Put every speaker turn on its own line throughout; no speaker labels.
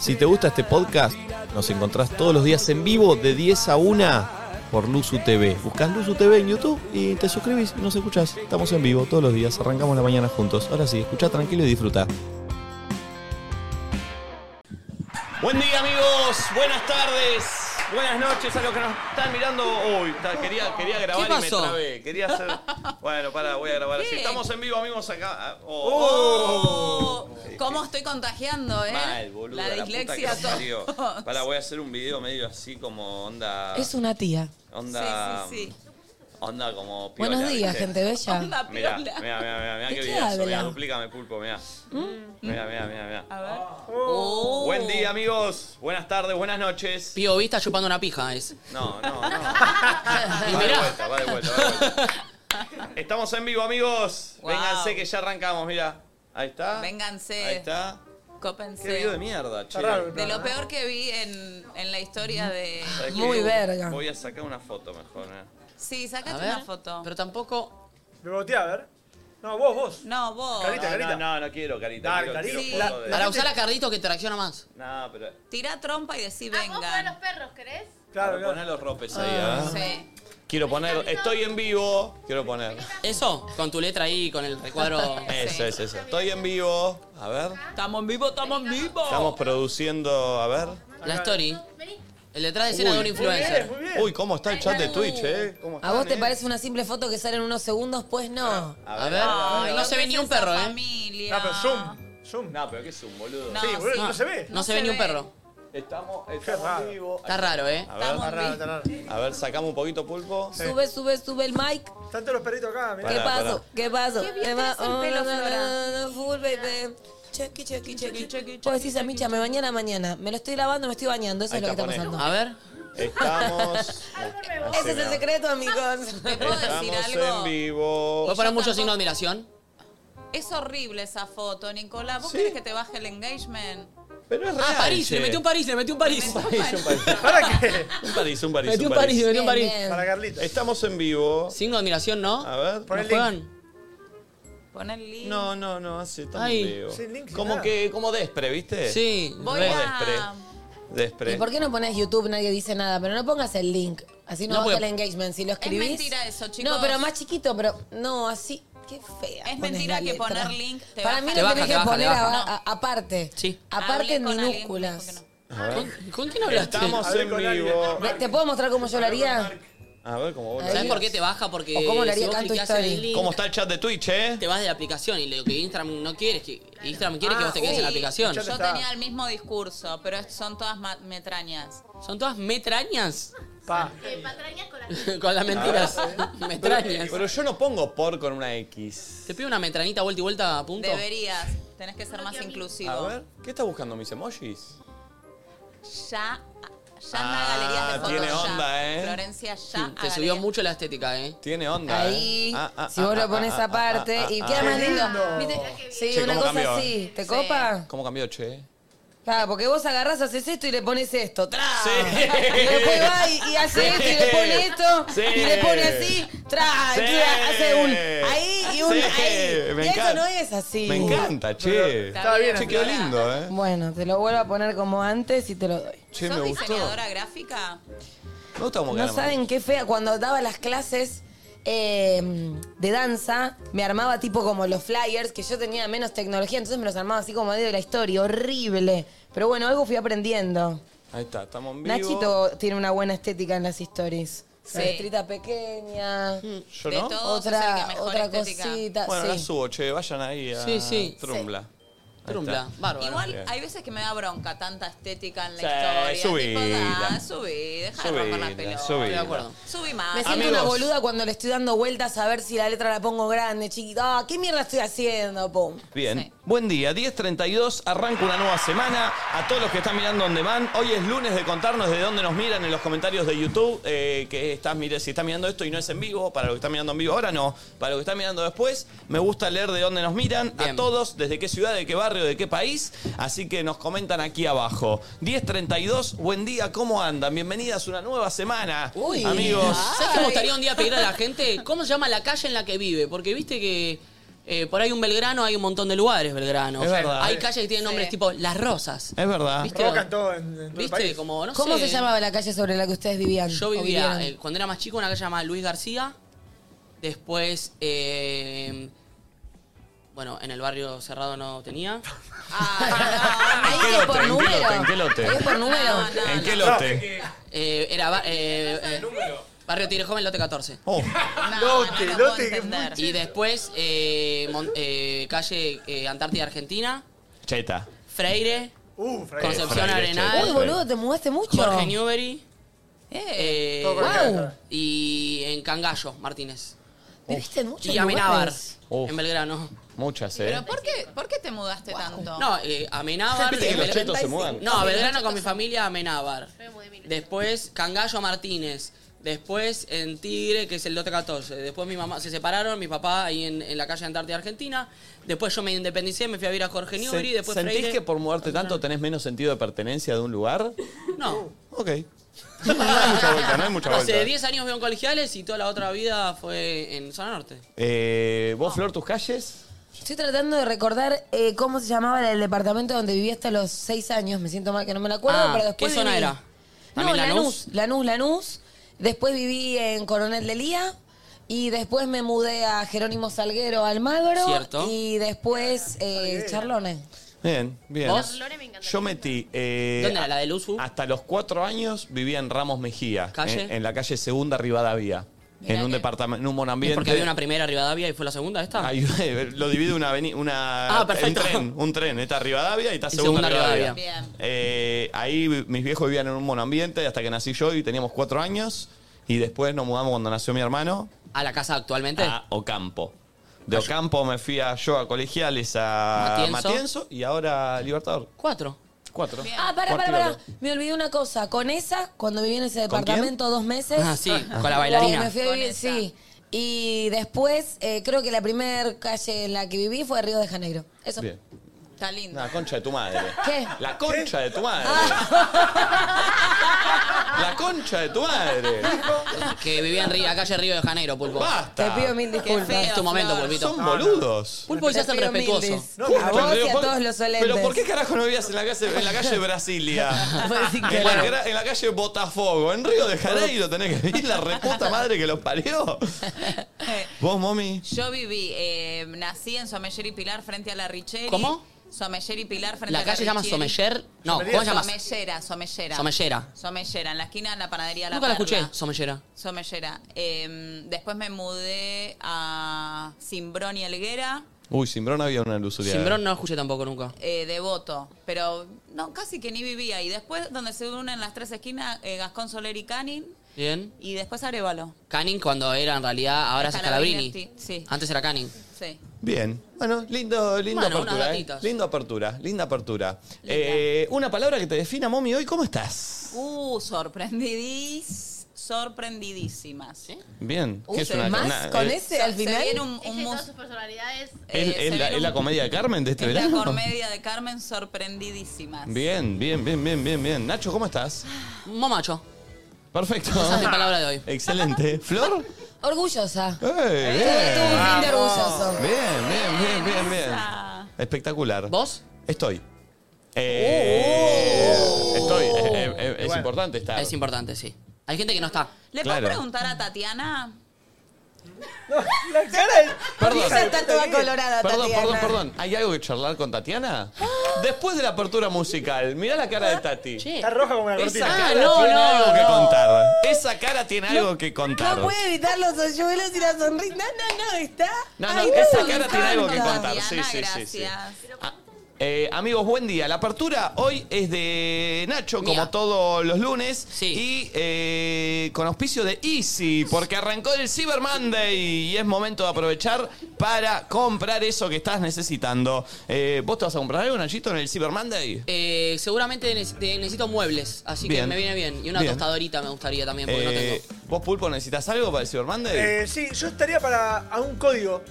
Si te gusta este podcast, nos encontrás todos los días en vivo de 10 a 1 por Luzu TV. Buscás Luzu TV en YouTube y te suscribís y nos escuchás. Estamos en vivo todos los días, arrancamos la mañana juntos. Ahora sí, escucha tranquilo y disfruta. Buen día amigos, buenas tardes, buenas noches a los que nos están mirando hoy. Ta- Quería, quería grabar y me
pasó?
trabé. Quería hacer... Bueno, para, voy a grabar. así. estamos en vivo amigos acá... Ah,
Oh, ¿Cómo estoy contagiando, eh?
Mal, boludo.
la dislexia, todo.
Para, voy a hacer un video medio así como onda.
Es una tía.
Onda.
Sí, sí,
Onda como piola.
Buenos días,
¿viste?
gente bella.
Onda
Mirá,
piola.
mirá, mirá, mirá, mirá
¿De
qué
qué
bien eso. Mirá,
habla?
duplícame pulpo, mirá. Mirá, mirá, mirá, mirá. Oh.
A ver.
Buen
Oh.
día, amigos. Buenas tardes, buenas noches.
Pío Vista chupando una pija es.
No, no, no. Va de vuelta, va de vuelta, va de vuelta. Estamos en vivo, amigos.
Wow.
Vénganse que ya arrancamos, mirá. Ahí está.
Vénganse.
Ahí está. Qué
Cópense.
video de
De,
mierda, che.
lo peor que vi en, en la historia de.
¿Sabés
Muy
qué?
verga.
Voy a sacar una foto mejor, eh.
Sí,
A
sacate
ver,
una foto.
Pero tampoco.
Me volteé a ver. No, vos, vos.
No, vos.
Carita.
Ah, No, no, no, no quiero, carita.
Dale,
quiero,
carita.
quiero
Oh. La-
foto de-
Para
gente-
usar a Carlito que tracciona más.
No, pero.
Tirá trompa y decí
A Ah, vos para los
vengan.
perros, ¿querés?
Claro,
Para poner
claro.
los ropes ahí, ¿ah?
Sí.
Quiero poner. Estoy en vivo. Quiero poner.
Eso, con tu letra ahí, con el recuadro.
Eso, eso, eso. Estoy en vivo. A ver.
Estamos en vivo, estamos en vivo.
Estamos produciendo. A ver.
La story.
Vení.
El detrás de escena de un influencer.
Muy bien.
Uy, ¿cómo está el chat de Twitch, eh? ¿Cómo
¿A vos
están,
te
eh?
parece una simple foto que sale en unos segundos? Pues no.
A ver.
Ay,
No se ve ni un
esa
perro, ¿eh?
Familia.
No, pero Zoom. Zoom.
No, pero ¿qué es un boludo?
No,
sí, boludo,
sí.
no se ve.
No se ve ni un perro.
Estamos,
raro.
estamos vivos.
Está raro, ¿eh?
A
Estamos
ver,
Está raro, está raro.
a ver, sacamos un poquito pulpo.
Sí.
Sube, sube, sube el mic. ¿Qué
Están todos los perritos acá, mirá.
Pará,
pasó?
pará.
¿Qué pasó?
Qué bien
Me va- Oh,
tenés el pelo,
no, no,
Flora.
no, no, full, baby. Chequi, chequi, chequi.
Chequi, chequi,
Vos decís a Micha, me mañana, mañana. Me lo estoy lavando, me estoy bañando. Eso
Ahí
es lo que
está,
está
poné.
pasando.
A ver.
Estamos. Así,
Ese es el
mirá.
secreto, amigos.
¿Te
Este.
puedo decir
Estamos en
algo?
vivo.
Voy a poner mucho signo de admiración.
Es horrible esa foto, Nicolás. ¿Vos
Sí.
querés que te baje el engagement?
Pero es real,
Ah, París,
che.
le metió un París, le metió un París.
¿Para qué?
Un París, un París,
Metió un París, le metió un París.
Bien,
Para
bien.
Carlita.
Estamos en vivo.
Signo de admiración,
A
¿no?
ver.
Pon
¿No
el link.
juegan?
Pon el link.
No, no, no, hace tan
Ay.
feo.
Sin link, sin
Como
nada.
que, como despre, ¿viste?
Sí.
Voy
re.
Como
a...
despre. Despre.
¿Y por qué no pones YouTube? Nadie dice nada, pero no pongas el link. Así no,
No,
baja
porque-
el engagement. Si lo escribís.
mentira eso, chicos.
No, pero más chiquito, pero no, así. Qué
Es
fea. pones
mentira
la
que
letra.
poner link te
Para
baja.
mí
Te
lo
baja,
tenés
te
que
baja, te
poner
baja.
a- a- aparte.
Sí.
Aparte
Hablé
en
con alguien, me
minúsculas.
dijo que
¿Con, con quién hablaste?
Estamos
Hablé
en
con alguien.
vivo.
Ve, ¿Te puedo mostrar cómo yo lo haría?
A ver cómo vos lo
¿Sabes
ves.
por qué te baja? Porque
¿O cómo le haría
si vos
tanto
cliqueás
story?
en el link,
¿Cómo está el chat de Twitch, eh?
te vas de la aplicación y lo que Instagram no quiere es que Instagram quiere que
Ah,
vos te quedes
uy,
en la aplicación.
ya
Yo
está.
tenía el mismo discurso, pero son todas ma- metrañas.
Son todas metrañas
Pa.
Eh, patrañas con la
con las mentiras. metrañas.
Ah, Pero yo no pongo por con una X.
Te pido una metranita vuelta y vuelta a punto.
Deberías. Tenés que ser más inclusivo.
A ver, ¿qué estás buscando mis emojis?
Ya, ya anda
Ah,
a galerías de fotos.
tiene
ya.
onda, ¿eh?
Florencia, ya a
Te subió
galerías.
mucho la estética, ¿eh?
Tiene onda.
Ahí.
eh. Ah, ah,
si vos
ah,
lo
ah,
pones
ah,
aparte.
ah, ah,
y
ah,
queda
ah.
más lindo.
lindo.
¿Viste? Sí,
Che,
una
cómo
cosa
cambió,
así. ¿Te
Sí.
copa?
¿Cómo cambió, che?
Claro, porque vos agarrás, haces esto y le pones esto. ¡Tra!
Sí.
Y después va y, y hace esto y le pone esto.
Sí.
Y le pone así. ¡Tra!
Sí.
Entonces hace un ahí y un
Sí.
ahí.
Me
y
encanta.
eso no es así.
Me encanta, che.
Está bien,
Che, quedó
Flora.
lindo, eh.
Bueno, te lo vuelvo a poner como antes y te lo doy.
Che,
¿Sos
me gustó.
diseñadora gráfica?
Me gusta cómo
No
queda,
saben qué fea. Cuando daba las clases eh, de danza, me armaba tipo como los flyers, que yo tenía menos tecnología, entonces me los armaba así como de la historia. Horrible. Pero bueno, algo fui aprendiendo.
Ahí está, estamos en vivo.
Nachito tiene una buena estética en las stories. La
Sí.
letrita pequeña,
Yo
de
no.
todo. Todos es el
otra,
que mejor
otra
estética.
cosita.
Bueno, la
sí.
subo, che, vayan ahí a
Sí, sí.
Trumbla. Ahí
Trumbla,
está.
bárbaro.
Igual
bien.
hay veces que me da bronca tanta estética en la
Sí,
historia.
subila.
Tipo, da, subí, deja de romper las
Subila,
pelotas.
Estoy de
subila.
acuerdo.
Subí más.
Me siento
Amigos.
una boluda cuando le estoy dando vueltas a ver si la letra la pongo grande, chiquita. Ah, ¿Qué mierda estoy haciendo? Pum.
Bien,
Sí.
buen día, 10.32, arranca una nueva semana. A todos los que están mirando On Demand, hoy es lunes de contarnos de dónde nos miran en los comentarios de YouTube, eh, que estás, mire, si estás mirando esto y no es en vivo, para los que están mirando en vivo ahora no, para los que están mirando después, me gusta leer de dónde nos miran, a
Bien.
todos, desde qué ciudad, de qué barrio, de qué país, así que nos comentan aquí abajo. 10.32, buen día, ¿cómo andan? Bienvenidas a una nueva semana,
Uy.
amigos.
¿Sabes qué me gustaría un día pedir a la gente? ¿Cómo se llama la calle en la que vive? Porque viste que eh, por ahí un Belgrano, hay un montón de lugares Belgrano.
Es verdad.
Hay calles que tienen nombres tipo Las Rosas.
Es verdad.
¿Viste?
Provocan todo en, en todo el
¿Viste?
país.
Como, no
¿Cómo
sé,
se llamaba la calle sobre la que ustedes vivían?
Yo
o
vivía,
vivieron?
eh, cuando era más chico, en una calle llamada Luis García. Después, eh, bueno, en el barrio cerrado no tenía.
Ah,
¿En
ahí
qué
es
lote?
por
¿En
número.
qué lote? ¿En qué lote?
Ahí es por número.
No, no.
¿En qué
No,
lote?
Eh, era ba- eh, eh, Barrio Tigre Joven, lote 14.
Oh,
No, no,
Lote,
lo
lote,
puedo
que
entender.
Y después, eh, Mon- eh, calle eh, Antártida Argentina,
cheta.
Freire,
Uh, Fraile.
Concepción
Freire,
Uy,
Arenal,
boludo, te mudaste mucho.
Jorge Newbery
Eh,
eh,
Todo
Guau.
conectado.
y en Cangallo, Martínez.
Viviste mucho.
Y Amenábar,
Uf.
en Belgrano.
Muchas, ¿eh?
¿Pero por qué, por qué te mudaste tanto?
No, eh, Amenábar.
Viste que
en
los
Bel-
chetos se mudan.
No, a Belgrano con mi familia a Menábar. Después Cangallo Martínez. Después en Tigre, que es el lote 14. Después mi mamá se separaron, mi papá ahí en, en la calle Antártida Argentina. Después yo me independicé, me fui a vivir a Jorge Newbery.
Sen-
Después
¿Sentís
Freire.
que por mudarte tanto tenés menos sentido de pertenencia de un lugar?
No.
Ok. no hay mucha vuelta, no hay mucha vuelta.
Hace 10 años vivo en colegiales y toda la otra vida fue en zona norte.
Eh, ¿Vos, Flor, tus calles?
Estoy tratando de recordar eh, cómo se llamaba el departamento donde viví hasta los seis años. Me siento mal que no me lo acuerdo,
Ah,
pero después.
¿qué zona
viví-
era?
No,
¿También
Lanús.
Lanús?
Lanús, Lanús. Después viví en Coronel de Lía. Y después me mudé a Jerónimo Salguero Almagro.
Cierto.
Y después eh, Charlones.
Bien, bien.
¿Vos?
Yo metí. eh,
¿Dónde era? ¿La del Usu?
Hasta los cuatro años vivía en Ramos Mejía.
¿Calle?
En, en la calle Segunda Rivadavia. en un
que-
departamento, en un
¿Es
monambiente.
porque había una primera Rivadavia y fue la segunda esta?
Hay- eh, lo divide una aveni- una
Ah, perfecto.
un tren, un tren, está Rivadavia y está
Y Segunda
Segunda, Rivadavia.
Rivadavia. Bien.
Eh, ahí vi- mis viejos vivían en un monoambiente hasta que nací yo y teníamos cuatro años y después nos mudamos cuando nació mi hermano
¿A la casa actualmente? Ah,
a Ocampo. De Ocampo me fui a yo a colegiales a Matienzo,
Matienzo.
y ahora a Libertador.
Cuatro.
Cuatro.
Ah, para, para,
Cuarto
para.
lado.
Me olvidé una cosa. Con esa, cuando viví en ese
¿Con
departamento dos meses.
Ah, sí, con la
Eh, Me
bailarina.
fui a
Con
vivir,
esa.
sí. Y después, eh, creo que la primera calle en la que viví fue Río de Janeiro. Eso.
Bien.
Está lindo.
La concha de tu madre.
¿Qué?
La concha de tu madre.
Ah.
La concha de tu madre.
Que vivía en Río- la calle Río de Janeiro, Pulpo.
Te
Basta.
pido mil disculpas.
Es tu momento,
Flor.
Pulpito.
Son boludos.
Pulpo ya
Te
es el
pido mil
respetuoso.
dis-
No,
a
claro,
vos y a
por-
todos los solentes.
Pero ¿por qué carajo no vivías en la calle, en la calle Brasilia?
Fue sin
en, la,
querer.
gra- en la calle Botafogo, en Río de Janeiro tenés que vivir la reputa madre que los parió. ¿Vos, mami?
Yo viví, eh, nací en Someller y Pilar frente a la Richeri.
¿Cómo?
Someller y Pilar frente
¿La
a la
calle se llama
Richeri.
Someller? No,
Someller.
¿cómo se llama?
Somellera, Somellera.
Somellera.
Somellera, en la esquina de la panadería La
Nunca la
Perla.
escuché, Somellera.
Somellera. Eh, después me mudé a Simbrón y Helguera,
Uy, Simbrón había una luzuría.
Simbrón no la escuché tampoco nunca.
eh, Devoto. Pero no, casi que ni vivía. Y después, donde se unen las tres esquinas, eh, Gascón Soler y Canin.
Bien.
Y después Arevalo.
Canning cuando era en realidad, ahora es
Scalabrini,
Scalabrini.
sí.
Antes era Canning.
Sí.
Bien. Bueno, lindo, lindo
Bueno, unas
apertura. eh.
datitas.
Lindo apertura, linda apertura. Eh, una palabra que te defina, mami, hoy, ¿cómo estás?
Uh, sorprendidís, sorprendidísimas.
Bien.
Uh, ¿Más? ¿Con ese al final?
Se viene un,
Ella
un
y todas
mus-
sus personalidades.
¿Es,
eh,
es
se
eh, la,
viene
es la
un-
comedia de Carmen de este
es la
verano?
comedia de Carmen sorprendidísimas.
Bien, bien, bien, bien, bien, bien. Nacho, ¿cómo estás?
Momacho.
Perfecto.
Esa es mi palabra de hoy.
Excelente. ¿Flor?
Orgullosa.
¡Ey,
Eh,
Tuve, tuve
bien!
un fin de orgulloso.
Bien, bien, bien, bien, bien.
Esa.
Espectacular.
¿Vos?
Estoy. Eh, estoy. Eh, eh, eh, es
Bueno.
importante estar.
Es importante, sí. Hay gente que no está.
¿Le
Claro.
puedo preguntar a Tatiana?
No, la cara de...
Perdón.
Hija de
Está
puta
toda
que-
colorada,
Perdón,
Tatiana.
perdón, perdón. ¿Hay algo que charlar con Tatiana? Después de la apertura musical, mirá la cara de Tati.
Che.
Está roja como la
Esa
cortina.
cara
no,
tiene
no,
algo que
no.
contar. Esa cara tiene algo que contar.
No puede evitar los hoyuelos y la sonrisa. No, no, no, está.
No, no,
Ay,
esa
me
cara tiene
encanta.
algo que contar.
Tatiana,
Sí, sí, sí, sí.
gracias.
Ah, eh, amigos, buen día. La apertura hoy es de Nacho, como
Mía.
todos los lunes.
Sí.
Y eh, con auspicio de Easy, porque arrancó el Cyber Monday y es momento de aprovechar para comprar eso que estás necesitando. Eh, ¿Vos te vas a comprar algo, Nachito, en el Cyber Monday?
Eh, seguramente nece- te- necesito muebles, así
Bien.
que me viene bien. Y una
Bien.
tostadorita me gustaría también, porque
Eh,
no
¿Vos, Pulpo, necesitas algo para el Cyber Monday?
Eh, sí, yo estaría para a un código.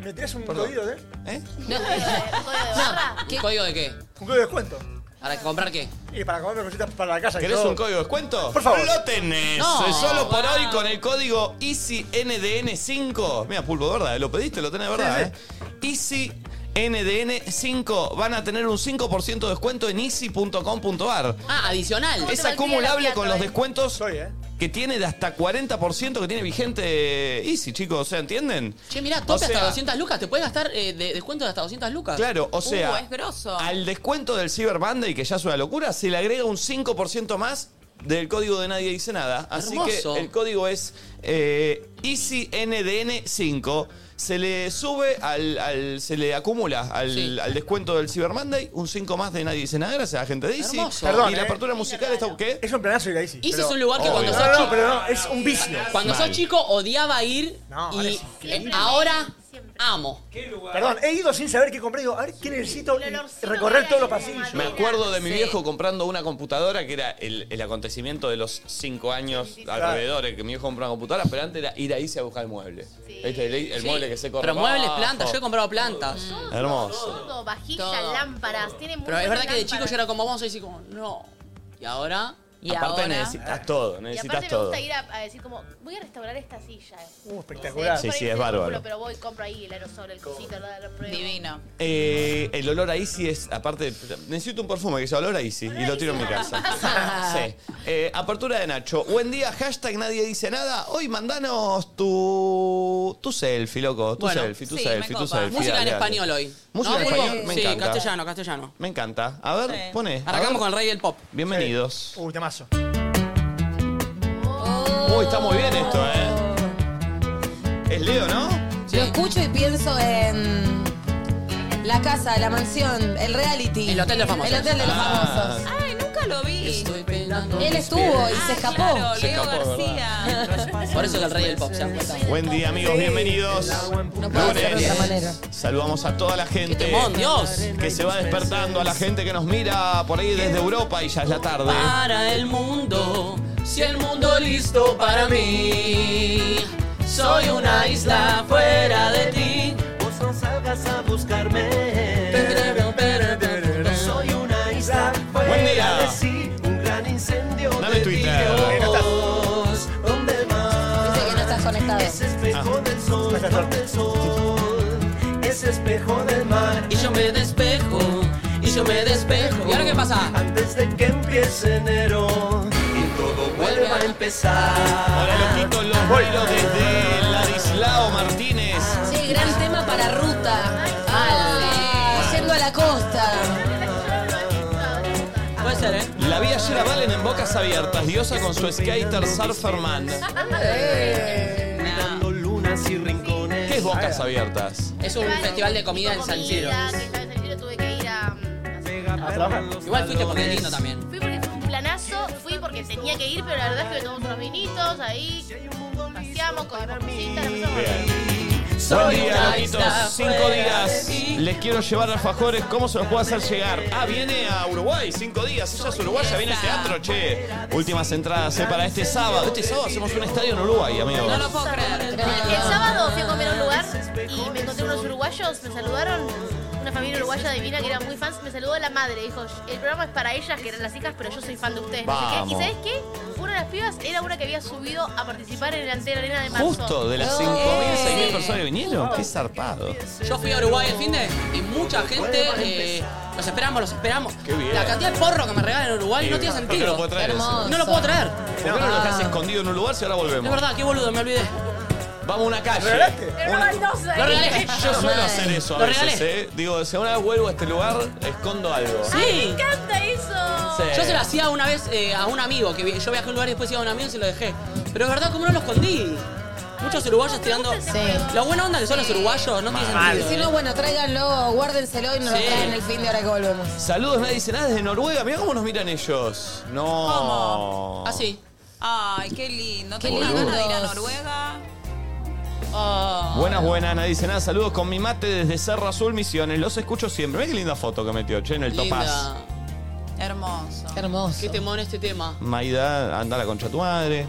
¿Me tirás un
Perdón.
código, eh?
¿Eh?
Código de barra.
tengo. ¿Un código de qué?
Un código de descuento.
¿Para comprar qué?
Y para comerme cositas para la casa. que
¿Querés
yo-
un código de descuento?
Por favor.
¡Lo tenés!
No.
Eh, Solo por hoy con el código EasyNDN5. Mira, Pulpo, de verdad, lo pediste, lo tenés de verdad. ¿eh? Easy NDN 5 van a tener un 5% de descuento en easy.com.ar.
Ah, adicional.
Es acumulable con los
descuentos.
descuentos
eh.
que tiene de hasta 40% que tiene vigente eh, Easy, chicos. O sea, ¿entienden?
Che, mirá,
O
tope
sea-
hasta 200 lucas. Te puedes gastar eh, de- descuento de hasta 200 lucas.
Claro, o sea,
Uh, es grosso.
al descuento del Cyber Monday, que ya es una locura, se le agrega un 5% más del código de Nadie Dice Nada. Así
Hermoso.
que el código es eh, EasyNDN5. Se le sube, al, al- se le acumula al, al descuento del Cyber Monday un 5 más de Nadie Dice Nada, gracias a la gente de Easy.
Hermoso.
Perdón,
y la
eh.
apertura musical está... ¿Qué?
Es un planazo ir a Easy.
Easy
pero-
es un lugar que cuando
Obvio.
No,
sos chico.
no, no, pero no, es un business.
Cuando
Mal.
sos chico odiaba ir
No, ahora
y
es
increíble.
ahora
Siempre.
amo.
Perdón, he ido sin saber qué compré. Digo, a ver qué necesito
El olorcito
recorrer
que
todos los
hay,
pasillos.
Me
Mira,
acuerdo de mi
sí.
viejo comprando una computadora que era el, el acontecimiento de los cinco años alrededor, el que mi viejo compró una computadora, pero antes era ir a Easy a buscar el mueble.
Sí.
¿Viste? El, el
Sí.
mueble que se corre.
Pero muebles,
abajo.
plantas. Yo he comprado plantas.
Mm.
Hermoso.
Todo, vajilla,
Todo.
lámparas. Tiene muy
Pero es
buenas
verdad que de chico
lámparas.
yo era como vamos y así como, no. Y ahora.
Y
Aparte
ahora.
necesitas todo,
Y
necesitas
aparte me
todo.
gusta ir a, a decir como, voy a restaurar esta silla.
Uh, espectacular.
Sí, sí, es
bárbaro.
bárbaro.
Pero voy, compro ahí el aerosol, el cosito, la, la pruebo.
Divino.
Eh, el olor a Easy es, aparte, necesito un perfume que se olor a Easy y lo tiro en mi casa. sí. Eh, apertura de Nacho. Buen día, hashtag nadie dice nada. Hoy mandanos tu, tu selfie, loco. Tu
Bueno,
selfie, tu
sí,
selfie,
me
tu
copa.
selfie.
Música en
Dale, dale.
español hoy.
Música
¿No,
en
Bulbo?
español, me
Sí,
encanta.
castellano, castellano.
Me encanta. A ver,
Sí.
pone. a
Arrancamos
ver.
con el rey del pop.
Bienvenidos.
Uh, temazo.
Uy, está muy bien esto, ¿eh? Es Leo, ¿no?
Lo escucho y pienso en la casa, la mansión, el reality.
El hotel de los famosos.
El hotel de los
Ah.
famosos.
Ay, nunca lo vi.
pegando.
Él estuvo y se escapó.
Claro,
Se
Leo
escapó,
García.
Por eso es el rey del pop, se dan cuenta.
Buen día, amigos, bienvenidos.
No puedo hacer de
Lunes.
otra manera.
Saludamos a toda la gente
¡Mon, Dios!
que se va despertando, a la gente que nos mira por ahí desde Europa y ya es la tarde.
Para el mundo, si el mundo listo para mí. Soy una isla fuera de ti.
Vos no salgas a buscarme. Soy una isla fuera
Buen día.
de sí. Un gran incendio
Dame
de
Twitter.
Eh, no estás.
tiros. Donde el mar
Dice que no estás conectado.
Es espejo
Ah.
del sol, donde el sol es espejo del mar.
Y yo me despejo, y yo me despejo. ¿Y ahora qué pasa?
Antes de que empiece enero y todo vuelva a empezar.
Hola, loquitos, los vuelos desde Ladislao Martínez.
Che, gran tema para ruta. Ah, yendo a la costa.
Puede ser, ¿eh?
La vi ayer a Valen en Bocas Abiertas, diosa con su skater Surferman.
Dando lunas y rincones.
¿Qué es Bocas Abiertas?
Es un festival de comida en San Siro.
Comida, que esta vez en San Siro tuve que ir a... um, a-
A trabajar.
Igual fuiste porque es lindo también.
Fui porque fue un planazo, fui porque tenía que ir, pero la verdad es que me tomamos unos vinitos ahí, paseamos, comimos cositas, la pasamos bien.
Buen
Soy
día,
una
loquitos.
isla
Cinco
fuera
días.
de ti.
Les quiero llevar alfajores. ¿Cómo se los puedo hacer llegar? Ah, viene a Uruguay. Cinco días. Ella es uruguaya. Viene al teatro, che. Últimas entradas eh, para este sábado. Este sábado hacemos un estadio en Uruguay, amigos.
No lo puedo creer.
El sábado fui a comer a un lugar y me encontré unos uruguayos, me saludaron, una familia uruguaya divina que eran muy fans, me saludó la madre, dijo, el programa es para ellas, que eran las hijas, pero yo soy fan de ustedes. no sé qué.
Vamos.
Y ¿sabes qué? Una de las pibas era una que había subido a participar en el Antena Arena de marzo.
Justo de las 5.000,
eh,
6.000 personas que vinieron. Qué zarpado.
Yo fui a Uruguay el fin de y mucha gente. eh, los esperamos, los esperamos.
Qué bien.
La cantidad de porro que me regalan en Uruguay no tiene
No lo
sentido.
puedo traer.
Hermoso.
ese.
No lo puedo traer.
¿Por qué no Ah. lo dejas escondido en un lugar si ahora
Es
volvemos?
verdad, qué boludo, me olvidé.
Vamos a una calle.
¿Regalaste?
Lo regalé.
Yo suelo hacer eso a
Lo
veces,
regalé.
eh. Digo, si alguna vez vuelvo a este lugar, escondo algo.
Sí.
encanta eso!
Sí.
Yo se lo hacía una vez eh, a un amigo, que vi- yo viajé a un lugar y después iba a un amigo y se lo dejé. Pero es verdad, como no lo escondí. Muchos uruguayos tirando. La buena onda que son los uruguayos no tiene
Mal.
Si no,
sentido. ¿eh?
bueno, tráiganlo, guárdenselo y nos
Sí.
lo traen el fin de ahora que volvemos.
Saludos, nadie dice nada desde Noruega. Mira cómo nos miran ellos. No.
¿Cómo?
Ah,
Así.
Ay, qué lindo. Tenía
lindo.
ganas de ir a Noruega. Oh,
Buenas, buenas, nadie dice nada. Saludos con mi mate desde Cerro Azul Misiones. Los escucho siempre. Mirá qué linda foto que metió, che, en el topaz.
Linda.
Hermoso.
Hermoso.
Qué temón este tema.
Maida, anda la concha tu madre.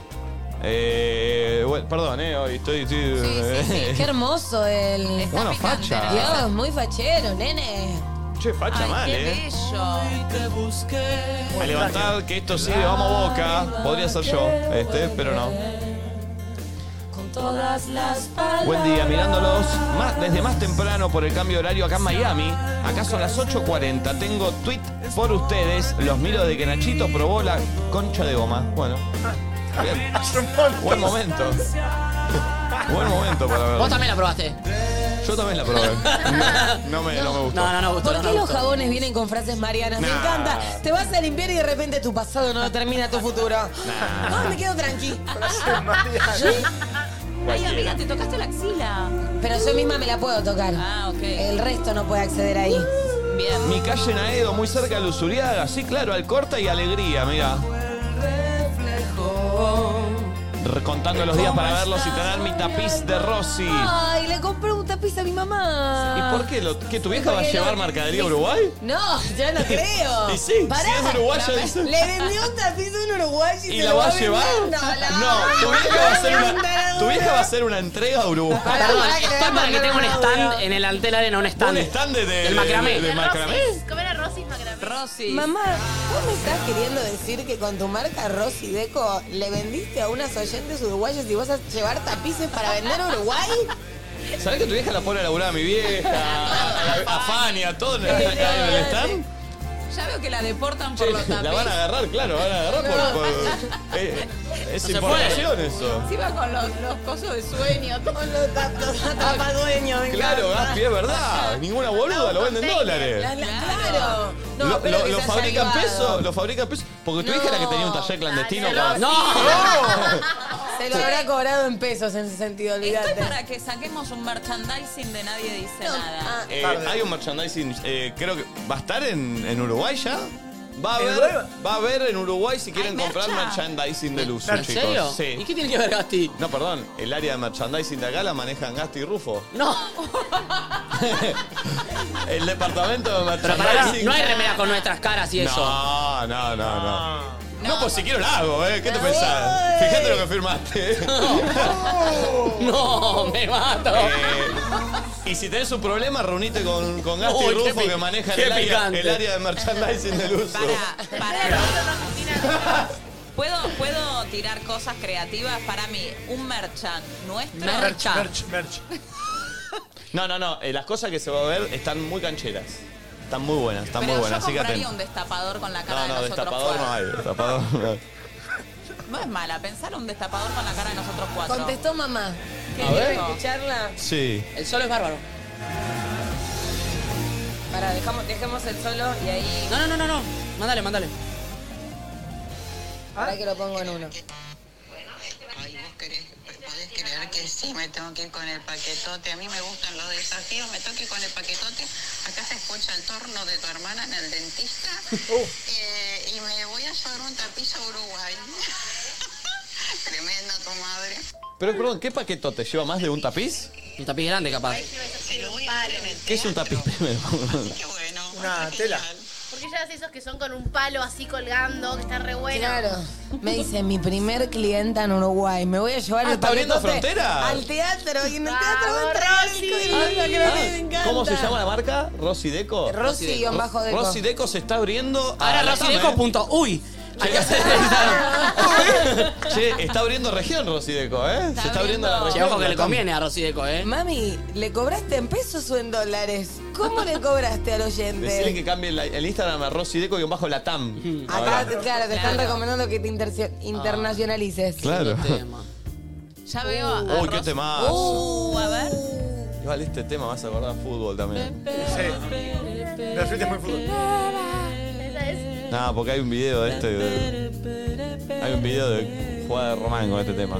Eh, bueno, perdón, eh, hoy estoy. estoy- eh,
Qué hermoso el.
Bueno,
picante,
facha.
Dios, muy fachero, nene.
Che, facha
Ay,
mal,
qué
eh.
bello.
Te busqué.
A levantar, que esto sigue, vamos boca. Podría ser yo, este, pero no.
todas las palabras.
Buen día, mirándolos más- desde más temprano por el cambio de horario acá en Miami. Acá son las 8.40. Tengo tweet por ustedes. Los miro de que Nachito probó la concha de goma. Bueno. Bien. Buen momento. Buen momento para verlo.
Vos también la probaste.
Yo también la probé. No, no me, no me gustó.
No, no, no gustó.
¿Por
no
qué los
gustó.
jabones vienen con frases marianas? Me
Nah.
encanta. Te vas a limpiar y de repente tu pasado no determina tu futuro.
Nah.
No, me quedo tranqui.
Ay,
Cualquiera.
amiga, te tocaste la axila.
Pero yo misma me la puedo tocar.
Ah, ok.
El resto no puede acceder ahí.
Bien.
Mi calle Naedo, muy cerca de Luzuriaga. Sí, claro, al corta y alegría, mira. Contando los días para verlos y tener mi tapiz de Rossi. ¿Y
Ay, le compré un tapiz a mi mamá.
por qué? Lo, ¿Qué tu vieja va a
Porque
llevar
lo-
mercadería a Uruguay?
No, yo no creo.
Y sí, si es uruguaya, dice.
Le vendió un tapiz a un uruguayo y,
¿Y
se
la
lo
va a
vender.
llevar?
No, la
No, tu vieja va a hacer una, tu vieja va a hacer una entrega a Uruguay.
Pará,
Perdón,
pará,
estoy
le voy a
para que
mandar
tenga un
un
stand
audio.
en el Antel Arena, un stand.
Un stand de, de-
Del macramé.
de- de
Del
macramé.
Rosis, comer a Rosis macramé.
Rosy.
Mamá, ¿vos me estás queriendo decir que con tu marca Rosy Deco le vendiste a unas oyentes uruguayas y vas a llevar tapices para vender a Uruguay?
¿Sabés que tu vieja la pone a laburar a mi vieja? A, a Fanny, a todos los que están acá en el stand.
Ya veo que la deportan por
Che,
los
la van a
tapices.
agarrar, claro, van a agarrar por. por- eh, es importación eso.
Encima con los, los cosos de sueño. todo.
Con los tapos tapadueños, me
Claro,
encanta.
Gaspi, es verdad. Ninguna boluda lo vende en
La-
dólares.
la- Claro. No,
lo,
espero
lo-
que
lo
se haya
fabrican
avivado.
pesos, lo fabrican pesos. Porque tu
No,
hija era que tenía un taller clandestino.
dale,
para-
¡No!
Se lo habrá cobrado en pesos en ese sentido,
Estoy
olvídate.
para que saquemos un merchandising de nadie dice nada.
Ah,
Eh, hay un merchandising, eh, creo que va a estar en, en Uruguay ya. Va a,
¿En
haber,
Uruguay?
va a haber en Uruguay si quieren
¿Hay
comprar
mercha?
merchandising de Luzu,
¿En
chicos.
serio? ¿Y
Sí.
qué tiene que ver Gasti?
No, perdón, el área de merchandising de acá la manejan Gasti y Rufo.
No,
El departamento de
pero pará,
merchandising.
no hay remera con nuestras caras y eso. Ah.
No, no, no, no. No, pues si quiero la hago, ¿eh? ¿Qué te pensás? Fíjate lo que firmaste.
No, me mato.
Eh, y si tenés un problema, reunite con, con Gasti
Uy,
y
qué
Rufo
pi-
que manejan
qué
el área,
picante.
el área de merchandising de Luzu.
Para, para. ¿Puedo, ¿Puedo tirar cosas creativas para mí? Un merchan nuestro.
Mercha.
Merch, merch.
No, no, no. eh, las cosas que se va a ver están muy cancheras. Están muy buenas, están
Pero
muy
yo
buenas. Así que
compraría un
atento.
destapador con la cara
No, no,
de nosotros
destapador no hay.
cuatro.
Destapador no hay.
No, es mala, pensar un destapador con la cara de nosotros cuatro.
Contestó mamá.
A ver.
¿Quieres escucharla?
Sí.
El solo es bárbaro.
Para, dejamos, dejemos el solo y ahí.
No, no, no, no, no. Mándale, mándale.
Ah.
Para que lo pongo en uno.
Ay, vos querés, podés creer que sí, me tengo que ir con el paquetote. A mí me gustan los desafíos, me tengo que ir con el paquetote. Acá se escucha el torno de tu hermana en el dentista. Eh, y me voy a llevar un tapiz a Uruguay. Tremenda tu madre.
Pero perdón, ¿qué paquetote? ¿Lleva más de un tapiz?
Un tapiz grande, capaz.
Se lo voy a hacer en el
¿Qué es un tapiz primero?
Qué bueno.
Una
qué
tela.
genial.
Porque ya ves esos que son con un palo así colgando, que están re buenos.
Claro. Me dice mi primer clienta en Uruguay. Me voy a llevar
Ah,
el
¿está abriendo
paquetote
frontera?
Al teatro. Y en el
Vamos,
teatro va a entrar el
Rosy.
código, que lo que me encanta.
¿Cómo se llama la marca? ¿Rossi Deco?
Rosy guión bajo deco.
Rossi Deco se está abriendo. a
Ahora
la
Rosideco
tama, ¿eh?
punto. Uy. Hay que hacer
Che, está abriendo región Rossi Deco, ¿eh? se está abriendo la
Che,
región.
ojo que
la
le
tama.
conviene a Rosideco, eh.
Mami, ¿le cobraste en pesos o en dólares? ¿Cómo le cobraste al oyente?
Decirle que cambie la- el Instagram a Rossi Deco y bajo la TAM.
Acá, claro, te están recomendando que te intercio- internacionalices.
Claro.
Este Tema.
Ah. Ya veo a
Uy, qué
Ros-
temazo.
Uh, a ver.
¿Eh?
Igual este tema vas a acordar fútbol también.
Sí. La suite es muy fútbol.
Esa es.
No, porque hay un video de este. de- hay un video de jugada de Román con este tema.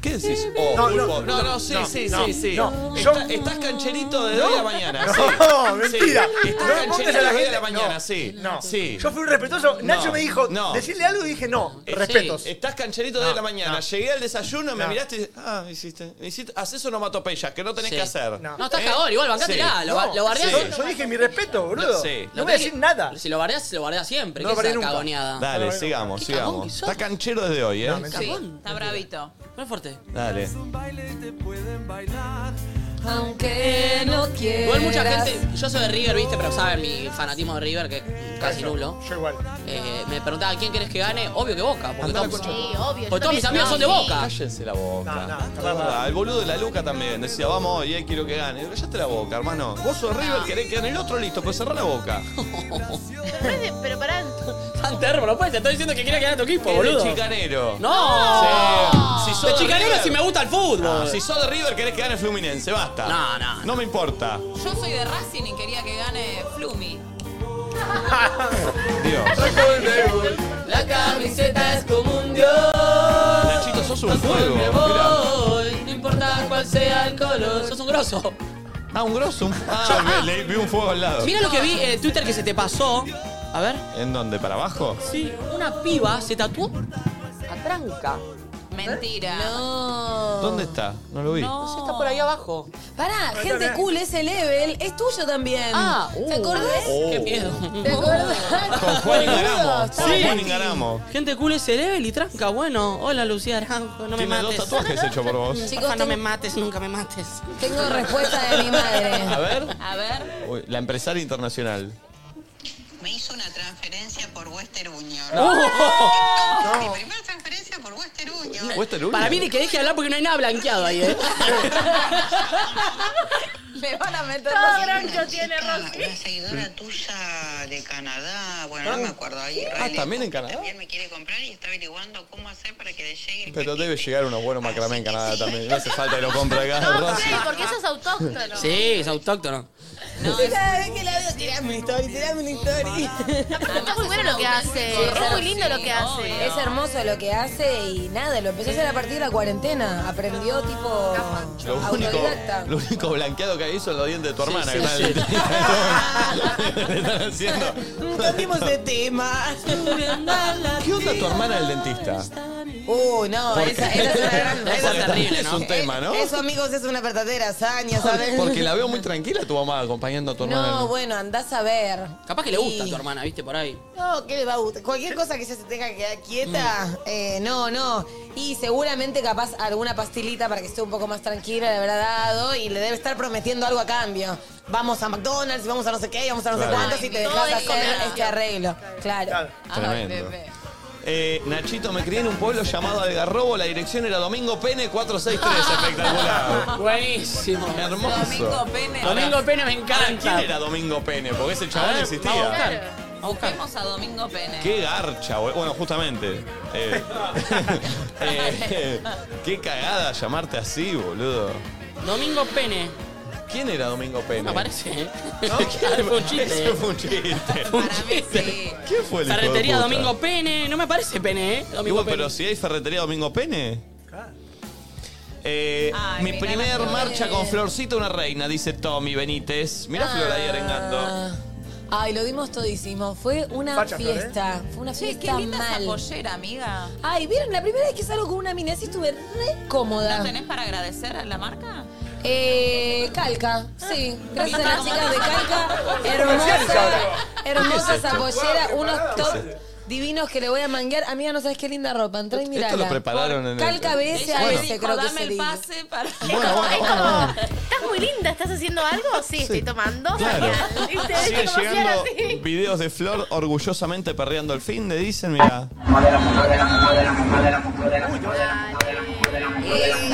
¿Qué decís? Oh,
No, no,
pulpo. no, no, sí,
no,
sí,
no,
sí, sí.
no.
Está-
Yo-
estás cancherito de hoy a mañana.
No,
sí. Sí.
mentira.
Estás
No
cancherito
pongas
de
a la
hoy a la
gente-
mañana,
no,
sí.
No.
Sí.
Yo fui un respetuoso. Nacho
No,
me dijo,
no.
decirle algo y dije, no,
Eh,
respetos.
Estás cancherito de hoy a la mañana.
no.
Llegué al desayuno, me
No.
miraste y dices, ah, hiciste. hiciste haces onomatopeyas que no tenés
Sí.
que hacer.
No.
No, estás
¿Eh?
cagón, igual, bancátela.
Sí.
Ah, Lo, ba- lo bardeás.
Yo, yo dije mi respeto, boludo.
Sí.
No
Lo
voy a
tenés
decir
que-
nada.
Si lo bardeás, lo bardeás siempre.
No
¿Qué
lo bardeé
es esa
nunca.
cagoneada?
Dale,
Dale,
sigamos,
Qué cagón que
sigamos.
sos.
Está canchero desde hoy, ¿eh?
mentira.
Sí, está bravito.
Pon fuerte.
Dale.
Dale.
Aunque no quieras.
Igual mucha gente, yo soy de River, viste, pero saben mi fanatismo de River, que es casi nulo. Eh,
Yo igual.
me preguntaba quién querés que gane, obvio que Boca, porque
Andá a la
todos,
concha. Sí,
obvio, yo
porque Pues todos mis amigos son de Boca.
Cállense la boca.
No, no, está
Verdad,
bien.
El boludo de la Luca también decía, vamos, y él quiero que gane. Pero Callate la boca, hermano. Vos sos River, querés que gane el otro, listo, pero cerrá la boca.
Pero, es de- pero pará.
Tan termo, no puede, te estoy diciendo que quiera ganar tu equipo,
Es de
boludo.
chicanero.
No.
Sí. Si sos
De
de
chicanero
River-
si me gusta el fútbol.
Ah, si sos de River, querés que gane Fluminense, basta.
No, no,
No me importa.
Yo soy de Racing y quería que gane Flumi.
Dios.
La camiseta es como un dios.
Nachito, sos un fuego.
Me
Mirá.
voy, no importa cuál sea el color. Sos un grosso.
Ah, un grosso. un- Ah,
Ah.
me- le- vi un fuego al lado.
Mira lo que vi en Twitter que se te pasó. A ver.
¿En dónde? ¿Para abajo?
Sí, una piba se tatuó a tranca.
Mentira.
No.
¿Dónde está? No lo vi.
No.
Está por ahí abajo.
Pará, gente cool, ese level es tuyo también.
Ah,
¿te
uh.
acordás?
Oh.
Qué miedo.
¿Te acordás?
Con Juan ganamos.
Está
Con
bien.
Juan ganamos.
Gente cool ese level y tranca. Bueno, hola Lucía Aranjo, no me
Tiene dos
mates.
tatuajes hechos por vos.
Chicos,
Porfa, no
ten-
me mates, nunca me mates.
Tengo respuesta de mi madre.
A ver.
A ver.
Uy, la empresaria internacional.
Me hizo una transferencia por Western Union. Mi primera transferencia por Western Union.
Western Union.
Para mí ni que deje de hablar porque no hay nada blanqueado ahí, ¿eh?
Le van a meter
Todo
los-
bronco tiene
Una-
Rosy.
Una Ah, seguidora tuya de Canadá, bueno, no me acuerdo ahí. israelí.
Ah. ¿también en Canadá?
También me quiere comprar y está averiguando cómo hacer para que le llegue el
Pero
paquete.
debe llegar unos buenos macramé en Canadá también. No hace falta que lo compre acá.
No,
Rosy.
sí, porque eso es autóctono.
Sí, es autóctono.
Cada vez que la veo, tirame una historia, tirame una historia.
Está muy bueno lo que hace. Es muy lindo lo que hace.
Es hermoso lo que hace y nada, lo empezó a hacer a partir de la cuarentena. Aprendió tipo
Lo único,
autodidacta.
lo único blanqueado que hizo es los dientes de tu hermana.
sí,
que
sí.
están- le están haciendo.
Cambiemos de tema.
¿Qué onda tu hermana del dentista?
Uy, no, esa, esa es una gran...
Esa
esa-
es terrible,
Es un
¿no?
tema, ¿no?
Eso, amigos, es una verdadera hazaña, ¿sabes?
Porque la veo muy tranquila tu mamá acompañando a tu hermana.
No, bueno, andás a ver.
Capaz que le gusta a
Sí.
tu hermana, ¿viste? Por ahí.
No, ¿qué le va a gustar? Cualquier cosa que ella se tenga que quedar quieta,
Mm.
eh, no, no. Y seguramente capaz alguna pastilita para que esté un poco más tranquila le habrá dado y le debe estar prometiendo algo a cambio. Vamos a McDonald's, vamos a no sé qué, vamos a no
Claro.
sé cuántos y te
Ay,
dejas
todo es
hacer
comercio.
este arreglo. Claro.
Ay,
Tremendo.
bebé.
Eh, Nachito, me crié en un pueblo llamado Algarrobo. La dirección era Domingo Pene 463. Espectacular.
Buenísimo.
Domingo
Hermoso.
Pene.
Domingo Pena me
Ahora, Ah, ¿Quién
encanta.
era Domingo Pene? Porque ese
A
Ah,
chabón
ver, vamos a
existía.
buscar. Vamos a buscar.
Busquemos a Domingo Pene.
Qué garcha, güey. Bueno, justamente. Eh, eh, qué cagada llamarte así, boludo.
Domingo Pene.
¿Quién era Domingo Pene?
No aparece, ¿eh?
¿No?
Claro, fue un chiste.
Eso fue un chiste.
Para mí sí.
¿Quién fue el hijo de
Ferretería
puta?
Domingo Pene. No me aparece Pene, ¿eh?
Y
Domingo
bueno, pero
Pene.
si hay ferretería Domingo Pene. Eh,
Ay,
mi
mirá
primer
la Flor.
marcha con Florcita una reina, dice Tommy Benítez. Mirá a Flor ahí arengando.
Ah. Ay, lo dimos todísimo. Fue una
Facha, Flor, ¿eh?
fiesta. Fue una
Che,
fiesta
qué linda esa
mal.
pollera, amiga.
Ay, ¿vieron? La primera vez que salgo con una mina así estuve re cómoda.
¿No tenés para agradecer a la marca?
Eh, calca, sí. Gracias a las chicas de Calca.
cabrón.
Hermosa, hermosa
esto?
esa pollera,
Guau,
unos
preparado.
top divinos que le voy a manguear. Amiga, no sabes qué linda ropa. Entrá y
Esto
mirala.
lo prepararon en el-
Calca BS
Ella
a
me
veces,
dijo,
creo que
dame
se
el
dice.
pase para...
Bueno, bueno, bueno.
Estás muy linda, ¿estás haciendo algo? Sí, estoy tomando.
Claro.
Genial. ¿Viste?
Siguen
Como si era
llegando
así.
videos de Flor orgullosamente perreando el fin, le dicen, mirá.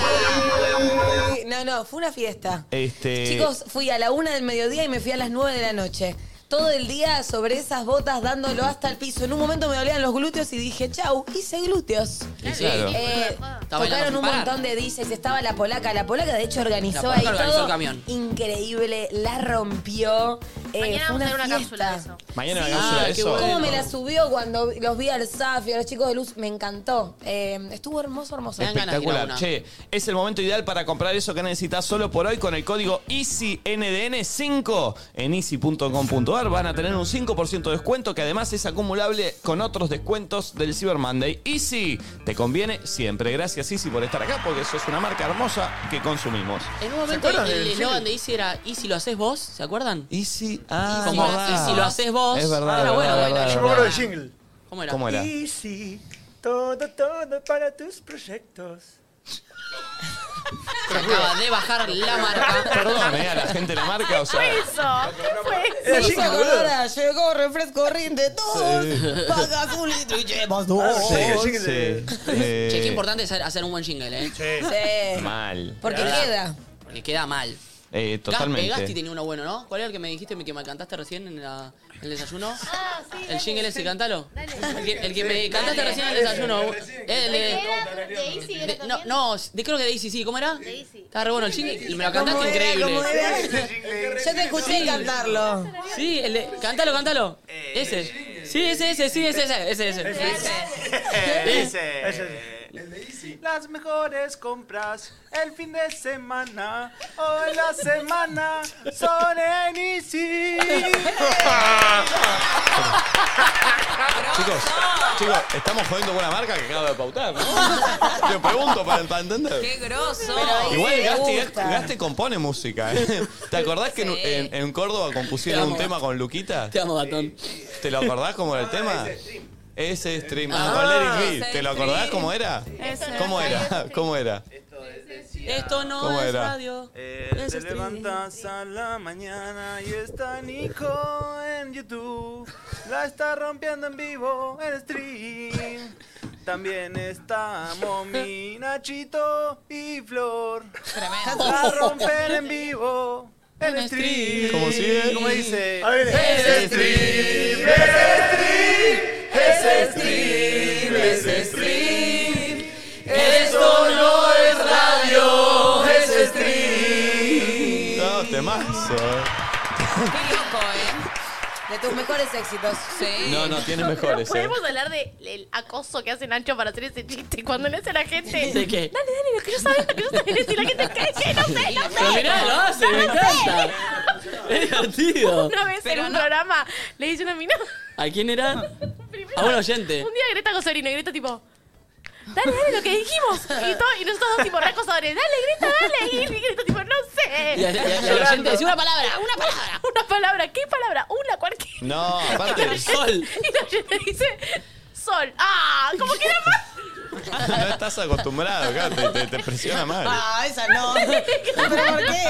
Eh, No, no, fue una fiesta.
Este,
Chicos, fui a la una del mediodía y me fui a las nueve de la noche. Todo el día sobre esas botas dándolo hasta el piso. En un momento me dolían los glúteos y dije, chau, hice glúteos.
y claro.
Eh,
Está
tocaron
bailando
un
sin parar.
montón de DJs, estaba la polaca, la polaca de hecho organizó
La polaca
ahí
organizó
todo.
el camión.
Increíble, la rompió. Eh,
Mañana
fue
vamos a hacer una
fiesta.
cápsula de eso.
sí.
Mañana la
Ah,
cápsula de
qué
eso. eh.
bueno.
¿Cómo me la subió cuando los vi al Safi, a los chicos de luz? Me encantó. Eh, estuvo hermoso, hermoso.
Me dan ganas de ir a
Espectacular,
una.
che. Es el momento ideal para comprar eso que necesitas solo por hoy con el código EasyNDN5 en easy.com.ar. Van a tener un 5% de descuento que además es acumulable con otros descuentos del Cyber Monday. Easy, te conviene siempre. Gracias Easy por estar acá porque sos una marca hermosa que consumimos.
En un momento
acuerdan del
el
film?
eslogan de Easy era, ¿y si lo haces vos? ¿Se acuerdan?
Easy, ah,
Como,
es verdad.
"Y si lo haces vos".
Es verdad,
Ah,
es
bueno,
verdad,
bueno,
verdad,
Yo me acuerdo del
verdad.
jingle.
¿Cómo era?
¿Cómo era?
Easy. Todo, todo para tus proyectos.
que acaba de bajar la marca.
Perdón, ¿eh? A la gente de la marca, o sea.
¿Qué fue
Me
Era
hizo
chica,
acordar a llegó refresco rinde dos,
Sí.
pagas un litro y llevas dos.
Eh,
Che, qué importante es hacer un buen jingle, ¿eh?
Sí.
Mal.
Porque
Verdad.
queda.
Porque queda mal.
Eh,
Gas- Gasti
totalmente.
tenía uno bueno, ¿no? ¿Cuál era el que me dijiste que me cantaste recién en, la- en el desayuno?
Ah, sí,
El
dale.
jingle ese, cántalo.
Dale.
El que, el que me
Sí.
cantaste
Dale.
recién en el desayuno. El de-
¿Qué era de Easy, era
de- no,
también?
no, de- creo que de Daisy, sí, ¿cómo era?
De Easy.
Estaba re bueno el jingle. Me lo
¿Cómo
cantaste
era?
increíble.
¿Cómo era? Yo te escuché cantarlo.
Sí, el de. Cántalo, cántalo.
Eh,
Ese. Sí, ese, ese, sí, ese, ese, ese, ese.
Las mejores compras el fin de semana o en la semana son en Easy.
Chicos, chicos, estamos jodiendo con una marca que acaba de pautar, ¿no? Te pregunto para, para entender.
¡Qué grosso!
Igual Gasti,
me gusta.
Gasti compone música. ¿eh? ¿Te acordás que en-
Sí.
en, en Córdoba compusieron
Te
un
amo.
tema con Luquita?
Te amo, Batón.
¿Te lo acordás cómo era el tema? Ese stream. Ah,
Ah,
con Larry
ese
¿Te lo acordás
stream.
cómo era?
Ese
¿Cómo era? ¿Cómo era?
Esto no
¿Cómo
es
era?
radio.
Eh,
Eso
te
es
levantas a la mañana y está Nico en YouTube. La está rompiendo en vivo en stream. También está Momi, Nachito y Flor.
Tremendo.
La romper en vivo en stream.
¿Cómo sigue?
¿Cómo dice?
A ver,
Es
stream,
es stream, es stream. Esto no es radio, es stream.
No, temazo. ¿eh?
¡Qué loco, eh!
De tus mejores éxitos.
Sí.
No, no, tiene mejores. ¿eh?
Podemos hablar del acoso que hace Nacho para hacer ese chiste cuando le hace a la gente.
¿De qué?
Dale, dale, lo que yo sabía, lo que yo sabía. Y la gente cree que no sé, no
Pero
sé.
mirá, lo
Ah,
hace, me encanta. Es divertido.
Una vez
Pero
en un
no.
programa le dice una mina.
¿A quién era?
primero,
A un oyente.
Un día Greta Cosorino, y Greta tipo. Dale, dale, lo que dijimos. Y, todo, y nosotros dos tipo recosadores. Dale, Greta, dale. Y Greta tipo, no
Y a- y
sé.
a- y al oyente decía una palabra, una palabra.
Una palabra, ¿qué palabra? Una, cualquiera.
No, aparte,
Sol.
Y la gente dice, sol. ¡Ah! Como que era más.
no estás acostumbrado, claro, te, te- te presiona mal.
Ah, esa no. ¿Pero por qué?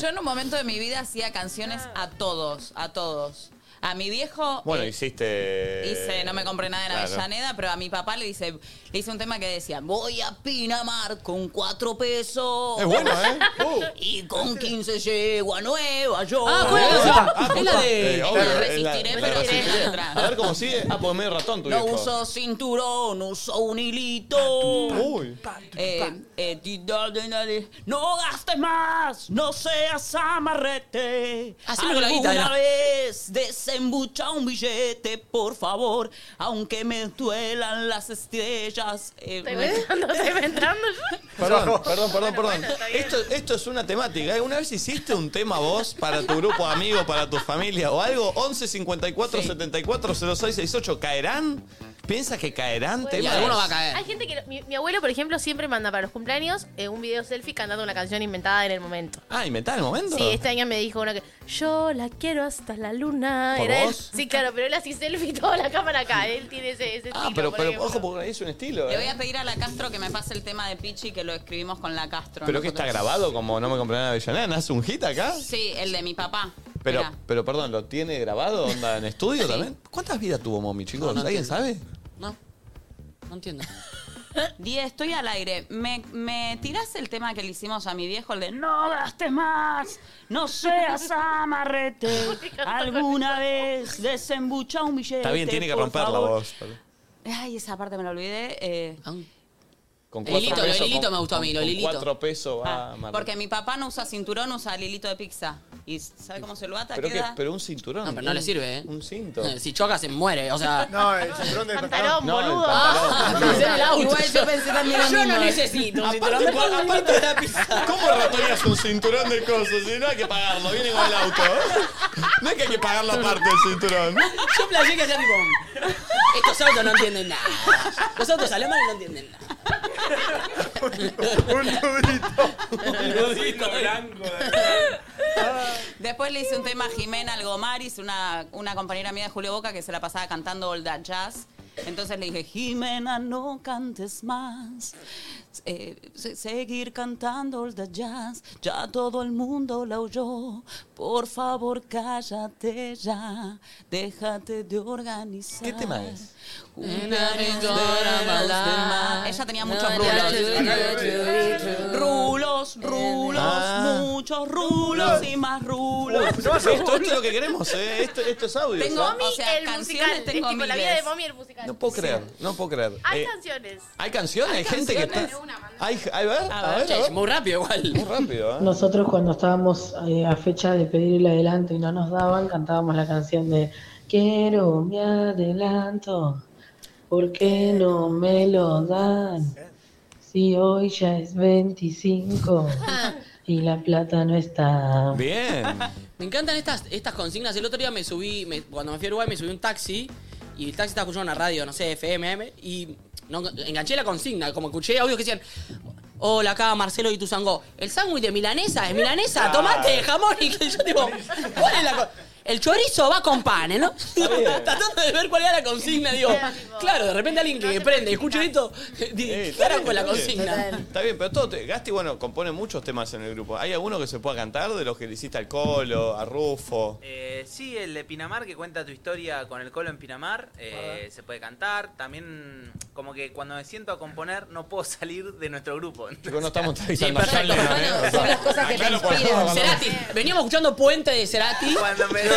Yo en un momento de mi vida hacía canciones a todos, a todos. A mi viejo.
Bueno,
eh,
hiciste.
Hice, no me compré nada en
Claro.
Ah,
Avellaneda, pero a mi papá le, dice, le hice un tema que decía, voy a Pinamar con cuatro pesos
Es bueno, ¿eh?
y con 15 llego a Nueva York.
Ah, ¿cuál es la canción? Es la
Eh,
de.
obvio,
la
es la-
resistiré,
la
pero iré
resistiré.
contra.
A ver cómo sigue. Ah, pues medio ratón tu
No
viejo.
uso cinturón, uso un hilito.
Uy.
Eh, eh, di- da- di- da- di- no gastes más, no seas amarrete.
Haceme con la guita,
Alguna
era.
vez desembucha un billete, por favor, aunque me duelan las estrellas. Eh,
Estoy entrando, estoy entrando.
Perdón, perdón, perdón, perdón. Esto, esto es una temática. ¿eh? ¿Una vez hiciste un tema vos para tu grupo de amigos, para tu familia o algo? 11 54 74 06 68. ¿Caerán? ¿Piensas que caerán
Y
temas?
alguno va a caer.
Hay gente que. Mi, mi abuelo, por ejemplo, siempre manda para los cumpleaños eh, un video selfie cantando una canción inventada en el momento.
Ah, inventar el momento.
Sí, este año me dijo una que. Yo la quiero hasta la luna.
¿Por
Era él.
vos?
Sí, claro, pero él así selfie y toda la cámara acá. Él tiene ese. ese
Ah,
estilo,
pero,
por
pero
ejemplo.
ojo, porque ahí es un estilo.
Le voy
¿eh?
a pedir a la Castro que me pase el tema de Pichi que lo escribimos con la Castro.
Pero que está
nosotros.
grabado como No me compré nada de Avellaneda. ¿Nace un hit acá?
Sí, el de mi papá.
Pero,
Mirá.
pero perdón, ¿lo tiene grabado? ¿Onda en estudio también? ¿Cuántas vidas tuvo Momi, chicos?
No, no
¿Alguien sabe?
No. No entiendo.
Di, estoy al aire. ¿Me, me tirás el tema que le hicimos a mi viejo, el de no gastes más, no seas amarrete? Alguna vez desembucha un billete.
Está bien, tiene que
por
romper la
favor".
voz.
Ay, esa parte me la olvidé. eh.
Ah.
Con
El hilito, lo del hilito me gustó a mí, lo
con
del hilito.
cuatro pesos va
Ah,
a matar.
porque mi papá no usa cinturón, usa el hilito de pizza. ¿Y sabe cómo se lo ata?
pero, que,
Queda-
pero un cinturón.
No, pero no
un-
le sirve, ¿eh?
Un cinto.
Si choca, se muere. O sea.
No, el cinturón del pantalón.
Pantalón,
No, el
boludo.
pantalón. Ah.
Pensé en el auto.
Igual yo pensé también lo
Yo no
mismo.
necesito un cinturón.
Aparte, pa- aparte- ¿Cómo ratoneas un cinturón de cosas? Si no hay que pagarlo, viene con el auto. No es que hay que pagarlo aparte el cinturón.
Yo planteé que hacía tipo. Estos autos no entienden nada. Los autos alemanes no entienden nada.
Un nudito.
Después le hice un tema a Jimena Algomaris, una, una compañera mía de Julio Boca que se la pasaba cantando Old That Jazz. Entonces le dije, Jimena, no cantes más. Eh, se- seguir cantando el de jazz, ya todo el mundo la oyó. Por favor, cállate ya, déjate de organizar.
¿Qué tema es?
Una vez llora mala. Ella tenía muchos
No,
rulos. Rulos, rulos,
Ah.
muchos rulos y más rulos.
Uf, no, esto, esto es lo que queremos, eh. esto, esto es audio.
Tengo
¿no?
mi-
Mommy,
O sea,
el
canciones
musical. Es
tengo
tipo la vida de
miles.
Mommy, el musical.
No puedo creer, no puedo creer.
Hay
Eh,
canciones.
¿Hay canciones? ¿Hay gente que está...? Hay, hay, ver, a ver, a ver.
Muy rápido igual. Muy
rápido, ¿eh?
Nosotros cuando estábamos eh, a fecha de pedir el adelanto y no nos daban, cantábamos la canción de Quiero mi adelanto, ¿por qué no me lo dan? Si hoy ya es 25
Ah.
y la plata no está.
Bien.
Me encantan estas, estas consignas. El otro día me subí, me- cuando me fui a Uruguay, me subí a un taxi y el taxi estaba escuchando una radio, no sé, FM, y no, enganché la consigna. Como escuché audios que decían: Hola, acá Marcelo y tu sango. El sándwich de milanesa es milanesa,
Ah.
tomate, jamón. Y que yo digo: ¿Cuál es la co- El chorizo va con pan, ¿no? Tratando de ver cuál era la consigna, digo. Claro, de repente alguien que prende y escucha esto, dice, ¿qué era con la consigna?
Está bien, pero todo. te- Gasti, bueno, compone muchos temas en el grupo. ¿Hay alguno que se pueda cantar de los que le hiciste al Colo, a Rufo?
Eh, sí, el de Pinamar que cuenta tu historia con el colo en Pinamar eh, se puede cantar. También, como que cuando me siento a componer, no puedo salir de nuestro grupo.
Digo, no
Entonces,
estamos entrevistando a John Lennon, ¿eh? O sea, aclaro por favor, cuando-
Cerati, veníamos escuchando Puente de Cerati.
Cuando me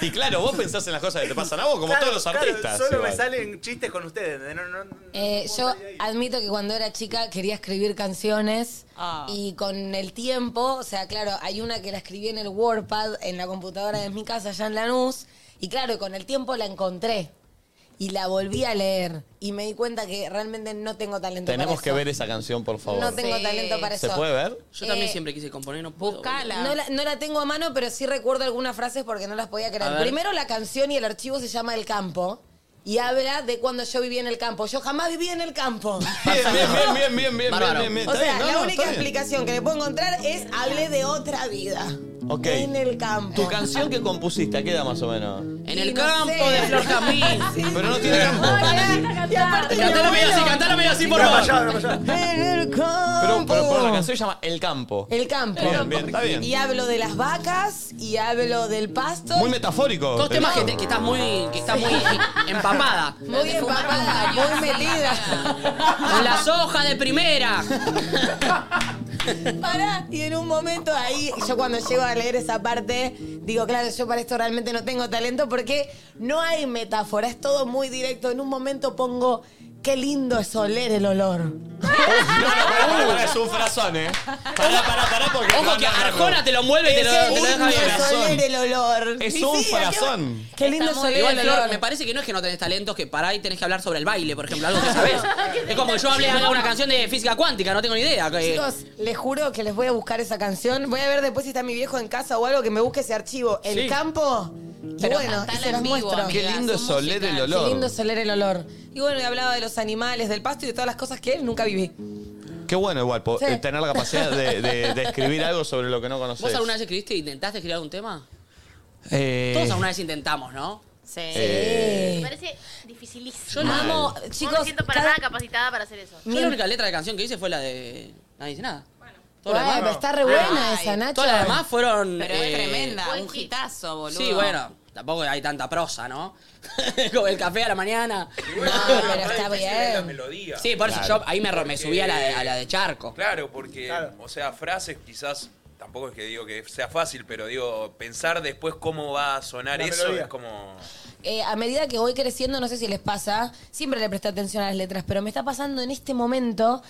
Y claro, vos pensás en las cosas que te pasan a vos, como
Claro,
todos los
claro,
artistas.
solo
igual.
me salen chistes con ustedes. ¿eh? No, no, no.
Eh, yo admito que cuando era chica quería escribir canciones
Ah.
y con el tiempo, o sea, claro, hay una que la escribí en el WordPad, en la computadora de mi casa, allá en Lanús, y claro, con el tiempo la encontré y la volví a leer y me di cuenta que realmente no tengo talento
Tenemos
para
que
eso.
ver esa canción, por favor.
No tengo talento para
¿Se
eso.
puede ver?
Yo también
Eh,
siempre quise componer, no puedo.
No la, no la tengo a mano, pero sí recuerdo algunas frases porque no las podía
A
creer.
ver.
Primero la canción y el archivo se llama El Campo. Y habla de cuando yo vivía en el campo. Yo jamás viví en el campo.
Bien, bien, bien, bien, bien, bien, bien, bien, bien.
O
Está
sea,
bien, Ah, no,
la
no,
única
está bien.
explicación que le puedo encontrar es hablé de otra vida.
Ok.
En el campo.
Tu canción que compusiste, ¿a qué edad más o menos?
En
Y
el
no
campo
sé.
de Flor Camín.
Pero no tiene campo.
Y aparte mi
Cantalo medio así,
abuelo-
cantalo medio así, por favor.
En el
Pero, pero, pero la
campo.
canción se llama El Campo.
El campo.
Bien, bien, está bien.
Y hablo de las vacas y hablo del pasto.
Muy metafórico.
Dos temas que, te- que estás muy, que estás muy empapada.
Muy empapada, muy metida.
Con las hojas de primera.
Pará, y en un momento ahí, yo cuando llego a leer esa parte, digo, claro, yo para esto realmente no tengo talento porque no hay metáfora, es todo muy directo. En un momento pongo, qué lindo es oler el olor.
Pará, pará, pará, es un frazón, eh. Pará, pará, pará, porque.
Ojo que Arjona te lo mueve y te lo,
Qué
te lo deja
lindo
bien.
es oler el olor.
Es
Y
un
sí, ¿a qué va?
frazón.
Qué lindo es oler
Igual,
el
Flor,
olor.
me parece que no es que no tenés talentos, que pará y tenés que hablar sobre el baile, por ejemplo, algo que sabés. Es como que yo hablé haga una canción de física cuántica, no tengo ni idea. Eh, que-
Chicos, les juro que les voy a buscar esa canción. Voy a ver después si está mi viejo en casa o algo que me busque ese archivo. El
Sí.
campo. Y
Pero
bueno, y
cantala
se
en
los
vivo,
muestro.
Qué lindo es oler el
Qué lindo
olor.
es oler el olor. Y bueno, y hablaba de los animales, del pasto y de todas las cosas que él nunca viví.
Qué bueno, igual, po-
Sí.
eh, tener la capacidad de, de- de escribir algo sobre lo que no conoces.
¿Vos alguna vez escribiste, intentaste escribir algún tema?
Eh,
Todos alguna vez intentamos, ¿no?
Sí. Eh,
Me parece dificilísimo.
Yo la amo,
No
chicos,
me siento para
cada-
nada capacitada para hacer eso.
Yo la única letra de canción que hice fue la de Nadie dice nada. Todo lo
Bueno,
demás-
está re buena esa, Nacho.
Todas las demás fueron.
Pero es
eh,
tremenda, un hitazo, boludo.
Sí, bueno, tampoco hay tanta prosa, ¿no? Como el café a la mañana.
No, pero está bien.
melodía.
Sí, por eso yo ahí me, ro- me subí a la, de, a la de Charco.
Claro, porque, o sea, frases quizás, tampoco es que digo que sea fácil, pero digo, pensar después cómo va a sonar
La
eso
melodía.
es como...
Eh, a medida que voy creciendo, no sé si les pasa, siempre le presté atención a las letras, pero me está pasando en este momento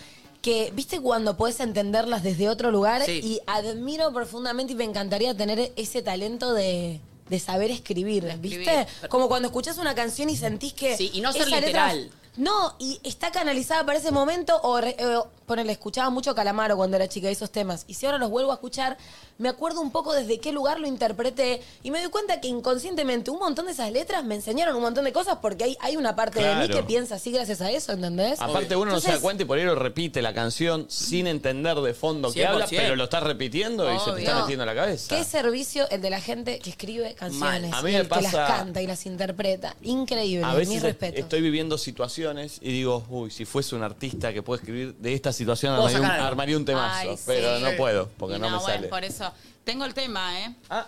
que, ¿viste cuando podés entenderlas desde otro lugar?
Sí.
Y admiro profundamente y me encantaría tener ese talento de, de saber escribir, ¿viste? Como cuando escuchás una canción y sentís que...
Sí, y no ser
esa letra-
literal.
no, y está canalizada para ese momento o, re- eh, o ponele, escuchaba mucho Calamaro cuando era chica esos temas. Y si ahora los vuelvo a escuchar, me acuerdo un poco desde qué lugar lo interpreté. Y me doy cuenta que inconscientemente un montón de esas letras me enseñaron un montón de cosas porque hay, hay una parte de mí
Claro.
que piensa así gracias a eso, ¿entendés?
Aparte uno no se da cuenta y por ahí lo repite la canción sin entender de fondo qué habla,
100%.
pero lo estás repitiendo y se te está
Obvio.
metiendo en la cabeza.
Qué servicio el de la gente que escribe canciones
A mí
y
me
el que las
pasa-
canta y las interpreta. Increíble,
A
mi
veces
respeto.
estoy viviendo situaciones y digo, uy, si fuese un artista que puede escribir de esta situación
Puedo
armaría un,
sacar algo.
Ah, armaría un temazo,
Ay, sí.
pero no puedo porque
Y
no, me
bueno,
sale.
por eso. Tengo el tema, ¿eh?
Ah,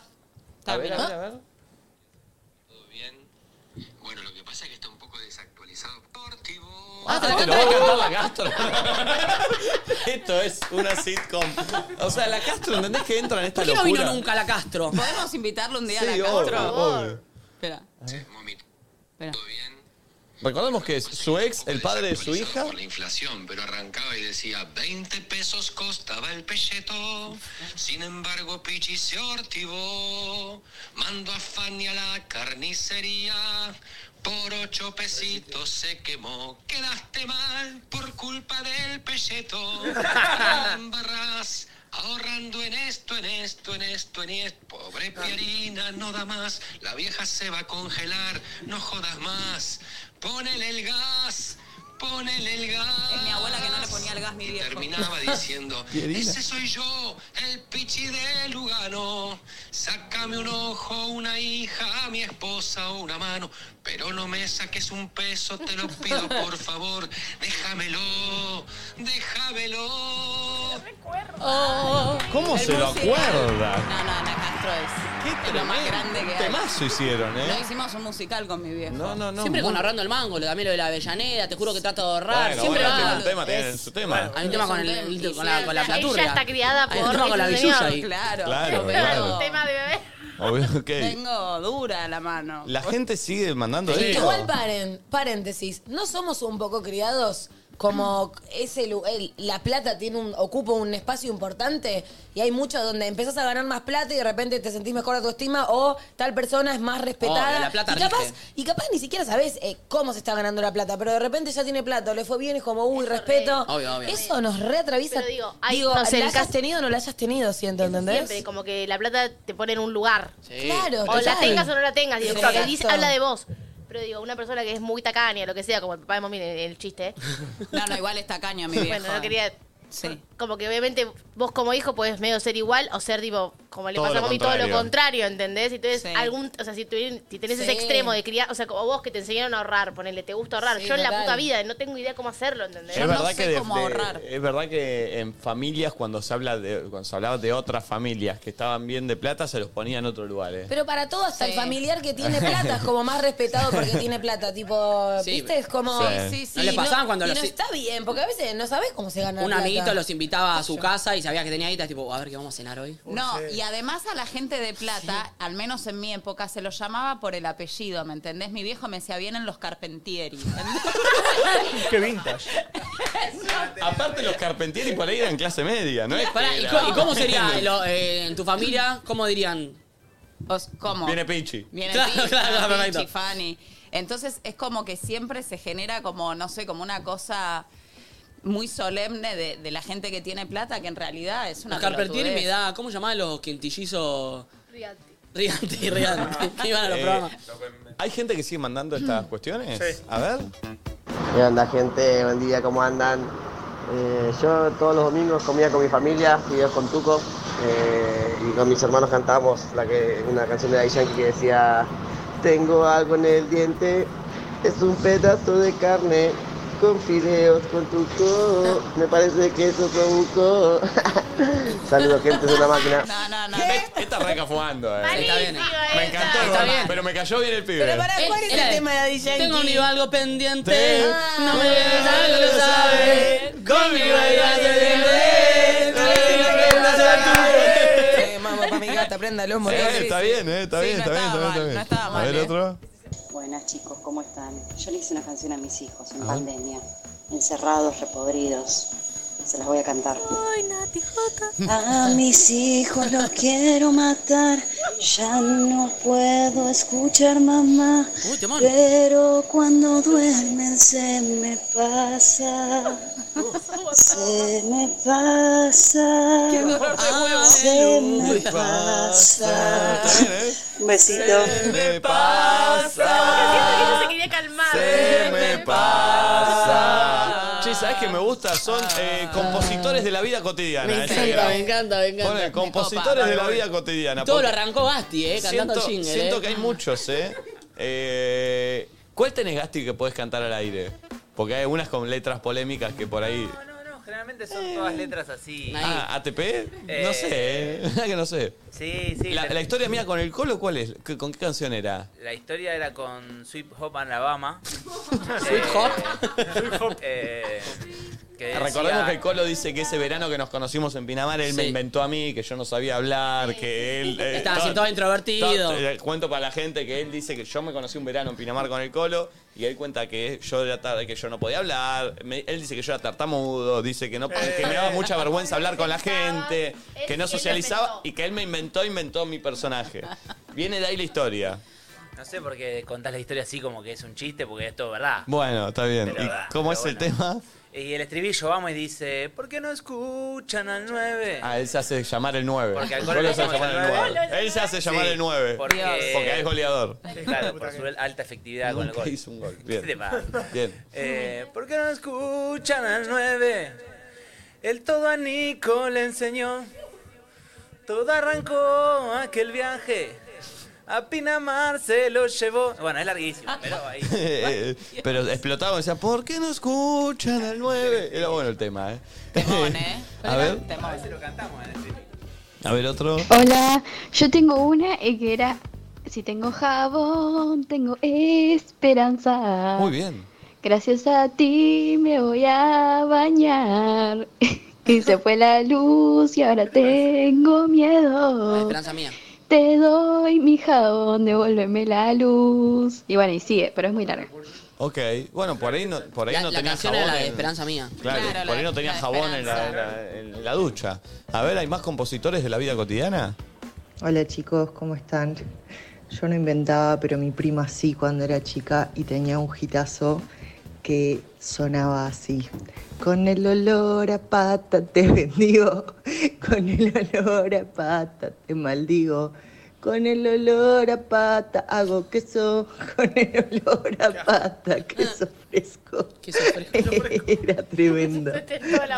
Está bien.
ver. Ah, te lo voy a cantar la Castro. Esto es una sitcom. O sea, la Castro, ¿entendés que entra en esta
¿Por qué no
locura?
vino nunca la Castro?
¿Podemos invitarlo un día a
Sí,
la
obvio,
Castro?
obvio.
Espera. Espera.
Recordemos que es su ex, el padre de su hija.
por la inflación, pero arrancaba y decía 20 pesos costaba el pelleto. Sin embargo, Pichi se ortivó. Mandó a Fanny a la carnicería. Por ocho pesitos se quemó. Quedaste mal por culpa del pelleto. Embarrás, Ahorrando en esto, en esto, en esto, en esto. Pobre Piarina, no da más. La vieja se va a congelar. No jodas más. Ponele el gas. Ponele el gas. Es mi abuela que no le ponía el gas, mi viejo. Terminaba diciendo,
Pierina.
ese soy yo, el pichi de Lugano. Sácame un ojo, una hija, mi esposa o una mano. Pero no me saques un peso, te lo pido, por favor. Déjamelo, déjamelo.
¿Cómo
El
se lo
musical.
acuerda?
No, no, la Castro es. es lo más grande que hay.
Temazo hicieron,
Lo
¿eh?
hicimos un musical con mi viejo.
No, no, no.
Siempre con
muy-
ahorrando el mango, lo- también lo de la Avellaneda, te juro que trato de ahorrar.
Bueno,
siempre
bueno, tiene
va.
un tema, tiene su tema.
Hay un tema con, el-
Y
con la, con la
ella-
platurga.
Ella está criada por.
Hay un tema con la
ese
bisulla
señor.
ahí.
Claro.
Claro,
Pero
claro.
Un tema de bebé.
Obvio, ok.
Tengo dura la mano.
La gente sigue mandando
Sí,
esto.
Igual paren, paréntesis, ¿no somos un poco criados como ese lu- el- la plata tiene un, ocupa un espacio importante y hay mucho donde empezás a ganar más plata y de repente te sentís mejor autoestima o tal persona es más respetada.
Obvio, Oh, la plata
y, capaz,
rige.
y capaz ni siquiera sabés eh, cómo se está ganando la plata, pero de repente ya tiene plata, o le fue bien, es como, uy, respeto.
eh, Obvio, obvio.
Eso nos reatraviesa.
Pero digo, hay-
digo
no sé, el
la hayas
caso-
tenido o no la hayas tenido, siento, ¿entendés?
Siempre, como que la plata te pone en un lugar.
Claro,
O la
total.
tengas o no la tengas. Digo, como que
Exacto.
dice, habla de vos. Pero digo, una persona que es muy tacaña, lo que sea, como el papá de Mommy, el, el chiste. ¿eh?
No, no, igual está caña mi viejo.
Bueno, no quería.
Sí.
Como que obviamente vos como hijo podés medio ser igual o ser tipo, como le
Todo
pasa a
lo
Mommy, todo lo
contrario.
contrario, ¿entendés? Entonces, algún, o sea, si, tuvieron- si tenés ese
Sí.
extremo de criar, o sea, como vos que te enseñaron a ahorrar, ponele, te gusta ahorrar.
Sí,
Yo en la
total.
puta vida no tengo idea cómo hacerlo, ¿entendés?
Es verdad que de- de- es verdad que en familias cuando se habla de cuando se hablaba de otras familias que estaban bien de plata se los ponía en otro lugar. ¿eh?
Pero para todo, hasta el familiar que tiene plata es como más respetado porque tiene plata. Tipo,
Sí.
¿viste? Es como.
Sí, sí, sí. ¿No les pasaba cuando
y
los-
no está bien, porque a veces no sabes cómo se gana la
Un
plata.
amiguito los invitaba a su casa y sabía que tenía guita, tipo, a ver qué vamos a cenar hoy.
No, y además a la gente de plata, al menos en mi época, se lo llamaba por el apellido, ¿me entendés? Mi viejo me decía, vienen los Carpentieri.
Qué vintage. Aparte los carpentieri por ahí eran clase media, ¿no? Es que
Pará, ¿y,
era-
cómo, y cómo sería lo- eh, en tu familia? ¿Cómo dirían?
¿Cómo?
Viene Pichi.
Viene
Claro,
Pichi,
claro,
viene
perfecto.
Pichi, Fanny. Entonces es como que siempre se genera como, no sé, como una cosa muy solemne de, de la gente que tiene plata, que en realidad es una
Los Carpentieri
pelotudez.
me da, ¿cómo llamaban los quintillizos?
Riante.
Riante, Riante. Que iban a los
Eh,
programas.
¿Hay gente que sigue mandando estas cuestiones? A ver.
¿Qué onda, gente? Buen día, ¿cómo andan? Eh, yo todos los domingos comía con mi familia, videos con Tuco, eh, y con mis hermanos cantábamos la que, una canción de Daddy Yankee que decía Tengo algo en el diente, es un pedazo de carne, con fideos con Tuco, me parece que eso es un co". Saludos, gente, es una máquina.
Esta arranca fumando, eh.
Está bien.
Me encantó, el
Está
gol,
bien.
pero me cayó bien el pibe.
Eh,
¿cuál es el tema de Daddy Yankee?
Tengo un libro algo pendiente.
Sí.
No me
Ah.
digas algo que lo sabes. Conmigo irás de
Eh,
libre. No me digas que no sabes.
Eh, mamá, para mi gata, prenda el lomo.
Sí,
¿no?
está bien, eh, está
Sí,
bien,
no
está bien, está
estaba
bien,
mal,
está bien.
no estaba
a
mal,
ver
eh.
otro.
Buenas chicos, ¿cómo están? Yo le hice una canción a mis hijos en
Ah.
pandemia. Encerrados, repodridos.
Se las voy a cantar. A mis hijos los quiero matar, ya no puedo escuchar mamá, pero cuando duermen se me pasa, se me pasa, se me pasa.
¿eh?
Un besito.
me pasa.
Se quería calmar.
me pasa. Che, ¿sabes qué me gusta? Son eh, compositores de la vida cotidiana. eh.
Me
ese
encanta,
grado.
me encanta, me encanta.
Pone
Me
compositores
copa.
de la vida cotidiana.
Todo lo
porque
arrancó Gasti, eh, cantando
siento,
el jingle.
Siento
eh.
que hay muchos, ¿eh? Eh, ¿Cuál tenés, Gasti, que podés cantar al aire? Porque hay algunas con letras polémicas que por ahí...
No, generalmente son todas letras así.
Ah, ¿ATP? No
Eh.
sé, ¿eh? Mirá que no sé.
Sí, sí.
La,
La,
la historia mía con el colo, ¿cuál es? ¿Qué- ¿Con qué canción era?
la historia era con Sweet Hop Alabama.
Sweet Hop.
Eh, Sweet Hop. Eh, que decía-
Recordemos que el Colo dice que ese verano que nos conocimos en Pinamar, él me inventó a mí, que yo no sabía hablar, que él... eh,
Estaba así todo introvertido.
todo- eh, cuento para la gente que él dice que yo me conocí un verano en Pinamar con el Colo y él cuenta que yo era tar- que yo no podía hablar, me- él dice que yo era tartamudo, dice que no que me daba mucha vergüenza hablar con la gente, que no
Eh, él lo
socializaba y que él me inventó, inventó mi personaje. Viene de ahí la historia.
No sé por qué contás la historia así como que es un chiste, porque es todo verdad.
Bueno, está bien.
Pero,
¿Y
ah,
cómo es el tema?
Y el estribillo, vamos y dice, ¿por qué no escuchan al 9?
Ah, él se hace llamar el 9.
Porque al
El
Colo
Colo
le
se hace
decimos
llamar
el
el
nueve.
9. Él se hace llamar
Sí,
el 9.
porque-
Porque es goleador.
Claro, por su alta efectividad con el
Nunca
gol.
hizo un gol.
¿Qué te
Bien.
pasa?
Bien.
Eh, ¿Por qué no escuchan al 9? El todo a Nico le enseñó. Todo arrancó aquel viaje. A Pinamar se lo llevó. Bueno, es larguísimo, pero ahí.
Eh, eh, Pero explotaba, decía, ¿por qué no escuchan al 9? Era bueno el tema, ¿eh?
¿eh?
eh.
A ver,
A veces lo cantamos en
eh,
el streaming.
a ver otro.
Hola, yo tengo una eh, que era, si tengo jabón, tengo esperanza.
Muy bien.
Gracias a ti me voy a bañar. y se fue la luz y ahora tengo miedo.
Esperanza mía.
Te doy mi jabón, devuélveme la luz. Y bueno, y sigue, pero es muy larga.
Ok, bueno, por ahí no, por ahí
La-
no
la
tenía
canción
jabón.
era la de
en-
Esperanza Mía.
Claro,
Claro, la
por ahí
de-
no tenía
la de
jabón en la, la- en la ducha. A ver, ¿hay más compositores de la vida cotidiana?
Hola chicos, ¿cómo están? Yo no inventaba, pero mi prima sí cuando era chica y tenía un hitazo que sonaba así. Con el olor a pata te bendigo, con el olor a pata te maldigo, con el olor a pata hago queso, con el olor a pata queso fresco. Era tremendo.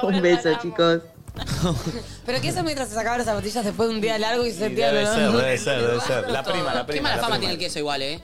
Un beso chicos.
Pero que eso mientras se sacaba las zapatillas después de un día largo y se sentía el
Debe
olor.
ser, debe ser, debe ser. La prima, la prima.
Qué mala
la
fama
prima.
tiene el queso igual, ¿eh?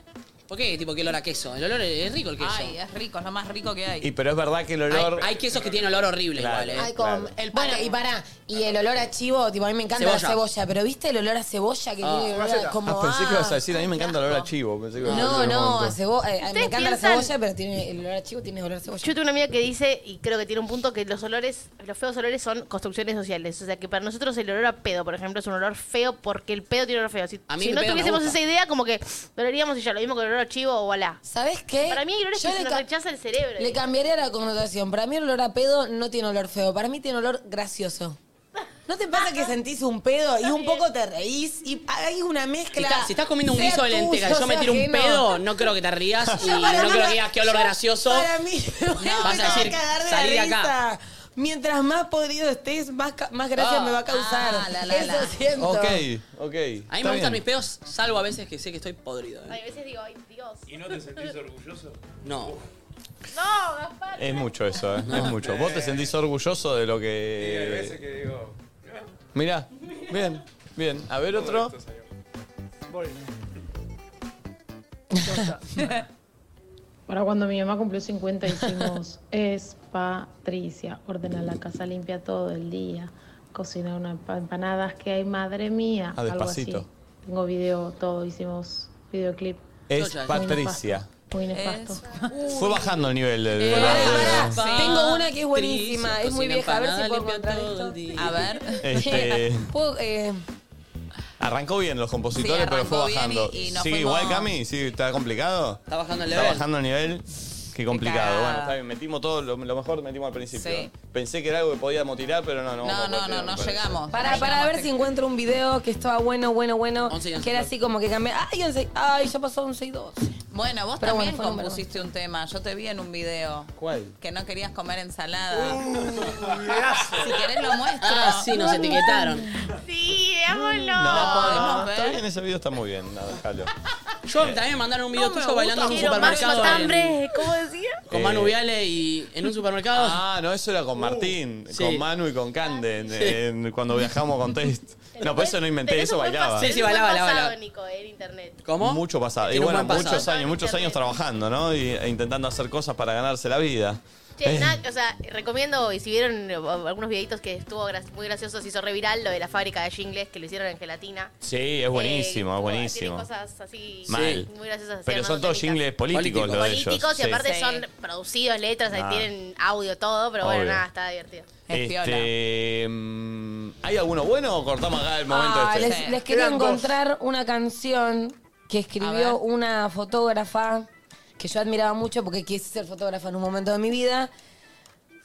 ¿Por qué? Tipo, que olor a queso. El olor es rico el queso.
Ay, eh. es rico, es lo más rico que hay.
Y pero es verdad que el olor.
Hay quesos que tienen olor horrible igual, ¿eh?
Ay, como el bueno, y pará, y el olor a chivo, tipo, a mí me encanta la
Cebolla.
cebolla, pero ¿viste el olor a cebolla que
Ah.
Eh,
tiene el olor a- como
Ah, pensé que
ah.
ibas a decir, a mí me encanta el olor a chivo. pensé que ibas a
No,
decir un
no,
montón.
a cebo- eh, me
¿Ustedes
encanta la
piensan-
cebolla, pero tiene el olor a chivo, tiene olor a cebolla.
Yo tengo una amiga que dice, y creo que tiene un punto, que los olores, los feos olores son construcciones sociales. O sea, que para nosotros el olor a pedo, por ejemplo, es un olor feo porque el pedo tiene olor feo. Si,
A mí
si
el
no
pedo me
tuviésemos
gusta.
esa idea, como que doleríamos y ya lo mismo que el olor a chivo o alá.
¿Sabes qué?
Para mí hay olores
Yo
que
le
se nos
ca-
rechaza el cerebro.
Le cambiaría la connotación. Para mí el olor a pedo no tiene olor feo, para mí tiene olor gracioso. ¿No te pasa que sentís un pedo y un poco te reís y hay una
Si,
mezcla?
estás- si estás comiendo un
sea
guiso de
tuyo,
lentejas y yo me
sea
tiro un
ajeno?
pedo, no creo que te rías y
Yo
no
para mí
creo
me-
que digas qué olor
yo
gracioso.
Para mí,
vas a decir, salí de acá.
Mientras más podrido estés, más, ca- más gracia
Ah.
me va a causar.
Ah, la, la,
Eso
la.
siento.
Ok, ok.
A mí
está
me gustan mis
bien.
pedos, salvo a veces que sé que estoy podrido. ¿eh?
Ay, a veces digo, ay, Dios.
¿Y no te sentís orgulloso?
No.
No, Gaspar.
Es mucho eso, ¿eh? es mucho. ¿Vos te sentís orgulloso de lo
Y hay veces
que.
que digo.
Mirá, bien, bien. A ver otro.
Para cuando mi mamá cumplió 50 hicimos es Patricia, ordena la casa limpia todo el día, cocina unas pa- empanadas que hay, madre mía,
Ah,
algo así.
despacito.
Tengo video, todo hicimos videoclip.
Es Patricia.
Muy nefasto.
Fue bajando el nivel del.
Eh,
del-
pará,
del-
Tengo una que es buenísima, es muy
Ah, cocina
vieja. A ver si
empanada,
puedo
limpia
encontrar
todo
esto.
el día.
A ver.
Este-
¿Puedo, eh,
Arrancó bien los compositores,
Sí,
pero fue
arrancó bien
bajando.
y- y nos
¿Sigue
fuimos-
igual, Cami? ¿Sí? ¿Está complicado?
Está bajando el
¿Está
nivel.
bajando el nivel? Qué complicado.
cagada.
bueno, está bien. Metimos todo, lo, lo mejor metimos al principio.
Sí.
Pensé que era algo que podíamos tirar, pero no, no. vamos
No,
a poder
no,
tirar,
no,
me
no
parece.
llegamos.
Para, para ver si encuentro un video que estaba bueno, bueno, bueno. que era así como que cambié. Ay, 11, ay, ya pasó 11 y 2.
Bueno, vos
Pero
también
bueno, fue un
compusiste un tema. Yo te vi en un video.
¿Cuál?
Que no querías comer ensalada.
videazo.
si querés lo muestro.
Ah, sí, nos etiquetaron.
Sí, veámoslo.
No,
podemos
está
ver.
bien, ese video está muy bien. nada, déjalo.
Yo también me mandaron un video
No me
tuyo bailando en un
gusta. Quiero
supermercado.
más
en-
Hambre, ¿cómo decía?
con
Eh,
Manu Viale y en un supermercado. Uh,
Ah, no, eso era con Martín,
sí.
con Manu y con Cande, en-
Sí.
en- cuando viajamos con Test. No, por eso no inventé, eso bailaba.
Sí, sí, bailaba,
Fue
bailaba,
pasado,
bailaba.
Nico, en internet.
¿Cómo?
Mucho pasado. Y
Tiene un
bueno,
buen pasado.
muchos años, muchos años trabajando, ¿no? Y, e intentando hacer cosas para ganarse la vida.
Che,
Eh,
nada, o sea, recomiendo, y si vieron eh, algunos videitos que estuvo gra- muy graciosos, hizo reviral lo de la fábrica de jingles que lo hicieron en gelatina.
sí, es buenísimo, es
Tienen
buenísimo.
Eh, cosas así
Mal.
muy graciosas.
Pero
así,
son
armando técnicas.
todos jingles políticos, lo de ellos.
Políticos y
sí.
aparte son producidos, letras, ahí
Ah.
tienen audio, todo, pero bueno,
Obvio.
nada, está divertido.
Este, mm, ¿Hay alguno bueno o cortamos acá el momento
Ah,
este?
les, les quería encontrar una canción que escribió una fotógrafa que yo admiraba mucho porque quise ser fotógrafa en un momento de mi vida,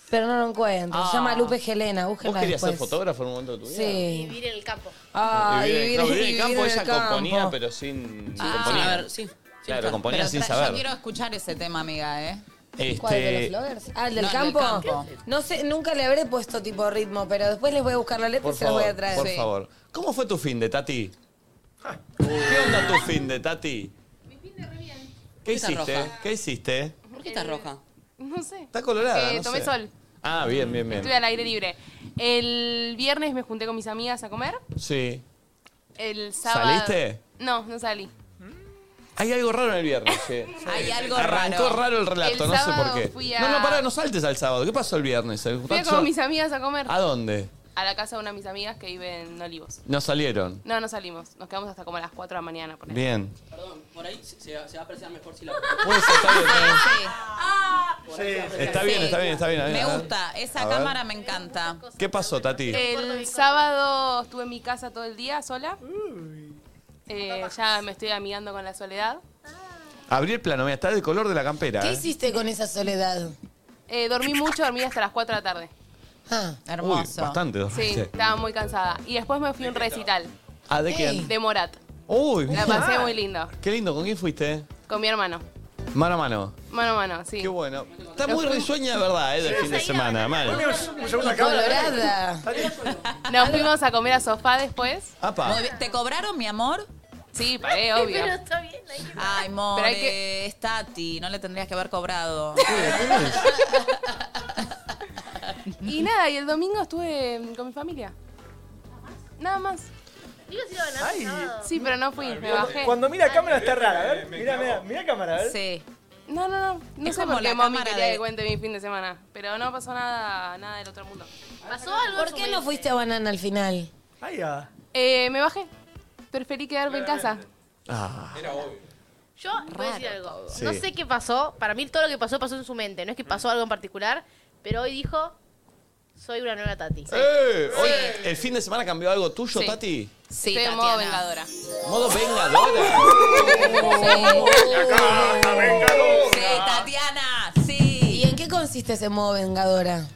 pero no lo encuentro.
Ah.
Se llama Lupe Gelena, búsquenla
¿Vos querías ser
después.
fotógrafo en un momento de tu vida?
Sí.
Vivir en el campo.
Ah,
Vivir en-
vivir,
no, vivir en el campo,
vivir en
ella
el campo.
componía, pero sin.
Ah,
componía.
a ver, sí.
Claro, componía
Pero
sin
tra-
saber.
Yo quiero escuchar ese tema, amiga, ¿eh?
Este,
¿Cuál de los Flowers? Ah, el del
No, el del
campo.
campo.
No sé, nunca le habré puesto tipo ritmo, pero después les voy a buscar la
Este
letra y
Por
se la voy a
favor,
traer.
por favor. ¿Cómo fue tu fin de Tati? ¿Qué onda tu fin de Tati? ¿Qué
Está
hiciste?
roja.
¿Qué hiciste?
¿Por qué estás roja?
Eh, No sé.
Está colorada.
Eh,
no
tomé
sé.
sol.
Ah, bien, bien, bien.
Estuve al aire libre. El viernes me junté con mis amigas a comer.
Sí.
El sábado.
¿Saliste?
No, no salí.
Hay algo raro en el viernes. che.
Hay algo
Arrancó
raro.
raro el relato,
El
no sé
sábado
por qué.
fui a-
No, no, pará, no saltes al sábado. ¿Qué pasó el viernes?
Fui con mis amigas a comer.
¿A dónde?
A la casa de una de mis amigas que vive en Olivos.
No salieron.
No, no salimos. Nos quedamos hasta como a las 4 de la mañana. ponele.
Bien.
Perdón, por ahí se, se va, se va a apreciar mejor si la.
Puede ser, está bien,
Por ahí se va a apreciar.
está bien. Está bien, está bien, está bien. está
Me
bien. A ver.
gusta, esa
A ver.
cámara me encanta.
¿Qué pasó, Tati?
El sábado estuve en mi casa todo el día sola. Eh, ya me estoy amigando con la soledad.
Abrí el plano, mira, está del color de la campera. ¿eh?
hiciste con esa soledad?
Eh, dormí mucho, dormí hasta las 4 de la tarde.
Ah.
Uy, bastante
Sí,
dormiste.
estaba muy cansada. Y después me fui a un recital.
Ah, ¿de quién?
De Morat.
Uy,
La
mirá.
pasé muy lindo.
Qué lindo, ¿con quién fuiste?
Con mi hermano.
Mano a mano.
Mano a mano, sí. Qué
bueno. Está muy risueña de verdad, ¿eh? Del fin de semana, mal.
Colorada.
Nos fuimos a comer a sofá después.
Apa. Muy bien.
¿Te cobraron, mi amor?
Sí, pagué, obvio.
Pero
está bien.
Ay, more,
Pero hay
es Tati, no le tendrías que haber cobrado.
Y nada, y el domingo estuve mm, con mi familia. Nada más.
Ibas a ir a bailar el sábado.
Sí, pero no fui, me
Cuando-
bajé.
Cuando mira cámara está rara, a ver. Mira, mira, mira cámara, a ver.
Sí.
No, no, no. No
Es
sé
como
por qué
la
mami
cámara
quería
de-
que cuente mi fin de semana. Pero no pasó nada, nada del otro mundo.
¿Pasó algo?
¿Por qué no fuiste a Banana al final?
ah.
Eh, me bajé. Preferí quedarme en casa.
Era obvio.
Yo voy a decir algo.
Sí. Mm.
No sé qué pasó. Para mí todo lo que pasó pasó en su mente. No es que pasó algo en particular, pero hoy dijo, soy una nueva Tati.
Eh, hoy, ¿El fin de semana cambió algo tuyo,
Sí.
Tati?
Sí,
Estoy en modo vengadora.
¿Modo vengadora?
Tatiana, sí.
¿Y en qué consiste ese modo vengadora?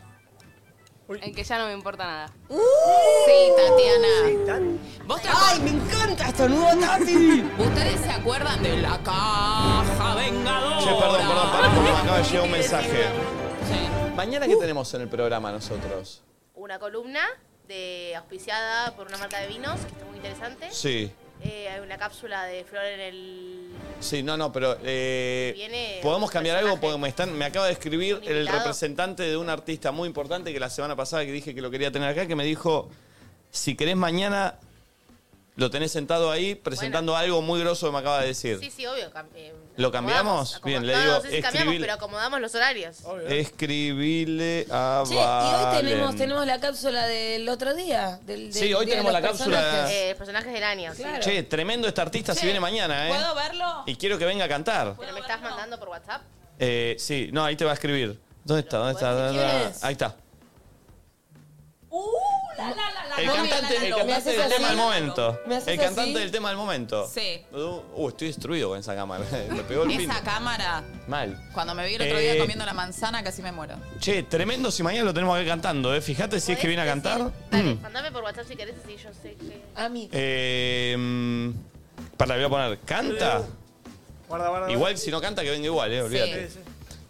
En que ya no me importa nada.
¡Uh!
Sí, Tatiana.
¿Vos
¡Ay, me encanta esto nuevo Tati!
¿Ustedes se acuerdan de la
Ah,
caja vengadora?
Che, perdón, perdón, pará, porque me acaba de llegar un mensaje. Mañana, ¿qué tenemos en el programa nosotros?
Una columna de auspiciada por una marca de vinos, que está muy interesante.
Sí.
Eh, hay una cápsula de flor en el...
Sí, no, no, pero eh,
Viene
podemos
un
cambiar algo porque me, están, me acaba de escribir el
invitado.
representante de un artista muy importante que la semana pasada que dije que lo quería tener acá, que me dijo, si querés mañana, lo tenés sentado ahí presentando algo muy grosso que me acaba de decir.
Sí, sí, obvio. cam- eh,
¿Lo cambiamos?
acomodamos,
Bien,
acomod-
le
no,
digo,
no sé si cambiamos,
escribile-
pero acomodamos los horarios.
Escribile a
Che, y hoy
Valen.
tenemos, tenemos la cápsula del otro día. Del, del
Sí, hoy
día de
tenemos
los
la cápsula.
personajes.
Eh, personajes del año. sí.
Che, tremendo este artista si viene mañana, ¿eh?
¿puedo verlo?
Y quiero que venga a cantar.
¿Pero me estás mandando por WhatsApp?
Eh, sí, no, ahí te va a escribir. ¿Dónde está? ¿Dónde está?
¿Quién es?
Ahí está.
¡Uh,
El
Momia,
cantante,
la, la,
el
la. ¿Me
cantante
haces
del
así?
tema del momento.
¿Me haces
El cantante
así?
del tema del momento.
Sí.
Uh, uh, estoy destruido con esa cámara. Me pegó el pin.
Esa cámara,
Mal.
cuando me vi el otro día
Eh.
comiendo la manzana, casi me muero.
Che, tremendo si mañana lo tenemos que ir cantando, ¿eh? Fíjate si es que viene a cantar. Mm.
Mandame por WhatsApp si querés, así yo sé que.
A mí.
Eh, mm, para, le voy a poner. ¿Canta?
Guarda, guarda.
Igual si no canta, que venga igual, ¿eh? Olvídate.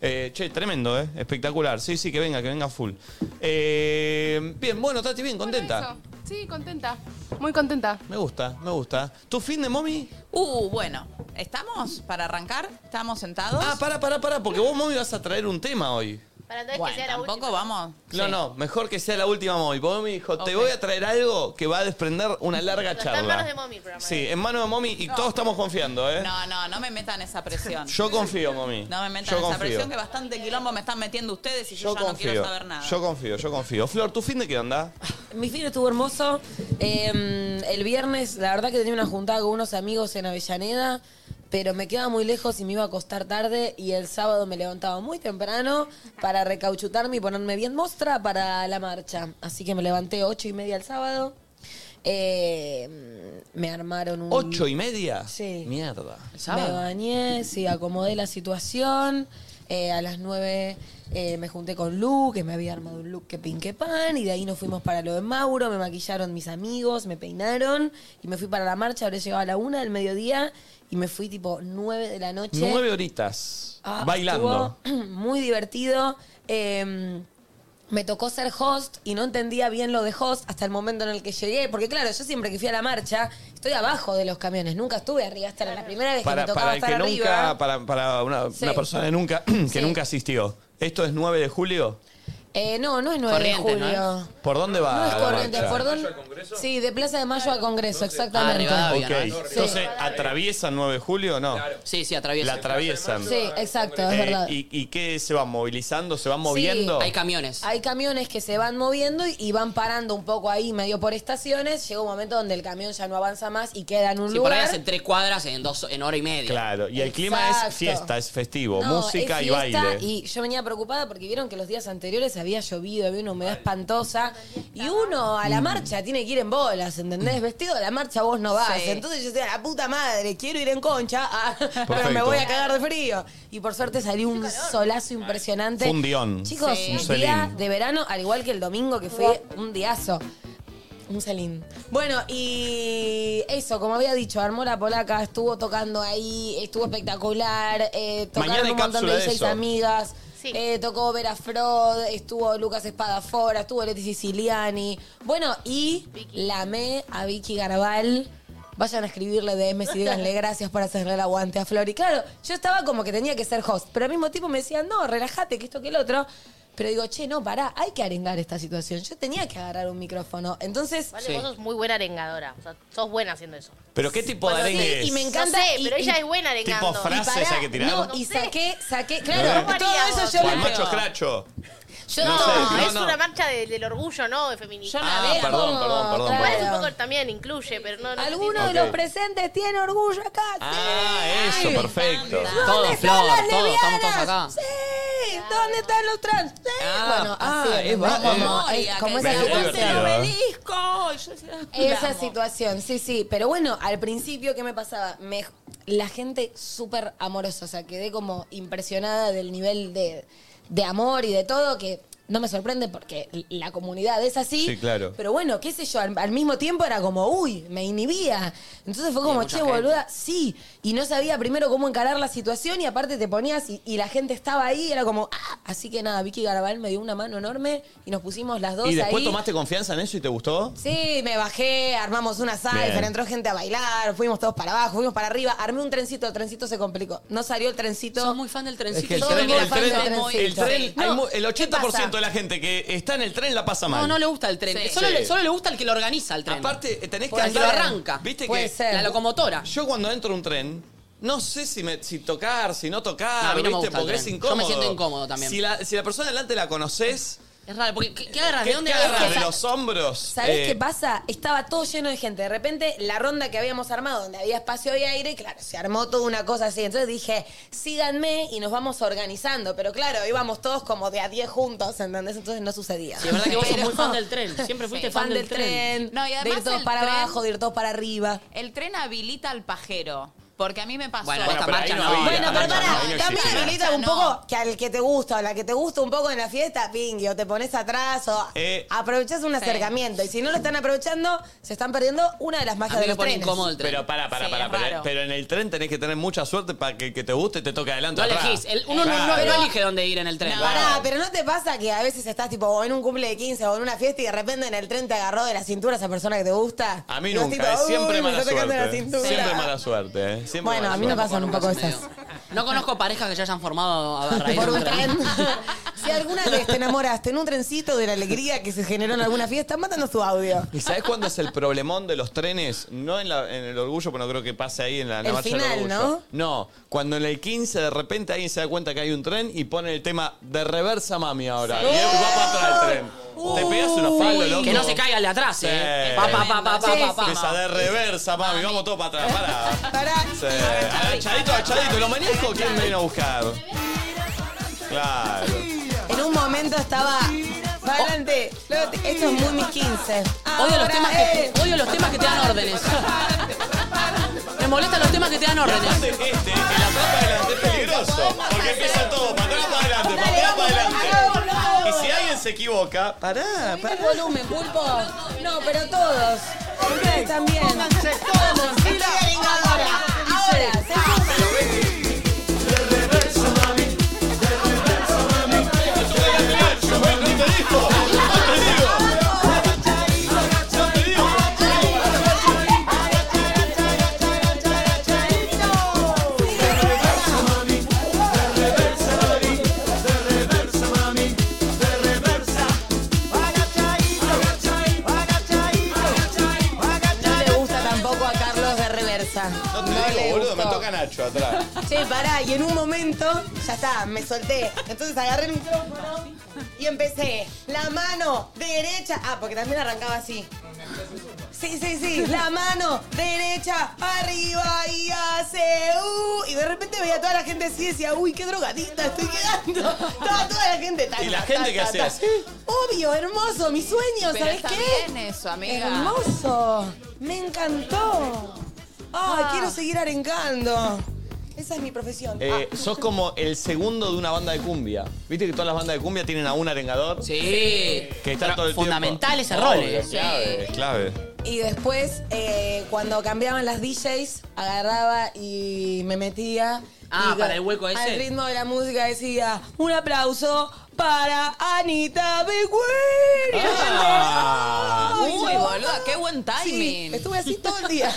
Eh, che, tremendo, ¿eh? Espectacular. Sí, sí, que venga, que venga full. Eh, bien, bueno, Tati, bien, contenta.
Sí, contenta. Muy contenta.
Me gusta, me gusta. ¿Tu fin de mommy?
Uh, bueno, ¿estamos para arrancar? ¿Estamos sentados?
Ah, para, para, para, porque vos, mommy, vas a traer un tema hoy.
Para
bueno, tampoco vamos.
No,
Sí.
no, mejor que sea la última mommy. Porque mommy dijo, te
Ok.
voy a traer algo que va a desprender una larga
Pero está en
charla.
manos de mommy el programa,
Sí, en manos de mommy y
No.
todos estamos confiando, ¿eh?
No, no, no me metan esa presión.
Yo confío, mommy.
No me metan
Yo
esa
confío.
presión que bastante quilombo me están metiendo ustedes y yo, ya no quiero saber nada.
Yo confío, yo confío. Flor, ¿tu fin de qué onda?
Mi fin estuvo hermoso. Eh, el viernes, la verdad que tenía una juntada con unos amigos en Avellaneda, pero me quedaba muy lejos y me iba a acostar tarde. Y el sábado me levantaba muy temprano para recauchutarme y ponerme bien mostra para la marcha. Así que me levanté ocho y media el sábado. Eh, me armaron un.
¿Ocho y media?
Sí.
Mierda.
Me bañé, sí, acomodé la situación. Eh, a las 9 eh, me junté con Lu, que me había armado un look que pinque pan. Y de ahí nos fuimos para lo de Mauro. Me maquillaron mis amigos, me peinaron. Y me fui para la marcha. Habré llegado a la 1 del mediodía. Y me fui tipo 9 de la noche.
Nueve horitas.
Ah,
bailando.
estuvo muy divertido. Eh, me tocó ser host y no entendía bien lo de host hasta el momento en el que llegué. Porque claro, yo siempre que fui a la marcha, estoy abajo de los camiones. Nunca estuve arriba. Esta era la primera vez que
Para,
me tocaba
para el
estar
que
arriba.
nunca, para, para una,
Sí.
una persona que nunca, que nunca asistió. ¿Esto es 9 de julio?
Eh, no, no es 9 de
Corrientes,
julio.
¿no? ¿Por dónde va?
No es
la
corriente,
marcha? Ah,
¿por dónde? Sí, de Plaza de Mayo a Congreso,
Ah,
exactamente.
Ok,
¿no? Sí.
entonces, ¿atraviesan 9 de julio o no?
Sí, sí, atraviesan.
La atraviesan.
Sí, exacto, es
Eh,
verdad.
¿y, ¿Y qué se van movilizando? ¿Se van moviendo?
Sí. Hay camiones que se van moviendo y- y van parando un poco ahí, medio por estaciones. Llega un momento donde el camión ya no avanza más y queda en un
Si por ahí
lugar.
hacen tres cuadras en, dos, en hora y media.
Claro, y el clima
Exacto.
es fiesta, es festivo,
No,
música
es
y
fiesta,
baile.
Y yo venía preocupada porque vieron que los días anteriores había llovido, había una humedad espantosa. Y uno a la marcha tiene que ir en bolas, ¿entendés? Vestido a la marcha vos no vas.
Sí.
Entonces yo decía, la puta madre, quiero ir en concha, ah, pero me voy a cagar de frío. Y por suerte salió un solazo impresionante.
Fue un dión.
Chicos,
Sí. Un
un día
celín.
de verano, al igual que el domingo, que fue un diazo. Un salín. Bueno, y eso, como había dicho, armó la polaca, estuvo tocando ahí, estuvo espectacular, eh, tocaron
Mañana hay
un montón
cápsula
de
de
DJs
eso.
amigas, eh, tocó Vera Frod, estuvo Lucas Espadafora, estuvo Leti Siciliani. Bueno, y lamé a Vicky Garabal. Vayan a escribirle DMs y díganle gracias por hacerle el aguante a Flor. Y claro, yo estaba como que tenía que ser host, pero al mismo tiempo me decían, no, relájate, que esto, que el otro. Pero digo, che, no, pará, hay que arengar esta situación. Yo tenía que agarrar un micrófono. Entonces.
Vale, vos sos muy buena arengadora. O sea, sos buena haciendo eso.
Pero qué tipo de
Bueno,
arengue
sí,
es?
y me encanta.
No sé, pero ella es
buena
arengando. Tipo frases
Y pará,
hay que tirar.
No,
No
y saqué, saqué.
¿Eh?
Claro, todo eso yo
O al
lo
macho cracho.
Ah, Yo
No
no,
sé, no,
es
no.
una marcha de- del orgullo, ¿no? De feminismo.
Yo
la Ah, veo. perdón, perdón, perdón,
Igual
perdón.
es un poco también incluye, pero no. no
Alguno
Ok.
de los presentes tiene orgullo acá.
Ah, eso, perfecto.
¿Dónde están las lesbianas? Sí, ¿dónde están los trans? Sí. bueno,
ah,
así,
es
¿no?
va-
como,
es-
es- como
es
esa
divertido, ¿eh? "Ah,
Esa situación, sí, sí. Pero bueno, al principio, ¿qué me pasaba? Me, la gente súper amorosa, o sea, quedé como impresionada del nivel de, de amor y de todo, que no me sorprende porque la comunidad es así.
Sí, claro.
Pero bueno, qué sé yo, al, al mismo tiempo era como, uy, me inhibía. Entonces fue como,
mucha
che,
gente.
boluda, sí. Y no sabía primero cómo encarar la situación y aparte te ponías y, y la gente estaba ahí y era como, ah. Así que nada, Vicky Garabal me dio una mano enorme y nos pusimos las dos
¿Y después
ahí.
tomaste confianza en eso y te gustó?
Sí, me bajé, armamos una sala,
Bien.
entró gente a bailar, fuimos todos para abajo, fuimos para arriba, armé un trencito, el trencito se complicó. No salió el trencito. Soy
muy fan del
Es que el tren, el tren, el tren, hay mu- el 80% de la gente que está en el tren la pasa mal.
No, no le gusta el tren.
Sí.
Solo,
Sí.
le, solo le gusta el que lo organiza el tren.
Aparte, tenés
que lo arranca.
¿Viste
Puede
que
ser. La locomotora.
Yo cuando entro a un tren, no sé si, me, si tocar, si no tocar,
No, a mí no me
¿viste?
gusta el
Porque es
tren.
incómodo.
Yo me siento incómodo también.
Si la, si la persona delante la conoces,
Es raro, porque ¿qué, qué agarras?
¿Qué
¿De dónde
te
agarras?
agarras? ¿De los hombros?
¿Sabés
Eh,
qué pasa? Estaba todo lleno de gente. De repente, la ronda que habíamos armado, donde había espacio y aire, claro, se armó toda una cosa así. Entonces dije, síganme y nos vamos organizando. Pero claro, íbamos todos como de a 10 juntos, ¿entendés? Entonces no sucedía.
Sí, es verdad que vos sos
Pero-
muy fan del tren. Siempre fuiste
Sí.
fan, del, tren.
No, y
de
además
ir todos
el
para
tren-
abajo, de ir todos para arriba.
El tren habilita al pajero. Porque a mí me pasó.
Bueno,
Bueno, pero ahí no había,
Ah, Bueno, pero
no,
pará,
ahí no
también
existía.
habilita un poco que al que te gusta o la que te gusta un poco en la fiesta, pingui, o te pones atrás o
Eh.
aprovechás un acercamiento. Y si no lo están aprovechando, se están perdiendo una de las magias de los trenes.
Pero para, para,
Sí,
para.
es
Pero,
raro.
pero en el tren tenés que tener mucha suerte para que el que te guste te toque adelante.
No
o atrás.
elegís. El- uno no- no,
Claro.
no elige dónde ir en el tren.
Pará, pero ¿no te pasa que a veces estás tipo o en un cumple de 15 o en una fiesta y de repente en el tren te agarró de la cintura esa persona que te gusta?
A mí
Y vos
nunca,
tipo,
es siempre
"Uy, me
mala
está tocando la
suerte.
cintura".
Siempre mala suerte, eh. Siempre
Bueno,
mala
a mí me
suerte.
pasan un poco esas.
No conozco parejas que ya hayan formado a a raíz
Por
de un
un
eh.
tren.
Si alguna vez te enamoraste en un trencito de la alegría que se generó en alguna fiesta, mándanos tu audio.
¿Y sabes cuándo es el problemón de los trenes? No en, la- en el orgullo, pero no creo que pase ahí en la, en la
El
marcha
final,
del
¿no?
orgullo. No, cuando en el 15 de repente alguien se da cuenta que hay un tren y pone el tema de reversa mami ahora.
Sí.
Y él va para atrás del tren. Te pegas unos palos, loco.
Que no se caiga el de atrás, eh. Pa, pa, pa, pa, pa, pa, pa.
Esa de reversa, mami. Vamos todos para atrás. Para.
Pará.
Sí. Agachadito, agachadito. ¿Los manejos quién me viene a buscar? Claro.
En un momento estaba. Para adelante. Luego te- Esto es muy mis 15.
Odio los,
Ahora,
temas que,
eh.
odio los temas que te dan órdenes. Me molestan los temas que te dan órdenes.
Este, en la tapa adelante es peligroso. Porque empieza todo para atrás, para adelante, para atrás, para adelante. Y si alguien se equivoca, pará, pará.
El volumen, pulpo. No, pero todos. Ustedes también. Todos. Estoy ahora. Ahora. se No le gusta tampoco a Carlos de reversa.
No te digo, boludo, me toca Nacho atrás.
Che, pará, y en un momento, ya está, me solté. Entonces agarré el micrófono y empecé. La mano derecha. Ah, porque también arrancaba así. Sí, sí, sí. La mano derecha arriba y hace. Uh, y de repente veía a toda la gente así y decía, uy, qué drogadita estoy quedando. Toda, toda la gente tan.
Y la gente que hace así.
Obvio, hermoso, mi sueño,
Pero
¿sabes
está
qué?
bien eso, amiga.
Hermoso. Me encantó.
Ah.
Ay, quiero seguir arengando. Esa es mi profesión.
Eh, sos como el segundo de una banda de cumbia. ¿Viste que todas las bandas de cumbia tienen a un arengador?
Sí.
Que está
Pero
todo el
fundamental ese
tiempo.
rol,
Obvio,
eh.
Es clave, es clave.
Y después, eh, cuando cambiaban las DJs, agarraba y me metía.
Ah,
Y
para el hueco ese.
Al ritmo de la música decía, un aplauso para Anita Bigwin.
Ah.
Ah.
Uy, boluda, qué buen
Sí,
timing.
estuve así todo el día.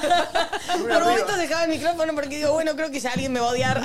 Por momentos dejaba el micrófono porque digo, bueno, creo que ya alguien me va a odiar.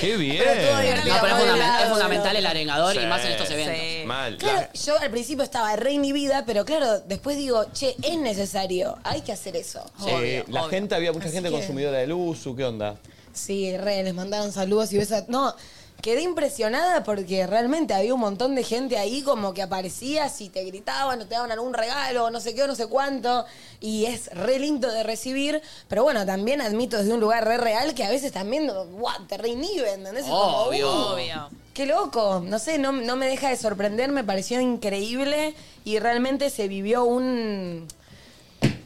¡Qué bien!
No, pero es, fundamental, es fundamental el arengador y
Sí.
más en estos eventos.
Sí. Mal.
Claro, yo al principio estaba re inhibida, pero claro, después digo, che, es necesario, hay que hacer eso.
La, eh, la gente, había mucha
Así
gente
que-
consumidora del uso, ¿qué onda?
Sí, re, les mandaron saludos y besas. No, quedé impresionada porque realmente había un montón de gente ahí como que aparecía, si te gritaban o te daban algún regalo, no sé qué, o no sé cuánto. Y es re lindo de recibir, pero bueno, también admito desde un lugar re real que a veces también guau, te reinhiben, ¿entendés? Es como,
Obvio.
uh,
Obvio.
Qué loco, no sé, no, no me deja de sorprender, me pareció increíble y realmente se vivió un,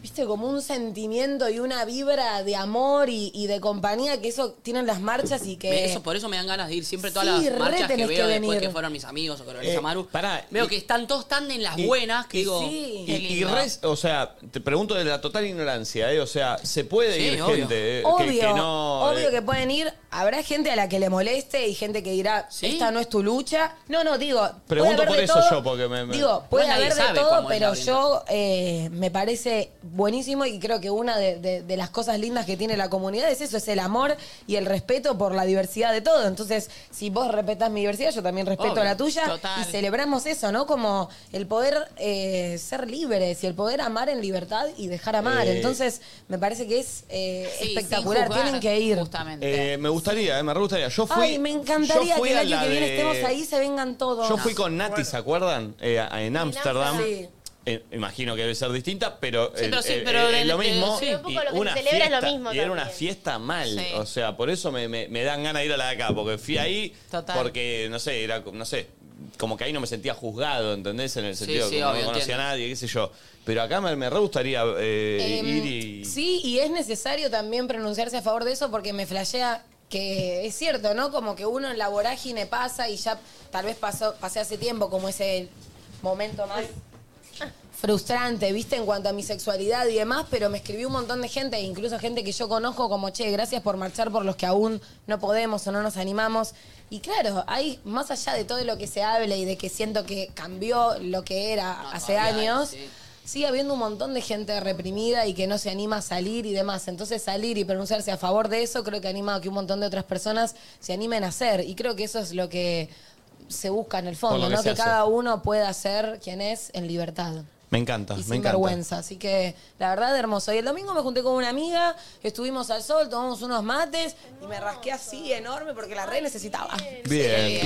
viste, como un sentimiento y una vibra de amor y, y de compañía que eso tienen las marchas y
Me-
que...
Eso, por eso me dan ganas de ir siempre a todas
Sí,
las
re
marchas que
tenés
veo
que
después
venir.
que fueron mis amigos o que organiza
Eh,
Maru.
pará,
veo
y-
que están todos tan en las
Y-
buenas que
y-
digo.
sí.
Y, y res- o sea, te pregunto de la total ignorancia, ¿eh? O sea, se puede
Sí,
ir
obvio.
gente eh,
Obvio,
que, que no.
obvio
eh,
que pueden ir. Habrá gente a la que le moleste y gente que dirá, esta no es tu lucha. No, no, digo. puede
Pregunto
haber
por
de
eso
todo.
yo, porque me. me-
Digo, puede
Igual nadie
haber de
sabe
todo,
cómo es la
pero
venta.
yo eh, me parece buenísimo y creo que una de, de- de las cosas lindas que tiene la comunidad es eso, es el amor y el respeto por la diversidad de todo. Entonces, si vos respetás mi diversidad, yo también respeto
Obvio,
la tuya
total.
y celebramos eso, ¿no? Como el poder eh, ser libres y el poder amar en libertad y dejar amar.
Eh.
Entonces, me parece que es eh,
Sí, sin
espectacular,
juzgar,
tienen que ir.
Eh, me gustaría, eh, me re gustaría. Yo fui,
Ay, me encantaría
yo fui
que el
a
año
la
que viene
de-
estemos ahí, se vengan todos.
Yo fui con Nati, ¿se acuerdan? Eh, a- en Ámsterdam.
Sí.
Eh, imagino que debe ser distinta, pero,
Sí,
eh,
pero sí,
eh,
pero
eh,
del-
lo
del-
mismo.
sí. Un poco
y
lo que se
una
celebra es lo
fiesta,
mismo
Y era una
también.
fiesta mal.
Sí.
O sea, por eso me, me- me dan ganas de ir a la de acá, porque fui ahí porque, no sé, era, co- no sé, como que ahí no me sentía juzgado, ¿entendés? En el
Sí,
sentido
sí,
que no
obvio,
conocía
entiendo.
a nadie, qué sé yo. Pero acá me, me re gustaría eh,
Em,
ir y.
Sí, y es necesario también pronunciarse a favor de eso porque me flashea que es cierto, ¿no? Como que uno en la vorágine pasa y ya tal vez pasó, pasé hace tiempo como ese momento más frustrante, viste, en cuanto a mi sexualidad y demás, pero me escribió un montón de gente, incluso gente que yo conozco, como, che, gracias por marchar por los que aún no podemos o no nos animamos. Y claro, hay, más allá de todo lo que se hable y de que siento que cambió lo que era hace
todavía hay,
años, sigue habiendo un montón de gente reprimida y que no se anima a salir y demás. Entonces salir y pronunciarse a favor de eso creo que anima a que un montón de otras personas se animen a hacer. Y creo que eso es lo que se busca en el
Por
fondo,
lo que
¿no?
se
Que
hace.
cada uno pueda ser quien es en libertad
Me encanta,
y
me
sin
encanta.
vergüenza. Así que la verdad hermoso. Y el domingo me junté con una amiga, estuvimos al sol, tomamos unos mates y me rasqué así enorme porque la re necesitaba.
Bien.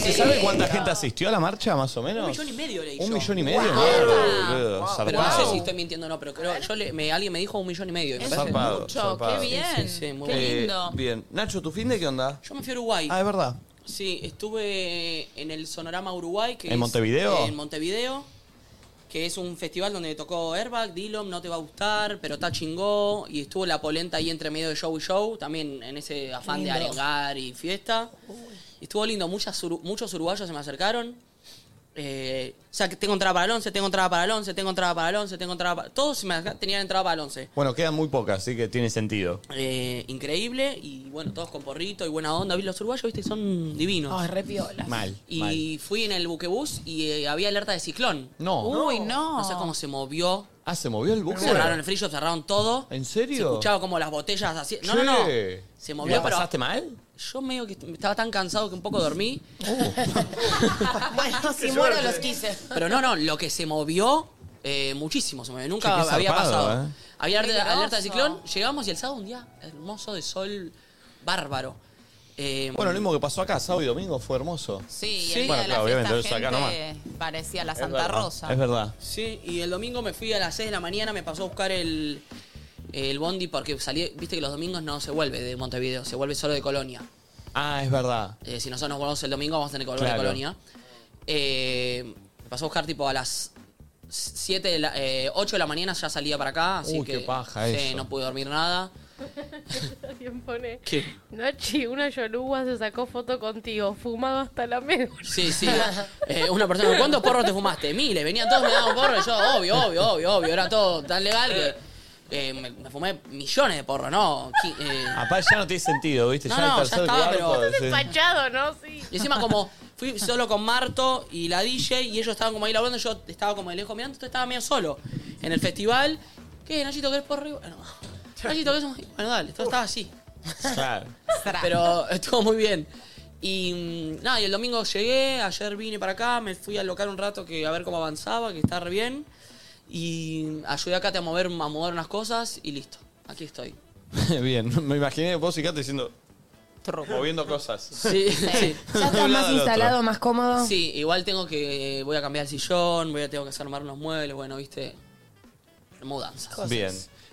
¿Se sabe cuánta gente asistió a la marcha, más o menos?
Un millón y medio leí
¿Un
yo.
millón y medio?
Wow.
Mierda, boludo,
Pero no sé
zarpado.
si estoy mintiendo o no, pero creo, yo le- me- alguien me dijo un millón y medio. y me
Es
parece
zarpado,
mucho.
zarpado.
Sí, sí, sí, muy bueno.
Eh, bien. Nacho, ¿tu fin de qué onda?
Yo me fui a Uruguay.
Ah, es verdad.
Sí, estuve en el Sonorama Uruguay. Que
¿En
es-
Montevideo?
En Montevideo, que es un festival donde tocó Airbag, Dillom, No Te Va a Gustar, pero está chingó. Y estuvo la polenta ahí entre medio de show y show, también en ese afán de
Lindo.
arengar y fiesta. Y estuvo lindo, muchas, uru- muchos uruguayos se me acercaron. Eh, o sea, que tengo entrada para el 11, tengo entrada para el 11, tengo entrada para el 11, tengo entrada para... Todos se me acerca- tenían entrada para el 11.
Bueno, quedan muy pocas, así que tiene sentido.
Eh, increíble y bueno, todos con porrito y buena onda. Vi Los uruguayos, viste, son divinos.
Ay, re piola.
Mal.
Y
mal.
fui en el buquebús y eh, había alerta de ciclón.
No.
Uy, no.
No sé cómo se movió.
Ah, se movió el buque.
Cerraron el frillo, cerraron todo.
¿En
Se
serio?
escuchaba como las botellas así. No, no, no.
Che.
Se
¿La
movió, pero.
pasaste mal?
Yo medio que estaba tan cansado que un poco dormí.
Uh.
bueno, si
Qué
Ah, muero
suerte.
los quise.
Pero no, no, lo que se movió, eh, muchísimo se movió. Nunca
Che, qué
había
zarpado,
pasado.
eh.
Había alerta,
Peligroso.
alerta de ciclón, llegamos y el sábado un día hermoso de sol bárbaro. Eh,
Bueno, lo mismo que pasó acá, sábado y domingo fue hermoso.
Sí, y el día
bueno, claro,
de la
obviamente,
fiesta
entonces acá nomás.
gente parecía la Santa
verdad,
Rosa.
Es verdad.
Sí, y el domingo me fui a las 6 de la mañana, me pasó a buscar el, el bondi porque salí, viste que los domingos no se vuelve de Montevideo, se vuelve solo de Colonia.
Ah, es verdad.
Eh, si nosotros nos volvemos el domingo, vamos a tener que volver
Claro.
a Colonia. Eh, me pasó a buscar tipo a las 7 de la- eh, 8 de la mañana, ya salía para acá, así
Uy,
que
qué paja
sí,
eso.
no pude dormir nada.
¿Quién pone?
¿Qué?
Nochi, una yoruba se sacó foto contigo, fumado hasta la médula.
Sí, sí. Eh, una persona, ¿cuántos porros te fumaste? Miles, venían todos, me daban porros, yo, obvio, obvio, obvio, obvio, era todo tan legal que... eh, me, me fumé millones de porros, ¿no? Qui- eh,
Apá, ya no tiene sentido, ¿viste?
No,
ya
no,
el
ya
tercer
estaba,
cuarto,
pero-
sí.
Fachado, ¿no? Sí.
Y encima como fui solo con Marto y la DJ y ellos estaban como ahí laburando, yo estaba como de lejos mirando, entonces estaba medio solo en el festival. ¿Qué, Nachito, querés por arriba? Bueno, Nachito, ¿querés? un- Bueno, dale, todo estaba así.
Claro.
Pero estuvo muy bien. Y mm, nada, y el domingo llegué, ayer vine para acá, me fui al local un rato que a ver cómo avanzaba, que está re bien. Y ayudé a Kate a mover, a mover unas cosas y listo. Aquí estoy.
Bien, me imaginé vos y Kate diciendo. Moviendo cosas.
Sí, sí.
De
Ya estás
un lado
más
al otro.
instalado, más cómodo.
Sí, igual tengo que. eh, Voy a cambiar el sillón, voy a tengo que hacer armar unos muebles, bueno, viste. Mudanza.
Bien.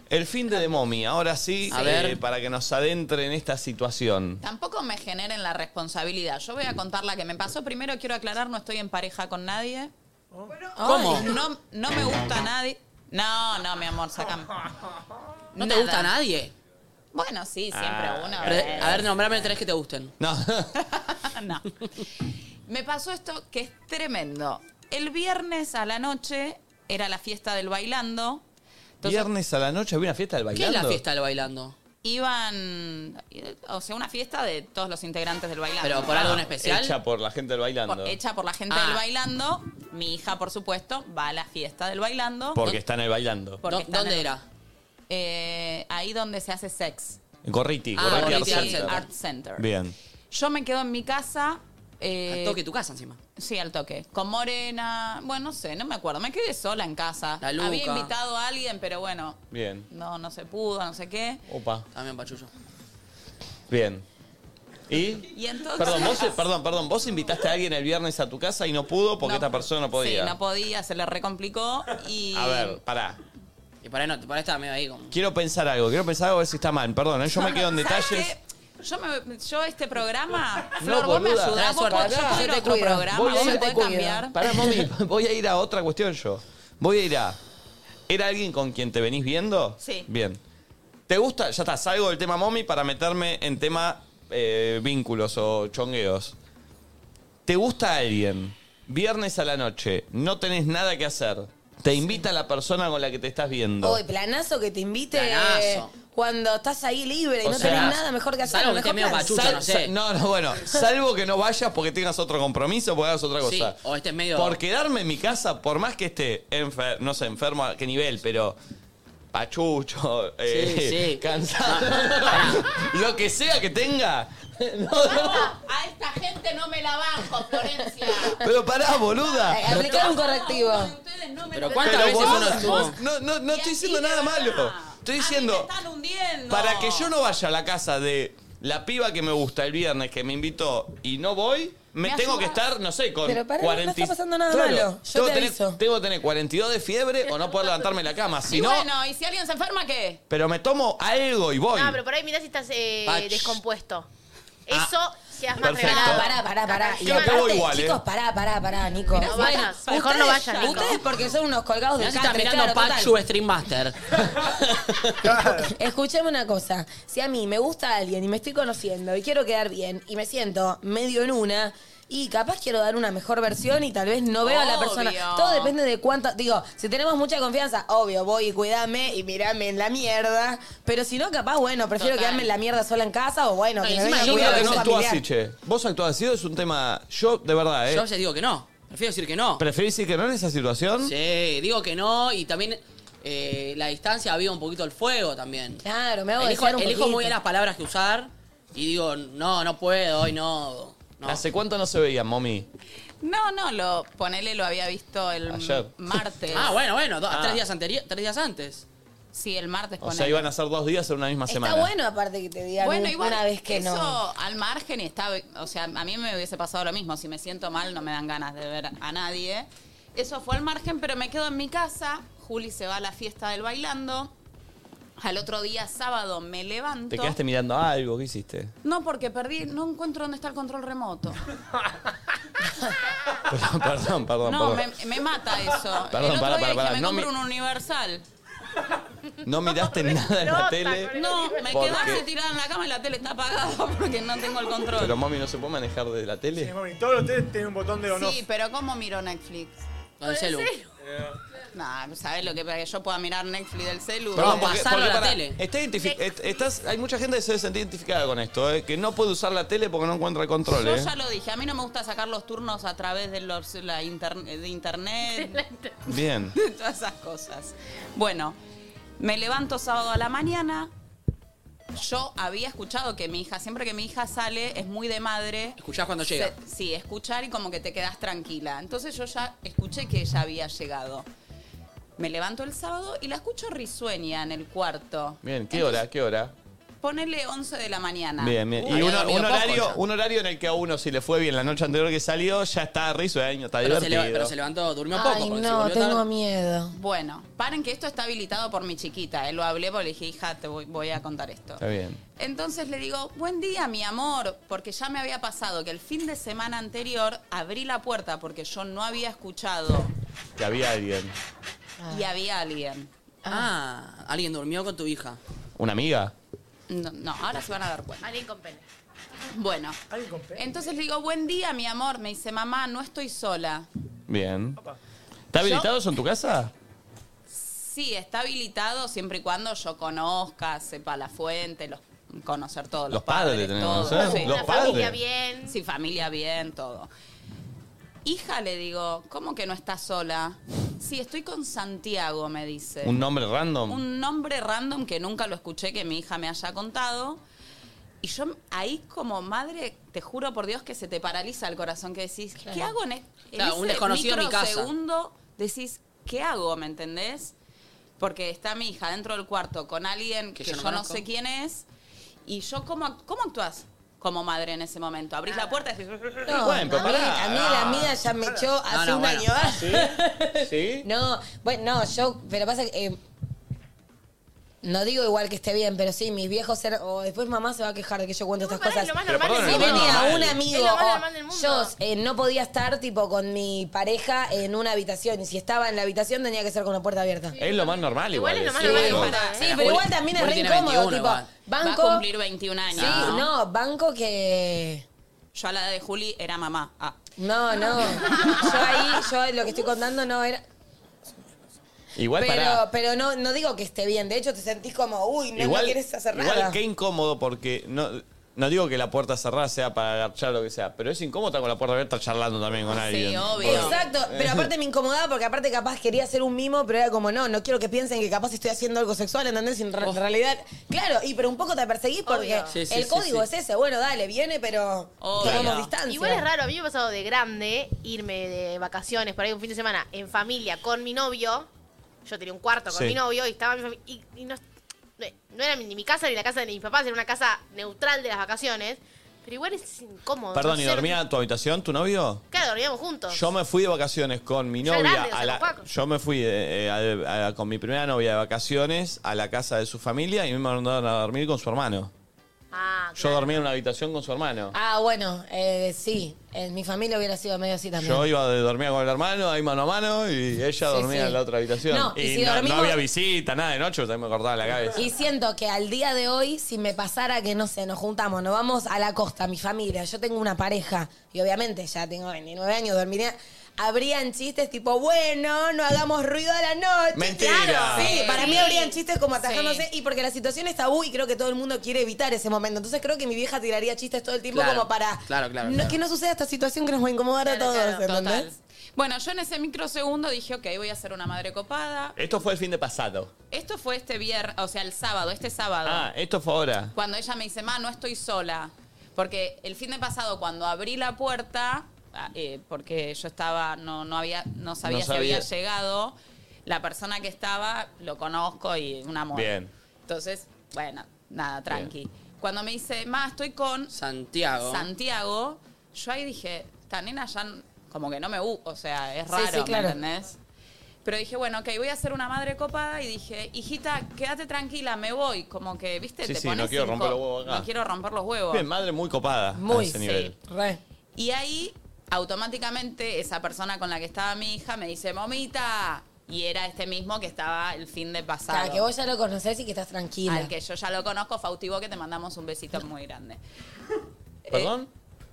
El fin de The Mommy, ahora sí,
A
eh,
ver.
para que nos adentre en esta situación.
Tampoco me generen la responsabilidad. Yo voy a contar la que me pasó. Primero quiero aclarar, no estoy en pareja con nadie.
¿Cómo?
Ay, No, no me gusta nadie. No, no, mi amor, sacame.
¿No te gusta a nadie?
Bueno, sí, siempre
Ah,
uno. eh.
pero- a ver, nombrame tres que te gusten.
No.
no. Me pasó esto que es tremendo. El viernes a la noche era la fiesta del bailando.
Viernes a la noche había una fiesta del
¿Qué es la
bailando.
fiesta
del bailando?
Iban, eh, o sea, una fiesta de todos los integrantes del bailando.
Ah, Hecha por la gente del bailando.
Por- hecha por la gente
Ah.
del bailando. Mi hija, por supuesto, va a la fiesta del bailando.
Porque está en el bailando.
Porque
Gorriti,
está en el- Eh, ahí donde se hace sex.
Gorriti,
Ah,
Gorriti Art
Gorriti
Center.
Art Center.
Bien.
Yo me quedo en mi casa. eh,
Al toque tu casa encima.
Sí, al toque. Con Morena. Bueno, no sé, no me acuerdo. Me quedé sola en casa.
La Luca.
Había invitado a alguien, pero bueno,
Bien.
no, no se pudo, no sé qué.
Opa.
También pachullo.
Bien. ¿Y?
Y entonces.
Perdón, vos, perdón, perdón, vos invitaste a alguien el viernes a tu casa y no pudo porque esta persona no podía.
Sí, no podía, se le recomplicó y.
A ver, pará.
Y para ahí no, para ahí estaba medio ahí como.
Quiero pensar algo, quiero pensar algo a ver si está mal. Perdón, ¿eh? yo me quedo en
¿Sabes
detalles.
qué? Yo, me, yo este programa,
No,
Flor, vos me
boluda.
ayudás, vos podés- yo puedo ir a otro programa,
Voy a
vos me
ir-
podés cambiar.
Pará, mami, voy a ir a otra cuestión yo. Voy a ir a. ¿Era alguien con quien te venís viendo?
Sí.
Bien. ¿Te gusta? Ya está, salgo del tema mommy para meterme en tema eh, vínculos o chongueos. ¿Te gusta alguien? Viernes a la noche, no tenés nada que hacer. Te invita la persona con la que te estás viendo.
Hoy, planazo que te invite
Planazo.
cuando estás ahí libre y
O
no
sea,
tenés nada mejor que hacer.
salvo que
mejor
estés medio
plan.
pachucho,
Sal-
no sé.
sa- no, no, bueno. Salvo que no vayas porque tengas otro compromiso porque hagas otra cosa.
Sí, o este es medio.
Por quedarme en mi casa, por más que esté enfer- no sé, enfermo a qué nivel, pero pachucho, eh,
sí.
cansado, lo que sea que tenga. No, no,
A esta gente no me la banco, Florencia.
pero pará, boluda.
Eh, aplicar un correctivo.
Pero
¿cuántas veces
boluda,
uno estuvo?
No, no, no estoy diciendo nada malo. Estoy diciendo,
Están hundiendo.
para que yo no vaya a la casa de la piba que me gusta el viernes que me invitó y no voy, me,
Me
tengo que
ayudas.
estar, no sé, con
Pero pará, no
40
está pasando nada malo. Yo
tengo,
te
que tener,
aviso.
tengo que tener 42 de fiebre o no poder levantarme de la cama. Si
y
no,
bueno, ¿y si alguien se enferma qué?
pero me tomo algo y voy.
No, Ah, pero por ahí mirá si estás eh,
Pach. Ah.
descompuesto. Eso seas más
perfecto.
regalado.
Pará, pará, pará.
Creo que voy igual,
chicos,
eh.
pará, pará, pará, Nico.
No vayas, mejor no
ustedes-
vayas, Nico.
Ustedes porque son unos colgados de
Mirá si estás
castre,
mirando
claro, total.
Pachu Stream Master.
Escuchame una cosa. Si a mí me gusta alguien y me estoy conociendo y quiero quedar bien y me siento medio en una. Y capaz quiero dar una mejor versión y tal vez no veo a la
Obvio.
persona. Todo depende de cuánto. Digo, si tenemos mucha confianza, obvio, voy y cuídame y mirame en la mierda. Pero si no, capaz, bueno, prefiero
Total.
quedarme en la mierda sola en casa o bueno, que me venga a
yo
cuidar
creo que no
un
actúas
familiar.
así, che. Vos actuás así, es un tema. Yo, de verdad, ¿eh?
Yo a veces digo que no. Prefiero decir que no.
¿Preferís decir que no en esa situación?
Sí, digo que no y también eh, la distancia aviva un poquito el fuego también.
Claro, me hago
Elijo,
desear un
elijo
poquito.
muy bien las palabras que usar y digo, no, no puedo, hoy no.
¿Hace cuánto no se veían, mommy?
No, no, lo ponele lo había visto el
Ayer.
martes.
Ah, bueno, bueno, do-
Ah.
tres, días anteri- tres días antes.
Sí, el martes
O
ponele.
sea, iban a ser dos días en una misma semana.
Está bueno aparte que te digan
Bueno,
un-
igual
una vez que
eso
no.
al margen y está, o sea, a mí me hubiese pasado lo mismo, si me siento mal no me dan ganas de ver a nadie. Eso fue al margen, pero me quedo en mi casa, Juli se va a la fiesta del bailando. Al otro día sábado me levanto.
¿Te quedaste mirando algo? ¿Qué hiciste?
No, porque perdí, no encuentro dónde está el control remoto.
Perdón, perdón, perdón.
no,
perdón.
me, me mata eso.
Perdón,
el otro
pará,
día
pará,
dije,
pará,
me
no
compro
me-
un universal.
No miraste nada en la tele.
No, me
¿Por
quedé
qué?
así tirada en la cama y la tele está apagada porque no tengo el control.
Pero mami, ¿no se puede manejar desde la tele?
Sí, mami, todos los tres tienen un botón de on off.
Sí, pero ¿cómo miro Netflix?
Con el celu.
Nah, pues, ¿sabés lo que para que yo pueda mirar Netflix del celu?
Perdón,
Voy a
porque-
pasarlo
porque
a la
pará,
tele.
está identifi- est- estás- hay mucha gente que se siente identificada con esto, eh, que no puede usar la tele porque no encuentra el control.
Yo
eh.
ya lo dije, a mí no me gusta sacar los turnos a través de los la interne- de internet,
Bien.
de todas esas cosas. Bueno, me levanto sábado a la mañana. Yo había escuchado que mi hija, siempre que mi hija sale, es muy de madre.
Escuchás cuando llega.
Se- sí, escuchar y como que te quedas tranquila. Entonces yo ya escuché que ella había llegado. Me levanto el sábado y la escucho risueña en el cuarto.
Bien, ¿qué hora? ¿Qué hora?
Ponele 11 de la mañana.
Bien, bien.
Uy,
y
había
uno-
dormido
un,
poco
horario,
ya.
un horario en el que a uno, si le fue bien la noche anterior que salió, ya está risueño, está
Pero se,
divertido.
leva- pero se levantó, durmió
Ay,
poco. porque se
no,
volvió
tengo
tarde.
miedo.
Bueno, paren que esto está habilitado por mi chiquita. eh, Lo hablé porque le dije, hija, te voy, voy a contar esto.
Está bien.
Entonces le digo, buen día, mi amor, porque ya me había pasado que el fin de semana anterior abrí la puerta porque yo no había escuchado
Que había alguien.
y había alguien.
Ah, alguien durmió con tu hija.
¿Una amiga?
No, no, ahora se van a dar cuenta.
Alguien con pene.
Bueno, entonces le digo, buen día, mi amor. Me dice, mamá, no estoy sola.
Bien. ¿Está habilitado eso en tu casa?
Sí, está habilitado siempre y cuando yo conozca, sepa la fuente, los- conocer todos los,
Los padres tenemos que
todo.
conocer. Los
La
padres.
bien. Sí, familia bien, todo. Hija, le digo, ¿cómo que no estás sola? Sí, estoy con Santiago, me dice.
¿Un nombre random?
Un nombre random que nunca lo escuché que mi hija me haya contado. Y yo ahí como madre, te juro por Dios que se te paraliza el corazón, que decís, ¿qué hago en, e- en
Claro, un
ese
desconocido en mi casa.
microsegundo? Decís, ¿qué hago? ¿Me entendés? Porque está mi hija dentro del cuarto con alguien que,
yo no
yo no
conozco.
sé quién es. Y yo, ¿cómo, act- cómo actúas como madre en ese momento? Abrís la puerta y decís...
Bueno, pero
a mí,
pará,
a mí
no.
la mía ya me echó hace
no,
un
bueno.
año.
¿Sí?
No, bueno, no, yo, pero pasa que. eh, no digo igual que esté bien, pero sí, mis viejos eran. O después mamá se va a quejar de que yo cuento estas cosas.
lo más
Pero normal perdón, del
si
es lo más
venía
normal.
un amigo.
Es lo más
o
normal del mundo.
Yo eh, no podía estar, tipo, con mi pareja en una habitación. Y si estaba en la habitación, tenía que ser con la puerta abierta.
Es lo más normal igual.
es lo más
sí.
normal
Sí.
del mundo. Sí, pero igual también es re incómodo, tipo, banco.
Va a cumplir 21 años.
Sí,
Ah,
no, banco que.
Yo a la edad de Juli era mamá. Ah.
No, no. Yo ahí, yo lo que estoy contando no era.
Igual
pero
pará.
pero no, no digo que esté bien. De hecho, te sentís como, uy, no, no quieres hacer
igual
nada.
qué incómodo porque no, no digo que la puerta cerrada sea para agarchar lo que sea, pero es incómodo estar con la puerta abierta charlando también con alguien. eh,
Exacto, pero aparte me incomodaba porque aparte capaz quería hacer un mimo, pero era como, no, no quiero que piensen que capaz estoy haciendo algo sexual, ¿entendés? En re- realidad, claro, y pero un poco te perseguís porque
Sí, sí,
el
sí,
código
sí.
es ese, bueno, dale, viene, pero tomamos distancia.
Igual es raro, a mí me ha pasado de grande irme de vacaciones por ahí un fin de semana en familia con mi novio. Yo tenía un cuarto con
Sí.
mi novio y estaba mi familia. Y, y no, no era ni mi casa ni la casa de mis papás, era una casa neutral de las vacaciones. Pero igual es incómodo.
Perdón,
no
¿y
sé,
dormía en tu habitación tu novio?
Claro, dormíamos juntos.
Yo me fui de vacaciones con mi
Ya
novia.
grande, o sea,
a la-
con Paco.
yo me fui eh, eh, a- a- con mi primera novia de vacaciones a la casa de su familia y me mandaron a dormir con su hermano.
Ah,
Yo dormía en una habitación con su hermano.
Ah, bueno, eh, sí, en mi familia hubiera sido medio así también.
Yo iba de dormía con el hermano, ahí mano a mano, y ella dormía
sí.
en la otra habitación.
No, y
y
si
no, no
dormimos-
había visita, nada de noche, también me cortaba la cabeza.
Y siento que al día de hoy, si me pasara que, no sé, nos juntamos, nos vamos a la costa, mi familia, yo tengo una pareja, y obviamente ya tengo 29 años, dormiría, habrían chistes tipo, bueno, no hagamos ruido a la noche.
Mentira.
Claro. Sí, para mí
Sí.
habrían chistes como atajándose,
Sí.
y porque la situación es tabú y creo que todo el mundo quiere evitar ese momento. Entonces creo que mi vieja tiraría chistes todo el tiempo como para...
Claro, claro.
no-
claro.
Que no suceda esta situación que nos va a incomodar a todos, ¿entendés?
Bueno, yo en ese microsegundo dije, ok, voy a ser una madre copada.
Esto fue el fin de pasado.
Esto fue este viernes, o sea, el sábado, este sábado.
Ah, esto fue ahora.
Cuando ella me dice, ma, no estoy sola. Porque el fin de pasado, cuando abrí la puerta, ah, eh, porque yo estaba, no, no había, no sabía
No
si había
sabía.
llegado, la persona que estaba, lo conozco y un amor.
Bien.
Entonces, bueno, nada, tranqui. Cuando me dice, ma, estoy con
Santiago.
Santiago, yo ahí dije, esta nena ya n- como que no me u, o sea, es
Sí,
raro,
sí,
¿me
claro.
entendés? Pero dije, bueno, ok, voy a ser una madre copada y dije, hijita, quédate tranquila, me voy. Como que, viste,
Sí,
te
sí,
pones
no quiero
cinco-
romper los huevos acá.
No quiero romper los huevos.
Bien, madre muy copada a
Muy,
ese
sí.
nivel.
Y ahí, automáticamente, esa persona con la que estaba mi hija me dice, momita. Y era este mismo que estaba el fin de pasado.
Claro, que vos ya lo conocés y que estás tranquila.
Al que yo ya lo conozco, Fautivo, que te mandamos un besito muy grande.
¿Perdón?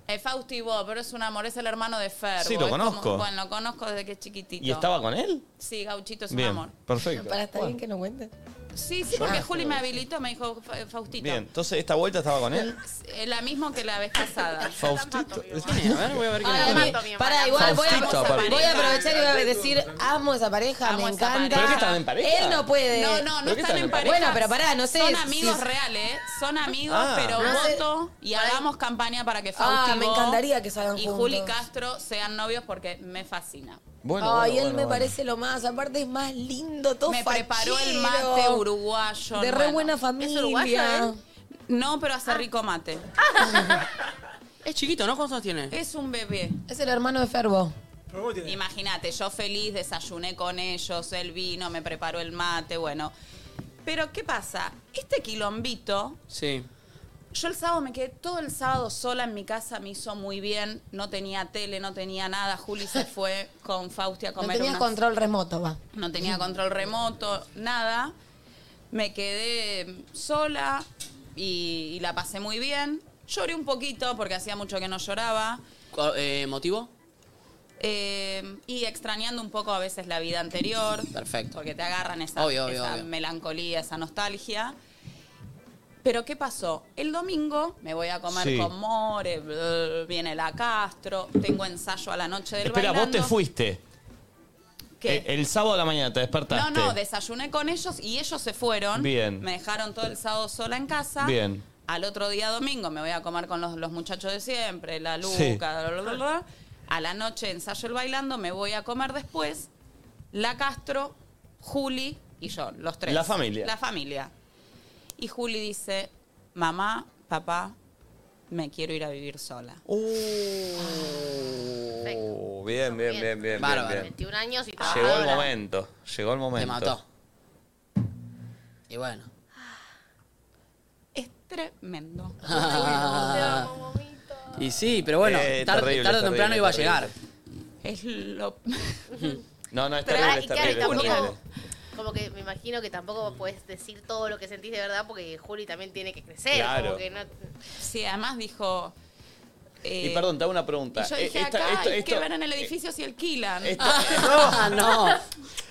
Es Faustivo, pero es un amor, es el hermano de Fer.
Sí, lo
es como-
conozco.
bueno, lo conozco desde que es chiquitito.
¿Y estaba con él?
Sí, Gauchito es
Bien,
un amor.
perfecto. Pará, ¿está bien
que no cuente?
Sí, sí, porque Juli me habilitó, me dijo "Fa- Faustito.
Bien, entonces esta vuelta estaba con él.
Eh, La misma que la vez pasada.
Faustito. Ah,
A ver, voy a ver qué
Ay,
me-
mi- Pará, igual voy a,
Faustito, aparte.
voy a aprovechar y voy a decir, amo esa pareja, me encanta.
¿Pero qué están en pareja?
Él no puede.
No, no, no
¿Pero qué
están en pareja.
Bueno, pero pará, no sé.
Son
si-
amigos
si-
reales,
¿eh?
son amigos,
Ah.
pero
No sé.
voto y hagamos campaña para que
Ah,
Faustivo
me encantaría que salgan
y
juntos.
Juli Castro sean novios porque me fascina.
Ay, él me parece lo más. Aparte es más lindo, todo
Me preparó el mate
fachero.
uruguayo.
De re
bueno.
buena familia.
No, pero hace rico mate.
Es chiquito, ¿no? ¿Cuántos años tiene?
Es un bebé.
Es el hermano de Ferbo.
Imagínate, yo feliz, desayuné con ellos, él vino, me preparó el mate, bueno. Pero, ¿qué pasa? Este quilombito,
Sí.
yo el sábado me quedé todo el sábado sola en mi casa, me hizo muy bien, no tenía tele, no tenía nada, Juli se fue con Fausti a
No
comer
tenías
unas-
control remoto, va.
no tenía control remoto, nada. Me quedé sola y, y la pasé muy bien. Lloré un poquito porque hacía mucho que no lloraba.
Co- eh, ¿Motivo?
Eh, y extrañando un poco a veces la vida anterior.
Perfecto.
Porque te agarran esa,
Obvio, obvio,
esa
obvio.
melancolía, esa nostalgia. Pero ¿qué pasó? El domingo me voy a comer
Sí.
con More, blr, viene la Castro, tengo ensayo a la noche del
Espera, vos
bailando.
te fuiste.
¿Qué?
E- El, sábado a la mañana te despertaste.
No, no, desayuné con ellos y ellos se fueron.
Bien.
Me dejaron todo el sábado sola en casa.
Bien.
Al otro día domingo me voy a comer con los, los muchachos de siempre, la Luca,
Sí.
bla, bla, bla, bla. A la noche ensayo el bailando, me voy a comer después. La Castro, Juli y yo, los tres.
La familia.
La familia. Y Juli dice, mamá, papá, me quiero ir a vivir sola.
Uh. Oh, bien, bien, bien, bien, bien,
Bárbaro.
bien.
21 años y
Llegó el
trabajadora.
momento. Llegó el momento.
mató. Y bueno.
Es tremendo.
Ah. y sí, pero bueno,
Eh,
tar-
terrible,
tarde o
terrible,
temprano iba a
terrible.
llegar.
Es lo...
No, no, es
Pero,
terrible,
ah,
es
y claro, y
terrible, es
tampoco-
terrible.
Como que me imagino que tampoco puedes decir todo lo que sentís de verdad porque Juli también tiene que crecer.
Claro.
Como que no,
Sí, además dijo...
Y
eh,
perdón, te hago una pregunta.
Y yo
Eh,
dije,
esta-
acá
esto-
hay que
esto- eh,
ver en el edificio si alquilan.
Ah,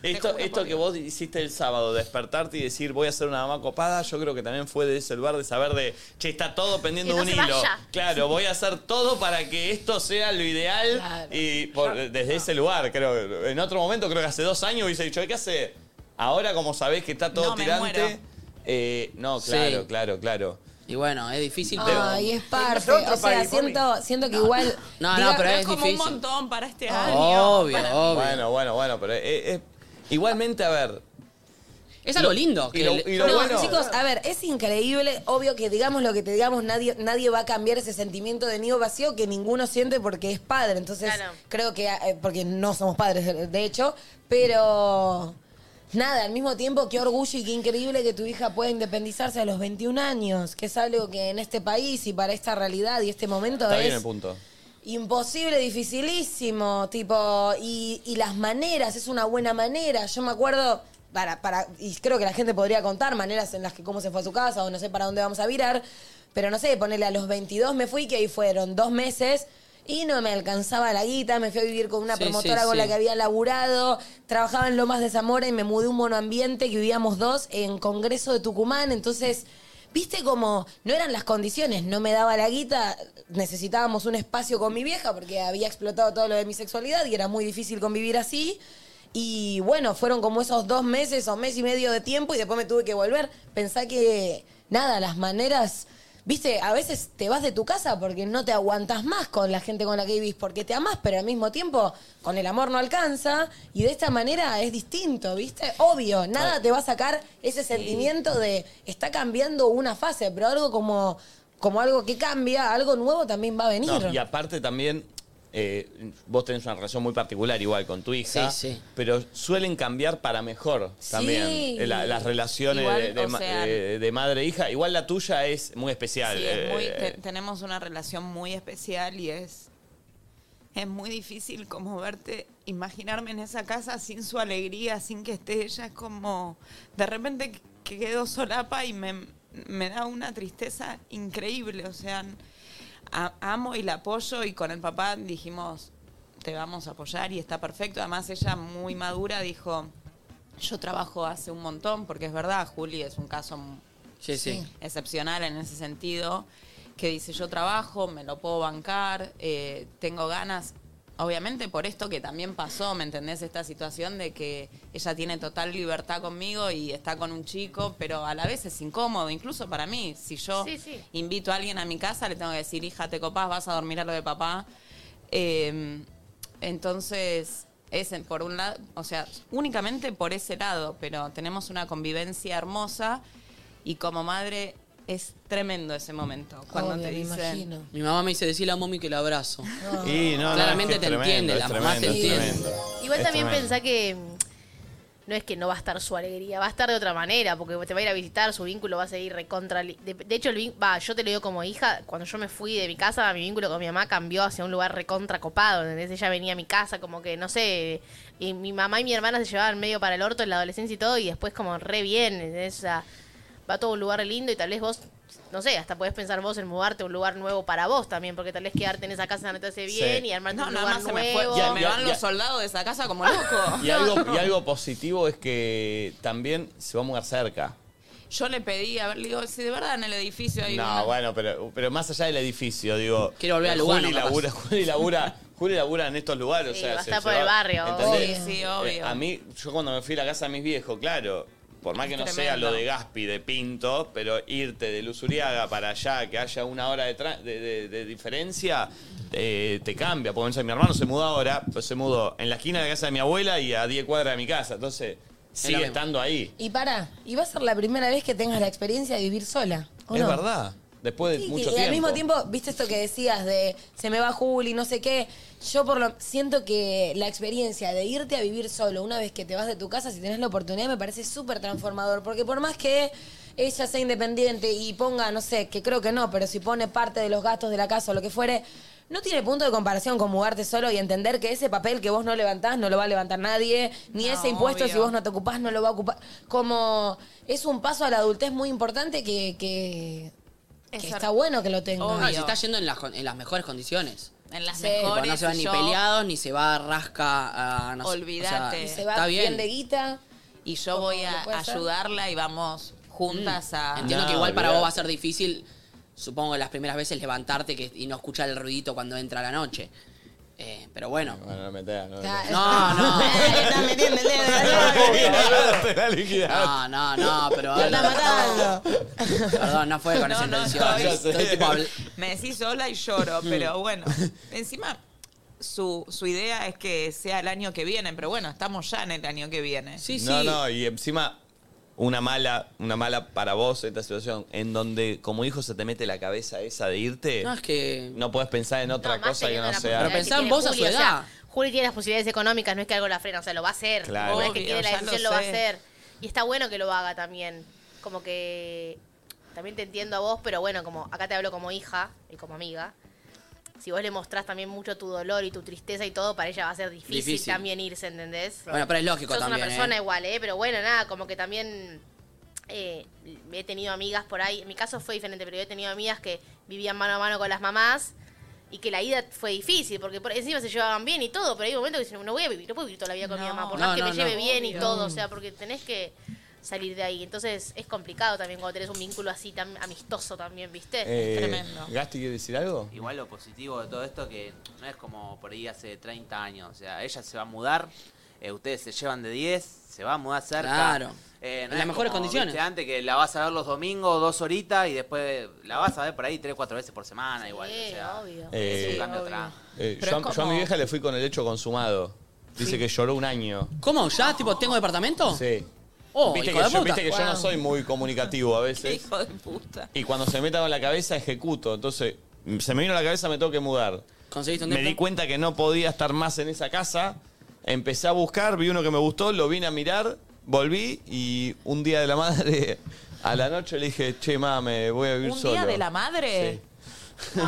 Esto, esto que vos hiciste el sábado, despertarte y decir voy a ser una mamá copada, yo creo que también fue de ese lugar de saber de, che, está todo pendiendo
Que
de
no
un
se
hilo.
vaya.
Claro, voy a hacer todo para que esto sea lo ideal y por- desde ese lugar, creo. En otro momento, creo que hace dos años hubiese dicho, ¿qué hace? Ahora como sabés que está todo
No, me
tirante,
muero.
eh, no, claro,
Sí.
claro, claro.
Y bueno, es difícil, pero.
Ay, es parte. O sea, siento, siento que igual.
No, no, pero es
como
difícil. Ah.
un montón para este año.
Obvio, obvio.
Bueno, bueno, bueno, pero eh, eh, igualmente, a ver.
Es algo lindo.
Y lo- y lo
no,
bueno-
chicos, a ver, es increíble, obvio que digamos lo que te digamos, nadie, nadie va a cambiar ese sentimiento de nido vacío que ninguno siente porque es padre. Entonces, creo que, eh, porque no somos padres, de- de hecho, pero nada, al mismo tiempo, qué orgullo y qué increíble que tu hija pueda independizarse a los 21 años, que es algo que en este país y para esta realidad y este momento
Está
es...
bien el punto.
Imposible, dificilísimo, tipo, y, y las maneras, es una buena manera. Yo me acuerdo, para, para, y creo que la gente podría contar maneras en las que cómo se fue a su casa o no sé para dónde vamos a virar, pero no sé, ponerle a los 22 me fui, que ahí fueron dos meses. Y no me alcanzaba la guita, me fui a vivir con una
Sí,
promotora
sí,
con
sí.
la que había laburado, trabajaba en Lomas de Zamora y me mudé a un monoambiente que vivíamos dos en Congreso de Tucumán, entonces Viste como no eran las condiciones, no me daba la guita, necesitábamos un espacio con mi vieja porque había explotado todo lo de mi sexualidad y era muy difícil convivir así. Y bueno, fueron como esos dos meses o mes y medio de tiempo y después me tuve que volver. Pensá que, nada, las maneras, viste, a veces te vas de tu casa porque no te aguantas más con la gente con la que vivís, porque te amás, pero al mismo tiempo con el amor no alcanza y de esta manera es distinto, viste. Obvio, nada te va a sacar ese sentimiento de está cambiando una fase, pero algo como, como algo que cambia, algo nuevo también va a venir.
No, y aparte también, eh, vos tenés una relación muy particular igual con tu hija,
Sí, sí.
pero suelen cambiar para mejor también eh, la- las relaciones
Igual,
de, de
o
ma-
sea-
eh, de madre e hija. Igual la tuya es muy especial.
Sí, es muy-
eh,
te- tenemos una relación muy especial y es, es muy difícil como verte, imaginarme en esa casa sin su alegría, sin que esté ella, es como de repente que quedo solapa y me, me da una tristeza increíble, o sea, a- amo y la apoyo y con el papá dijimos, te vamos a apoyar y está perfecto, además ella muy madura dijo, yo trabajo hace un montón, porque es verdad, Juli es un caso m-
Sí, sí.
excepcional en ese sentido, que dice yo trabajo, me lo puedo bancar, eh, tengo ganas, obviamente por esto que también pasó, ¿me entendés? Esta situación de que ella tiene total libertad conmigo y está con un chico, pero a la vez es incómodo, incluso para mí, si yo
Sí, sí.
invito a alguien a mi casa, le tengo que decir, hija, te copás, vas a dormir a lo de papá. Eh, entonces, es en- por un lado, o sea, únicamente por ese lado, pero tenemos una convivencia hermosa y como madre es tremendo ese momento. Cuando
Obvio,
te
me
dicen.
imagino.
Mi mamá me dice, decirle a mommy que la abrazo.
Y no, no,
Claramente
es que es
te
tremendo,
entiende,
es
la mamá te
tremendo, es
entiende.
tremendo.
Igual
Es
también
tremendo.
pensá que mm, no es que no va a estar su alegría, va a estar de otra manera, porque te va a ir a visitar, su vínculo va a seguir recontra. li- De, de hecho, el vin- va, yo te lo digo como hija, cuando yo me fui de mi casa, mi vínculo con mi mamá cambió hacia un lugar recontra copado, ¿entendés? Ella venía a mi casa como que, no sé, y mi mamá y mi hermana se llevaban medio para el orto en la adolescencia y todo, y después como re bien, ¿entendés? O sea, va a todo un lugar lindo y tal vez vos, no sé, hasta podés pensar vos en mudarte a un lugar nuevo para vos también, porque tal vez quedarte en esa casa no te hace bien y armarte
No,
un
nada
lugar
más se
nuevo.
me fue.
Y a-
me
y a-
van
y a-
los soldados de esa casa
Ah.
como loco.
Y algo, y algo positivo es que también se va a mudar cerca.
Yo le pedí, a ver, le digo, si de verdad en el edificio hay
No,
una-
bueno, pero, pero más allá del edificio, digo.
Quiero volver al Lugano,
Juli
capaz.
labura, Juli labura, Juli labura en estos lugares.
Sí,
o sea,
va a
se
estar por
lleva-
el barrio,
¿entendés?
obvio. Sí, sí,
Eh,
obvio.
a mí, yo cuando me fui a la casa de mis viejos, claro, por más que
Es
no sea
tremendo.
lo de Gaspi, de Pinto, pero irte de Luz Uriaga para allá, que haya una hora de, tra- de- de- de diferencia, eh, te cambia. Porque pensá, mi hermano se mudó ahora, pues se mudó en la esquina de la casa de mi abuela y a 10 cuadras de mi casa. Entonces, sigue
mismo.
estando ahí.
Y para, y va a ser la primera vez que tengas la experiencia de vivir sola. ¿o
Es
no?
verdad. Después de
Sí,
mucho
y al mismo tiempo, viste esto que decías de se me va Juli, no sé qué. Yo por lo siento que la experiencia de irte a vivir solo una vez que te vas de tu casa, si tenés la oportunidad, me parece súper transformador. Porque por más que ella sea independiente y ponga, no sé, que creo que no, pero si pone parte de los gastos de la casa o lo que fuere, no tiene punto de comparación con mudarte solo y entender que ese papel que vos no levantás no lo va a levantar nadie, ni
No,
ese impuesto
obvio.
si vos no te ocupás no lo va a ocupar. Como es un paso a la adultez muy importante que- que que está bueno que lo tenga.
No, y se Ah, está yendo en las, con- en las mejores condiciones.
En las
Sí.
Tipo,
mejores.
no se van ni
yo-
peleados, ni se va a rasca a... No sé, o sea,
Olvídate.
se va
está
bien. de
bien.
guita.
Y yo voy a
puede ser?
ayudarla y vamos juntas
Ah,
a.
Entiendo que igual para vos va a ser difícil, supongo que las primeras veces levantarte que- y no escuchar el ruidito cuando entra la noche. Eh, pero bueno.
Bueno, no metas, no
metas. No, no.
Estás
metiendo el
dedo.
No, no, no, pero. Lo está matando. Perdón, no fue con esa intención.
estoy-
Estoy tipo habl-
Me decís sola y lloro,
Mm.
pero bueno. Encima, su, su idea es que sea el año que viene, pero bueno, estamos ya en el año que viene. Sí,
No, no, y encima una mala, una mala para vos esta situación, en donde como hijo se te mete la cabeza esa de irte.
No, es que-
No podés pensar en otra cosa que no sea.
en Juli tiene las posibilidades económicas, no es que algo la frena, o sea, lo va a hacer.
Claro.
Una vez que
Obvio,
tiene la
ya
decisión,
lo
lo, va a
sé.
hacer. Y está bueno que lo haga también. Como que. También te entiendo a vos, pero bueno, como acá te hablo como hija y como amiga. Si vos le mostrás también mucho tu dolor y tu tristeza y todo, para ella va a ser difícil,
Difícil.
también irse, ¿entendés?
Bueno, pero es lógico
Sos
también,
una persona
¿eh?
igual, ¿eh? Pero bueno, nada, como que también eh, he tenido amigas por ahí. En mi caso fue diferente, pero yo he tenido amigas que vivían mano a mano con las mamás y que la ida fue difícil, porque por encima se llevaban bien y todo, pero hay un momento que dicen, no voy a vivir, no puedo vivir toda la vida con mi mamá, por
No,
más que
no,
me lleve
no.
bien y
Obvio.
todo, o sea, porque tenés que salir de ahí. Entonces es complicado también cuando tenés un vínculo así tan amistoso también, ¿viste?
Eh, ¿Gasti quiere decir algo?
Igual lo positivo de todo esto que no es como por ahí hace 30 años. O sea, ella se va a mudar, eh, ustedes se llevan de 10, se va a mudar cerca.
Claro.
Eh,
En
es
las mejores
como,
condiciones.
viste, antes que la vas a ver los domingos, dos horitas, y después la vas a ver por ahí tres, cuatro veces por semana igual. o sea, Es
Eh,
un cambio atrás.
eh, yo,
Pero es
a- yo a
como-
mi vieja le fui con el hecho consumado. Dice que lloró un año.
¿Cómo? ¿Ya? ¿Tipo, tengo departamento?
Sí.
Oh,
viste
hijo
que,
de
yo,
puta.
viste que yo no soy muy comunicativo a veces.
Hijo de puta.
Y cuando se me meta con la cabeza, ejecuto. Entonces, m- se me vino a la cabeza, me tengo que mudar.
¿Conseguiste un
Me
depto?
di cuenta que no podía estar más en esa casa. Empecé a buscar, vi uno que me gustó, lo vine a mirar, volví y un día de la madre, a la noche le dije, che, ma, me voy a vivir
¿Un
solo.
día de la madre?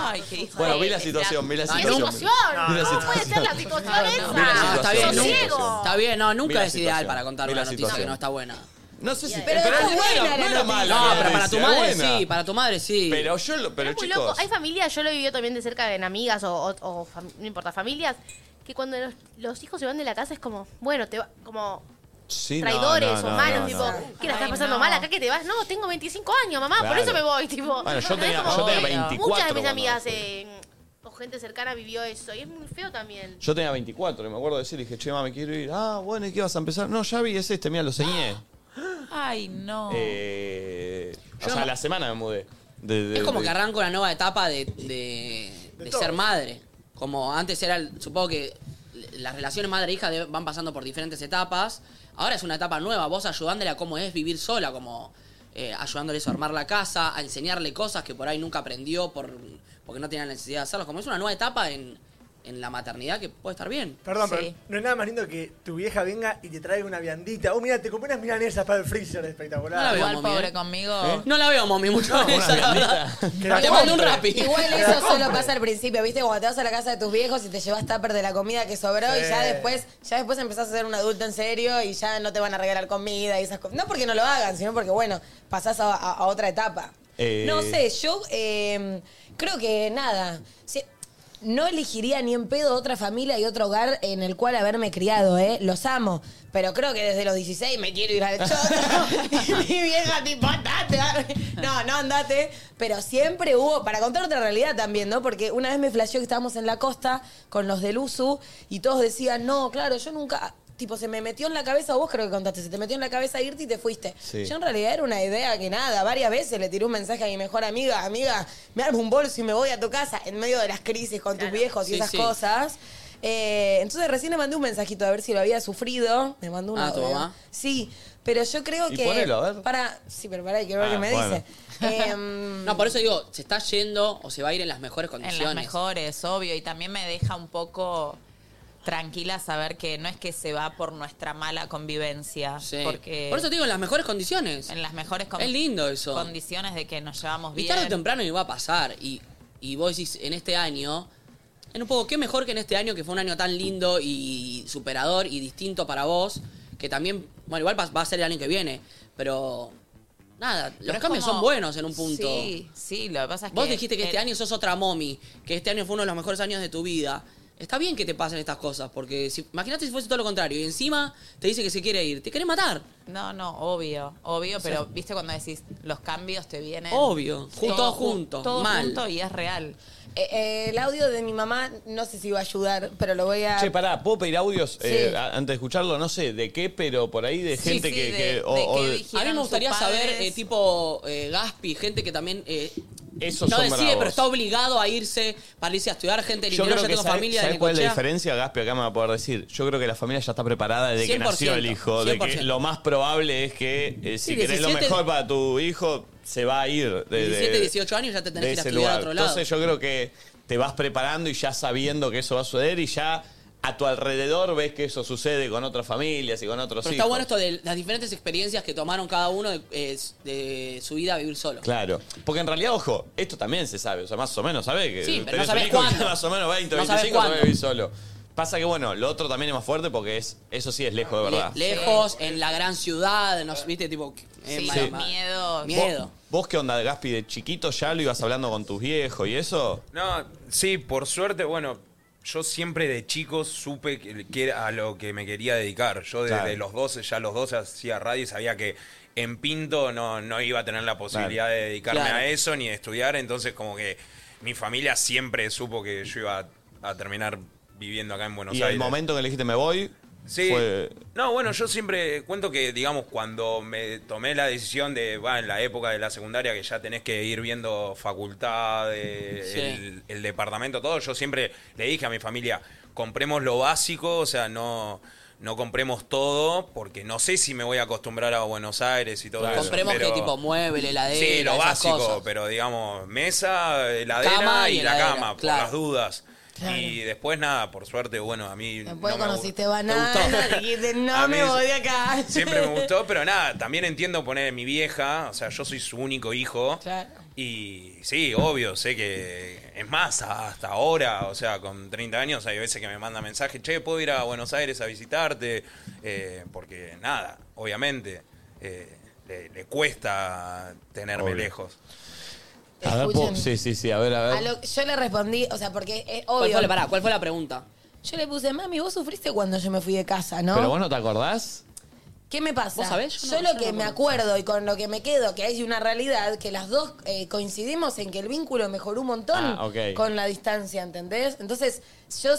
Ay, qué hija
Bueno,
de-
vi la situación, vi la
Ay,
situación.
no.
Vi la
¿Cómo puede ser la situación esa?
No, está bien,
Sos
nunca-
ciego.
está bien, no,
Vi la
nunca es ideal
situación,
para contar
vi
una
la
noticia que
situación.
no está buena.
No sé si.
Pero
pero
está
es
buena
buena,
la
no era
noticia.
mala.
No,
la
pero para
noticia,
tu madre
buena.
sí, para tu madre sí.
Pero yo, lo- pero
muy
chicos.
loco. Hay familias, yo lo he vivido también de cerca en amigas o, o- o fam- no importa, familias, que cuando los, los hijos se van de la casa es como, bueno, te va, como
Sí, no,
traidores
no,
o
no,
malos,
no,
tipo,
no.
¿qué la estás
Ay,
pasando
no.
mal acá que te vas? No, tengo 25 años, mamá, por
Claro.
eso me voy, tipo.
Bueno, yo
¿entendés?
tenía-
Como
yo tenía
que
24
Muchas de mis
cuando
amigas
fui.
eh, o gente cercana vivió eso y es muy feo también.
Yo tenía 24, y me acuerdo de decir, dije, che, ma, me quiero ir. Ah, bueno, ¿y qué vas a empezar? No, ya vi, es este, mira, lo ceñé.
Ay, no.
Eh, o
Ah. Yo
sea,
no-
la semana me mudé. De- de-
Es como
de-
que arranco una nueva etapa de, de- de ser madre. Como antes era, el- supongo que las relaciones madre-hija de- van pasando por diferentes etapas. Ahora es una etapa nueva, vos ayudándole a cómo es vivir sola, como eh, ayudándole eso a armar la casa, a enseñarle cosas que por ahí nunca aprendió por, porque no tenía la necesidad de hacerlas. Como es una nueva etapa en, en la maternidad que puede estar bien.
Perdón, pero no es nada más lindo que tu vieja venga y te traiga una viandita. Oh, mira, te compré unas milanesas para el freezer, espectacular.
No
Ah,
la veo, Igual, mami, pobre ¿eh? conmigo.
¿Eh?
No la veo, mami, mucho
No,
esa, la verdad. Te mando un rapi.
Igual eso solo pasa al principio, ¿viste? Cuando te vas a la casa de tus viejos y te llevas tupper de la comida que sobró y
Sí.
ya después, ya después empezás a ser un adulto en serio y ya no te van a regalar comida y esas cosas. No porque no lo hagan, sino porque, bueno, pasás a, a- a otra etapa.
Eh.
No sé, yo eh, creo que em, nada. Si- No elegiría ni en pedo otra familia y otro hogar en el cual haberme criado, ¿eh? Los amo. Pero creo que desde los 16 me quiero ir al choto. y mi vieja tipo, andate. dale". No, no, andate. Pero siempre hubo, para contar otra realidad también, ¿no? Porque una vez me flasheó que estábamos en la costa con los del USU y todos decían, no, claro, yo nunca... Tipo, se me metió en la cabeza, vos creo que contaste, se te metió en la cabeza irte y te fuiste.
Sí.
Yo en realidad era una idea que nada, varias veces le tiré un mensaje a mi mejor amiga, amiga, me armo un bolso y me voy a tu casa en medio de las crisis con tus viejos y
Sí,
esas
sí.
cosas. Eh, entonces recién le mandé un mensajito a ver si lo había sufrido. Me mandó un
Ah, ¿tu
audio.
mamá?
Sí, pero yo creo
Y
que.
ponelo, a ver.
Para, sí, pero para, quiero ver
Ah,
qué me
bueno.
dice. Em,
No, por eso digo, se está yendo o se va a ir en las mejores
En
condiciones.
las mejores, obvio. Y también me deja un poco tranquila saber que no es que se va por nuestra mala convivencia. Porque
Por eso te digo, en las mejores condiciones.
En las mejores con-
Es lindo eso.
condiciones de que nos llevamos
Y
bien.
tarde o temprano iba a pasar. Y, y vos decís, en este año, en un poco, qué mejor que en este año, que fue un año tan lindo y superador y distinto para vos, que también, bueno, igual va, va a ser el año que viene, pero nada,
Pero
los
es
cambios
como-
son buenos en un punto.
Sí, sí, lo que pasa es que.
Vos dijiste que este
el-
año sos otra mommy, que este año fue uno de los mejores años de tu vida. Está bien que te pasen estas cosas, porque si, imagínate si fuese todo lo contrario y encima te dice que se quiere ir, te quiere matar.
No, no, obvio, obvio,
O sea-
pero viste cuando decís los cambios te vienen.
Obvio, ju-
Todo
todo
ju-
junto,
todo
mal.
junto y es real.
eh, eh, el audio de mi mamá no sé si va a ayudar, pero lo voy a.
Che, pará, ¿puedo pedir audios eh,
Sí.
a- antes de escucharlo? No sé de qué, pero por ahí de
Sí,
gente
sí,
que.
de-
que- o-
de
o
qué
de-
A mí me
sus
gustaría saber,
padres.
eh, tipo eh, Gaspi, gente que también eh,
Esos
no
son
decide,
bravos.
pero está obligado a irse para irse a estudiar, gente de
Yo creo
Liniers, yo
que
tengo
sabe-
familia de
¿sabe cuál es la
Necochea.
diferencia? Gaspi acá me va a poder decir. Yo creo que la familia ya está preparada desde que
100%,
nació el hijo. De que
100%.
lo más probable es que eh, si
Sí,
querés lo
17
mejor para tu hijo, se va a ir. De, de-
17, 18 años ya te tenés
de
que ir a
ese
estudiar
lugar.
a otro lado.
Entonces yo creo que te vas preparando y ya sabiendo que eso va a suceder y ya a tu alrededor ves que eso sucede con otras familias y con otros
pero
hijos.
está bueno esto de las diferentes experiencias que tomaron cada uno de, eh, de su vida a vivir solo.
Claro. Porque en realidad, ojo, esto también se sabe. O sea, más o menos sabes que.
Sí, pero no
tenés un
sabés
hijo que
cuándo.
Más o menos 20,
No sabés
25 te va a
cuándo.
vivir solo. Pasa que, bueno, lo otro también es más fuerte porque es eso sí es lejos de verdad.
Lejos, en la gran ciudad, no sé, viste, tipo... eh,
Sí,
mala
sí.
madre.
Miedo.
Miedo.
¿Vos qué onda, Gaspi? ¿De chiquito ya lo ibas hablando con tus viejos y eso?
No, sí, por suerte, bueno, yo siempre de chico supe que, que era a lo que me quería dedicar. Yo desde
Claro.
los 12, ya a los 12 hacía radio y sabía que en Pinto no, no iba a tener la posibilidad
Claro.
de dedicarme
Claro.
a eso ni de estudiar, entonces como que mi familia siempre supo que yo iba a, a terminar viviendo acá en Buenos
y
Aires.
el momento que le dijiste me voy,
Sí.
fue.
No, bueno, yo siempre cuento que, digamos, cuando me tomé la decisión de, va, en la época de la secundaria, que ya tenés que ir viendo facultad, eh,
Sí.
el, el departamento, todo, yo siempre le dije a mi familia, compremos lo básico, o sea, no, no compremos todo, porque no sé si me voy a acostumbrar a Buenos Aires y todo
Claro.
eso.
Compremos
pero-
que tipo mueble, heladera,
Sí, lo
esas
básico,
cosas.
pero digamos, mesa, heladera
Cama
y,
y
la
heladera,
cama,
claro.
por las dudas. Y después nada, por suerte, bueno, a mí
Después
no me gustó.
conociste banana, dijiste, no
A
me
mí
voy de acá.
Siempre me gustó, pero nada, también entiendo poner mi vieja, o sea, yo soy su único hijo. Y sí, obvio, sé que es más, hasta ahora, o sea, con 30 años hay veces que me manda mensaje, che, puedo ir a Buenos Aires a visitarte, Eh, porque nada, obviamente, eh, le, le cuesta tenerme
Obvio.
lejos.
A ver, po- sí, sí, sí, a ver, a ver.
A lo- yo le respondí, o sea, porque es
¿Cuál
obvio.
fue, la, pará, ¿Cuál fue la pregunta?
Yo le puse, mami, vos sufriste cuando yo me fui de casa, ¿no?
Pero vos no te acordás?
¿Qué me pasa?
¿Vos sabés?
Yo,
Yo
lo
no- yo
que
no
me
me
acuerdo y con lo que me quedo, que hay una realidad, que las dos eh, coincidimos en que el vínculo mejoró un montón
Ah, ok.
con la distancia, ¿entendés? Entonces, yo,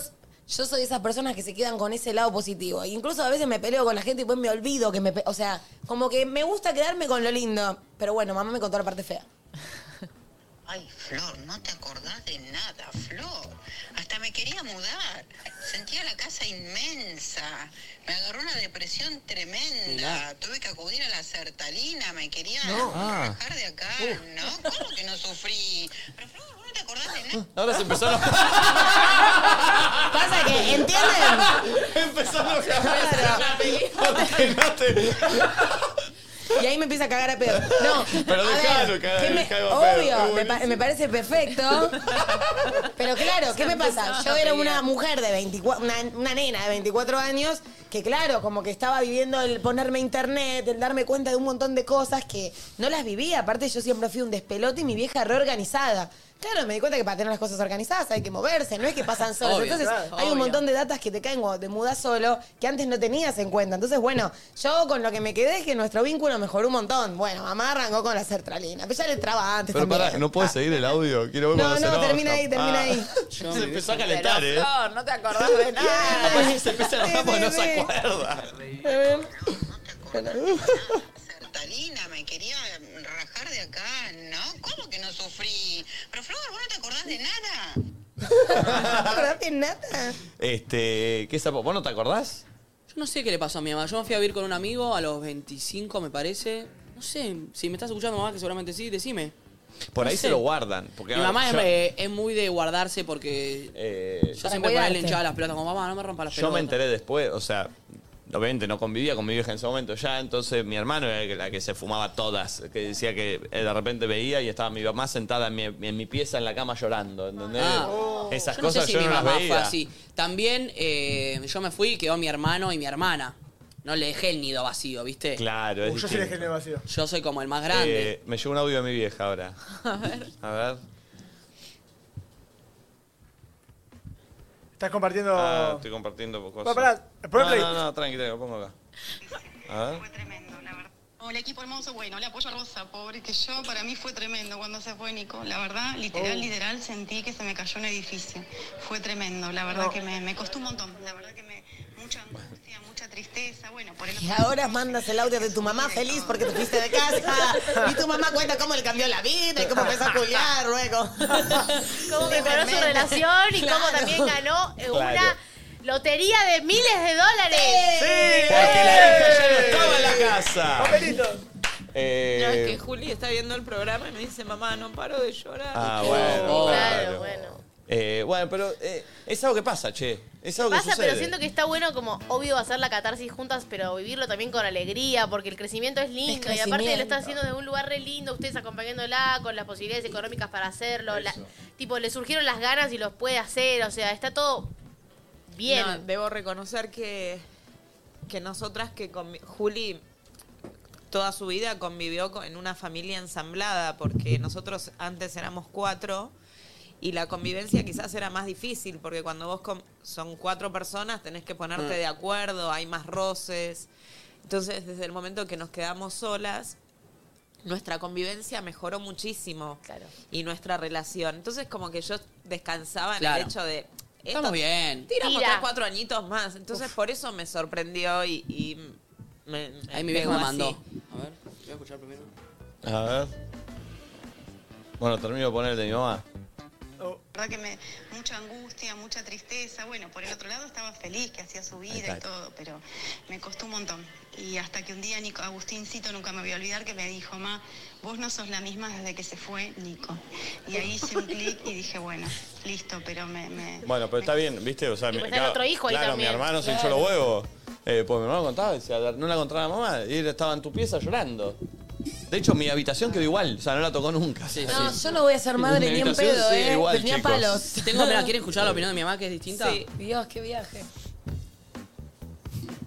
yo soy de esas personas que se quedan con ese lado positivo. E incluso a veces me peleo con la gente y después me olvido que me... pe- O sea, como que me gusta quedarme con lo lindo. Pero bueno, mamá me contó la parte fea.
Ay, Flor, no te acordás de nada, Flor. Hasta me quería mudar. Sentía la casa inmensa. Me agarró una depresión tremenda.
Mirá.
Tuve que acudir a la sertalina. Me quería
No. Ah.
bajar de acá. ¿No? ¿Cómo que no sufrí? Pero Flor, vos no te acordás de nada.
Ah. Ahora se empezó a enojar.
Pasa que, ¿entienden?
empezó a
Y ahí me empieza a cagar a pedo. No,
Pero
a
dejalo
ver,
cagar,
¿qué me-
dejalo a pedo.
obvio,
Qué
me, pa- me parece perfecto. Pero claro, ¿qué me pasa? Yo era una mujer de 24, una, una nena de 24 años que claro, como que estaba viviendo el ponerme a internet, el darme cuenta de un montón de cosas que no las vivía. Aparte yo siempre fui un despelote y mi vieja reorganizada. Claro, me di cuenta que para tener las cosas organizadas hay que moverse, no es que pasan solos.
Obvio,
Entonces
claro,
hay un
obvio.
montón de datas que te caen cuando te mudas solo que antes no tenías en cuenta. Entonces, bueno, yo con lo que me quedé es que nuestro vínculo mejoró un montón. Bueno, mamá arrancó con la sertralina, pero ya le traba antes
Pero
también.
pará, no puedes seguir el audio. Quiero ver
no,
cuando se
no,
enoja.
termina ahí, termina
Ah.
ahí.
Se empezó a calentar, ¿eh?
Flor, no te acordás de nada.
Capaz que se empieza a enojar porque no se acuerda.
Sertalina, me quería rajar de acá, ¿no? ¿Cómo que no sufrí? Pero Flor, vos no te acordás de nada.
nada.
Este, ¿qué sapo? ¿Vos no te acordás?
Yo no sé qué le pasó a mi mamá. Yo me fui a vivir con un amigo a los 25, me parece. No sé, si me estás escuchando, mamá, que seguramente sí, decime.
Por ahí
No
se
sé.
lo guardan. Porque,
mi
a ver,
mamá es,
yo-
eh, es muy de guardarse porque
eh,
yo siempre para él le hinchaba las pelotas como mamá, no me rompa las
Yo me
pelotas.
enteré después, o sea, obviamente no convivía con mi vieja en ese momento ya, entonces mi hermano era el que- la que se fumaba todas, que decía que eh, de repente veía y estaba mi mamá sentada en mi, en mi pieza en la cama llorando, ¿entendés?
Ah.
Eh, Esas
Yo no sé
cosas
si
yo
mi
no las
mamá
veía.
fue así. También eh, yo me fui y quedó mi hermano y mi hermana. No le dejé el nido vacío, ¿viste?
Claro, es
Yo sí
distinto.
le generé vacío.
Yo soy como el más grande.
Eh, me llegó un audio de mi vieja ahora.
A ver.
A ver.
Estás compartiendo.
Ah, estoy compartiendo cosas.
Bueno, pará, pon
no,
play.
no, no, tranqui, tranqui, lo pongo acá. A ver.
Hola equipo hermoso, bueno, le apoyo a Rosa, pobre que yo, para mí fue tremendo cuando se fue Nico, la verdad, literal,
Oh.
literal, sentí que se me cayó un edificio, fue tremendo, la verdad
No.
que me, me costó un montón, la verdad que me, mucha angustia, mucha tristeza, bueno, por el
Y ahora mandas el audio de tu mamá feliz porque te fuiste de casa. Y tu mamá cuenta cómo le cambió la vida y cómo empezó a culiar luego.
Cómo mejoró su
Tremendo.
relación y cómo
Claro.
también ganó eh,
Claro.
una lotería de miles de dólares.
Porque la vieja ya no estaba en la casa. Eh,
No, es que Juli está viendo el programa y me dice, mamá, no paro de llorar.
Ah, bueno.
Oh.
claro. Eh, bueno, pero eh, es algo que pasa, che. Es algo que
Pasa,
sucede.
pero siento que está bueno como obvio hacer la catarsis juntas, pero vivirlo también con alegría, porque el crecimiento es lindo y aparte lo
crecimiento.
está haciendo desde un lugar re lindo, ustedes acompañándola con las posibilidades económicas para hacerlo, la- tipo le surgieron las ganas y los puede hacer, o sea, está todo bien.
No, debo reconocer que, que nosotras que convi- Juli toda su vida convivió co- en una familia ensamblada, porque nosotros antes éramos cuatro y la convivencia quizás era más difícil, porque cuando vos com- son cuatro personas tenés que ponerte
Mm.
de acuerdo, hay más roces. Entonces, desde el momento que nos quedamos solas, nuestra convivencia mejoró muchísimo y nuestra relación. Entonces, como que yo descansaba en
Claro.
el hecho de.
Estamos
esto-
bien.
Tiramos
Tira.
tres, cuatro añitos más. Entonces, por eso me sorprendió y. y me,
Ahí mi vieja
pegó
me mandó.
así.
A ver, voy a escuchar primero.
A ver. Bueno, termino de poner el de mi mamá. Oh.
verdad que me mucha angustia, mucha tristeza. Bueno, por el otro lado estaba feliz que hacía su vida
está.
y todo, pero me costó un montón. Y hasta que un día Nico, Agustincito, nunca me voy a olvidar, que me dijo, ma, vos no sos la misma desde que se fue Nico. Y ahí hice un clic y dije, bueno, listo, pero me... me-
Bueno, pero está bien, ¿viste? O sea, mi,
pues está el otro hijo ahí
claro,
también.
mi hermano se hinchó
Claro.
los huevos. Eh, pues mi hermano contaba, decía, no la encontraba la mamá. Y él estaba en tu pieza llorando. De hecho, mi habitación quedó igual, o sea, no la tocó nunca.
No, yo no voy a ser madre
Mi
ni en
habitación
pedo,
sí,
¿eh?
igual,
Pero ni a
chicos.
palos.
Tengo, mirá, ¿quieren escuchar la opinión de mi mamá que es distinta?
Sí. Dios, qué viaje.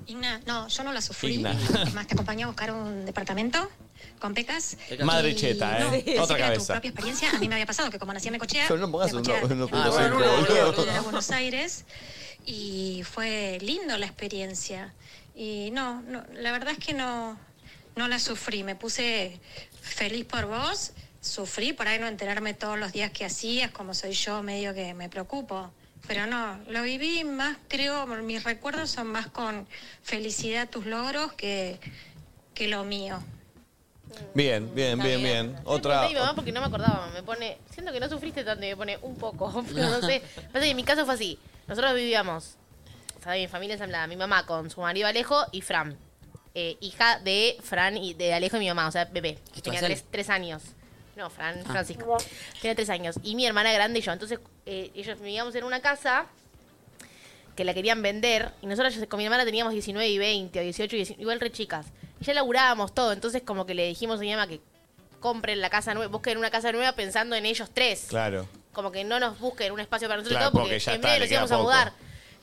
Igna, no, yo no la sufrí.
Igna.
Más te acompañé a buscar un departamento con pecas.
Madre
Y
cheta, ¿eh?
no, pensé
Otra
que era
cabeza.
Tu propia experiencia, a mí me había pasado que como nací en Necochea,
Yo no pongas un
Necochea,
1.5,
me
boludo.
fui a Buenos Aires y fue lindo la experiencia. Y no, no, la verdad es que no, no la sufrí. Me puse feliz por vos, sufrí por ahí no enterarme todos los días que hacías, como soy yo, medio que me preocupo. Pero no, lo viví más, creo, mis recuerdos son más con felicidad tus logros que, que lo mío.
Bien, bien, bien, bien. Otra.
Pregunté a mi mamá porque no me acordaba, me pone, siento que no sufriste tanto y me pone un poco, pero no sé. Pasa que en mi caso fue así. Nosotros vivíamos, o sea, mi familia ensamblada, mi mamá con su marido Alejo y Fran. eh, hija de Fran y de Alejo y mi mamá, o sea, bebé. que Tenía
es él?
tres, tres años. No, Fran,
Ah.
Francisco. Tenía tres años. Y mi hermana grande y yo. Entonces, eh, ellos vivíamos en una casa que la querían vender. Y nosotros con mi hermana teníamos 19 y 20, o 18 y 19, igual re chicas. Y ya laburábamos todo. Entonces, como que le dijimos a mi mamá que compren la casa nueva, busquen una casa nueva pensando en ellos tres.
Claro.
Como que no nos busquen un espacio para nosotros y
Claro,
todo, porque,
porque ya
en
está,
breve
le
nos íbamos
queda
a
poco.
mudar.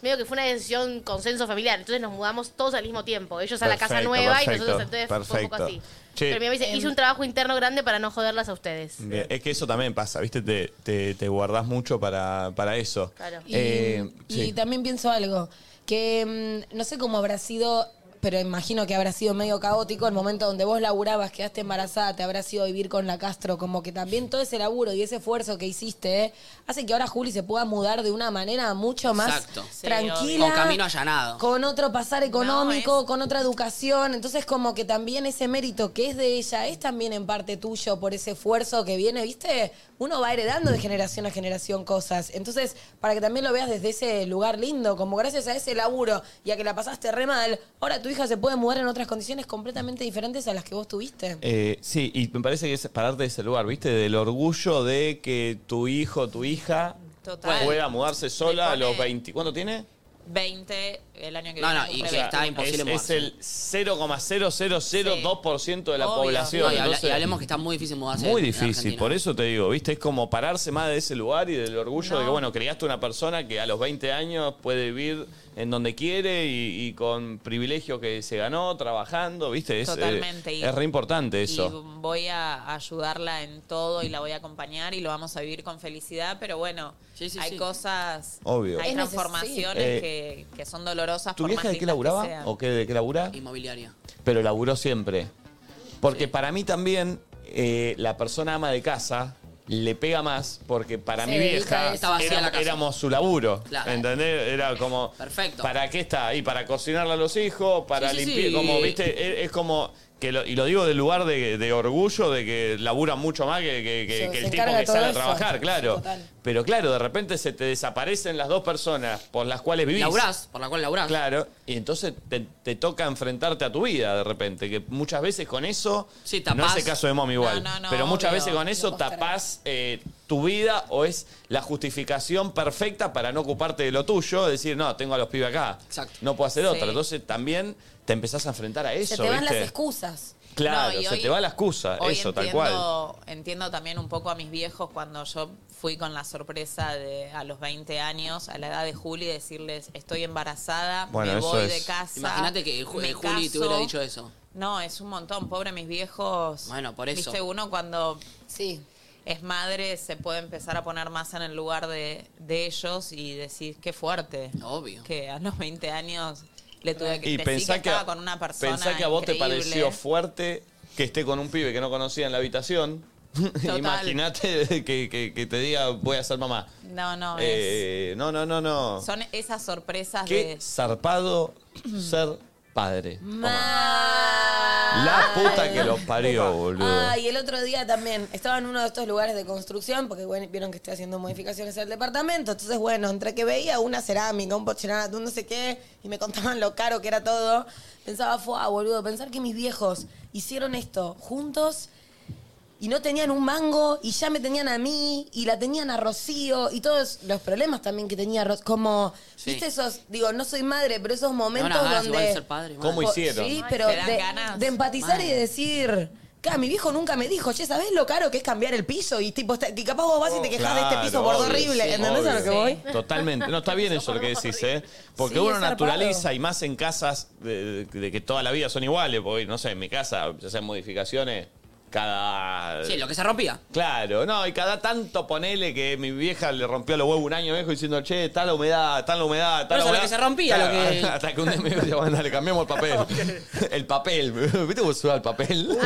medio que fue una decisión consenso familiar. Entonces nos mudamos todos al mismo tiempo. Ellos a la casa
Perfecto,
nueva y
perfecto,
nosotros entonces fue un poco
perfecto.
así.
Che.
Pero mi mamá dice,
Em.
hice un trabajo interno grande para no joderlas a ustedes.
Bien, Es que eso también pasa, ¿viste? Te, te, te guardás mucho para, para eso.
Claro.
Y,
Eh,
y
sí.
también pienso algo, que mm, no sé cómo habrá sido, pero imagino que habrá sido medio caótico el momento donde vos laburabas, quedaste embarazada, te habrás ido a vivir con la Castro, como que también todo ese laburo y ese esfuerzo que hiciste eh, hace que ahora Juli se pueda mudar de una manera mucho más
Exacto.
tranquila.
Con camino allanado.
Con otro pasar económico, con otra educación. Entonces, como que también ese mérito que es de ella es también en parte tuyo por ese esfuerzo que viene, ¿viste? Uno va heredando de generación a generación cosas. Entonces, para que también lo veas desde ese lugar lindo, como gracias a ese laburo y a que la pasaste re mal, ahora tu hija se puede mudar en otras condiciones completamente diferentes a las que vos tuviste.
Eh, sí, y me parece que es pararte de ese lugar, ¿viste? Del orgullo de que tu hijo, tu hija
Total.
pueda mudarse sola a los 20. ¿Cuánto tiene?
20 el año que
No,
viene.
no, y
cumple
que
20.
está imposible
Es,
mudarse.
es el 0,0002% de la
Obvio.
población.
No, y, habla-
entonces-
y hablemos que está muy difícil mudarse.
Muy
en
difícil,
Argentina.
por eso te digo, ¿viste? Es como pararse más de ese lugar y del orgullo de que, bueno, creaste una persona que a los 20 años puede vivir en donde quiere y, y con privilegios que se ganó trabajando, ¿viste? Es, eh,
Totalmente, y-
es re importante eso.
Y voy a ayudarla en todo y la voy a acompañar y lo vamos a vivir con felicidad, pero bueno, hay cosas,
Obvio.
hay
Es
transformaciones
necesario.
que, que son dolorosas.
¿Tu
por
vieja
más
de qué
lindas que
laburaba?
sean.
¿O qué, de qué labura?
Inmobiliaria.
Pero laburó siempre. Porque para mí también, eh, la persona ama de casa le pega más porque para
Se
mi
dedica a
vieja
eso. Está vacía
éramos-
la casa.
éramos su laburo.
Claro.
¿Entendés? Era como...
Perfecto.
¿Para qué está ahí? Para cocinarle a los hijos, para
Sí, sí,
limpiar,
sí.
como, viste, es, es como... Que lo- y lo digo del lugar de, de orgullo, de que labura mucho más que, que- que-
Se-
que
se
el tipo
encarga de
que
todo
sale a
eso.
trabajar, claro.
Total.
Pero claro, de repente se te desaparecen las dos personas por las cuales vivís.
Laburás, por la cual laburás.
Claro, y entonces te, te toca enfrentarte a tu vida de repente, que muchas veces con eso,
Sí,
no
tapás.
es el caso de Mom igual,
No, no, no,
pero muchas
obvio,
veces con eso tapás eh, tu vida o es la justificación perfecta para no ocuparte de lo tuyo, decir, no, tengo a los pibes acá, no puedo hacer
Sí.
otra. Entonces también te empezás a enfrentar a eso,
se te van
¿viste?
las excusas.
Claro,
No, y
se
hoy-
te va la excusa,
Hoy
eso, tal cual.
entiendo, entiendo también un poco a mis viejos cuando yo fui con la sorpresa de a los 20 años, a la edad de Juli, decirles estoy embarazada,
Bueno,
me
eso
voy
es.
de casa.
Imagínate que Ju-
me
Juli te hubiera
caso".
dicho eso.
No, es un montón, pobre mis viejos.
Bueno, por eso.
Viste, uno cuando
sí.
es madre se puede empezar a poner más en el lugar de, de ellos y decir qué fuerte.
Obvio.
Que a los 20 años le tuve que
Y
decir
pensá
que,
que a-
estaba con una persona.
Pensá que a vos te
increíble.
pareció fuerte que esté con un pibe que no conocía en la habitación.
Total.
Imagínate que, que- que te diga, voy a ser mamá.
No, no,
Eh, no, no, no, no.
es- son esas sorpresas
Qué
de
zarpado ser padre. La puta que lo parió, boludo.
Ah, y el otro día también estaba en uno de estos lugares de construcción, porque bueno, vieron que estoy haciendo modificaciones al departamento. Entonces, bueno, entre que veía una cerámica, un porcelanato, un no sé qué, y me contaban lo caro que era todo, pensaba, fue, ah, boludo, pensar que mis viejos hicieron esto juntos y no tenían un mango y ya me tenían a mí y la tenían a Rocío y todos los problemas también que tenía Rocío. Como,
Sí.
viste esos, digo, no soy madre, pero esos momentos
ganas igual
donde.
de ser padre, madre. ¿Cómo
Po-
hicieron?
Sí,
Ay,
pero
te dan
de,
ganas.
de empatizar
Mal.
y de decir. "Ca, mi viejo nunca me dijo, che, ¿sabés lo caro que es cambiar el piso? Y tipo, está- y capaz vos vas y te quejas de este piso
Oh, Claro,
por
obvio,
horrible.
sí,
¿Entendés a lo que
obvio.
voy?
Totalmente. No, está bien eso lo que decís, ¿eh? Porque
Sí,
uno
es zarpado.
naturaliza y más en casas de, de que toda la vida son iguales. Porque, no sé, en mi casa se hacen modificaciones cada.
Sí, lo que se rompía.
Claro, no, y cada tanto ponele que mi vieja le rompió los huevos un año viejo diciendo, che, tal la humedad, tal la humedad, tal
Pero eso es lo
humedad.
que se rompía, lo que-
Hasta que un día me dijo, bueno, dale, cambiamos el papel. el papel, ¿viste cómo se usa el papel?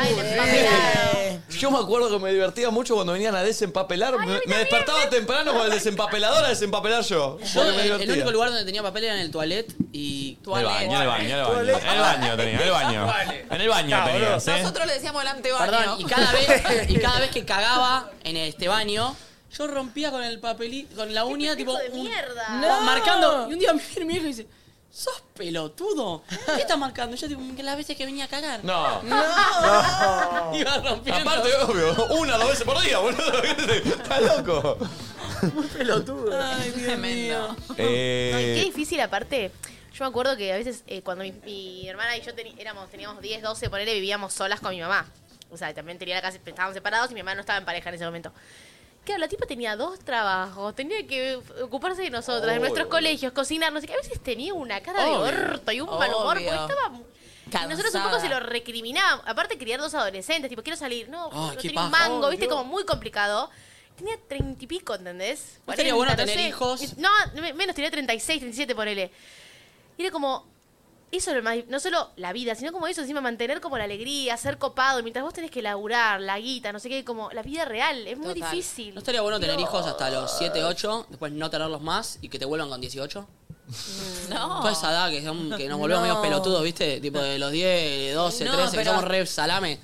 Yo me acuerdo que me divertía mucho cuando venían a desempapelar. me, me despertaba temprano con el desempapelador a desempapelar
Yo,
yo. Porque me
el, el
divertía.
único lugar donde tenía papel era en el toilet y.
En el baño, en el baño, en el baño. En el baño tenía, en el baño. En el baño
Cabrón.
tenías, ¿eh?
Nosotros le decíamos el antebaño.
Perdón, y cada vez, y cada vez que cagaba en este baño, yo rompía con el papelito, con la uña, tipo. un-
No.
Marcando. Y un día me mira mi viejo y dice. ¿Sos pelotudo? ¿Qué estás marcando? Yo digo, que las veces que venía a cagar.
No.
No. Iba rompiendo.
Aparte, obvio, una, dos veces por día, boludo. Está loco.
pelotudo. Ay, Dios mío.
No, y qué
Eh,
difícil aparte. Yo me acuerdo que a veces eh, cuando mi, mi hermana y yo teni- éramos, teníamos 10, 12, ponele, vivíamos solas con mi mamá. O sea, también tenía la casa, estábamos separados y mi mamá no estaba en pareja en ese momento. Claro, la tipa tenía dos trabajos. Tenía que ocuparse de nosotros, de nuestros
Obvio.
colegios, cocinar, no sé qué. A veces tenía una cara
Obvio.
de orto y un mal humor. Porque
Obvio.
estaba... mu- Y nosotros un poco
Cansada.
se lo recriminábamos. Aparte, criar dos adolescentes. Tipo, quiero salir. No,
Ay,
no
qué
tenía un
paja.
mango.
Oh,
Viste,
Dios.
como muy complicado. Tenía treinta y pico, ¿entendés?
¿No estaría bueno
no
tener
sé.
hijos?
No, me- menos. Tenía 36, 37, ponele. Y era como... Eso es lo más, no solo la vida, sino como eso, encima mantener como la alegría, ser copado, mientras vos tenés que laburar, la guita, no sé qué, como la vida real, es muy
Total.
difícil.
¿No estaría bueno tener
Dios.
hijos hasta los 7, 8, después no tenerlos más y que te vuelvan con 18?
No.
Toda esa edad que, son- que nos volvemos
No.
medio pelotudos, ¿viste? Tipo de los 10, 12,
No,
13, que
pero-
somos re salame.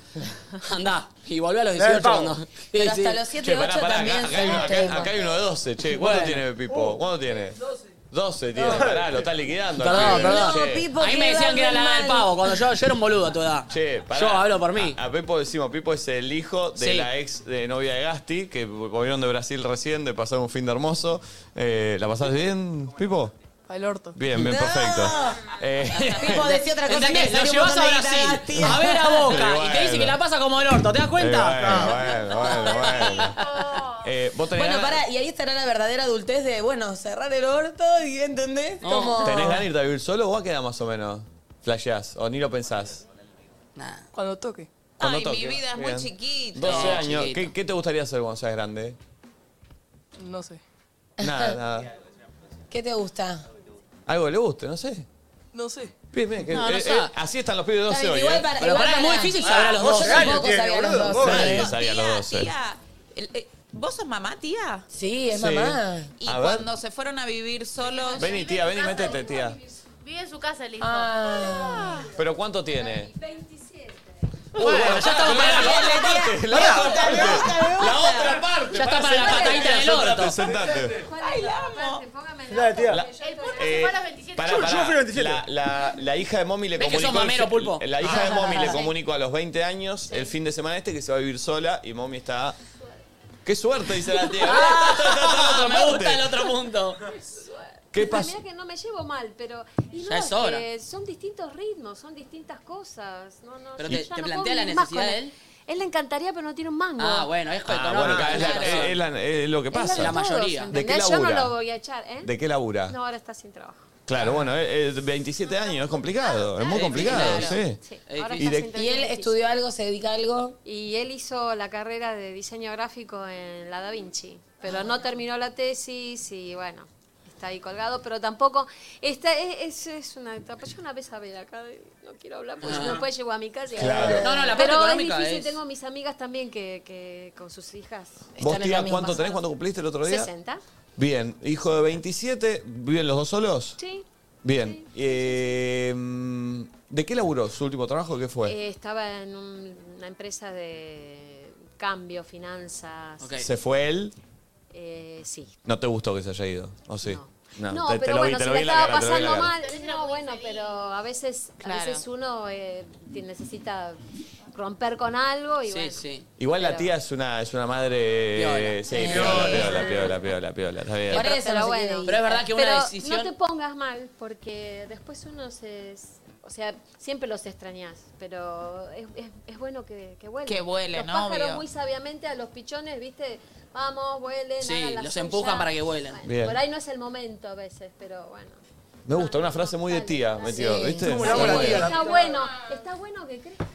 Andá, y volvé a los
Dale,
18
pavo.
cuando...
Eh, Pero hasta los siete,
Che, pará,
ocho
pará,
también
acá, acá hay
son
uno,
un
acá-
tema.
acá hay uno de 12, che. ¿Cuánto
Bueno. Uh,
tiene Pipo? ¿Cuánto tiene? 12. 12 tiene, pará, lo está liquidando. al
Perdón,
pibe,
perdón.
che.
a mí me decían que era la edad del pavo. Cuando yo, yo era un boludo a tu edad.
Che, pará.
Yo hablo por mí.
A, a Pipo decimos, Pipo es el hijo de
Sí.
la ex de novia de Gasti, que volvieron de Brasil recién, de pasar un fin de hermoso. Eh, ¿La pasaste bien, Pipo?
Al orto.
Bien, bien, perfecto. Eh,
Pipo decía otra cosa que
¿Entendés? Lo
salió un
llevas a
montón de guita de
Brasil,
Gasti.
a ver a Boca,
Y
y te dice
bueno.
que la pasa como el orto, ¿te das cuenta?
Eh, bueno, bueno, bueno, bueno. Eh, ¿Vos tenés,
Bueno,
ganas-
pará, y ahí estará la verdadera adultez de, bueno, cerrar el orto y, ¿entendés?
Oh.
Como...
¿tenés ganas de irte a vivir solo o va a quedar más o menos? ¿Flasheás o ni lo pensás?
Cuando toque.
Cuando
Ay, mi
toque.
vida es muy
Bien.
chiquita.
12
No,
años.
chiquita.
¿Qué, qué te gustaría hacer cuando seas grande?
No sé.
Nada, nada.
¿Qué te gusta?
Algo que le guste, no sé.
No sé.
Bien, bien, que-
No, no
eh,
sabe.
eh, así están los pibes de 12
Está
hoy.
bien, igual
eh.
para- Pero igual pará, es muy para- difícil saber a los
vos
12.
ya lo
Yo tampoco
tiene,
sabía a los
boludo.
12.
Nadie sabía a los 12.
Tía, el- eh, ¿vos sos mamá, tía?
Sí,
es Sí. mamá.
Y
A ver.
cuando se fueron a vivir solos.
Vení, tía, vení, métete, tía.
Vive en su casa el hijo.
¿Pero cuánto tiene?
27.
Uy, bueno, ya estamos para la otra parte. La otra parte. La otra parte.
Ya está para la
Sentate,
patadita del
tía, sentate,
orto.
Sentate.
Ay, la amo.
Dale, tía.
La-
El pulpo
Eh,
se fue a los 27.
pará,
Yo- yo
pará.
fui a los
La, la- la hija de Momi le
¿Ves que
comunicó.
sos
el
mamero,
fi-
Pulpo?
La hija de
Ah.
Momi le
Sí.
comunicó a los 20 años el fin de semana este que se va a vivir sola y Momi está. ¡Qué suerte! Dice la tía.
Ah,
Está- está- está en otra
me gusta
parte.
el otro mundo.
¿Qué
Mira
pasó?
que no me llevo mal, pero. y no,
Ya es
que
hora.
son distintos ritmos, son distintas cosas. No, no,
Pero
yo
te-
ya
te
no
plantea
puedo
la
vivir más
necesidad
con
de
él. Él le encantaría, pero no tiene un mango.
Ah, bueno, es
Ah,
económico.
bueno, acá es, la-
claro.
es- es la- es lo que
Es lo
pasa.
de todos,
¿De qué
¿entendés? Yo no lo
labura?
voy a echar, ¿eh?
¿De qué labura?
No, ahora está sin trabajo.
Claro, bueno, eh, eh, 27 años, es complicado, es muy
Claro,
complicado, sí.
Ahora
Y
está
de-
sin
¿Y él estudió algo, se dedica a algo?
Y él hizo la carrera de diseño gráfico en la Da Vinci, pero no terminó la tesis y bueno, está ahí colgado, pero tampoco, esta es, es, es una etapa, yo una vez a ver acá, no quiero hablar porque
Ah.
si no después llego a mi casa. y-
Claro. No, no, la parte
pero es
económica
difícil,
es-
tengo mis amigas también que, que con sus hijas.
¿Vos,
están en la
tía,
misma.
cuánto tenés? ¿Cuánto cumpliste el otro día?
60.
Bien, hijo de 27, ¿viven los dos solos?
Sí.
Bien. Eh, mm, ¿De qué laburó su último trabajo? ¿Qué fue?
Eh, estaba en un- una empresa de cambio, finanzas.
¿Se fue él?
Eh, sí.
No te gustó que se haya ido, ¿o sí?
No, pero bueno, si la
en te Ah, lo
estaba
vi en
pasando
cara.
mal, no, bueno, pero a veces, a
Claro.
veces uno eh, te- necesita romper con algo y
Sí,
bueno.
sí.
Igual la
Pero-
tía es una, es una madre...
Piola.
Sí,
Eh.
piola, piola, piola, piola, piola, está bien.
Por eso, pero,
quiere
bueno.
ir. Pero es verdad que una
Pero
decisión-
No te pongas mal, porque después uno se. O sea, siempre los extrañas, pero es, es- es bueno que, que vuelen.
Que vuelen,
Los pájaros
obvio.
muy sabiamente a los pichones, ¿viste? Vamos, vuelen.
Sí,
hagan la
los
suya.
empujan para que vuelen.
Bien.
Por ahí no es el momento a veces, pero bueno.
Me gusta, una frase muy de tía, metido, ¿viste?
Sí,
Está bueno.
Está bueno, está bueno que crezcan.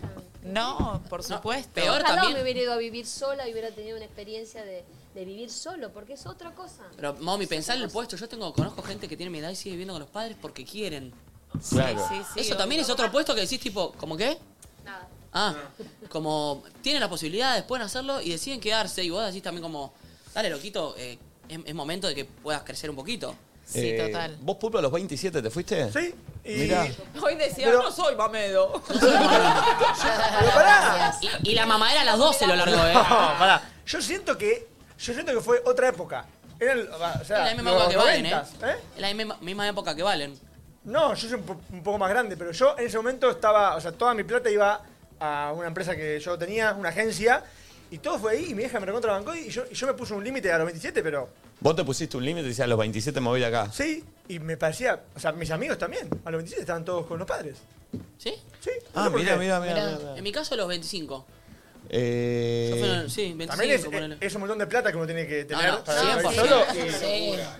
No, por supuesto.
Ojalá me hubiera ido a vivir sola y hubiera tenido una experiencia de, de vivir solo, porque es otra cosa.
Pero, mami, pensá en el puesto. Yo tengo, conozco gente que tiene mi edad y sigue viviendo con los padres porque quieren.
Claro.
sí, sí,
Eso también es otro puesto que decís, tipo, ¿cómo qué?
Nada.
Ah, como tienen la posibilidad, después de hacerlo y deciden quedarse. Y vos decís también como, dale, loquito, eh, es, es momento de que puedas crecer un poquito.
Eh, ¿Vos, Pulpo, a los 27 te fuiste? Sí. Mirá.
Hoy decía,
Pero-
no soy mamedo.
Y, y la mamadera a las 12 lo largó, ¿eh?
No, pará. Yo siento que. Yo siento que fue otra época. Era el- o
Es la
sea,
misma
los
época que valen, ¿eh?
90s,
Es la misma, misma época que valen.
No, yo soy un, po- un poco más grande, pero yo en ese momento estaba. O sea, toda mi plata iba a una empresa que yo tenía, una agencia. Y todo fue ahí y mi hija me recontrabancó y yo, y yo me puse un límite a los 27, pero
Vos te pusiste un límite y decías, a los 27 me voy de acá.
sí. Y me parecía, o sea, mis amigos también. A los 27 estaban todos con los padres.
¿Sí?
Sí.
Ah,
¿por
mirá,
qué?
mirá, mirá, mirá.
En mi caso, a los 25.
Eh,
sí, 25,
También es, eh,
ponele.
es un montón de plata que uno tiene que tener
No, no,
para
100%.
vivir solo.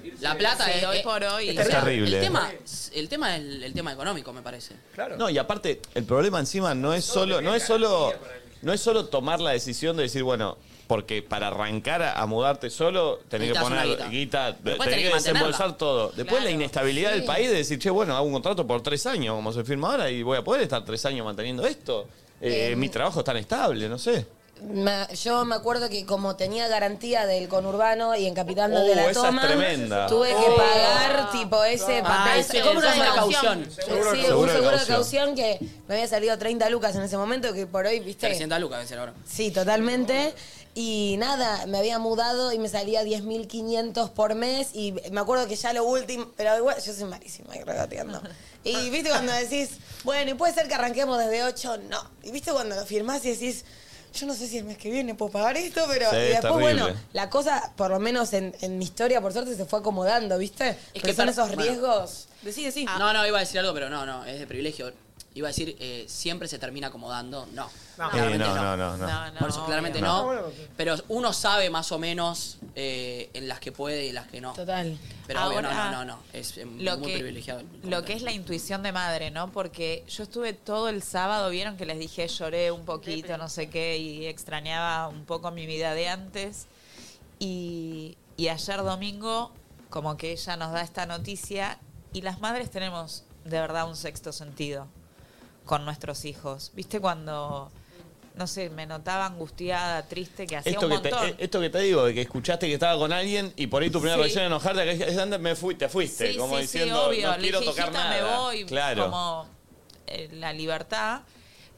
y-
Sí. La plata
Sí,
es
hoy por hoy.
Es terrible.
El tema, el tema es el, el tema económico, me parece.
Claro.
No, y aparte, el problema encima no es solo, no es solo, no es solo tomar la decisión de decir, bueno, porque para arrancar a, a mudarte solo, tenés que
Necesitas una
poner guita,
guita.
tenés,
tenés
que
que mantenerla.
desembolsar todo. Después la inestabilidad
Sí.
del país de decir, che, bueno, hago un contrato por tres años, como se firma ahora, y voy a poder estar tres años manteniendo esto. Eh,
Eh,
mi trabajo es tan estable, no sé.
Ma- yo me acuerdo que como tenía garantía del conurbano y en Capitán
Oh,
de la
esa
Toma,
es tremenda.
tuve que
Oh.
pagar tipo ese
Ah,
papel.
ese
¿Cómo se
seguro
llama?
de caución.
Sí,
Seguro de
un
caución.
seguro de caución que me había salido 30 lucas en ese momento, que por hoy, viste.
300 lucas deben ser ahora.
Sí, totalmente. Y nada, me había mudado y me salía 10.500 por mes. Y me acuerdo que ya lo último, pero igual yo soy malísima regateando. Y viste cuando decís, bueno, y puede ser que arranquemos desde 8, no. Y viste cuando lo firmás y decís, yo no sé si el mes que viene puedo pagar esto, pero.
Sí,
y
es
después,
terrible.
bueno, la cosa, por lo menos en, en mi historia, por suerte, se fue acomodando, ¿viste? pero son
per-
esos
bueno.
riesgos. Decí, decí.
No, no, iba a decir algo, pero no, no, es de privilegio. Iba a decir, eh, siempre se termina acomodando. No.
No.
claramente
Eh, no, no, no, no. No, no,
Por eso, claramente
obvio.
no.
No.
Pero uno sabe más o menos eh, en las que puede y en las que no.
Total.
Pero obvio, no,
Ahora,
no, no, no. Es eh,
lo
muy
que-
privilegiado.
Lo que es la intuición de madre, ¿no? Porque yo estuve todo el sábado, vieron que les dije lloré un poquito, no sé qué, y extrañaba un poco mi vida de antes. Y, y ayer domingo, como que ella nos da esta noticia, y las madres tenemos de verdad un sexto sentido con nuestros hijos. ¿Viste cuando, no sé, me notaba angustiada, triste, que hacía
Esto
un
que, te,
montón?
eh, esto que te digo, de que escuchaste que estaba con alguien y por ahí tu primera
Sí.
reacción es enojarte, que es, "Anda, me fui, te fuiste,
Sí,
como
sí, sí,
diciendo,
obvio.
no
Le
quiero
dije,
tocar
"Hijita,
nada.
me voy,
claro.
como eh, la libertad.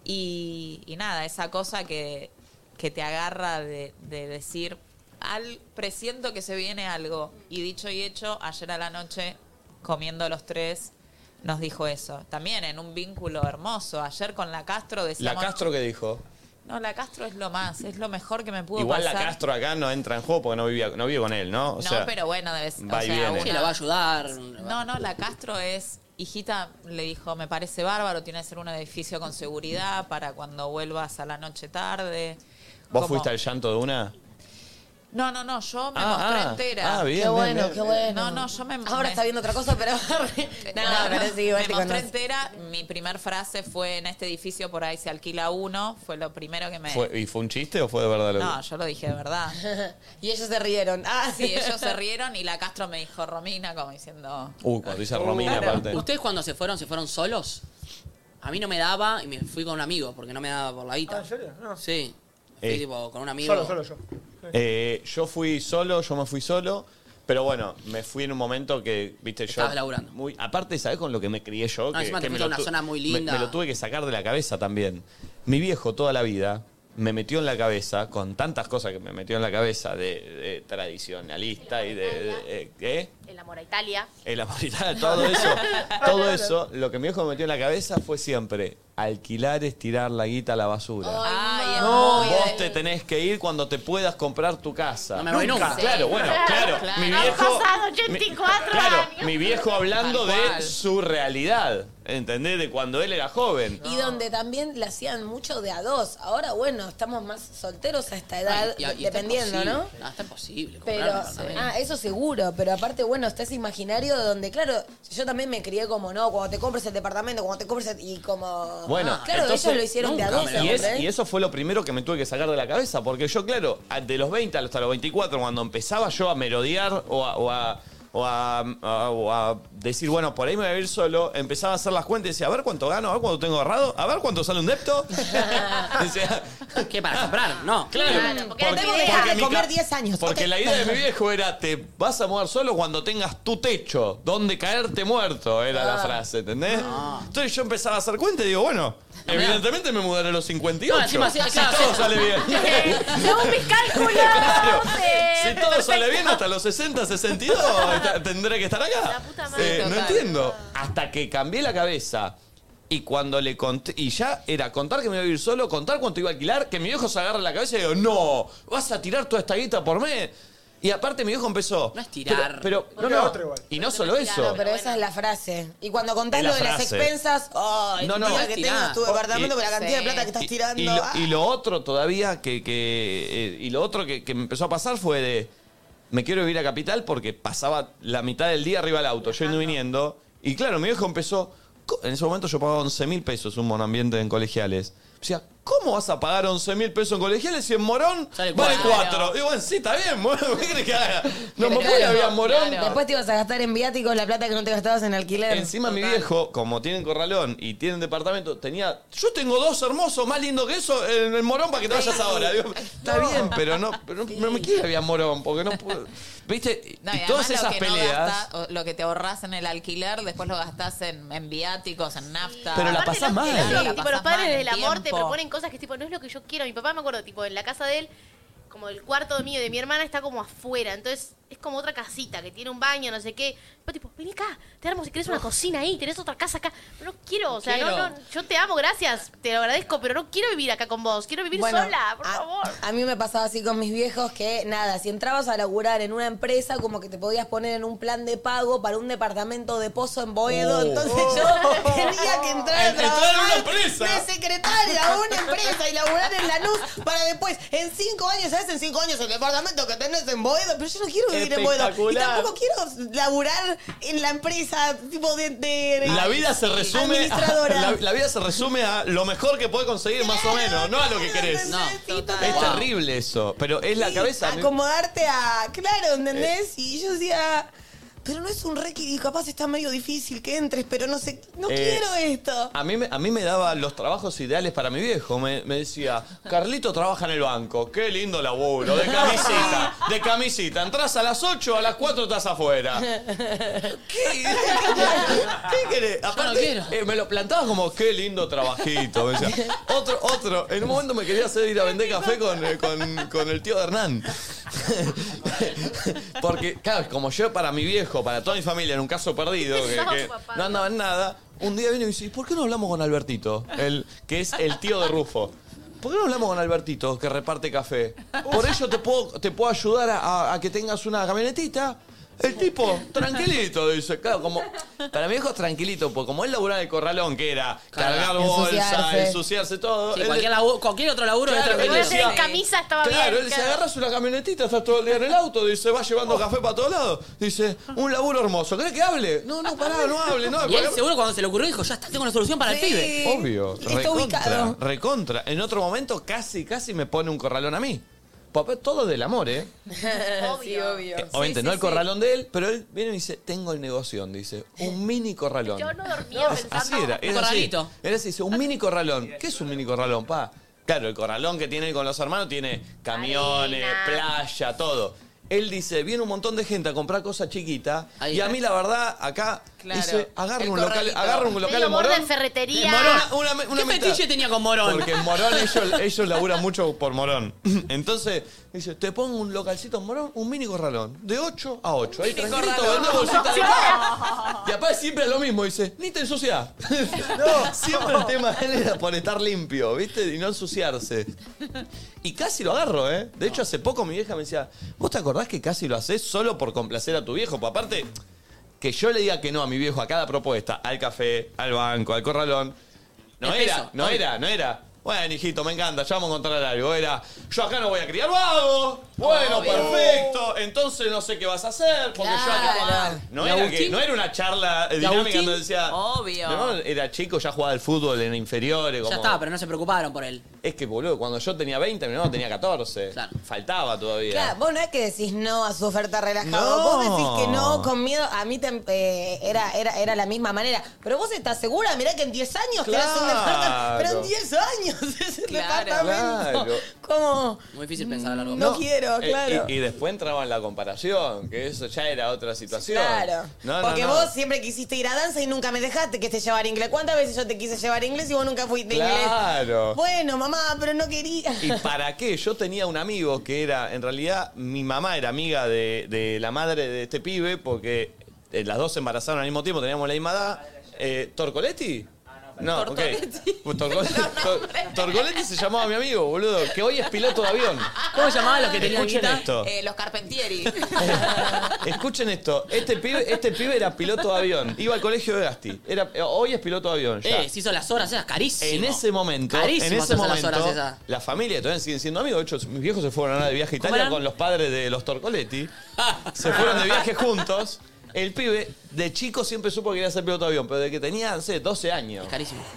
Y, y nada, esa cosa que, que te agarra de, de decir, al presiento que se viene algo. Y dicho y hecho, ayer a la noche, comiendo los tres, nos dijo eso. También en un vínculo hermoso. Ayer con la Castro
La
decíamos...
Castro que dijo.
No, la Castro es lo más, es lo mejor que me pudo
Igual
pasar.
la Castro acá no entra en juego porque no vivía, no vive con él, ¿no? O
no,
sea,
pero bueno, debe ser.
va y viene. Sí, la va a
ayudar.
No, no, la Castro es. Hijita le dijo, me parece bárbaro, tiene que ser un edificio con seguridad para cuando vuelvas a la noche tarde.
¿Vos
Como-
fuiste al llanto de una?
No, no, no, yo me
Ah,
mostré
ah,
entera.
ah, bien, Qué bien, bueno, bien. qué
No, no, yo me
Ahora está viendo otra cosa, pero. no, pero sí, igual
me
te
mostré
conoce.
entera. Mi primer frase fue, en este edificio por ahí se alquila uno. Fue lo primero que me...
¿Fue- ¿Y fue un chiste o fue de verdad lo que-
No, yo lo dije de verdad.
y ellos se rieron. Ah,
sí, ellos se rieron y la Castro me dijo, Romina, como diciendo...
Uy, Uh, cuando
Uh,
dice Romina,
Claro.
aparte.
¿Ustedes cuando se fueron, se fueron solos? A mí no me daba y me fui con un amigo porque no me daba por la guita.
Ah, ¿En serio? No.
Sí. Fui
Eh.
tipo con un amigo.
Solo, solo yo.
Eh, yo fui solo, yo me fui solo. Pero bueno, me fui en un momento que, viste, yo.
Estabas laburando.
Muy, aparte, ¿sabés con lo que me crié yo?
No, encima te
me
fuiste a una
tu-
zona muy
me-
linda.
Me, lo tuve que sacar de la cabeza también. Mi viejo, toda la vida, me metió en la cabeza, con tantas cosas que me metió en la cabeza, de, de tradicionalista y de. de- eh, ¿qué?
El amor a Italia.
El amor y tal, todo eso. todo eso, lo que mi viejo me metió en la cabeza fue siempre alquilar es tirar la guita a la basura.
Ay, es
No,
muy
vos te tenés que ir cuando te puedas comprar tu casa.
No me voy nunca.
Claro,
Sí.
bueno, claro.
Claro,
Mi
claro.
viejo,
Han pasado 84
claro,
años.
mi viejo hablando
Tal
de
cual.
su realidad, ¿entendés? De cuando él era joven.
Y donde también le hacían mucho de a dos. Ahora, bueno, estamos más solteros a esta edad,
Y- y- y está
dependiendo,
imposible.
¿no?
Está imposible. comprar
Pero,
un apartamento.
ah, eso seguro, pero aparte, bueno, está ese imaginario donde, claro, yo también me crié como, no, cuando te compres el departamento, cuando te compres el- y como... ah.
Bueno,
claro,
entonces-
ellos lo hicieron de a dos,
Y, es-
¿eh?
¿entendés?
y eso fue lo primero que me tuve que sacar de la cabeza, porque yo, claro, a- de los 20 hasta los 24, cuando empezaba yo a merodear o a, o a- o a- a- o a decir, bueno, por ahí me voy a ir solo, empezaba a hacer las cuentas y decía, a ver cuánto gano, a ver cuánto tengo ahorrado, a ver cuánto sale un depto.
¿Qué para comprar? No.
Claro.
porque la tengo que dejar de
mi
comer
ca-
10 años.
Porque la idea de mi viejo era, te vas a mudar solo cuando tengas tu techo, donde caerte muerto, era la
Ah.
frase, ¿entendés? Entonces yo empezaba a hacer cuenta y digo, bueno, evidentemente me mudaré a los 58.
No, encima sí,
si
claro,
todo
sí.
sale bien.
Según mis cálculos.
Claro.
sí,
Si todo sale bien hasta los 60, 62, ta- tendré que estar acá.
madre.
Eh, no
Total.
entiendo. Hasta que cambié la cabeza. Y cuando le conté, y ya era contar que me iba a vivir solo, contar cuánto iba a alquilar, que mi viejo se agarra la cabeza y digo, no, vas a tirar toda esta guita por mí. Y aparte mi viejo empezó. No es
tirar.
Pero,
Porque
no, no.
otro
Y no solo eso.
No, pero esa es la frase. Y cuando contás
Es la
lo de las
frase.
expensas, ¡ay!
No, no.
Mira que tengo tu
Oh,
departamento
y-
con la cantidad de plata que estás tirando.
Y lo,
Ah.
y lo otro todavía que, que, eh, y lo otro que, que me empezó a pasar fue de me quiero ir a Capital porque pasaba la mitad del día arriba del auto, yo yendo y viniendo. Y claro, mi viejo empezó. co- En ese momento yo pagaba 11 mil pesos un monoambiente en colegiales. O sea, ¿cómo vas a pagar 11 mil pesos en colegiales si en Morón vale
cuatro.
4? Digo, bueno, sí, está bien, Morón, ¿qué crees que haga? No, me
Claro,
voy a Morón.
Después te ibas a gastar en viáticos la plata que no te gastabas en alquiler.
Encima mi viejo, como tienen corralón y tienen departamento, tenía. Yo tengo dos hermosos, más lindo que eso, en el morón para que te vayas ahora. Digo, está bien, pero no, pero no, no me quiero ir a morón, porque no puedo. ¿Viste?
No,
y,
además
todas esas
lo que no
peleas.
gastás- o lo que te ahorras en el alquiler, después lo gastás en, en viáticos, en nafta.
Pero la pasás mal.
Claro, la
Sí, tipo,
pasás
los padres
mal,
del
el
amor te
tiempo.
proponen cosas que tipo, no es lo que yo quiero. Mi papá me acuerdo, tipo, en la casa de él, como el cuarto mío y de mi hermana está como afuera. Entonces, es como otra casita que tiene un baño, no sé qué. Pero tipo, vení acá, te armo si querés una cocina ahí, tenés otra casa acá. Pero no quiero, o sea,
Quiero.
No, no, yo te amo, gracias, te lo agradezco, pero no quiero vivir acá con vos, quiero vivir
Bueno,
sola, por favor.
A mí me pasaba así con mis viejos que nada, si entrabas a laburar en una empresa, como que te podías poner en un plan de pago para un departamento de pozo en Boedo.
Oh.
Entonces
Oh.
yo tenía que entrar
Entrar
a
en
trabajar
una empresa.
De secretaria a una empresa y laburar en Lanús para después, en cinco años, ¿sabes? En cinco años el departamento que tenés en Boedo. Pero yo no quiero vivir en Boedo. Y
Espectacular.
tampoco quiero laburar en la empresa tipo de. de-
La vida se resume. A,
Administradora.
la, la vida se resume a lo mejor que puedes conseguir, más o menos, no a lo que querés.
No,
Es terrible eso, pero es la
Sí,
cabeza.
Acomodarte a. Claro, ¿entendés? Y yo decía. Pero no es un requisito, capaz está medio difícil que entres, pero no sé, no
Eh,
quiero esto.
A mí, me- a mí me daba los trabajos ideales para mi viejo. Me, me decía, Carlito trabaja en el banco. Qué lindo laburo. De camisita. De camisita. Entrás a las 8, a las 4 estás afuera. ¿Qué querés? Aparte, eh, me lo plantaba como, qué lindo trabajito. Me decía. Otro, otro. En un momento me quería hacer ir a vender café con, eh, con- con el tío de Hernán. Porque, claro, como yo para mi viejo, para toda mi familia, en un caso perdido, que-
Pensaba
que
tu papá.
no andaba en nada, un día viene y me dice, "¿Y ¿por qué no hablamos con Albertito? El, que es el tío de Rufo. ¿Por qué no hablamos con Albertito, que reparte café? Por ello te puedo, te puedo ayudar a, a- a que tengas una camionetita. El tipo, tranquilito, dice. Claro, como. Para mi viejo es tranquilito, porque como él laburaba en el corralón, que era cargar
Cargar,
bolsa,
ensuciarse.
ensuciarse, todo.
Sí,
él-
cualquier, labu- cualquier otro laburo
Claro,
es
él
tranquilo.
decía-
Camisa estaba
Claro,
bien.
él dice, agarras una camionetita, estás todo el día en el auto, dice, vas llevando
Oh.
café para todos lados. Dice, un laburo hermoso. ¿Querés que hable? No, no, pará, no hable, no.
Y él
porque-
seguro cuando se le ocurrió dijo, ya está, tengo una solución para el
Sí.
pibe.
Obvio. Recontra, recontra. En otro momento casi, casi me pone un corralón a mí. Papá, todo del amor, ¿eh?
obvio. Sí, obvio.
Eh, Obviamente, no el corralón de él, pero él viene y dice, tengo el negoción, dice, un mini corralón.
Yo no dormía pensando.
Así era,
Un
era así.
corralito.
Era así, dice, un mini corralón. ¿Qué es un mini corralón, pa? Claro, el corralón que tiene con los hermanos tiene camiones,
Arena.
playa, todo. Él dice, viene un montón de gente a comprar cosas chiquitas y a mí la verdad, acá,
Claro.
dice, agarra
El
un, local,
corralito.
agarra un local
Medio
en
borde
Morón.
de ferretería.
una,
¿Qué fetiche tenía con Morón?
Porque en Morón ellos, ellos laburan mucho por Morón. Entonces, dice, te pongo un localcito en Morón, un mini corralón, de 8 a 8. Ahí
Mini
tranquilito,
corralón.
vendés bolsitas de pan. Y aparte siempre es lo mismo, dice, ni te ensuciás. Siempre el tema de él era por estar limpio, ¿viste? Y no ensuciarse. Y casi lo agarro, ¿eh? De hecho, hace poco mi vieja me decía, ¿vos te acordás que casi lo haces solo por complacer a tu viejo? Porque aparte, que yo le diga que no a mi viejo a cada propuesta, al café, al banco, al corralón, no
Es
era,
peso,
no
obvio.
era, no era. Bueno, hijito, me encanta, ya vamos a encontrar algo. Era, yo acá no voy a criar vago. Bueno,
Obvio.
perfecto. Entonces no sé qué vas a hacer, porque yo acá...
Claro. ¿Y
No era,
Agustín?
que- no era una charla
¿Y
eh, dinámica
Agustín?
donde decía...
Obvio.
Mi hermano era chico, ya jugaba al fútbol en inferiores.
Ya
como-
estaba, pero no se preocuparon por él.
Es que, boludo, cuando yo tenía 20, mi hermano tenía 14. Faltaba todavía.
Claro, vos no es que decís no a su oferta relajada. Vos decís que no con miedo. A mí tem- eh, era, era, era la misma manera. Pero vos estás segura, mirá que en 10 años te hacen una oferta. Pero en
Claro.
10 años es el departamento.
Claro.
¿Cómo?
Muy difícil pensar a largo
No quiero,
Eh,
claro.
Y, y después entraba en la comparación, que eso ya era otra situación.
Claro.
No, no,
Porque
no.
vos siempre quisiste ir a danza y nunca me dejaste que te llevara inglés. ¿Cuántas veces yo te quise llevar inglés y vos nunca fuiste
Claro.
inglés? Bueno, mamá, pero no quería.
¿Y para qué? Yo tenía un amigo que era, en realidad, mi mamá era amiga de, de la madre de este pibe, porque eh, las dos se embarazaron al mismo tiempo, teníamos la misma edad. Eh, ¿Torcoletti? No, ok. Pues Torgoletti, Tor- Torgoletti se llamaba mi amigo, boludo, que hoy es piloto de avión.
¿Cómo se llamaban los
Ah,
que tenían
Escuchen
guita?
esto.
Eh, los Carpentieri.
Escuchen esto. Este pibe, este pibe era piloto de avión. Iba al colegio de Gasti. Era, eh, hoy es piloto de avión. ya.
Eh, se hizo las horas esas carísimas.
En ese momento,
Carísimo
en ese
hacerse las
momento,
horas esas.
la familia todavía siguen siendo amigos. De hecho, mis viejos se fueron a de viaje a
¿Cómo
Italia
eran?
con los padres de los Torcoletti. Se fueron de viaje juntos. El pibe, de chico, siempre supo que quería ser piloto de avión, pero de que tenía, no sé, 12 años.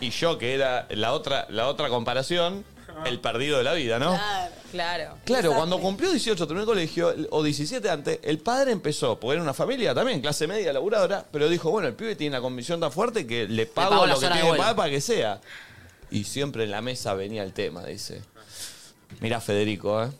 Y yo, que era la otra, la otra comparación, el perdido de la vida, ¿no?
Claro, claro.
Claro, cuando cumplió 18, terminó el colegio, el- o 17 antes, el padre empezó, porque era una familia también, clase media, laburadora, pero dijo, bueno, el pibe tiene una convicción tan fuerte que le pago,
pago las
lo que
horas
tiene
de
que
vuelo.
pagar para que sea. Y siempre en la mesa venía el tema, dice. Mirá, Federico, ¿eh?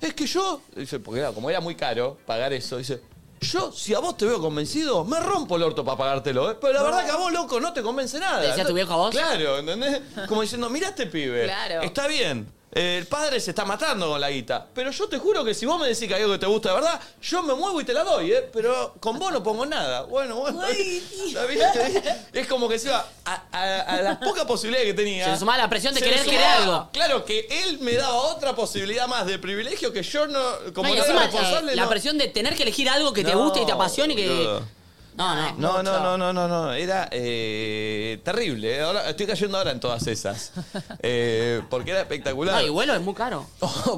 Es que yo, dice, porque era- como era muy caro pagar eso, dice, yo, si a vos te veo convencido, me rompo el orto para pagártelo, ¿eh? Pero la verdad que a vos, loco, no te convence nada.
¿Te decía
No-
tu viejo a vos?
Claro, ¿entendés? Como diciendo, mirá este pibe.
Claro.
Está bien. eh, El padre se está matando con la guita. Pero yo te juro que si vos me decís que hay algo que te gusta de verdad, yo me muevo y te la doy, ¿eh? Pero con vos no pongo nada. Bueno, bueno. está bien, está bien. Es como que se va a, a- a las pocas posibilidades que tenía.
Se le sumaba la presión de
se le
querer querer
sumaba-
algo.
Claro, que él me daba otra posibilidad más de privilegio que yo no. Como
No, y
no era
encima,
responsable,
eh, la
no.
presión de tener que elegir algo que te
No,
guste y te apasione y que.
boludo.
No, no.
No, no, no, no, no, no. Era eh, terrible. Ahora, estoy cayendo ahora en todas esas. Eh, porque era espectacular. Oh,
No, y vuelo es muy caro.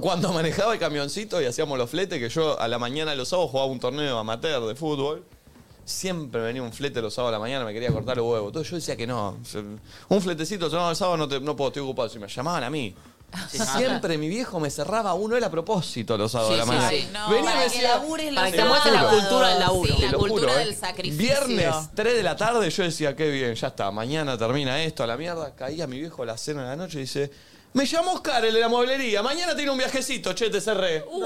Cuando manejaba el camioncito y hacíamos los fletes, que yo a la mañana los sábados jugaba un torneo amateur de fútbol. Siempre venía un flete los sábados a la mañana, me quería cortar los huevos. Entonces yo decía que no. Un fletecito, yo no, el sábado no, te- no puedo, estoy ocupado. Si me llamaban a mí. Siempre mi viejo me cerraba uno, era a propósito los sábados a la mañana. Venía y me
para que
decía,
labures
Para
los
que te muestre la
sábados.
cultura del laburo.
Sí,
Te
la
lo
cultura
juro, ¿eh?
del sacrificio.
Viernes, 3 de la tarde, yo decía, qué bien, ya está, mañana termina esto, a la mierda. Caía mi viejo a la cena de la noche y dice, me llamó Oscar, el de la mueblería, mañana tiene un viajecito, che, te cerré.
Uh.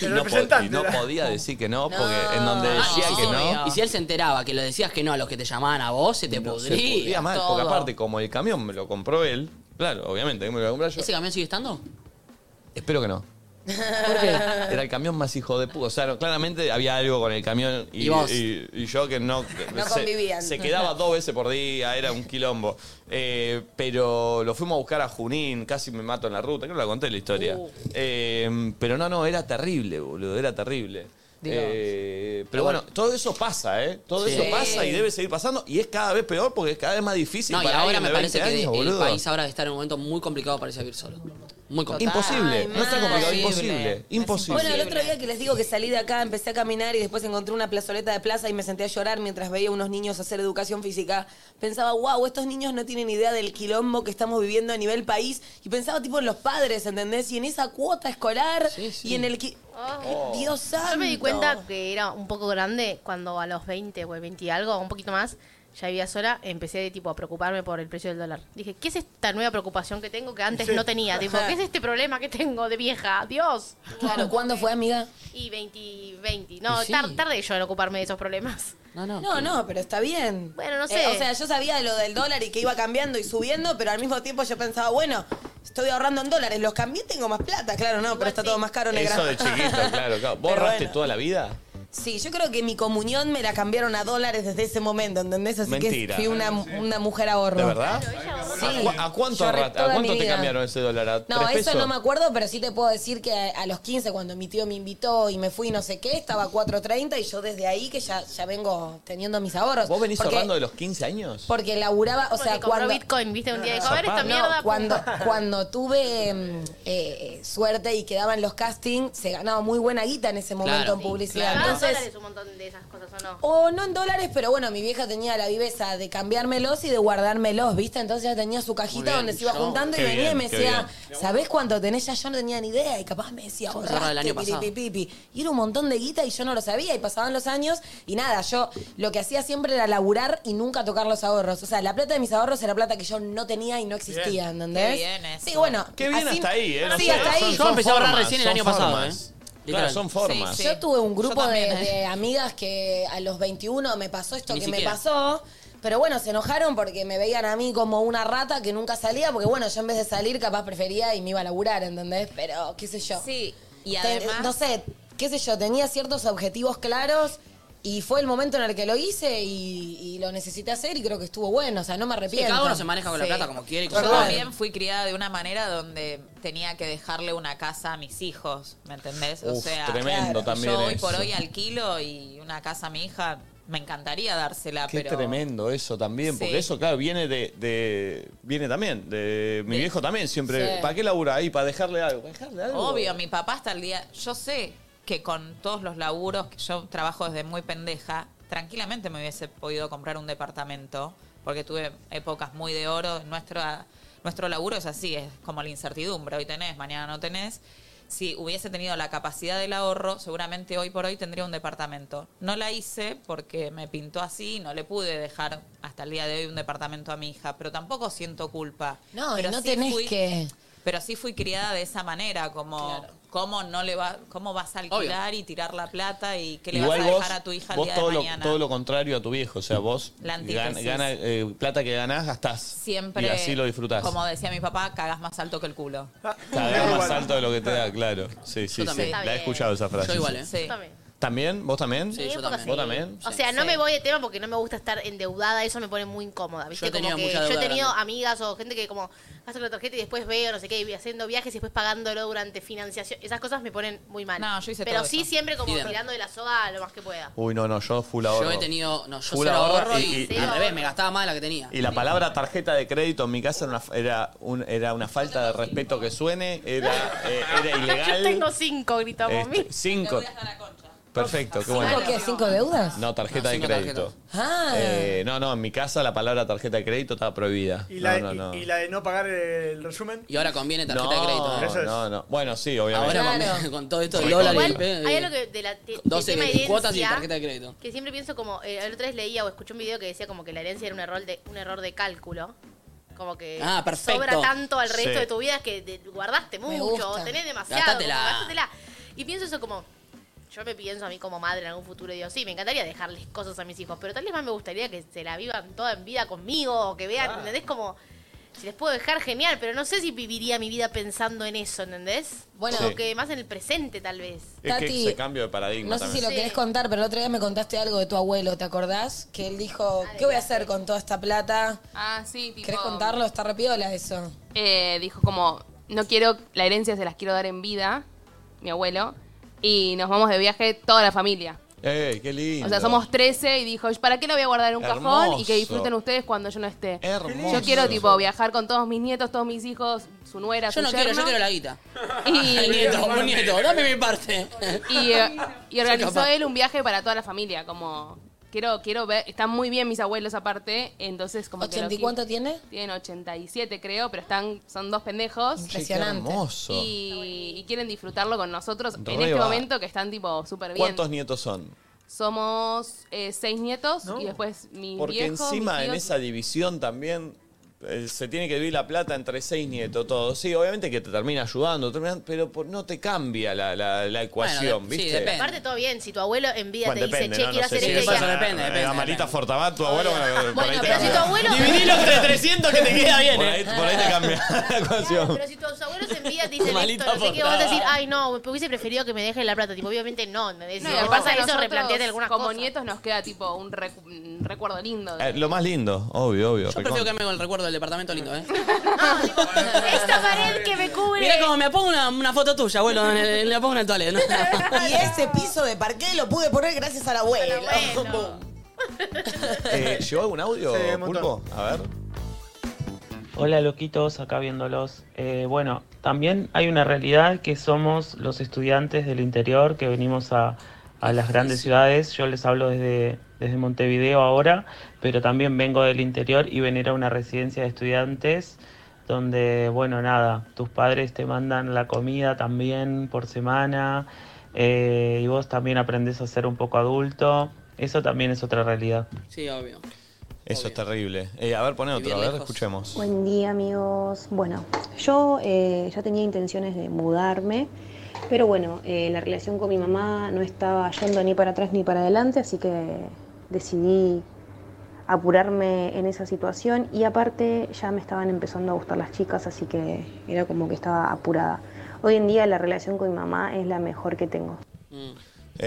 Y no, po- y no podía decir que no, porque en donde decía que no...
Ah, Y si él se enteraba que lo decías que no a los que te llamaban a vos, se te
se
pudría.
pudría mal,
todo.
porque aparte, como el camión me lo compró él, claro, obviamente, me lo compré yo.
¿Ese ¿Este camión sigue estando?
Espero que no. Era el camión más hijo de puta. O sea, no, claramente había algo con el camión y,
Y vos.
y- y yo que no. que
No
se-
convivían.
Se quedaba dos veces por día, era un quilombo. Eh, pero lo fuimos a buscar a Junín, casi me mato en la ruta, creo que la conté la historia.
Uh.
Eh, pero no, no, era terrible, boludo, era terrible.
Dios.
Eh, pero bueno, todo eso pasa, ¿eh? Todo
Sí.
eso pasa y debe seguir pasando. Y es cada vez peor porque es cada vez más difícil.
No, y
para
ahora
alguien
me
de
parece
20
que
años,
el
boludo.
país ahora está en un momento muy complicado para irse a vivir solo. Muy complicado.
Imposible, no está complicado, imposible. Imposible.
Bueno, el otro día que les digo que salí de acá, empecé a caminar y después encontré una plazoleta de plaza y me senté a llorar mientras veía unos niños hacer educación física. Pensaba, wow, estos niños no tienen idea del quilombo que estamos viviendo a nivel país. Y pensaba tipo en los padres, ¿entendés? Y en esa cuota escolar y en el... qui- Dios santo.
Yo me di cuenta que era un poco grande cuando a los 20 o 20 y algo, un poquito más, ya vivía sola, empecé de tipo a preocuparme por el precio del dólar. Dije, ¿qué es esta nueva preocupación que tengo que antes
Sí.
no tenía? Tipo, ¿qué es este problema que tengo de vieja? Dios.
Claro, ¿cuándo fue, amiga?
Y 20, 20. No,
Y sí.
tar- tarde yo en ocuparme de esos problemas.
No, no.
No, no, pero está bien. Eh,
Bueno, no sé.
o sea, yo sabía lo del dólar y que iba cambiando y subiendo, pero al mismo tiempo yo pensaba, bueno, estoy ahorrando en dólares, los cambié, tengo más plata, claro, no, pero está todo más caro, negra.
Eso de chiquito, claro, claro. ¿Vos
Pero
ahorraste
bueno.
toda la vida?
Sí, yo creo que mi comunión me la cambiaron a dólares desde ese momento, ¿entendés? Así
Mentira.
que fui una, una mujer ahorro.
¿De verdad? ¿A,
Sí.
cu- a cuánto,
Yo ahorré
ahorra- a
toda
cuánto
mi
te
vida.
cambiaron ese dólar? ¿A
No,
tres
eso
pesos?
no me acuerdo, pero sí te puedo decir que a, a los 15, cuando mi tío me invitó y me fui no sé qué, estaba a 4.30 y yo desde ahí que ya, ya vengo teniendo mis ahorros.
¿Vos venís
Porque-
ahorrando de los 15 años?
Porque laburaba, o sea,
Porque compró
cuando...
Bitcoin, viste, un día dijo, a ver
Zarpado.
esta mierda. pum.
cuando, cuando tuve mm, eh, suerte y quedaban los castings, se ganaba muy buena guita en ese momento en publicidad.
Claro.
Entonces,
dólares un montón de esas cosas, ¿o no?
o no en dólares, pero bueno, mi vieja tenía la viveza de cambiármelos y de guardármelos, ¿viste? Entonces ya tenía su cajita
bien,
donde se iba
yo-
juntando y
Qué
venía y
bien,
me
qué
decía, ¿sabés cuánto tenés? Ya yo no tenía ni idea y capaz me decía,
me acuerdo del
ahorraste,
año pasado.
pi, pi, pi, pi. Y era un montón de guita y yo no lo sabía y pasaban los años y nada, yo lo que hacía siempre era laburar y nunca tocar los ahorros. O sea, la plata de mis ahorros era plata que yo no tenía y no existía, ¿entendés?
Qué bien eso.
Sí, bueno.
Qué bien
así-
hasta ahí, ¿eh?
Sí, hasta ahí.
Yo empecé a ahorrar recién el año pasado, ¿eh?
Claro,
Literal.
son formas.
Yo tuve un grupo
Yo también,
de,
¿eh?
de amigas que a los 21 me pasó esto
Ni
que
siquiera.
me pasó. Pero bueno, se enojaron porque me veían a mí como una rata que nunca salía, porque bueno, yo en vez de salir capaz prefería y me iba a laburar, ¿entendés? Pero qué sé yo.
Sí, y
Ten-
además-
no sé, qué sé yo, tenía ciertos objetivos claros Y fue el momento en el que lo hice y, y lo necesité hacer y creo que estuvo bueno. O sea, no me arrepiento.
cada uno se maneja con la plata como quiere y
Yo
como sabe.
también fui criada de una manera donde tenía que dejarle una casa a mis hijos, ¿me entendés? O
Uf,
sea,
tremendo también
yo hoy por
eso.
hoy alquilo y una casa a mi hija me encantaría dársela,
Qué
pero
tremendo eso también, porque
Sí.
eso, claro, viene de, de- Viene también, de. Mi viejo también siempre.
Sí.
¿Para qué labura ahí? ¿Para dejarle algo? ¿Para dejarle algo?
Obvio, mi papá hasta el día. Yo sé que con todos los laburos que yo trabajo desde muy pendeja, tranquilamente me hubiese podido comprar un departamento, porque tuve épocas muy de oro. Nuestra, nuestro laburo es así, es como la incertidumbre: hoy tenés, mañana no tenés. Si hubiese tenido la capacidad del ahorro, seguramente hoy por hoy tendría un departamento. No la hice porque me pintó así, no le pude dejar hasta el día de hoy un departamento a mi hija, pero tampoco siento culpa.
No, y
Pero
no
sí
tenés
fui-
que.
pero sí fui criada de esa manera, como cómo no le va, cómo vas a alquilar y tirar la plata y qué le vas a dejar a tu hija el
vos
día
todo,
de
lo,
mañana.
todo lo contrario a tu viejo. O sea, vos
La
gana,
antítesis.
gana, eh, plata que ganás, gastás.
Siempre,
Y así lo disfrutás.
como decía mi papá, cagas más alto que el culo.
Cada más alto de lo que te da, claro. Sí, sí, sí.
también. Está
La he
bien.
escuchado esa frase.
Yo igual,
sí.
¿eh?
Yo también.
¿También? ¿Vos también?
Sí, yo también.
¿Vos también?
O sea, no me voy de tema porque no me gusta estar endeudada, eso me pone muy incómoda, ¿viste?
Yo he
Como
tenido
que
mucha
yo he
deuda
tenido
grande.
amigas o gente que como gasto la tarjeta y después veo, no sé qué, y haciendo viajes y después pagándolo durante financiación. Esas cosas me ponen muy mal.
No, yo hice
Pero
todo
sí
eso.
siempre como
Idem.
tirando de la soga lo más que pueda.
Uy, no, no, yo full ahorro.
Yo he tenido. No, yo
Full
cero
ahorro
ahorro
y-
y,
y-
al revés, me gastaba más de la que tenía.
Y la palabra tarjeta de crédito en mi casa era una, era un- era una falta de respeto que suene, era, eh, era ilegal.
Yo tengo cinco, gritamos.
Este, cinco. Perfecto, qué bueno.
¿Cinco qué? ¿Cinco deudas?
No, tarjeta de
cinco
crédito.
Ah.
Eh, no, no, en mi casa la palabra tarjeta de crédito estaba prohibida.
¿Y la,
no,
y-
no, no.
y la de no pagar el resumen?
Y ahora conviene tarjeta
no,
de crédito.
Eso es.
No, no. Bueno, sí, obviamente.
Ahora con, con todo esto del
Igual,
dólar y el eh.
hay
pedo,
Hay algo que de la de-
Doce
del tema
de cuotas y
herencia,
tarjeta de crédito.
Que siempre pienso como, eh, el otro vez leía o escuché un video que decía como que la herencia era un error de, un error de cálculo. Como que
Ah, perfecto.
sobra tanto al resto
Sí.
de tu vida que de- guardaste mucho,
gusta.
tenés demasiado,
Gastátela.
como gastátela. Y pienso eso como, yo me pienso a mí como madre en algún futuro y digo, sí, me encantaría dejarles cosas a mis hijos, pero tal vez más me gustaría que se la vivan toda en vida conmigo, o que vean,
Claro.
¿entendés? Como, si les puedo dejar, genial, pero no sé si viviría mi vida pensando en eso, ¿entendés? Bueno,
Sí.
que más en el presente tal vez.
Es que
Tati,
ese cambio de paradigma
No sé
también.
si lo querés contar, pero el otro día me contaste algo de tu abuelo, ¿te acordás? Que él
Ah,
dijo, ¿qué voy a hacer con toda esta plata?
Ah, sí, tipo.
¿Querés contarlo? Está repiola eso.
Ah.
eh, dijo como, no quiero, la herencia se las quiero dar en vida, mi abuelo, y nos vamos de viaje toda la familia.
¡Ey, qué lindo!
O sea, somos 13 y dijo, ¿para qué lo voy a guardar en un cajón y que
Hermoso.
disfruten ustedes cuando yo no esté?
Hermoso.
Yo quiero, tipo, viajar con todos mis nietos, todos mis hijos, su nuera,
Yo
su
no quiero,
yerno.
yo quiero la guita.
Y-
El nieto, un nieto, dame mi parte.
Y, eh, y
Soy
organizó
capaz.
él un viaje para toda la familia, como... Quiero, quiero ver, están muy bien mis abuelos aparte, entonces como que... lo
¿80 y
quiero-
cuánto tiene?
Tienen 87 creo, pero están son dos pendejos.
Impresionante. Che, qué hermoso.
Y, y quieren disfrutarlo con nosotros en
Re
este
va.
momento que están tipo súper bien.
¿Cuántos nietos son?
Somos eh, seis nietos y después mi
Porque
viejo, mis
encima en
tíos-
esa división también eh, se tiene que dividir la plata entre seis nietos, todos. Sí, obviamente que te termina ayudando, termina- pero por- no te cambia la, la- la ecuación, ¿viste?
Aparte, todo bien. Si tu abuelo en vida
Bueno,
te dice,
depende,
che,
no,
quiero
no sé
hacer
si
esto
es-
y
eh,
aquello".
eh, Amalita Fortabat, tu abuelo, bueno, por ahí te
pero si tu
cambia.
abuelo.
¿eh?
Por ahí, por ahí te cambia la ecuación.
Pero si tus abuelos en vida te dicen
Malita
esto, no sé qué,
portada.
vos vas a decir, ay, no, me hubiese preferido que me dejen la plata. Tipo, obviamente no. ¿no? Si
No, y
te
aparte
pasa eso,
nosotros,
replanteate algunas
como
cosas.
nietos nos queda tipo un, recu- un recuerdo lindo. de-
Eh, lo más lindo, obvio, obvio.
Yo prefiero que me haga el recuerdo del departamento lindo, ¿eh?
Esta pared que me cubre.
Mirá cómo me pongo una, una foto tuya, abuelo, en el- la pongo en el toilet. ¿no?
Y ese piso de parqué lo pude poner gracias al abuelo.
Eh, ¿Llegó algún audio,
Sí, un
Pulpo? A ver.
Hola loquitos, acá viéndolos. Eh, bueno, también hay una realidad que somos los estudiantes del interior que venimos a, a las grandes ciudades. Yo les hablo desde, desde Montevideo ahora, pero también vengo del interior y venir a una residencia de estudiantes donde, bueno, nada, tus padres te mandan la comida también por semana eh, y vos también aprendes a ser un poco adulto. Eso también es otra realidad.
Sí, obvio.
Eso es terrible. Eh, a ver, poné otro, a ver, escuchemos.
Buen día amigos. Bueno, yo eh, ya tenía intenciones de mudarme, pero bueno, eh, la relación con mi mamá no estaba yendo ni para atrás ni para adelante, así que decidí apurarme en esa situación y aparte Eh, ya me estaban empezando a gustar las chicas, así que era como que estaba apurada. Hoy en día la relación con mi mamá es la mejor que tengo.
A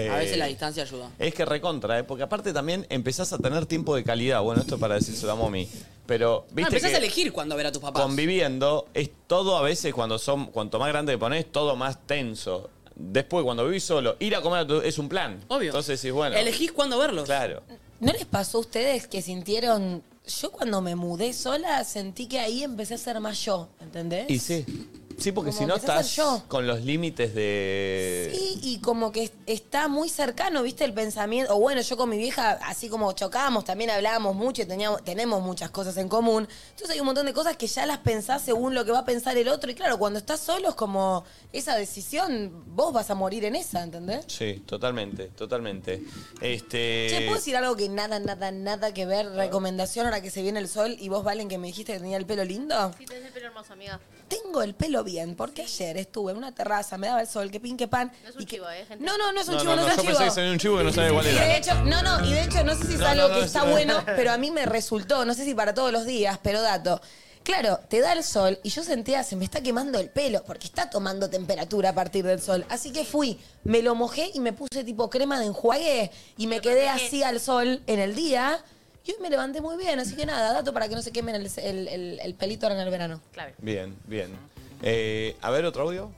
Eh,
veces la distancia ayuda.
Es que recontra, ¿eh? porque aparte también empezás a tener tiempo de calidad. Bueno, esto es para decírselo a Momi. Pero,
No,
viste
empezás
que
a elegir cuándo ver a tus papás.
conviviendo es todo a veces cuando son, cuanto más grande te pones, todo más tenso. Después, cuando vivís solo, ir a comer a tu- es un plan. Obvio. Entonces decís, bueno.
Elegís
cuándo verlos.
Claro.
¿No les pasó a ustedes que sintieron... Yo cuando me mudé sola sentí que ahí empecé a ser más yo, ¿entendés?
Y sí. Sí, porque
Como
si no
empecé a ser
estás
yo.
con los límites de.
Sí, y como que está muy cercano, ¿viste? El pensamiento. O bueno, yo con mi vieja, así como chocábamos, también hablábamos mucho y teníamos, tenemos muchas cosas en común. Entonces hay un montón de cosas que ya las pensás según lo que va a pensar el otro. Y claro, cuando estás solo es como esa decisión, vos vas a morir en esa, ¿entendés?
Sí, totalmente, totalmente. Este.
Che, ¿puedo decir algo que nada, nada, nada que ver? Recomendación ahora que se viene el sol y vos, Valen, que me dijiste que tenía el pelo lindo.
Sí, tenés el pelo hermoso, amiga.
Tengo el pelo bien, porque ayer estuve en una terraza, me daba el sol, que pin, que pan.
No es un chivo, ¿eh, gente?
No, no, no es un
No,
chivo,
no,
no,
no,
es
yo
un
pensé que
chivo.
sería un chivo que no sabía cuál
Y
era.
de hecho, no, no, y de hecho no sé si es
No,
algo
no, no,
que
es-
está bueno, pero a mí me resultó, no sé si para todos los días, pero dato. Claro, te da el sol y yo sentía, se me está quemando el pelo, porque está tomando temperatura a partir del sol. Así que fui, me lo mojé y me puse tipo crema de enjuague y me quedé así al sol en el día. Y hoy me levanté muy bien, así que nada, dato para que no se quemen el, el- el- el pelito ahora en el verano.
Claro.
Bien, bien. Eh, a ver, otro audio.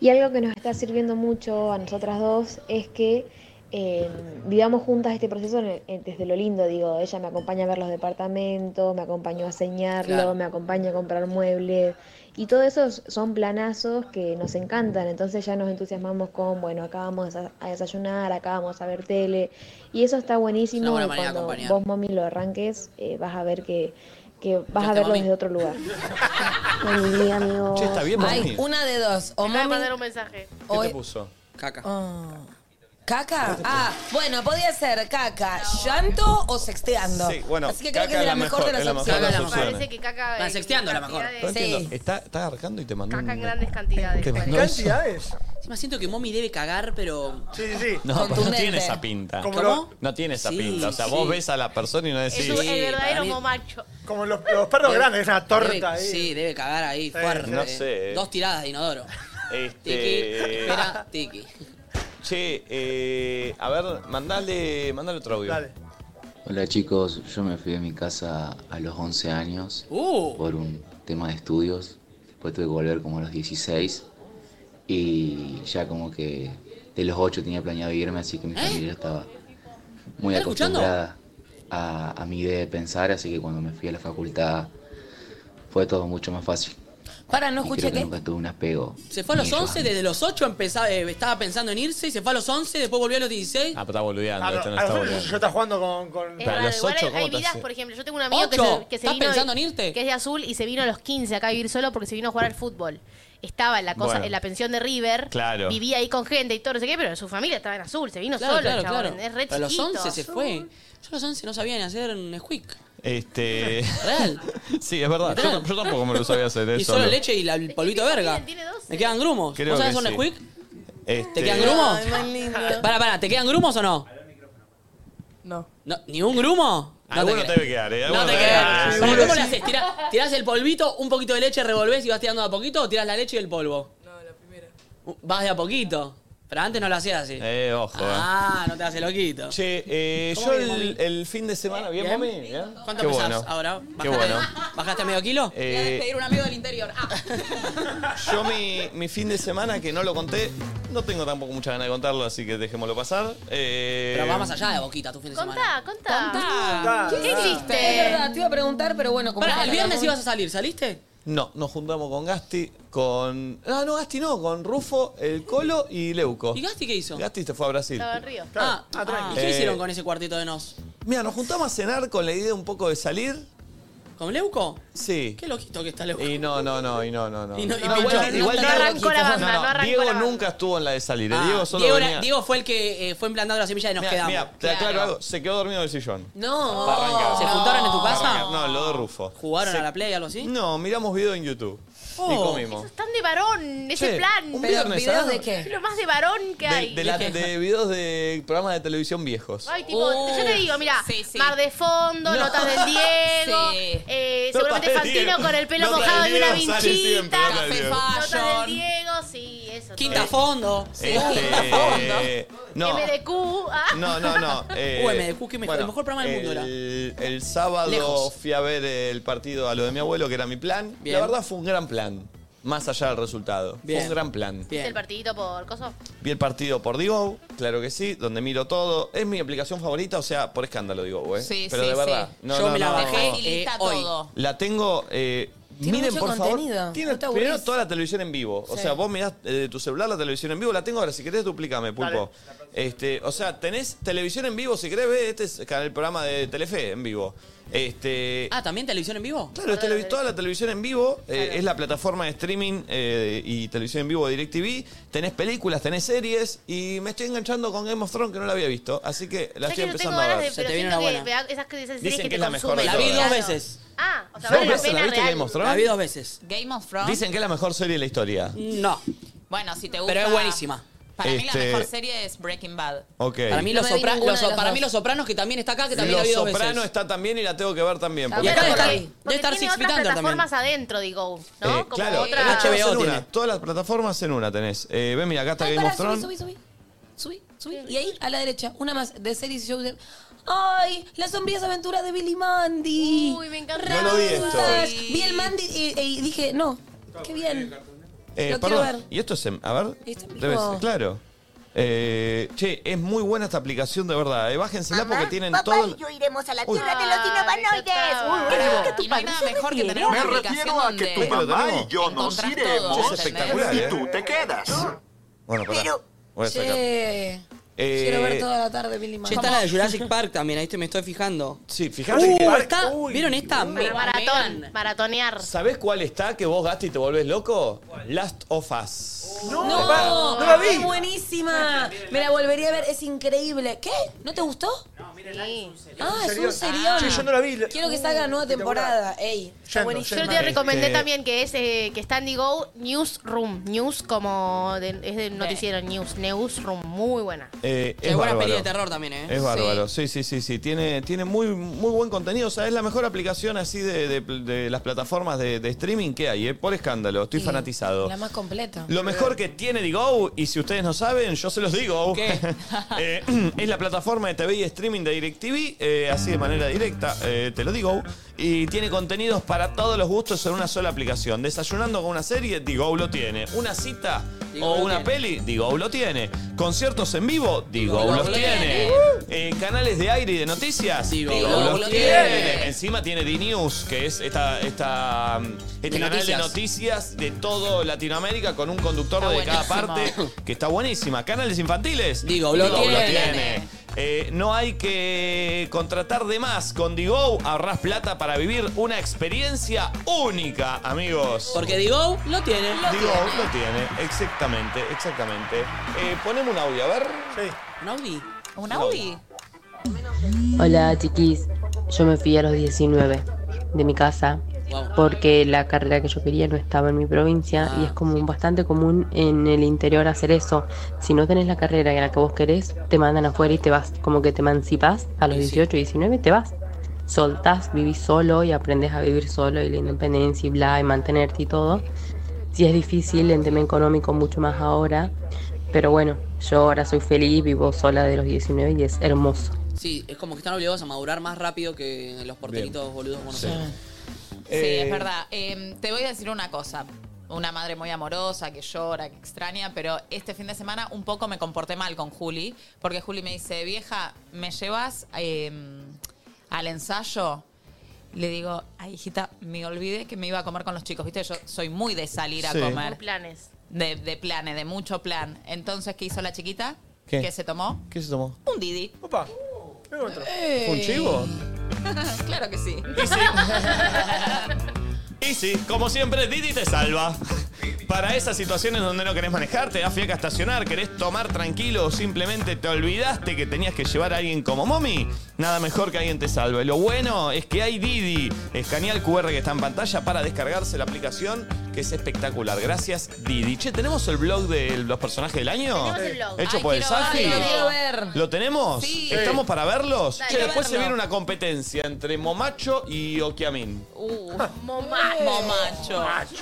Y algo que nos está sirviendo mucho a nosotras dos es que eh, vivamos juntas este proceso en el- en- desde lo lindo, digo, ella me acompaña a ver los departamentos, me acompañó a señarlo,
Claro.
me acompaña a comprar muebles y todos esos son planazos que nos encantan, entonces ya nos entusiasmamos con, bueno, acá vamos a a desayunar, acá vamos a ver tele y eso está buenísimo
Es una buena
y
manera de
cuando
acompañar.
vos, mami, lo arranques eh, vas a ver que, que vas a
está,
verlo
mami.
desde otro lugar. Buen día, amigos.
Che, está bien, mami.
Hay una de dos, o
Acaba de
mami-
mandar un mensaje.
¿Qué
Hoy-
te puso?
Caca.
¿Caca? Ah, bueno, podía ser caca, llanto o sexteando.
Sí, bueno,
Así que
caca
creo que es la mejor, de las
es la mejor de
opciones.
las opciones. Parece
que caca.
Está sexteando a lo mejor.
No entiendo. Está, está arrancando y te mandó
Caca en
un-
grandes cantidades.
¿Te mandó eso?
¿Cantidades?
Encima siento que mommy debe cagar, pero.
Sí, sí, sí.
No, pero no tiene esa pinta.
¿Cómo? ¿Cómo?
No tiene esa
Sí,
pinta. O sea,
sí.
vos ves a la persona y no
Es
decís.
un- el verdadero
mí-
momacho.
Como los, los perros
Debe-
grandes, es una
debe-
torta ahí.
Sí, debe cagar ahí, fuerte.
No sé. eh.
Dos tiradas de inodoro. Tiki,
Este.
espera, tiki.
Che, eh, a ver, mandale, mandale otro audio.
Hola chicos, yo me fui de mi casa a los 11 años
Uh.
por un tema de estudios. Después tuve que volver como a los 16 y ya como que de los 8 tenía planeado irme, así que mi familia estaba muy
¿Estás escuchando?
acostumbrada a, a mi idea de pensar, así que cuando me fui a la facultad fue todo mucho más fácil.
Para, no
Y creo
escuché
que
que.
nunca tuve un apego.
Se fue a los
ni yo
11, desde los 8 empezaba, eh, estaba pensando en irse y se fue a los 11, después volvió a los 16.
Ah, pero está boludeando,
Ah,
este
no,
no
a
está
los- yo
boludeando.
estaba jugando con. con-
Es raro, igual hay- hay vidas, por ejemplo, yo tengo un amigo que
¿Ocho?
se, que se
¿Estás
vino
pensando
de-
en irte?
que es de azul y se vino a los 15 acá a vivir solo porque se vino a jugar al fútbol. Estaba en la cosa
Bueno.
en la pensión de River,
Claro.
vivía ahí con gente y todo, no sé qué, pero su familia estaba en azul, se vino
Claro,
solo,
claro,
el chabón,
claro.
es re
a los
chiquito.
11 se fue. Yo a los 11 no sabía ni hacer un squeak.
Este.
Real.
sí, es verdad. Yo, tam- yo tampoco me lo sabía hacer eso.
Y solo leche y la- el polvito de verga. Me quedan grumos.
Creo
¿Vos sabés
que
un
sí.
squeak?
Este,
¿Te quedan grumos?
Ay, más lindo.
Para, para, ¿te quedan grumos o no?
No.
No, ¿Ni un grumo? No
Alguno te
cre-
debe quedar, ¿eh?
No
Alguno
te
debe
creas.
quedar,
Pará,
sí.
¿Cómo le haces? ¿Tirás, tirás el polvito, un poquito de leche, revolvés y vas tirando de a poquito o tirás la leche y el polvo? No, la primera. Vas de a poquito. Pero antes no lo hacías así.
Eh, ojo. eh.
Ah, no te haces loquito.
Che, eh,
¿Cómo
yo
viene, Eh,
el, el fin de semana, ¿bien,
¿Bien?
mami? ¿Bien?
¿Cuánto
Qué
pesás
bueno.
ahora?
Qué
¿Bajaste,
bueno.
¿Bajaste medio kilo?
Voy a despedir
un amigo del interior. Ah.
Yo mi, mi fin de semana, que no lo conté, no tengo tampoco mucha ganas de contarlo, así que dejémoslo pasar. Eh,
Pero va más allá de boquita tu fin de semana.
Contá, contá.
Contá.
¿Qué hiciste?
Es verdad, te iba a preguntar, pero bueno, como.
Pará,
ya
el viernes
hablamos-
ibas a salir, ¿saliste?
No, nos juntamos con Gasti, con... Ah, no, Gasti no, con Rufo, El Colo y Leuco.
¿Y Gasti qué hizo?
Gasti se fue a Brasil.
Estaba en Río.
Ah, ah, ¿y qué
Eh,
hicieron con ese cuartito de nos?
Mira, nos juntamos a cenar con la idea un poco de salir.
¿Con Leuco?
Sí.
Qué loquito que está Leuco.
Y no, no, no, y no, no, no.
Y no- y
No,
pinchó.
bueno,
No,
igual
no
Diego-
arrancó la banda, no arrancó
Diego
la banda.
nunca estuvo en la de salir. ¿eh?
Ah,
Diego solo
Diego, era-
venía...
Diego fue el que eh, fue implantando la semilla de nos
Mirá,
quedamos.
mirá, te aclaro algo, se quedó dormido en el sillón.
No.
Para arrancar.
¿Se juntaron en tu
Para
casa?
arrancar. No, lo de Rufo.
¿Jugaron
Se-
a la play algo así?
No, miramos video en YouTube. y
Oh.
comimos.
Están de varón, ese
Che,
plan.
un Pero, viernes, ¿videos ¿sabes? de qué?
Es lo más de varón que
De,
hay.
de la- de videos de programas de televisión viejos.
Ay, tipo, yo te digo, mira,
Sí, sí.
Mar de Fondo,
No.
Notas del Diego,
Sí.
eh,
Notas
seguramente
del
Fantino
Diego.
con el pelo
Notas
mojado
del
de una
Diego sale siempre,
vinchita,
Notas del Diego.
Notas del Diego, sí, eso.
Quinta fondo.
Este, no,
MDQ. ah.
no, no, no. eh,
UMDQ, que mejor- el mejor programa del mundo era.
el- El sábado
Lejos.
fui a ver el partido a lo de mi abuelo, que era mi plan.
Bien.
La verdad fue un gran plan. Más allá del resultado.
Bien.
Fue un gran plan.
¿Viste el partidito por coso?
Vi el partido por Digo, claro que sí, donde miro todo. Es mi aplicación favorita, o sea, por escándalo digo, ¿eh?
Sí,
Pero
sí,
de verdad.
sí.
No,
Yo
no,
me la
no.
bajé eh, hoy.
La tengo. eh,
Tiene
miren,
mucho
por
contenido.
favor. Tiene
No te
primero
aburrís.
toda la televisión en vivo. O
Sí.
sea, vos mirás eh, de tu celular la televisión en vivo. La tengo ahora, si querés, duplícame, pulpo. Este, o sea, tenés televisión en vivo, si querés, ve este es el programa de Telefe en vivo. Este.
Ah, ¿también televisión en vivo?
Claro, es televi- toda la televisión en vivo eh, es la plataforma de streaming eh, y televisión en vivo de DirecTV. Tenés películas, tenés series y me estoy enganchando con Game of Thrones que no la había visto. Así que la
¿Sabes que no
estoy
tengo
empezando a
ganas de
ver.
pero siento que vea esas, esas series
Dicen
que,
que
te
es la mejor
consumen.
de La vi todas. dos
veces.
Ah, o sea,
¿Dos
vale la
veces la
pena
viste
real.
Game of Thrones?
La vi dos
veces.
Game of Thrones.
Dicen que es la mejor serie de la historia.
No.
Bueno, si te gusta.
Pero es buenísima.
Para mí la
Este-
mejor serie es Breaking Bad.
Ok.
Para mí, los,
No me vi
Sopra-
ninguna
los-
de las
para
dos.
mí Los Sopranos, que también está acá, que también la
Los
vi dos veces.
Soprano está también y la tengo que ver también.
Y acá
porque-
está-
Porque
debe estar
tiene
Six Feet
otras
Under también.
plataformas adentro, digo,
Eh,
¿no? Como
claro,
otra...
todas en
HBO
una.
tiene.
Todas las plataformas en una tenés. Eh, ven, mira, acá está
Ay,
Game
Ah, pará,
of Thrones.
subí, subí, subí. Subí, subí. Y ahí, a la derecha, una más de series y shows de... ¡Ay! Las sombrías aventuras de Billy Mandy. Uy,
me encanta.
No lo vi esto.
Vi el Mandy y, y dije, no, qué bien.
Eh,
Lo quiero
perdón,
ver.
y esto es en- a ver,
Está en
debe
vivo.
ser, claro. Eh, che, es muy buena esta aplicación de verdad. eh, Bájensela porque tienen
Papá
todo.
y yo iremos a la
Uy.
tierra de los dinobanoides. Creo que tu padre se refiere.
Me refiero a que tu
¿Ves que lo
mamá
tenemos?
y yo nos
Encontrás
iremos
todo, Es espectacular,
y
¿eh?
tú te quedas.
Bueno, pará.
Pero-
Voy a sacar.
Che,
Eh,
quiero ver toda la tarde Billy
Che,
Mandy.
está la de Jurassic Park también, ahí te me estoy fijando.
Sí, fíjate que-
Uh, está, ¿Vieron esta? Me-
Maratón, maratonear.
¿Sabés cuál está que vos gastas y te volvés loco? Last of Us.
No,
papá,
no la vi.
es buenísima. Me la volvería a ver, es increíble. ¿Qué? ¿No te gustó? Ah, es un serión.
Sí, yo no la vi.
Quiero que salga la nueva temporada. Ey, está
Yo
buenísimo.
te recomendé
Este-
también que es eh, que está en Digo Newsroom. News como de- es de noticiero News. Newsroom, muy buena.
Eh,
Qué
es
buena
bárbaro.
peli de terror también, ¿eh?
Es bárbaro, sí, sí, sí, sí. Tiene, tiene muy, muy buen contenido. O sea, es la mejor aplicación así de, de- de las plataformas de, de streaming que hay, eh, por escándalo. Estoy fanatizado.
La más completa.
Lo mejor que tiene Digo, y si ustedes no saben, yo se los digo. Eh, es la plataforma de TV y streaming de DirecTV, eh, así de manera directa, eh, te lo digo. Y tiene contenidos para todos los gustos en una sola aplicación. Desayunando con una serie, Digo lo tiene. Una cita o una peli, Digo lo tiene. Conciertos en vivo, Digo
lo
los tiene.
tiene.
Eh, canales de aire y de noticias, Digo
lo
los
tiene.
tiene. Encima tiene D-News, que es esta, esta, mm, este
De
canal de
noticias.
noticias de todo Latinoamérica con un conductor
Está
de cada parte
buenísimo.
que está buenísima. Canales infantiles. Digo,
lo tiene.
Eh, no hay que contratar de más. Con Digo ahorrás plata para vivir una experiencia única, amigos.
Porque Digo lo tiene.
Digo lo tiene, exactamente, exactamente. Eh, ponemos un audio, a ver.
¿Un Audi?
¿Un
Audi?
Hola chiquis, yo me fui a los 19 de mi casa porque la carrera que yo quería no estaba en mi provincia y es como bastante común en el interior hacer eso. Si no tenés la carrera en la que vos querés, te mandan afuera y te vas, como que te emancipas a los 18, 19 y te vas. Soltás, vivís solo y aprendes a vivir solo y la independencia y bla y mantenerte y todo. Si es difícil en tema económico mucho más ahora, pero bueno, yo ahora soy feliz, vivo sola de los 19 y es hermoso.
Sí, es como que están obligados a madurar más rápido que los porteritos boludos como
Sí.
nosotros.
Sí, es verdad. Eh, te voy a decir una cosa. Una madre muy amorosa, que llora, que extraña, pero este fin de semana un poco me comporté mal con Juli, porque Juli me dice, vieja, ¿me llevas eh, al ensayo? Le digo, ay, hijita, me olvidé que me iba a comer con los chicos, ¿viste? Yo soy muy de salir a
Sí.
comer,
planes.
de, de planes, de mucho plan. Entonces, ¿qué hizo la chiquita?
¿Qué?
¿Qué se tomó?
¿Qué se tomó?
Un Didi.
Opa.
Eh,
¿Fue un chivo?
claro que sí.
Y sí, como siempre, Didi te salva. Para esas situaciones donde no querés manejar, te da fiaca estacionar, querés tomar tranquilo o simplemente te olvidaste que tenías que llevar a alguien como mommy, nada mejor que alguien te salve. Lo bueno es que hay Didi. Escanea el QR que está en pantalla para descargarse la aplicación que es espectacular. Gracias, Didi. Che, ¿tenemos el blog de los personajes del año?
Tenemos el blog.
Hecho
Ay,
por el
quiero
Safi.
verlo. Quiero ver.
¿Lo tenemos?
Sí.
¿Estamos para verlos?
Dale,
che,
quiero
después se
verlo.
viene una competencia entre Momacho y Okiamin.
Uh,
Momacho.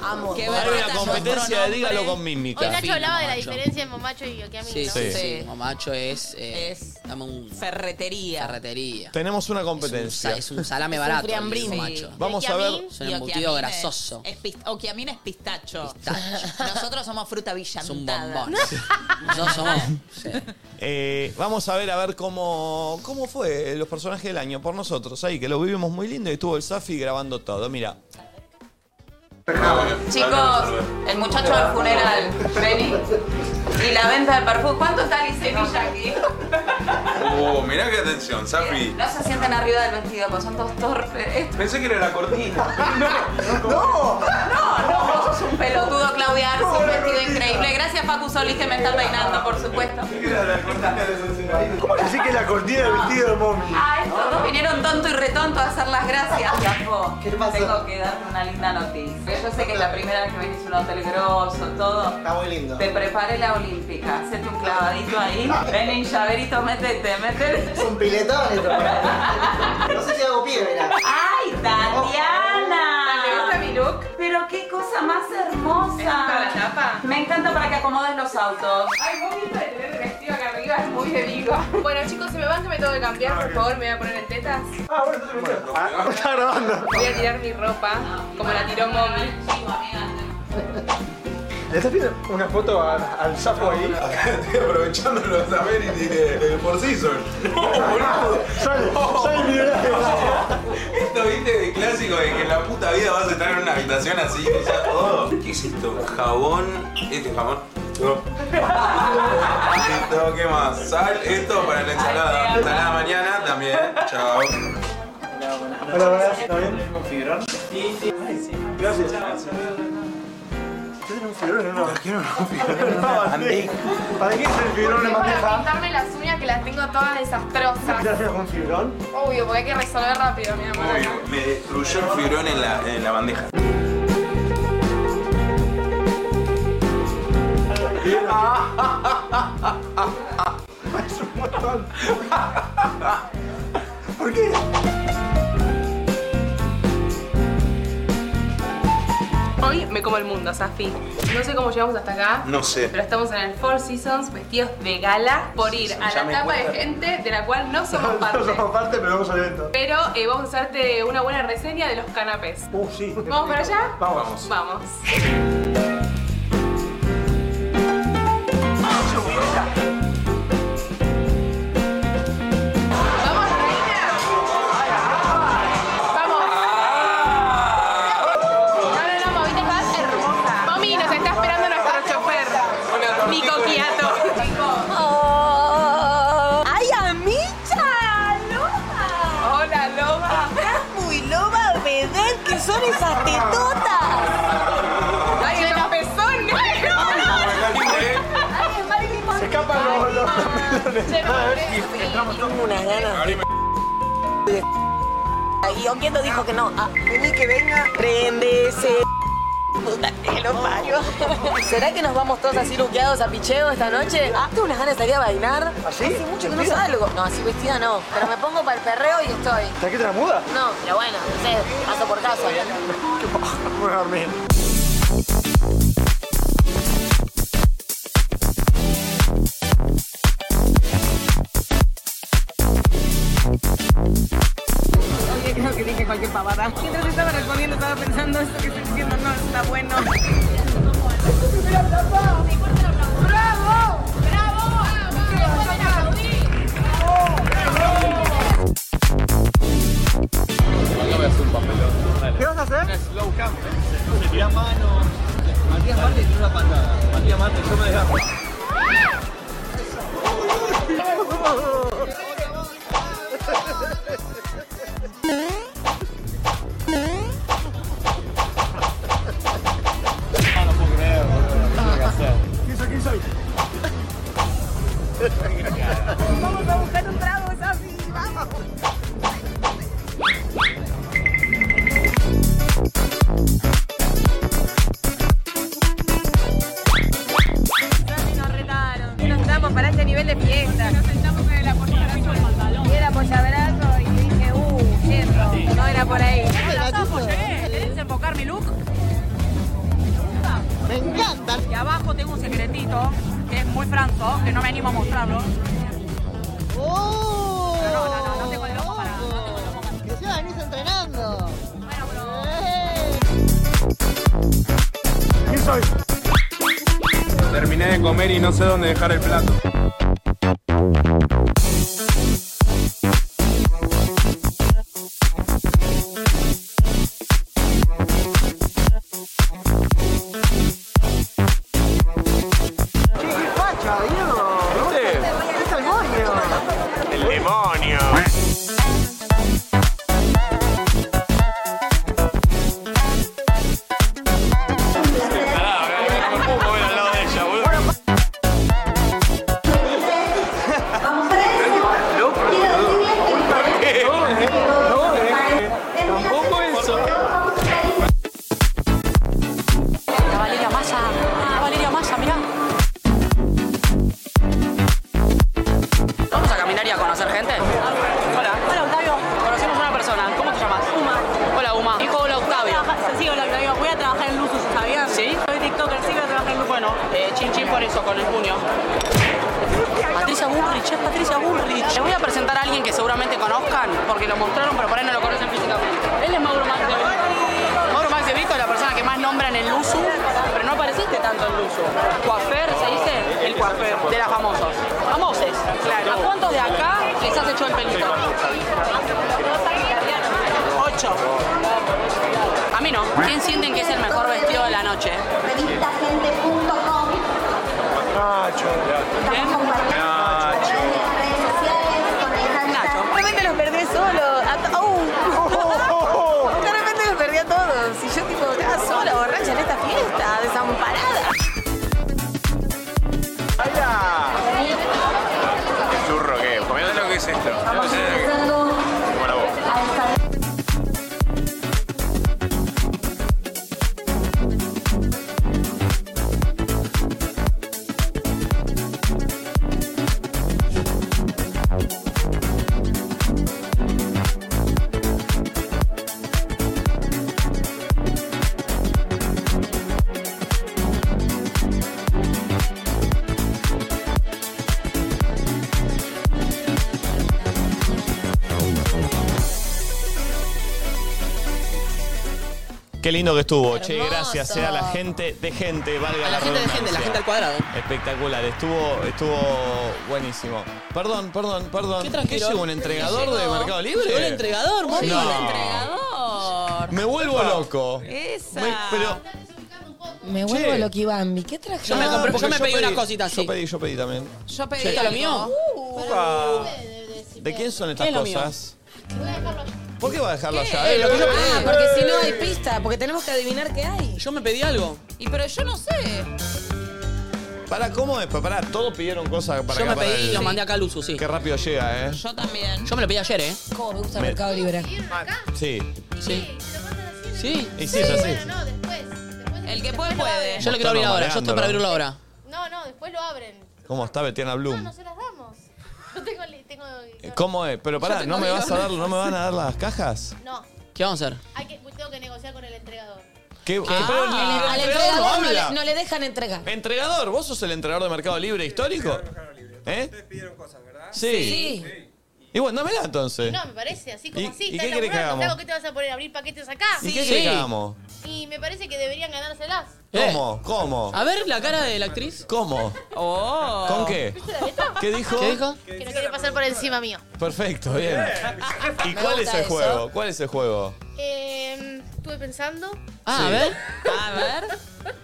Amo.
Qué
Ahora
vergüenza
una
nuestro
competencia de
nombre.
¿eh?
dígalo con
Hoy
mímica.
Nacho hablaba de la
Momacho.
diferencia en Momacho y Yokiami.
Sí,
¿no?
sí,
Sí.
sí. Momacho es. eh,
Es
dame un-
ferretería.
Ferretería.
Tenemos una competencia.
sa- es un salame Es un barato, friambrín. el Momacho.
Vamos a ver.
Es un embutido grasoso.
Es pist- Okiamin es pistacho. Nosotros somos fruta villantada.
Es un bombón. Nosotros somos.
Eh, vamos a ver a ver cómo, cómo fue los personajes del año por nosotros ahí, que lo vivimos muy lindo y estuvo el Safi grabando todo. Mira.
Chicos, el muchacho del funeral, vení. Y la venta de perfume. ¿Cuánto está el Sevilla aquí?
Oh, mirá qué atención, Safi.
No se sientan arriba del vestido, pues son todos torpes.
Pensé que era la cortina.
No, no, vos sos un pelotudo, Claudia Arce, un vestido increíble. Gracias, Facu Solís, que me está peinando, por supuesto.
¿Cómo le decís que la cortina del vestido de mommy?
Ah, estos dos vinieron tonto y retonto a hacer las gracias, Capo. Tengo que darte una linda noticia. Yo sé que es la primera vez que venís a un hotel grosso, todo. Está muy lindo. Te preparé la olímpica. Hacete un clavadito ahí.
Ah.
Vení, llaverito, métete, métete. Es un piletón
No sé si hago pie, mirá.
¡Ay, Tatiana!
¿Te gusta
mi look? Pero qué cosa más hermosa. la tapa? Me encanta para que acomodes los autos. Ay, vos viste el vestido acá arriba, es muy de Vigo. Bueno, chicos, se me van que me tengo que cambiar, por favor, me voy a poner en tetas.
Ah, bueno, entonces me Ah, está grabando.
Voy a tirar mi ropa, como la tiró Mommy.
¿Le estás pidiendo una foto a- al sapo ahí?
Estoy aprovechándolo de saber y de por season. No, boludo.
soy millonario.
Esto viste de clásico de que en la puta vida vas a estar en una habitación así, o sea, todo. ¿Qué es esto? Jabón. Este jabón. No. Listo, ¿qué más? Sal, esto para la ensalada. Ensalada mañana también. Chao.
Hola, buenas. ¿Está bien? ¿Con fibrón? Sí, sí. Gracias. ¿Ustedes un fibrón en una bandeja? un fibrón ¿Para qué es el fibrón en bandeja?
pintarme las uñas que las tengo todas desastrosas.
¿Gracias con fibrón?
Obvio, porque hay que resolver rápido, mi amor.
Uy, me destruyó el fibrón en la, en la bandeja.
Es un montón. ¿Por qué?
Hoy me como el mundo, Safi. No sé cómo llegamos hasta acá.
No sé.
Pero estamos en el Four Seasons vestidos de gala por ir a
Ya
la
me
etapa de
cuesta.
gente de la cual no somos
No
parte.
somos parte, pero vamos al evento.
Pero eh, vamos a hacerte una buena reseña de los canapés.
Uh, sí.
¿Vamos para allá?
Vamos.
Vamos.
No, no, moviste más hermosa. Mami, nos está esperando nuestro chofer.
Nico Quiato.
¡Ay, amicha! ¡Loba!
Hola, loba.
Estás muy loba, vedette, que son esas tetotas.
¡Ay, los pezones!
¡Ay, no,
¿eh? Se escapan los, los, los melones.
Tengo unas ganas. de- Y Oquieto dijo que no. Ah, vení que venga. Prende ese. Puta que lo parió. ¿Será que nos vamos todos así luqueados a picheo esta noche? Ah, tengo unas ganas de salir a bailar.
¿Ah,
¿Así? Hace mucho que no
¿Vestida?
salgo. No, así vestida no. Pero me pongo para el perreo y estoy.
¿Te qué te la muda?
No, pero bueno, no sé, paso por casa.
Voy a dormir.
Oye, creo que dije cualquier pavada. Mientras estaba respondiendo, estaba pensando esto que estoy diciendo no está bueno.
¡Bravo! ¡Bravo!
Acá voy a hacer un papelón.
¿Qué vas a hacer? Una slow cam. ¿eh? Se tira mano.
Matías Marte tiene una patada. Matías Marte, yo me desgajo.
¿Quién soy? ¿Quién soy?
Vamos a buscar un trago, Safi, vamos.
este uh,
Me encantan. Y abajo tengo un secretito que es muy franco, que no me animo a mostrarlo.
¡Oh!
No, no, no, no tengo el lomo para.
Que se venís entrenando.
¿Quién soy?
Terminé de comer y no sé dónde dejar el plato.
¡Facha, Diego! ¿Viste? ¡Es al moño!
El demonio.
Tampoco eso. La Valeria Massa.
Ah,
La Valeria Massa, mirá.
Vamos a caminar y a conocer gente. Hola. Hola, Octavio. Conocemos una persona. ¿Cómo te llamas? Uma. Hola, Uma. Dijo hola, Octavio. Sí, hola, Octavio. Voy a trabajar en Luzus, ¿sabías? Sí. Soy TikToker, sí, voy a trabajar en Luzus. Bueno, eh, chin chin por eso, con el puño. Patricia Bullrich, es Patricia Bullrich. Le voy a presentar a alguien que seguramente conozcan, porque lo mostraron, pero por ahí no lo conocen físicamente. Él es Mauro Max de Brito. Mauro Max de Brito es la persona que más nombran en Luzu, pero no apareciste tanto en Luzu. Coafer, se dice, el coafer de las famosos. Famoses, claro. ¿A cuántos de acá les has hecho el pelito? Ocho. A mí no. ¿Quién sienten que es el mejor vestido de la noche?
Nacho. Nacho.
De repente los perdí solo. A to- ¡Oh! De repente los perdí a todos. Y yo, tipo, estaba sola, borracha en esta fiesta, desamparada.
El Ah, churro que. Comiendo lo que es esto. Eh, Bueno, vos.
Qué lindo que estuvo, che, gracias eh, a la gente de gente, valga
A la gente de gente, la gente al cuadrado.
Espectacular, estuvo, estuvo buenísimo. Perdón, perdón, perdón.
Qué tranquilo.
llegó un entregador
Llegó-
de Mercado Libre?
llegó el entregador, mami.
No.
Llegó el
Me vuelvo loco.
Esa.
Me- pero
Me vuelvo loquibambi. ¿Qué traje?
Yo me Ah, compré- yo porque me yo pedí pedí- unas
cositas,
yo pedí, yo pedí también.
Yo
pedí ¿Esto es lo mío? Upa. ¿De quién son estas
¿Qué es lo mío?
cosas? ¿Por qué va a dejarlo allá?
Eh,
Eh,
lo que yo-
eh,
ah,
eh,
porque si no
eh.
hay pista, porque tenemos que adivinar qué hay.
Yo me pedí algo.
Y pero yo no sé.
Para, ¿cómo es? Pará, todos pidieron cosas para
Yo
acá,
me
para
pedí y
el-
los mandé acá a Luzu, sí.
Qué rápido llega, ¿eh?
Yo también.
Yo me lo pedí ayer, ¿eh?
¿Cómo me gusta
Me-
Mercado Libre?
Sí.
Sí. Sí.
Y sí, es así.
No, después.
El que puede, puede.
Yo lo quiero abrir ahora, yo estoy para abrirlo
Mareándolo.
No,
ahora.
no, después lo abren.
¿Cómo está Betiana
No,
Bloom?
no se las damos. No tengo. li- tengo
Eh, ¿Cómo es? Pero pará,
Yo
¿no
tengo
me
miedo.
vas a dar, no me van a dar las cajas?
No,
¿Qué vamos a hacer?
hay que, tengo que negociar con el entregador.
¿Qué?
Ah,
Pero el, el
Al
entregador no
entregador no
habla.
le, no le dejan entregar.
Entregador, ¿vos sos el entregador de Mercado Libre histórico? ¿Eh? Ustedes pidieron cosas, ¿verdad? Sí. Y bueno, dámela entonces.
No, me parece, así como
¿Y-
así.
y
estás
qué querés que
laburando,
hagamos?
Flaco, ¿Qué te vas a poner a abrir paquetes acá?
¿Y qué querés que hagamos?
Y me parece que deberían ganárselas.
Eh.
¿Cómo? ¿Cómo?
A ver la cara de la actriz.
¿Cómo?
Oh.
¿Con qué?
¿Viste la letra?
¿Qué dijo?
¿Qué dijo?
Que no quiere pasar por encima mío.
Perfecto, bien. ¿Y
Me
cuál es
gusta
el
eso.
juego? ¿Cuál es el juego?
Eh, estuve pensando.
Ah, a ver.
A ver.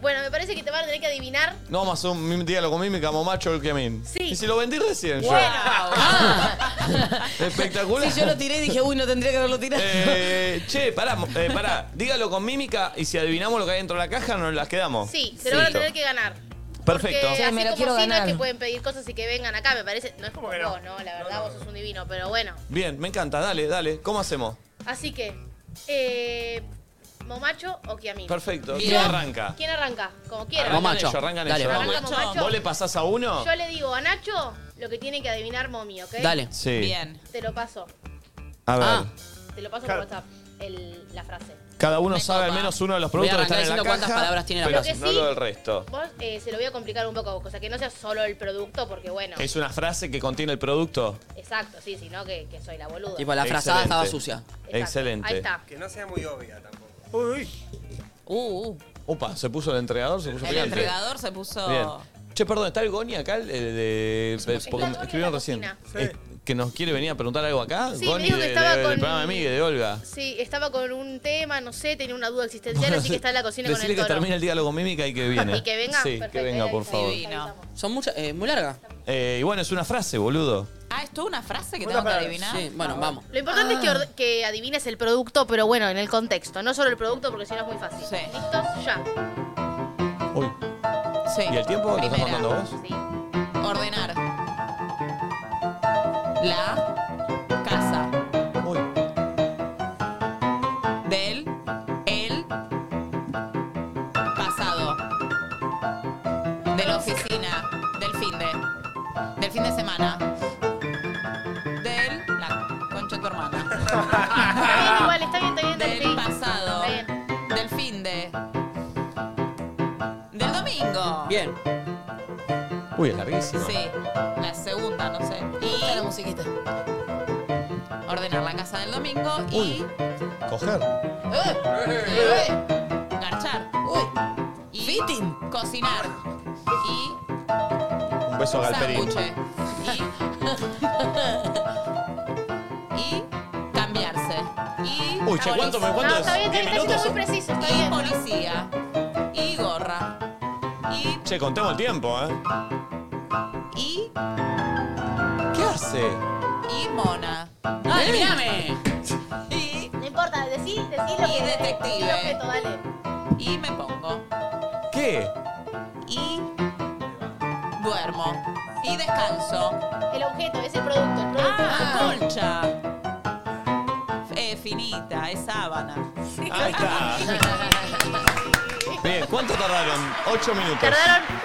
bueno, me parece que te van a tener que adivinar.
No vamos a hacer un mim- diálogo con mímica, momacho, el que a mí.
Sí.
Y si lo vendí recién yo. Espectacular.
Si yo lo tiré, dije, uy, no tendría que haberlo tirado.
Eh, che, pará, mo- eh, pará. Dígalo con mímica y si adivinamos lo que hay dentro de la caja, nos las quedamos.
Sí, se lo van a
Oh. Listo.
tener que ganar.
Perfecto.
Porque así
me lo
como
quiero
sí, no es
ganar.
que pueden pedir cosas y que vengan acá, me parece. No es como vos, ¿no? La verdad, vos sos un divino, pero bueno.
Bien, me encanta. Dale, dale. ¿Cómo hacemos?
Así que, eh, ¿Momacho o Kiamin?
Perfecto. ¿Quién arranca?
¿Quién arranca? Como quieras.
Arrancan ellos, arrancan
Dale,
ellos.
vamos. Arranca Momacho.
¿Vos le pasás a uno?
Yo le digo a Nacho lo que tiene que adivinar Momi, ¿ok?
Dale. Sí. Bien.
Te lo paso.
A ver.
Ah.
Te lo paso por WhatsApp. el- la frase.
Cada uno sabe al menos uno de los productos que
Voy a
están en la
arrancar diciendo
caja.
cuántas palabras tiene la
pero
frase.
no lo del resto.
Vos eh, se lo voy a complicar un poco, cosa que no sea solo el producto, porque bueno,
¿Es una frase que contiene el producto?
exacto, sí, sino que, que soy la boluda.
Tipo, la frazada
Excelente.
estaba sucia.
Exacto.
Excelente.
Ahí está.
Que no sea muy obvia tampoco.
Uy.
Uh, uh.
Opa, se puso el entregador, se puso
El
picante.
entregador se puso.
Bien. Che, perdón, ¿está el Goni acá? El, el de, porque
Goni
me escribieron recién.
cocina.
Eh, ¿Que nos quiere venir a preguntar algo acá?
Sí, me
Goni
dijo que
Ah, de-
estaba
de-
con-
del programa de Migue, de Olga.
Sí, estaba con un tema, no sé, tenía una duda existencial, así que está en la cocina con
Decirle
el
que
toro.
termine el diálogo con mímica y que viene.
Y que venga,
Sí, que
perfecto,
venga, por favor.
Son muchas, eh, muy largas.
Eh, y bueno, es una frase, boludo.
Ah, ¿es toda una frase que
Una
tengo que
frase.
adivinar? Ah.
Sí, bueno, vamos.
Lo importante es
Ah.
que, orde- que adivines el producto, pero bueno, en el contexto. No solo el producto, porque si no es muy fácil. ¿Listos? Ya.
Sí.
¿Y el tiempo? ¿Lo estás
Primera.
contando vos?
Ordenar. La casa. Del el pasado. De la oficina. Del fin de. Del fin de semana. Del. La concha de tu hermana.
Está bien, igual, está bien, está bien.
Del pasado.
Está bien.
Del fin de. Del domingo.
Bien.
Uy, es larguísimo.
Sí, la segunda, no sé. Y la musiquita. Ordenar la casa del domingo y.
Coger.
¡Eh! ¡Eh! Garchar. Y Cocinar. Y
Un beso a Galperín.
sándwiches. Y. y cambiarse. Y.
Uy, che, ¿cuánto me- cuánto No, está es? bien, está bien, ¿Diez está siendo
muy preciso.
y policía. Y gorra. Y.
Che, contemos el tiempo, ¿eh?
Y.
¿Qué hace?
Y mona.
¡Ay,
mírame!
No importa, decí, decí lo
Y
que
detective.
decí lo que to- dale.
Y me pongo.
¿Qué?
y duermo y descanso.
El objeto es el producto, el producto.
Ah, colcha. Eh, finita, es sábana.
Ahí Bien, ¿cuánto tardaron? Ocho minutos.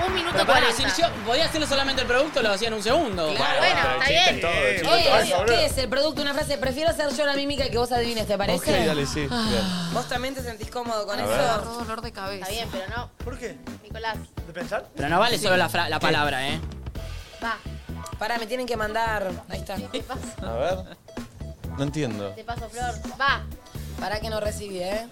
un minuto
Pero para
cuarenta.
decir yo, podía hacerlo solamente el producto, lo hacía en un segundo.
Claro, Bueno, pero está existe bien. Eh, todo, existe
Oye, Eh, ¿qué es el producto? Una frase. Prefiero hacer yo la mímica y que vos adivines, ¿te
Ok,
parece? Ah.
dale, sí. Bien.
¿Vos también te sentís cómodo con
A
eso?
ver.
dolor de cabeza. Está bien, pero no. ¿Por qué? Nicolás,
¿De pensar?
Pero no vale solo la, fra- la palabra, ¿eh?
va.
Pará, me tienen que mandar. Ahí está. ¿Qué pasa?
A ver. No entiendo.
Te paso, Flor. Va.
Pará que no recibí, ¿eh?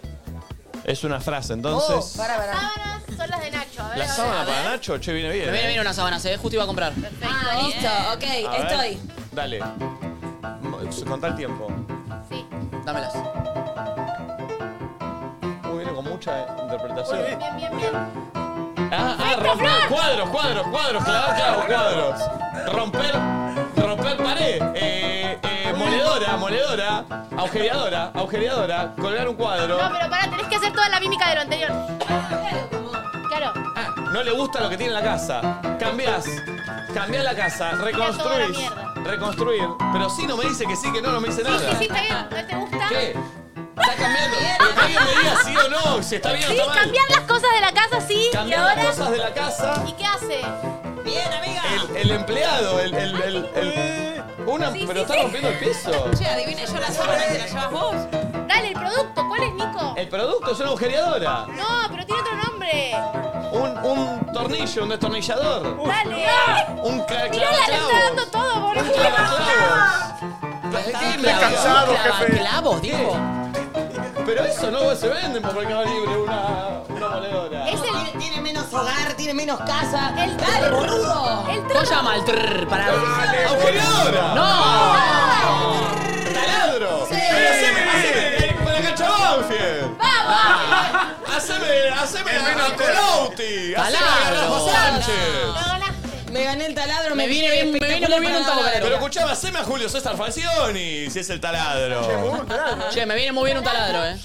Es una frase, entonces.
Oh, pará, pará.
Sábanas son las de Nacho. A ver,
¿La
a ver,
sábana
a ver.
para Nacho? Che, viene bien.
Me viene
¿eh?
bien una sábana, se ve, justo iba a comprar.
Ah, listo, ok,
A ver,
estoy.
Dale. Mo- Contá el tiempo.
Dámelas.
Uy, viene con mucha interpretación.
Bien, bien, bien, bien.
Ah, ah, romper cuadros, cuadros, cuadros, clavar
Ah.
clavos, cuadros. Romper, romper pared. Eh, eh, moledora, moledora, agujereadora, agujereadora, colgar un cuadro.
No, pero pará, tenés que hacer toda la mímica de lo anterior. Claro.
No le gusta lo que tiene en la casa. Cambiás, cambiás la casa, reconstruís,
Tira toda la
reconstruir. Pero si no me dice que sí, que no, no me dice
Sí, sí,
nada.
sí, está bien. ¿No te gusta?
¿Qué? Está cambiando. Lo que alguien me diga sí o no, si está bien o
Sí,
está mal.
cambiar las cosas de la casa, sí.
Cambiar
y
las
ahora.
cosas de la casa.
¿Y qué hace?
Bien, amiga.
El, el empleado, el, el, el, el- una, pero está rompiendo el piso.
Che, adivine yo la sábana y te la llevas vos.
Dale, el producto. ¿Cuál es, Nico?
El producto es una agujereadora.
No, pero tiene otro nombre.
Un, un tornillo, un destornillador.
Dale.
Un
Mirá, le está
cla- clavaclavos.
dando todo, boludo.
Un clavaclavos.
Clavos,
cansado,
clava-
jefe.
Clavos, dijo.
Pero eso no se vende por Mercado Libre, una, una moledora.
Es el...
tiene, tiene menos hogar, tiene menos casa. ¡Dale, boludo!
El
¿Cómo llama el trrr para.?
¡Agujereadora!
¡No!
¡Taladro! Pero haceme, haceme, eh, con la cancha Banfield. ¡Vamos! Haceme, haceme la Renato Colouti. Haceme la
Taladro.
Garrafa Sánchez.
Me gané el taladro, me,
Me viene
vine
bien, me viene
espectacular
muy bien
para dar la
un taladro.
Pero
gloria.
escuchame, haceme a Julio César Falcioni, si es el taladro.
Che, me viene muy bien un taladro, ¿eh?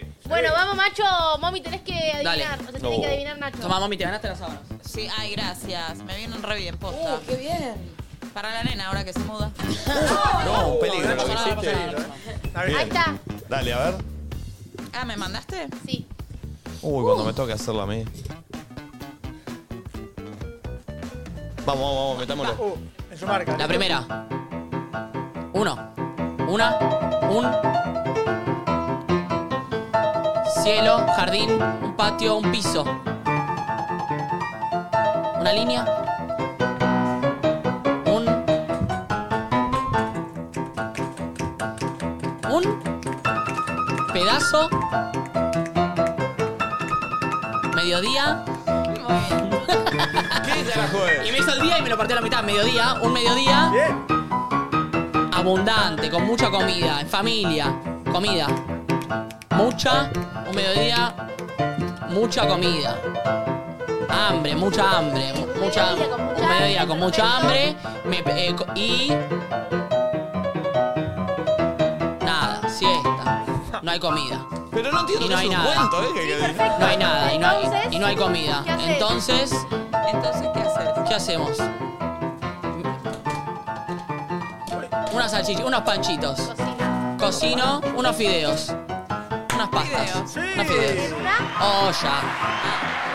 Sí.
Bueno, vamos, macho. Mami, tenés que adivinar.
Dale.
O sea, tenés
No.
que adivinar, Nacho.
Toma, mami, te ganaste las sábanas.
Sí, ay, gracias. Me vienen re bien,
Uh,
posta.
¡Qué bien!
Para la nena ahora que se muda.
No, un peligro lo que
Pasa nada,
hiciste.
pasa nada.
Bien.
Ahí está.
Dale, a ver.
Ah, ¿me mandaste?
Sí.
Uy, cuando me toca hacerlo a mí. Vamos, vamos, vamos, metámoslo.
Uh, en su marca.
La primera. Uno. Una. Un. cielo, un jardín, un patio, un piso. Una línea. Un. Un pedazo. Mediodía. Y me hizo el día y me lo partió a la mitad. Mediodía, un mediodía. Abundante, con mucha comida, en familia. Comida. Mucha, un mediodía, mucha comida. Hambre, mucha hambre, mu- mucha hambre. Un mediodía con mucha hambre. me- eh, co- y. Nada, siesta. No hay comida.
Pero no entiendo
Y no
que
hay
es un
nada.
cuento, ¿eh? Que-
No hay nada y no hay,
Entonces,
y no hay comida.
¿qué haces?
Entonces. Entonces, ¿qué haces? ¿Qué hacemos? Unas salchichas, unos panchitos. Cocino, unos fideos. Unas pastas. Unos fideos. Oh, Olla.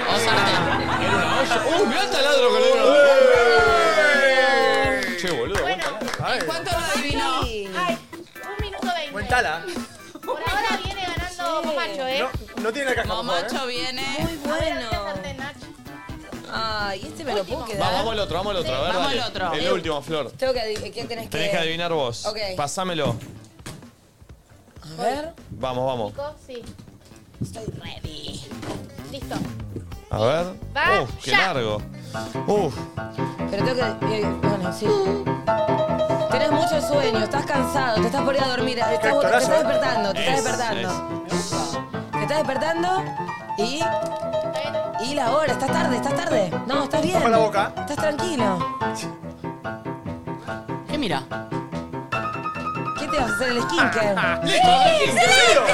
O sartén.
¡Uh, mirá el taladro que le dieron! Che, boludo.
¿Cuánto lo adivinó? Ay, un minuto veinte.
Cuéntala.
Por ahora viene ganando Mamacho, ¿eh?
No, no tiene la caja. por favor, ¿eh?
viene. Muy bueno.
Ay, este me lo puedo quedar.
Va, vamos al otro, vamos al otro. a ver,
Vamos
dale.
al otro.
El último, Flor.
Tengo que adiv- ¿Qué tenés que
Tenés que adivinar vos.
Ok.
Pasámelo.
A ver.
Vamos, vamos.
Chicos, sí. Estoy ready. Listo.
A ver.
Va,
Uf, qué
ya.
largo. Uf.
Pero tengo que. eh, bueno, sí. Tenés mucho sueño, estás cansado, te estás por ir a dormir, estás- te
actorazo,
estás
¿eh?
despertando, te
Es,
estás despertando. Te estás despertando y. Y la hora, estás tarde, estás tarde. No, estás bien.
Tapa la boca.
Estás tranquilo.
¿Qué Eh, mira?
¿Qué te vas a hacer el skinker?
Ah,
¡Listo!
¡Sí, excelente!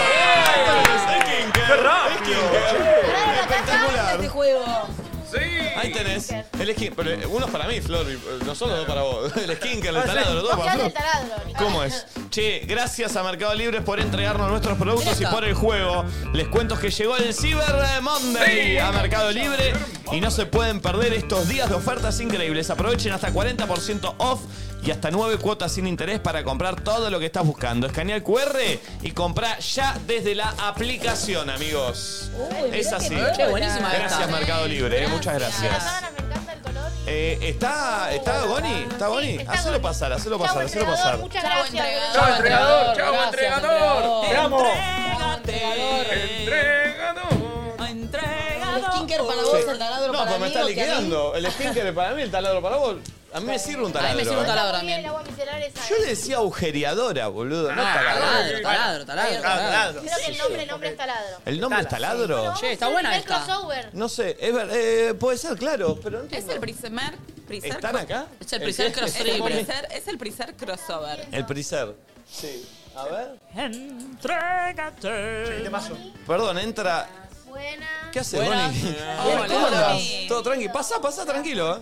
¡Qué rápido!
Este juego.
Ahí tenés. El skin. pero, eh, uno es para mí, Flor. y, eh, No son los dos para vos. El
Ah,
skinker, el taladro, los dos para Flor. ¿Cómo es? Che, gracias a Mercado Libre por entregarnos nuestros productos y por el juego. Les cuento que llegó el Cyber Monday a Mercado Libre y no se pueden perder estos días de ofertas increíbles. Aprovechen hasta 40% off y hasta 9 cuotas sin interés para comprar todo lo que estás buscando. Escanea el QR y comprá ya desde la aplicación, amigos.
Uy,
es
mirá
así.
qué Che, buenísima
Gracias,
esta.
Mercado Libre. eh, Muchas gracias. Eh, está, está Goni, está Goni. Hacelo pasar, hacelo pasar, hacelo pasar.
Muchas gracias.
Chau, entregador.
Chau,
Gracias,
entregador.
Te amo.
El skinker para
Sí.
vos, el taladro
No,
para
pues me
mí,
está
o que a mí-
liquidando. El skinker es para mí, el taladro para vos. A mí me sirve un taladro. ¿eh?
también. El agua micelar es
Yo le decía agujereadora, boludo. No,
Ah,
taladro.
taladro, taladro, taladro, taladro.
Creo que el nombre, el nombre es taladro.
¿El nombre es taladro?
Che,
está buena
El
esta.
crossover.
No sé, es ver- eh, puede ser, claro, pero no
Es el primer... priser-
¿Están acá?
Es el
¿El
priser
qué?
crossover.
¿El qué?
Es el priser crossover.
El priser. Sí. A ver.
Entrégate.
Perdón, entra. ¿Qué hace,
Buenas.
Goni?
Hola,
¿Cómo andas?
Goni.
Todo tranqui. Pasa, pasa tranquilo, eh.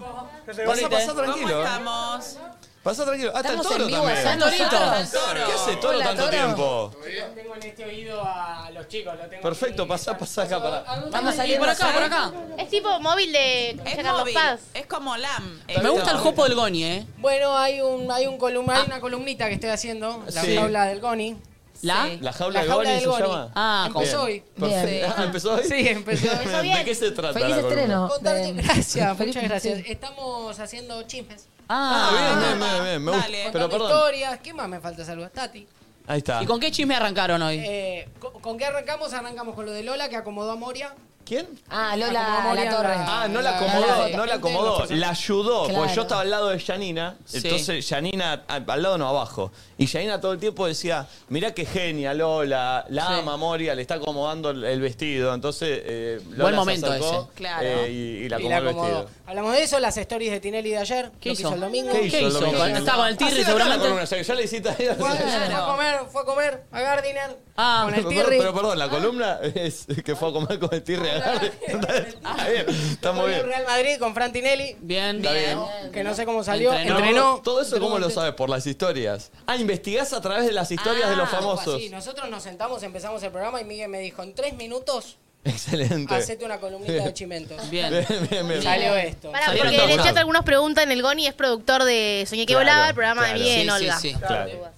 Pasa, pasa
¿Cómo
tranquilo. eh.
estamos?
Pasa tranquilo. Ah, está el
Estamos
toro
en vivo,
¿eh?
también.
está el torito.
Ah, está el toro. ¿Qué hace toro
Hola,
tanto
toro.
tiempo?
Tengo en este oído a los chicos, lo tengo.
Perfecto, pasá, pasá acá para.
Vamos
a ir por
¿eh?
acá, por acá.
Es tipo móvil de José Carlos
móvil,
Paz.
Es como LAM.
Eh,
Me gusta el jopo del Goni, ¿eh?
Bueno, hay un, hay un columna, hay una columnita que estoy haciendo, la
Sí.
jaula del Goni.
¿La?
La jaula
La
de
jaula
Goni
del
se
Goni.
llama.
Ah,
Bien.
Empezó hoy.
Perfecto.
Bien.
Ah, ¿Empezó hoy?
Sí, empezó. Empezó
¿De
bien.
qué se trata?
Feliz
la columna?
estreno. Contarte- Gracias, Feliz- muchas gracias. sí. Estamos haciendo chismes.
Ah, bien, bien, bien, bien. Me gusta.
Dale.
Pero
Contando
perdón.
historias. ¿Qué más me falta saludar? Tati.
Ahí está.
¿Y con qué chisme arrancaron hoy?
Eh, ¿con, con qué arrancamos? Arrancamos con lo de Lola, que acomodó a Moria.
¿Quién?
Ah,
Lola La Torre.
Ah, no la acomodó, no la acomodó, la ayudó,
Claro.
porque yo estaba al lado de Janina,
Sí.
entonces Janina, al al lado no abajo, y Janina todo el tiempo decía, mirá qué genia Lola, la ama Moria, le está acomodando el, el vestido, entonces eh, Lola
Buen
se
momento
acercó,
ese. Claro.
eh, y, y la
Y
acomodó
la
el
acomodó.
vestido.
Hablamos de eso, las stories de Tinelli de ayer. ¿Qué hizo? el domingo.
¿Qué hizo? el domingo?
Estaba con el Tirri,
Hacé la
seguramente.
columna, Ya que ya le hiciste ahí.
Fue, fue a comer, fue a comer a Gardiner Ah,
Ah.
con el
Pero,
Tirri. Ah.
pero perdón, la columna es que fue a comer con el Tirri. agarre. Está bien, está muy
Con el
bien.
Real Madrid con Fran Tinelli.
Bien,
Está bien.
Que no sé cómo salió.
Entrenó.
Entrenó.
Todo eso, ¿cómo lo sabes? Por las historias. Ah, investigás a través de las historias de los
Ah,
famosos.
así. nosotros nos sentamos, empezamos el programa y Miguel me dijo, en tres minutos,
Excelente.
hacete una columnita de chimentos.
Bien, bien, bien.
Salió esto.
Ah, Pará,
Salió
porque
esto.
el chat algunos preguntan, el Goni es productor de Soñé que
Claro,
volaba, el programa de
claro.
Miguel
Sí, sí,
Olga.
sí. Claro.
estaba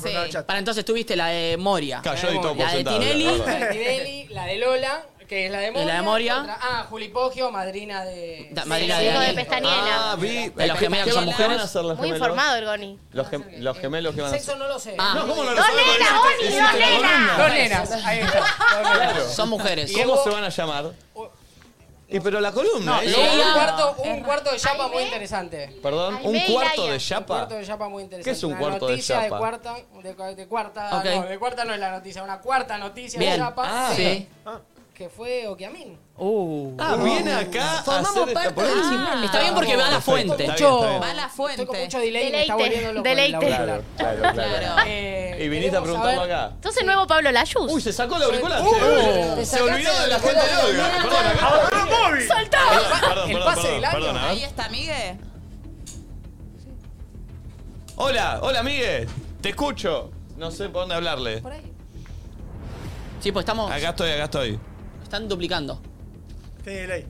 preguntando al chat.
Para entonces tuviste la de Moria.
Cayó y todo
La de
porcentaje,
Tinelli.
la verdad.
Tinelli, la de Lola, que es la de Moria.
la de Moria.
y otra- Ah, Juli Poggio, madrina de...
Da- madrina de Daniel.
Ah, vi.
De las gemelas que son
¿Qué van a
mujeres.
hacer las
Muy
gemelas?
informado el Goni.
Los, gem- los gemelos que van a hacer.
Sexo no lo sé.
Ah. No, ¿cómo no lo
Dos
sabe?
nenas,
Lo
Goni,
hiciste-
dos
hiciste con
nenas.
Dos nenas, ahí está. Dos nenas.
Claro.
Son mujeres.
¿Cómo se van a llamar? Y pero la columna.
No,
¿eh?
y un cuarto, un cuarto de chapa muy interesante.
Perdón, un cuarto de
Un
chapa.
cuarto de chapa muy interesante.
¿Qué es un
Una
cuarto de
noticia
chapa?
cuarta, de, cua- de cuarta,
Ok.
no, de cuarta no es la noticia, una cuarta noticia
Bien.
de chapa.
Ah. Sí.
Ah, Que fue Okiamin.
Ah, viene acá a
Formamos
hacer esta
parte
polémica.
del chisme.
Está bien porque va a la
Perfecto,
fuente.
Ah. está bien, está bien.
Va la fuente. Estoy con mucho delay y me está
Deleite,
volviendo loco. Eh,
deleite.
Claro, claro, claro. Y viniste a preguntarlo acá.
¿Sos el nuevo Pablo Layuz? Uy,
se sacó el auricular.
Uy,
che.
te
se
sacaste
olvidó de
el
la gente de
auricular.
Olga.
Mira,
Perdón, acá.
móvil! ¡Soltá!
Perdón,
El
perdón,
pase
perdón,
del año.
perdón, a ver.
Ahí está, Miguel.
Hola, hola, Miguel. Te escucho. No sé por dónde hablarle.
Sí, pues estamos.
Acá estoy, acá estoy.
Están duplicando.
Tiene delay.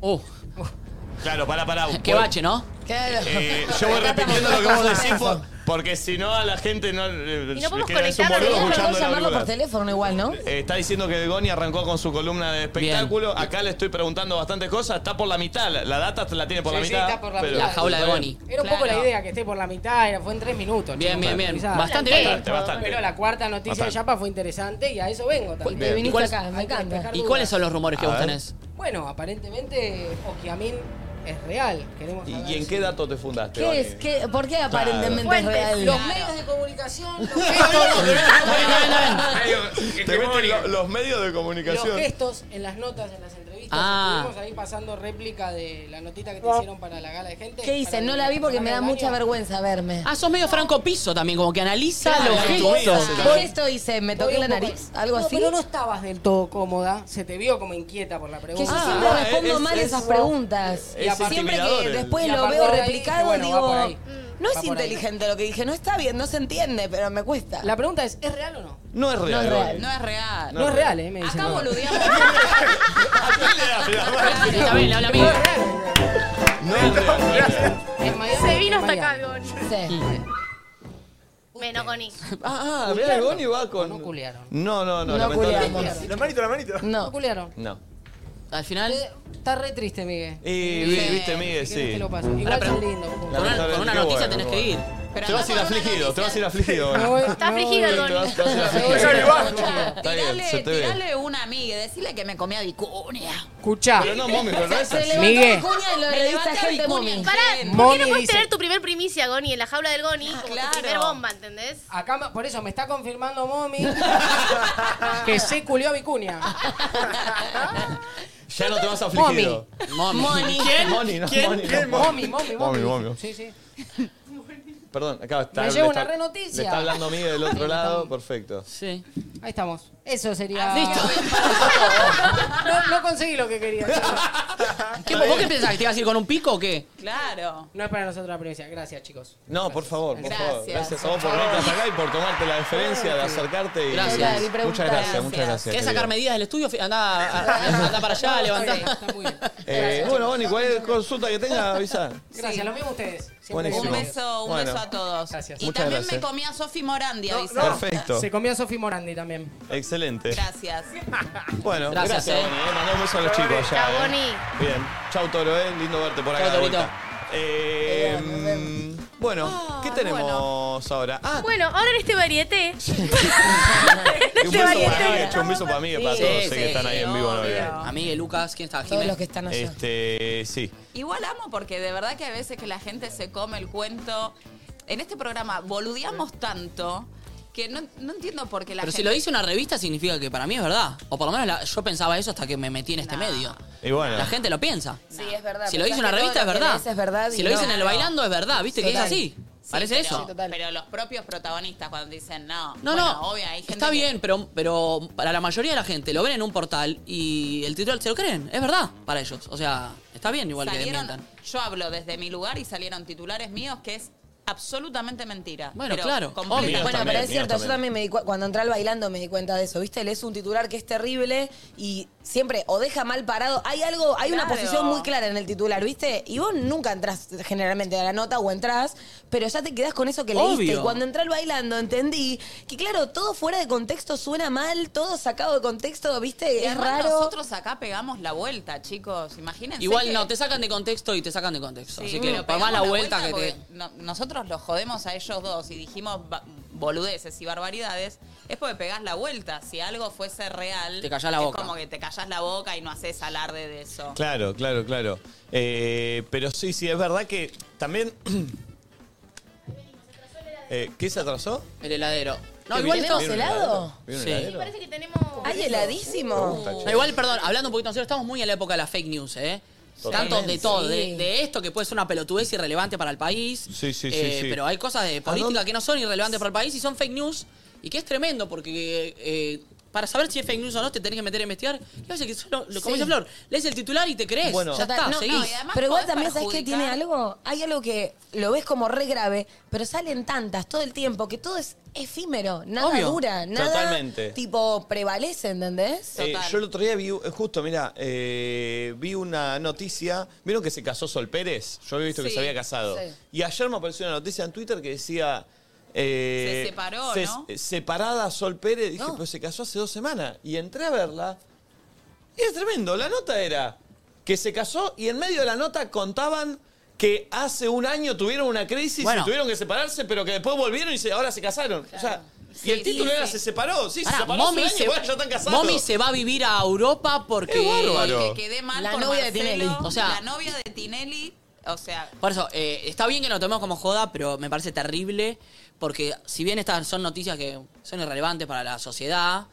Uh,
Claro, pará, pará.
qué
Vos-
bache, ¿no?
Eh, yo voy repitiendo lo que vos decís por- porque si no a la gente no. eh,
Y no podemos
queda- es un
conectarlo,
boludo
podemos
escuchando el
llamarlo por
auricular.
teléfono igual, ¿no?
Eh, Está diciendo que Goni arrancó con su columna de espectáculo. Acá le estoy preguntando bastantes cosas. Está por la mitad. La, la data la tiene por
Sí,
la
sí,
mitad.
está por la
pero-
mitad. La jaula de
Está
Goni.
bien.
Era un poco la idea que esté por la mitad, era, fue en tres minutos.
Bien,
chicos,
bien, bien.
improvisada.
Bastante bien. Bastante, bastante.
Pero la cuarta noticia
Bastante.
de Chapa fue interesante y a eso vengo también.
Bien. viniste
¿Cuáles-
acá, me
hay que
encanta.
despejar
¿Y
dudas?
cuáles son los rumores que
A
vos
ver.
tenés?
Bueno, aparentemente Okiamin es real. Queremos
¿Y, y en qué dato te fundaste?
¿Qué
Goni?
es? ¿Qué- ¿Por qué aparentemente es
Fuentes,
real?
Los medios de comunicación, los
Los
gestos,
medios- Te meten lo- los medios de
los
comunicación.
gestos en las notas, en las entrevistas.
Ah.
Estuvimos ahí pasando réplica de la notita que te hicieron para la gala de gente.
¿Qué dicen?
para
No
el-
la vi porque me da
programa del
mucha
año.
vergüenza verme.
Ah, sos medio franco piso también, como que analiza
Claro,
los
¿qué
gestos.
cosa? ¿Qué gesto hice? ¿Me toqué la nariz? ¿Algo
No,
así?
Pero no estabas del todo cómoda, se te vio como inquieta por la
Que
pregunta.
yo siempre
ah,
respondo mal esas preguntas.
y aparte-
siempre
intimidador
que
el-
después
Y
lo
aparte
veo
de ahí,
replicado,
bueno, va por ahí.
digo, "Mm, no
Va
es
por ahí.
inteligente lo que dije, no está bien, no se entiende, pero me cuesta.
La pregunta es, ¿es real o no?
No es real. Goni.
No es real.
No, es real, eh, me dicen.
Acá
No.
boludeamos.
Está bien, le habla a mí.
Se vino hasta acá, Goni. Menos Goni.
Ah, mira, Goni va con. No
culearon.
No, no, no.
No
lamentablemente.
culeamos.
La manito, la manito.
No culearon.
No.
Al final.
Eh, Está re triste, Miguel.
Y vi- viste, Miguel,
¿Qué querés
sí.
que lo pase? Igual son lindos.
Con una,
con una noticia tenés que ir.
te vas a ir afligido, te vas a ir afligido.
Me
Goni.
voy-
Te
Está
vas-
afligido el
te
Goni.
vas- te vas a ir
Me voy
afligido.
al baño.
Está bien, se te ve.
Tirale una amiga, decirle que me comía vicuña.
Escuchá.
Pero no, mami, pero no es así.
Miguel.
Cuña y lo
Me
revista
levanté
gente
vicuña
mami.
en
Pará, ¿por
Moni
qué no puedes
dice-
tener tu primer primicia, Goni, en la jaula del Goni? como tu primer bomba, ¿entendés?
Ah, Acá, me- por eso me está confirmando Momi que se culió a Vicuña.
Ya no te vas afligido.
Mami. Moni.
¿Quién? Moni, no,
¿Quién?
Moni, no,
¿Quién?
Momi, Momi, Momi.
Momi.
Sí, sí.
Perdón, acá está.
Me
le
llevo
está-
una re noticia.
Le está hablando Miguel del otro lado, perfecto.
Sí.
Ahí estamos. Eso
Ah,
sería.
Listo.
No, no conseguí lo que quería.
¿Qué, ¿Vos qué pensás? ¿Que te ibas a ir con un pico o qué?
Claro.
No es para nosotros la primicia. Gracias, chicos.
No, por favor, por favor.
Gracias.
Gracias a vos por venirte hasta acá y por tomarte la deferencia de acercarte. Y,
Gracias.
Muchas gracias, muchas gracias.
¿Querés
querido.
sacar medidas del estudio? Fi- Andá, andá para allá, levantá.
Eh, bueno, Bonnie, cualquier consulta que tenga, avisa.
Gracias, lo mismo ustedes. Siempre
Buenísimo.
Un beso, un
Bueno.
beso a todos. Y
Muchas
también
gracias.
me comía Sofi Morandi, avisa.
Perfecto.
Se comió a Sofi Morandi también.
Excelente.
Gracias.
Bueno,
Gracias,
gracias,
eh.
Bonnie. eh. Mandá un beso a los chicos allá.
Chao,
eh.
Bonnie.
Bien. Chau, Toro, eh. Lindo verte por acá.
Chau,
de
Torito.
vuelta. Eh, mm, bueno, ¿qué tenemos ahora? Ah,
Bueno, ahora en este varieté.
un
te
beso
vayas
para
ahora.
Nacho, un beso para mí y para
Sí,
todos. sé
sí,
que están ahí en vivo. ¿no? Bien.
A mí, Lucas, ¿quién está? Jimé.
Todos los que están allá.
Este, sí.
Igual amo porque de verdad que hay veces que la gente se come el cuento. En este programa boludeamos tanto que no, no entiendo por qué la
Pero si
gente...
lo dice una revista significa que para mí es verdad. O por lo menos la- yo pensaba eso hasta que me metí en este medio.
Y bueno.
La gente lo piensa.
Sí, es verdad.
Si lo dice
Pensás
una
que todo
revista es
lo que
verdad.
lees es verdad
Si
y
lo dicen
no.
en el bailando es verdad, ¿viste? Que es
Total.
así.
Sí,
Parece
pero-
eso.
Pero los propios protagonistas cuando dicen no.
No,
bueno,
no.
obvio, hay gente
Está
que-
bien, pero, pero para la mayoría de la gente lo ven en un portal y el titular se lo creen. Es verdad para ellos. O sea, está bien igual que
salieron-
mientan.
Yo hablo desde mi lugar y salieron titulares míos que es absolutamente mentira.
Bueno,
Pero
claro,
completa.
obvio.
Bueno,
También,
pero es
míos
cierto, yo
también.
también me di cu- cuando entré al bailando me di cuenta de eso, ¿viste? Lees un titular que es terrible y siempre o deja mal parado. Hay algo, hay una
Claro.
posición muy clara en el titular, ¿viste? Y vos nunca entrás generalmente a la nota o entrás, pero ya te quedás con eso que leíste.
Obvio.
Y cuando entré al bailando entendí que, claro, todo fuera de contexto suena mal, todo sacado de contexto, ¿viste?
Y
es
además
raro.
nosotros acá pegamos la vuelta, chicos. Imagínense.
Igual
que-
no, te sacan de contexto y te sacan de contexto.
Sí,
así que,
pero
por más la
pegamos
vuelta, que te.
porque no- nosotros los jodemos a ellos dos y dijimos ba- boludeces y barbaridades, es porque pegás la vuelta. Si algo fuese real,
Te callás la
es
boca.
como que te callás la boca y no haces alarde de eso.
Claro, claro, claro. Eh, pero sí, sí, es verdad que también. Eh, ¿Qué se atrasó?
El heladero.
No, igual ¿Tenemos estamos- helado?
¿Vieron
Sí.
heladero?
Parece que tenemos.
Hay heladísimo.
No, igual, perdón, hablando un poquito en serio, estamos muy en la época de la fake news, ¿eh? Tanto de
Totalmente.
todo,
Sí.
de, de esto que puede ser una pelotudez irrelevante para el país.
Sí, sí, sí,
eh,
sí.
Pero hay cosas de política que no son irrelevantes para el país y son fake news. Y que es tremendo porque eh, para saber si es fake news o no te tenés que meter a investigar. Y a veces que solo, lo, como
Sí.
dice Flor, lees el titular y te crees.
Bueno.
ya está,
No, no,
seguís.
y además pero igual también, ¿sabes qué tiene algo? Hay algo que lo ves como re grave, pero salen tantas todo el tiempo que todo es efímero, nada
Obvio.
dura, nada
Totalmente.
tipo prevalece, ¿entendés?
Eh, yo el otro día vi, eh, justo, mira, vi una noticia. ¿Vieron que se casó Sol Pérez? Yo había visto que
Sí,
se había casado.
sí.
Y ayer me apareció una noticia en Twitter que decía. eh,
Se separó, ¿no?
eh, Separada Sol Pérez. Dije, pero se casó hace dos semanas. Y entré a verla. Y es tremendo. La nota era que se casó y en medio de la nota contaban. Que hace un año tuvieron una crisis
Bueno.
y tuvieron que separarse, pero que después volvieron y se- ahora se casaron. O sea, y el
Sí,
título
sí,
era
sí.
se separó. Sí,
Pará,
se separó. hace un
Momi
año,
se-
igual ya están casados.
Momi se va a vivir a Europa porque.
Es bárbaro. Porque
Quedé mal
La
por
novia de
Marcelo,
Tinelli. O sea-
la novia de Tinelli, o sea,
Por eso, eh, está bien que lo tomemos como joda, pero me parece terrible, porque si bien estas son noticias que son irrelevantes para la sociedad,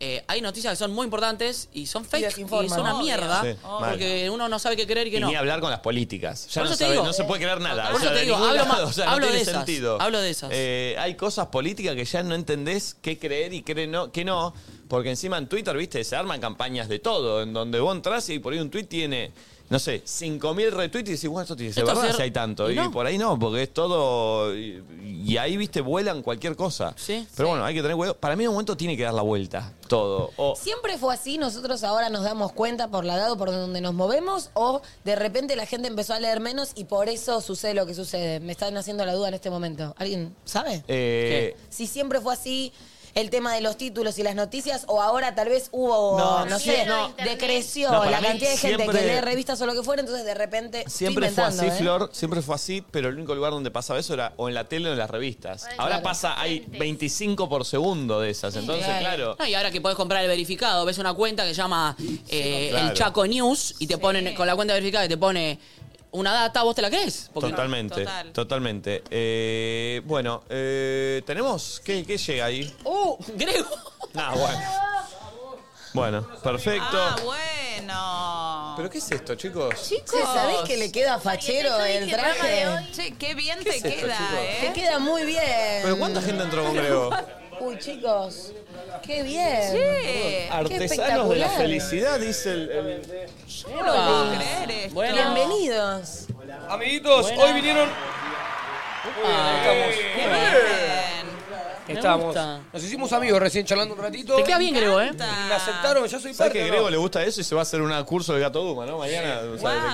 eh, hay noticias que son muy importantes y son fake y,
desinforman.
son una
Obvio.
mierda,
Sí, mal.
porque uno no sabe qué creer y qué
Y
no.
ni hablar con las políticas. Ya
Por
no,
eso te
sabe-
digo.
no se puede creer nada.
Por
O
eso
sea,
te
de
digo,
ningún
hablo
lado,
más-
o sea, no
hablo de
tiene
esas,
sentido.
hablo de esas.
Eh, hay cosas políticas que ya no entendés qué creer y qué no, qué no. Porque encima en Twitter, viste, se arman campañas de todo. En donde vos entras y por ahí un tweet tiene, no sé, 5.000 retweets y decís, bueno, esto tiene que ser
Esto
verdad
ser-
si hay tanto.
y
Y,
no.
por ahí no, porque es todo. Y, y ahí, viste, vuelan cualquier cosa. Pero bueno, hay que tener cuidado. Para mí en un momento tiene que dar la vuelta todo. O,
Siempre fue así, nosotros ahora nos damos cuenta por la edad o por donde nos movemos, o de repente la gente empezó a leer menos y por eso sucede lo que sucede. Me están haciendo la duda en este momento. ¿Alguien sabe?
eh,
Si siempre fue así el tema de los títulos y las noticias, o ahora tal vez hubo, no,
No,
sé,
sí, no.
decreció
No, para
la
mí
cantidad de gente
siempre-
que lee revistas o lo que fuera, entonces de repente. estoy
Siempre fue así,
inventando, ¿eh?
Flor, siempre fue así, pero el único lugar donde pasaba eso era o en la tele o en las revistas. Ahora
claro.
pasa, hay 25 por segundo de esas, entonces, claro.
No, y ahora que podés comprar el verificado, ves una cuenta que llama eh,
claro.
el Chaco News y te ponen, con la cuenta verificada y te pone una data, ¿vos te la crees? Porque-
Totalmente, totalmente. Eh, bueno, eh, ¿tenemos? ¿Qué, qué llega ahí?
¡Uh! ¡Grego!
Ah, bueno. Bueno, perfecto.
ah, bueno.
¿Pero qué es esto, chicos?
Che, ¿Sabés que le queda fachero el traje?
Che, qué bien
¿Qué
te
es esto,
queda,
chicos?
¿eh?
Te queda muy bien.
¿Pero cuánta gente entró con Grego?
Uy, chicos, qué bien. Qué
Artesanos de la
espectacular.
felicidad, dice el. Ah. el-
No lo puedo creer esto.
Bueno. Bienvenidos.
Amiguitos,
Buenas.
hoy vinieron. Muy bien, ahí
Me
estamos. Ahí
gusta.
estamos. Nos hicimos amigos recién charlando un ratito.
Te queda bien, Grego, ¿eh?
Me aceptaron, ya soy
¿Sabes
parte.
que
¿no?
Grego le gusta eso y se va a hacer un curso de gato Duma, no? Mañana, o sea, le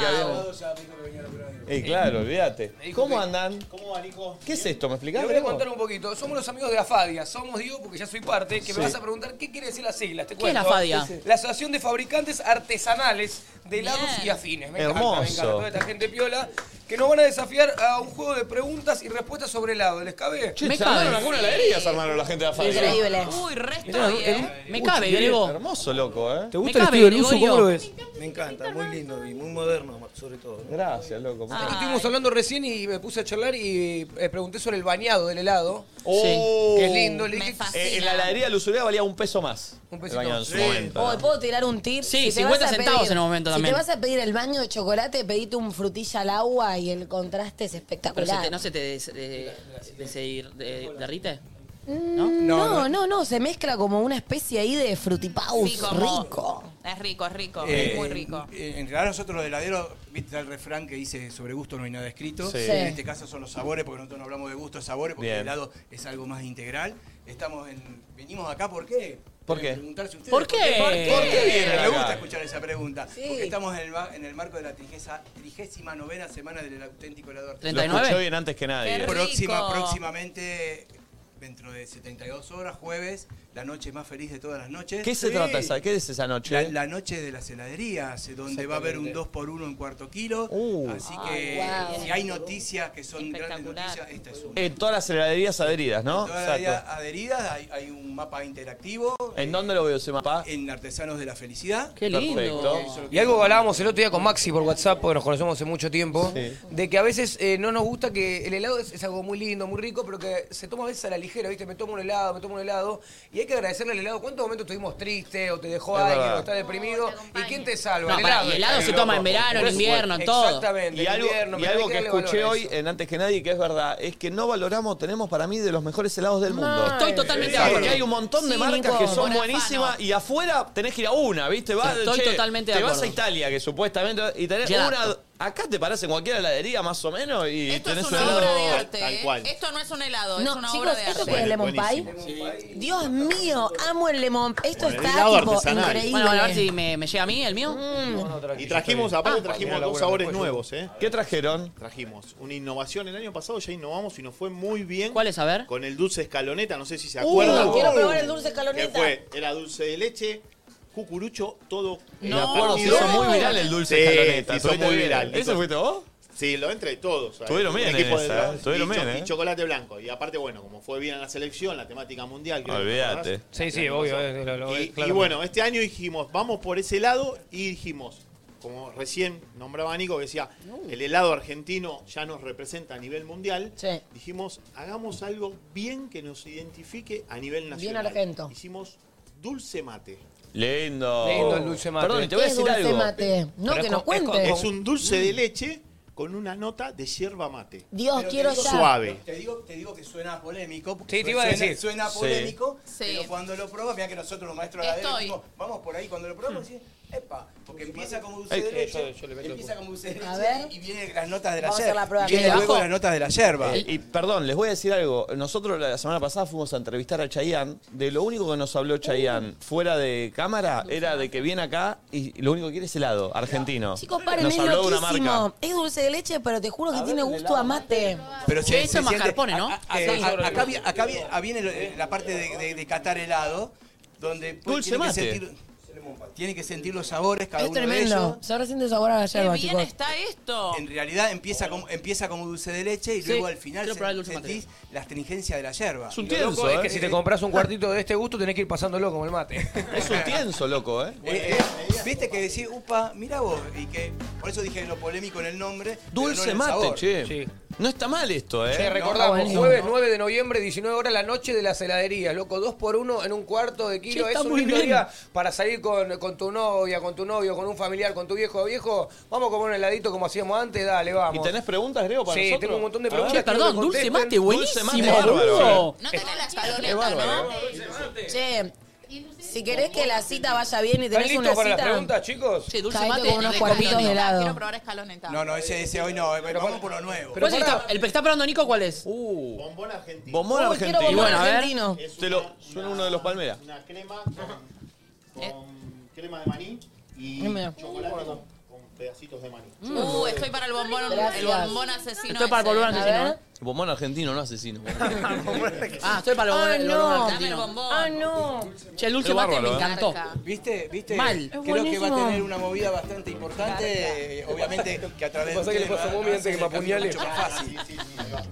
queda bien. Y claro, olvídate. ¿Cómo andan?
¿Cómo va, Nico?
¿Qué es esto? ¿Me
Le
explicás?
voy a
Grego?
contar un poquito. Somos los amigos de la FADIA. Somos, digo, porque ya soy parte, que
Sí.
me vas a preguntar qué quiere decir las siglas. Te
¿Qué es
cuento.
la FADIA? Sí, sí.
La Asociación de Fabricantes Artesanales de Helados y Afines. Me
Hermoso.
encanta, me encanta. Toda esta gente piola que nos van a desafiar a un juego de preguntas y respuestas sobre helado. ¿Les cabe?
Che, se armaron alguna heladería, se armaron la gente de la FADIA.
Uy, resto,
Mirá,
¿eh?
un-
Me
un
cabe,
chiquilín
Grego.
Hermoso, loco, ¿eh?
gusta
¿Te
Me el estilo cabe, del uso? Gregorio. ¿Cómo lo ves?
Me encanta, muy lindo y muy moderno, sobre todo.
Gracias, loco.
Es que estuvimos hablando recién y me puse a charlar y eh, pregunté sobre el bañado del helado.
Oh.
Que es lindo. Le dije,
Eh, en la heladería Luzurea valía un peso más. Un
pesito
En su
más. Sí.
Oh,
momento,
Hoy
¿no?
puedo tirar un tip.
Sí,
te
50
vas a
centavos en el momento
si
también.
te vas a pedir el baño de chocolate, pedite un frutilla al agua y el contraste es
Pero se
espectacular.
te- ¿No se te des- de- deseir- de- derrite?
¿No? Mm, No, no, no, se mezcla como una especie ahí de frutipaus
Sí, como-
rico.
Es rico, es rico,
Eh,
es muy rico.
eh, en realidad nosotros los heladeros, viste está el refrán que dice sobre gusto no hay nada escrito.
Sí.
En este caso son los sabores, porque nosotros no hablamos de gusto, sabores, porque
Bien.
el helado es algo más integral. Estamos en, venimos acá ¿por qué?
¿Por qué?
preguntarse ustedes.
¿Por qué? ¿Por qué? ¿Por qué vienen
Me
acá?
gusta escuchar esa pregunta. Porque estamos en el, ma- en el marco de la trigésima, trigésima novena semana del auténtico helador.
Lo escuchó bien antes que nadie.
Próxima, próximamente, dentro de 72 horas, jueves, la noche más feliz de todas las noches.
¿Qué se
Sí.
trata esa? ¿Qué es esa noche?
La, la noche de las heladerías, donde va a haber un 2x1 en cuarto kilo.
Uh.
Así que eh,
Ah, wow.
si hay noticias que son grandes noticias, esta es una.
En Eh, todas las heladerías adheridas, ¿no?
Todavía adheridas, hay, hay un mapa interactivo
¿En dónde lo veo ese mapa?
en Artesanos de la Felicidad.
Qué lindo. Perfecto.
Y algo que hablábamos el otro día con Maxi por WhatsApp, porque nos conocemos hace mucho tiempo, de que a veces eh, no nos gusta que el helado es, es algo muy lindo, muy rico, pero que se toma a veces a la ligera, ¿viste? Me tomo un helado, me tomo un helado, y hay que agradecerle al helado. ¿Cuántos momentos estuvimos tristes o te dejó
Es
alguien
verdad.
o está deprimido? ¿Y quién te salva?
No, pará, y el helado se
loco.
toma en verano, en
Por supuesto.
invierno, en todo.
Exactamente,
Y
en
algo,
invierno,
y
pero hay
algo que
darle valor a
escuché
eso.
hoy en Antes que Nadie, que es verdad, es que no valoramos, tenemos para mí de los mejores helados del mundo.
Estoy totalmente
Sí,
de acuerdo.
Porque hay un montón de
Sí,
marcas
Nico.
que son
Bonafano.
buenísimas y afuera tenés que ir a una, ¿viste? Va,
Estoy
che,
totalmente de
Te vas
acuerdo.
a Italia, que supuestamente. Y tenés
Gelato.
una. Acá te parás en cualquier heladería, más o menos, y tenés un helado.
¿eh?
Tal
cual.
eh. Esto no es un helado, eh. es
No,
una
chicos,
obra de arte.
¿esto qué es lemon pie? Dios mío, amo el lemon pie. Esto
Bueno, el
está
helado
tipo
artesanal.
increíble.
Bueno, a ver si me, me llega a mí el mío.
Y trajimos, aparte
Ah,
trajimos dos sabores nuevos, ¿eh?
¿Qué trajeron?
Trajimos una innovación. El año pasado ya innovamos y nos fue muy bien.
¿Cuál es? A ver.
Con el dulce escaloneta, no sé si se
Uh,
acuerdan.
quiero probar el dulce
Que
escaloneta.
fue, era dulce de leche, cucurucho, todo.
Me acuerdo, se hizo muy viral el dulce escaloneta,
Se hizo
estuviste
muy
bien.
viral.
¿Ese fuiste vos?
Sí, lo entre todos. ahí.
Estuvieron
Un
bien en
equipo de
esa,
dos.
¿eh? Estuvieron
Y cho-
bien, ¿eh?
Y chocolate blanco. Y aparte, bueno, como fue bien en la selección, la temática mundial. creo que
Olvídate.
recordás,
Sí, sí,
el año
obvio,
pasado.
eh, lo- lo-
y, y
claramente.
bueno, este año dijimos, vamos por ese lado y dijimos, como recién nombraba Nico, que decía,
Uh.
el helado argentino ya nos representa a nivel mundial. Dijimos, hagamos algo bien que nos identifique a nivel nacional.
argento.
Hicimos dulce mate.
Lindo.
Lindo el dulce mate.
Oh. Perdón, y te voy a
¿Qué es
decir
dulce
algo.
mate? No,
Pero
que
es
nos
con- es con-
cuente. Mm.
Es un dulce de leche con una nota de yerba mate.
Dios,
Pero
quiero
te digo-
ya.
Suave.
Te digo, te digo que suena polémico. porque
Sí, te iba a
suena-
decir.
Suena
Sí.
polémico,
Sí.
pero cuando lo probas, mira que nosotros los maestros
Estoy.
heladeros decimos, vamos por ahí. Cuando lo probamos, decís, epa, porque empieza como dulce
Ey,
de
eh,
leche.
yo- yo le meto
empieza como dulce de
A
leche y viene las notas de la
Vamos
yerba.
a hacer la prueba.
Y viene
¿Tiene
luego
ajo?
las notas de la yerba.
Eh, y perdón, les voy a decir algo. Nosotros la semana pasada fuimos a entrevistar a Chayanne. De lo único que nos habló Chayanne fuera de cámara era de que viene acá y lo único que quiere es helado argentino.
Chicos, paren,
nos
es
habló de una marca.
loquísimo. Es dulce de leche, pero te juro que tiene gusto a mate.
Pero se- se siente-
a-
a-
a-
eh,
sí.
a- Acá, vi- acá vi- ah, viene lo- la parte de, de- de catar helado, donde pues,
Dulce
tiene que
mate.
sentir- tiene que sentir los sabores cada
Es
uno de ellos.
tremendo. Se ahora siente sabor a la yerba, chicos.
está esto! En realidad empieza como, empieza como dulce de leche y
Sí,
luego al final
quiero
se-
probar el dulce
sentís la astringencia de la yerba.
Es un Lo loco tienso, es ¿eh? que si te compras
un cuartito de este gusto tenés que ir pasándolo como el mate.
Es un tienso, loco, ¿eh?
Viste que decís, upa, mira vos. Y que por eso dije lo polémico en el nombre. pero no en
Dulce
el
mate,
sabor.
che. No está mal esto, ¿eh?
Che, recordamos, jueves 9 de noviembre, 19 horas, la noche de las heladerías, loco, 2 por 1 en un cuarto de kilo.
Che,
es
está
un
muy
lindo
bien.
día para salir con, con tu novia, con tu novio, con un familiar, con tu viejo o viejo. Vamos a comer un heladito como hacíamos antes, dale, vamos.
¿Y tenés preguntas, Grego, para
Sí,
nosotros?
tengo un montón de
A ver.
preguntas.
Che,
quiero
perdón,
que
dulce
contesten.
mate,
Dulce
buenísimo,
mate,
bárbaro.
bárbaro.
No tenés la
Qué
escaloneta,
bárbaro. ¿eh?
¿no?
Che, si querés que la cita vaya bien y
¿Están
tenés una
listos para las
cita.
preguntas, chicos?
Sí,
dulce Caete mate con y unos cuartitos de
escaloneta.
helado.
Quiero probar escaloneta.
No, no, ese, ese hoy no, eh, pero vamos por lo nuevo.
¿Cuál es el que está- ¿El que está probando Nico cuál es?
Uh,
Bombón argentino.
Bombón
Uy, quiero
argentino.
bombón Y bueno, a ver. argentino.
Te lo, suena uno de los palmeras.
Una crema con,
Eh.
con crema de maní y
No me da.
chocolate con, con pedacitos de maní.
Uh, estoy para el bombón, el
Gracias.
bombón asesino.
Estoy para el
ese.
bombón asesino. ¿eh?
Bombón argentino, no asesino.
Ah, estoy para el bombón,
Ay,
el
no.
bombón
Dame el
argentino.
bombón.
Ah, no.
Che, el dulce
Qué
mate me
bárbaro, ¿eh?
encantó.
¿Viste? ¿Viste?
Mal.
Creo
Es
que va
buenísimo.
a tener una movida bastante importante. eh, obviamente que a través
Pasa que le
ustedes
pasó
va-
muy bien
va a ser
antes que me
el camino
apuñale.
mucho más fácil.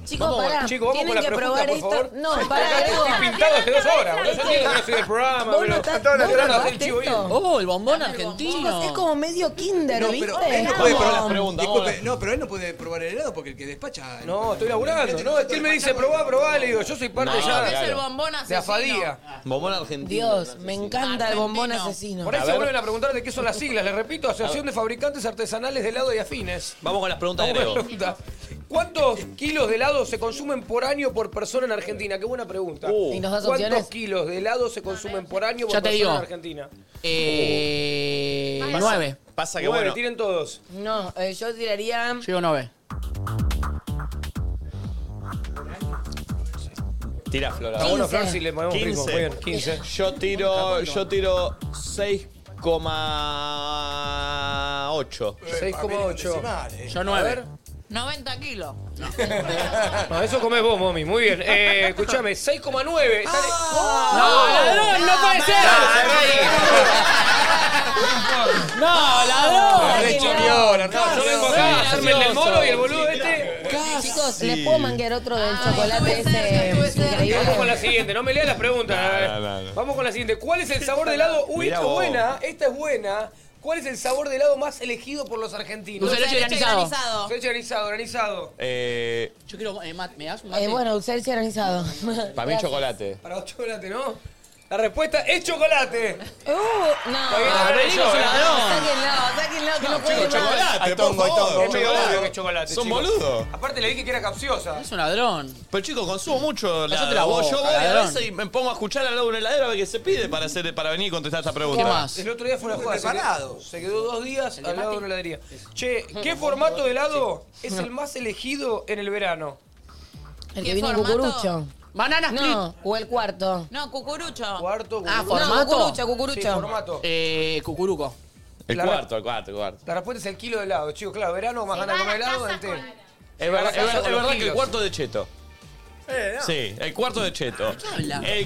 Chicos,
Vamos,
pará.
chicos, vamos
Tienen
con la
que
pregunta,
probar
por
esto.
favor.
No, pará,
Acá
Grego.
estoy pintado hace dos horas. boludo. Yo digo que no soy del programa,
Vos
boludo.
no estás- vos no
Yo no
estás
soy el chivo bien.
Oh, el bombón
Chicos,
argentino.
es como medio kinder,
No, pero
¿viste?
él no puede
Como-
probar las preguntas.
vamos.
Disculpe, no, pero él no puede probar el helado porque el que despacha. No, estoy laburando. No, es que él me dice probá, probá. Le digo, yo soy parte
No,
ya.
¿qué es el
bombón
De
asesino?
afadía.
Bombón argentino.
Dios, me encanta el bombón asesino.
Por ahí se vuelven a preguntar de qué son las siglas. Les repito, Asociación de Fabricantes Artesanales de Helado y Afines.
Vamos con las preguntas de
Vamos
Grego.
con la pregunta. ¿Cuántos kilos de helado se consumen por año por persona en Argentina? Qué buena pregunta.
Uh. ¿Y nos das
¿Cuántos
opciones?
kilos de helado se consumen por año por
Ya te
persona
digo.
en Argentina?
Eh,
Pasa-
nueve.
Pasa que
Nueve,
bueno.
tiren todos.
No, eh, yo tiraría.
Yo digo nueve.
Tira, Flor.
Está bueno, Flor, si le ponemos rico. Muy bien,
15. Yo tiro, yo tiro 6,8.
Eh, 6,8.
Yo nueve.
A ver.
90 kilos.
Ah, No, eso comés vos, mami. Muy bien. Eh, escuchame, 6,9. Está de-
Ah.
¡No, ladrón! ¡No puede ser!
¡No, ladrón!
¡Qué
choriona, no, yo vengo acá a hacerme el del moro y el boludo
este. Chicos, ¿les puedo manguear otro del chocolate ese?
Vamos con la siguiente, no me leas las preguntas. Vamos con la siguiente. ¿Cuál es el sabor de helado? Uy,
Mirá
esta es
vos.
buena, esta es buena. ¿Cuál es el sabor de helado más elegido por los argentinos?
Dulce de leche Dulce de leche granizado. granizado.
Dulce de leche granizado, granizado.
Eh,
Yo quiero. eh, mat- ¿Me das un mate?
Eh, bueno, dulce de leche granizado.
para mí, chocolate.
Para vos chocolate, ¿no? La respuesta es chocolate.
Uh, no. Sáquenlo, sáquenlo, que no, puede
chicos,
más.
Hay
por
tongo, hay
favor.
tongo. Es medio
Chocolate.
obvio que es chocolate.
Son
chicos.
boludos.
Aparte le dije que era capciosa.
Es un ladrón.
Pero chicos, consumo mucho la,
Pasate la
voz.
boca,
Yo voy a
ladrón.
veces y me pongo a escuchar al lado de una heladera a ver qué se pide para, hacer, para venir y contestar esta pregunta.
El otro día fue una jugada. se quedó-
Preparado.
Se quedó dos días
El de
al lado de
Mati.
una heladería. Che, ¿qué formato de helado es el más elegido en el verano?
El
¿Qué
que viene en
formato?
cucurucho.
Banana
No, o el cuarto.
No, cucurucho.
Cuarto,
Ah, formato. cucurucho, cucurucho.
Sí, formato.
Eh, cucuruco.
El
La-
cuarto, el cuarto, el cuarto.
La respuesta es el kilo de helado, chicos. Claro, verano más ganas de comer helado del té.
Es verdad, es verdad- es verdad que el
kilos.
cuarto de cheto.
Eh,
Sí, el cuarto de cheto. El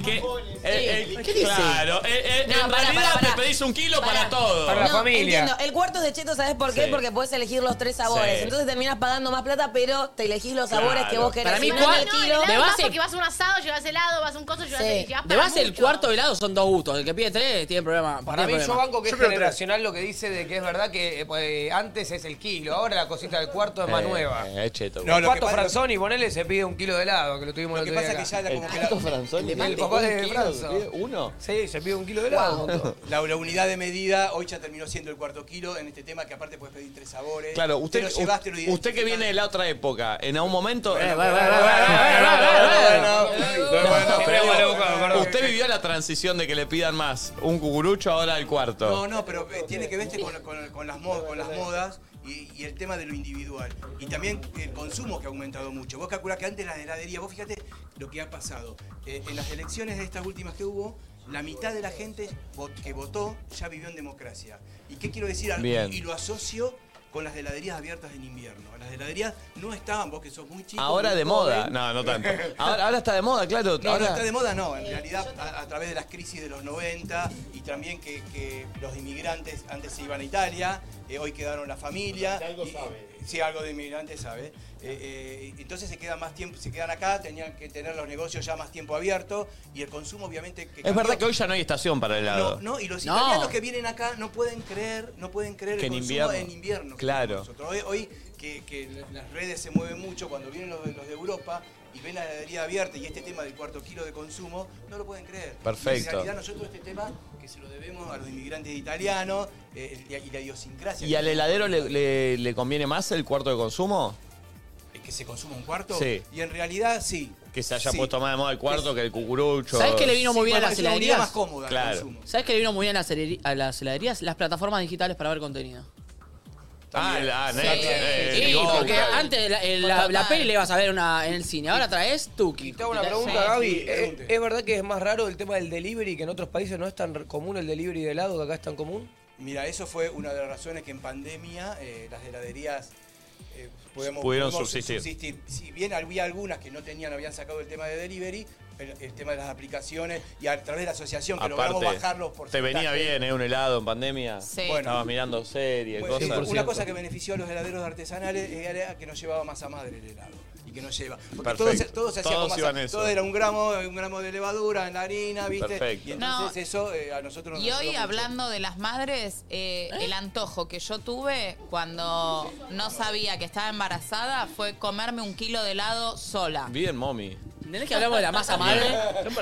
que. el- el-
¿Qué dice?
Claro, el- el-
No,
en
pará,
realidad
pará, pará.
te pedís un kilo
Pará.
para, todo.
No, Entiendo. El cuarto es de cheto, ¿sabes por qué?
Sí.
Porque puedes elegir los tres sabores.
Sí.
Entonces terminas pagando más plata, pero te elegís los
Claro.
sabores que vos querés.
Para mí,
Si no,
¿cuál?
el
No,
kilo-
de
Además,
base-
porque vas a un asado, llevas helado, vas a un coso, llevas
Sí.
helado.
De base, el cuarto de helado son dos gustos. El que pide tres tiene problema.
Para mí,
tiene
yo
problema.
banco que es generacional lo que dice de que es verdad que eh, pues, antes es el kilo, ahora la cosita del cuarto es más
Eh,
nueva.
eh, es cheto.
No,
lo que
Pato Franzoni, ponele, se pide un kilo de helado, que lo tuvimos el otro día acá.
el Pato Franzoni.
El papá
Eh,
¿Un
de
kilo?
Franzo.
¿Uno?
Sí, se pide un kilo de helado.
La, la unidad de medida hoy ya terminó siendo el cuarto kilo en este tema que aparte puedes pedir tres sabores.
Claro, usted,
Te lo llevaste, lo
usted que viene de la otra época, en algún momento. Usted vivió la transición de que le pidan más un cucurucho, ahora el cuarto.
No, no, pero eh, tiene que ver con, con- con las, mo- con las modas y, y el tema de lo individual. Y también el consumo que ha aumentado mucho. Vos calculás que antes las heladerías, vos fíjate lo que ha pasado. Eh, en las elecciones de estas últimas que hubo, la mitad de la gente vo- que votó ya vivió en democracia. ¿Y qué quiero decir? Al-
Bien.
Y lo asocio con las heladerías abiertas en invierno. Las heladerías no estaban, vos que sos muy chico.
Ahora
muy
de
joven.
moda. No, no tanto. Ahora, ahora está de moda, claro.
¿eh? No,
ahora
no está de moda, no. En realidad, a, a través de las crisis de los 90 y también que, que los inmigrantes antes se iban a Italia, eh, hoy quedaron la familia. Algo sabe. Sí, algo de inmigrantes sabe. Eh, eh, entonces se quedan más tiempo, se quedan acá, tenían que tener los negocios ya más tiempo abierto y el consumo obviamente que
Es verdad que hoy ya no hay estación para el helado.
no, no, y los
No.
italianos que vienen acá no pueden creer, no pueden creer
Que
el
en
consumo
invierno.
en invierno. que
Claro.
tenemos nosotros. Hoy, hoy que, que las redes se mueven mucho, cuando vienen los, de- los de Europa y ven la heladería abierta y este tema del cuarto kilo de consumo, no lo pueden creer.
Perfecto.
En realidad nosotros este tema que se lo debemos a los inmigrantes italianos eh, y, a- y la idiosincrasia.
¿Y al heladero le, le- le conviene más el cuarto de consumo?
¿Es que se consuma un cuarto?
Sí.
Y en realidad sí.
Que se haya
Sí.
puesto más de moda el cuarto que el cucurucho.
¿Sabés que le vino muy bien a
bueno,
las
es la unidad
heladerías?
más cómoda.
Claro.
¿Sabes qué le vino muy bien a las heleri- a las heladerías? Las plataformas digitales para ver contenido.
Ah, la
Sí,
Netflix, eh,
sí,
Google,
porque
claro.
antes la, el- la- la peli le ibas a ver una, en el cine, ahora traes Tuki.
Te hago una pregunta, Gaby. ¿Es, es verdad que es más raro el tema del delivery, que en otros países no es tan común el delivery de helado, que acá es tan común?
Mira, eso fue una de las razones que en pandemia eh, las heladerías eh, podemos-
Pudieron
pudimos
subsistir.
Si bien había algunas que no tenían, habían sacado el tema de delivery, el, el tema de las aplicaciones y a través de la asociación que logramos bajar los
te
porcentajes.
venía bien, ¿eh? Un helado en pandemia.
Sí.
Bueno. Estabas mirando series,
Bueno,
cosas.
una cosa que benefició a los heladeros artesanales era que no llevaba masa madre el helado y que no lleva. Porque todo se,
Perfecto.
todo se hacía
Todos
con
iban
masa.
eso.
Todo era un gramo, un gramo de levadura en la harina, ¿viste?
Perfecto.
Y entonces eso eh, a nosotros nos
Y
ayudó
hoy
mucho.
hablando de las madres, eh, el antojo que yo tuve cuando no sabía que estaba embarazada fue comerme un kilo de helado sola.
Bien, mommy.
¿Entendés que hablamos de la masa madre?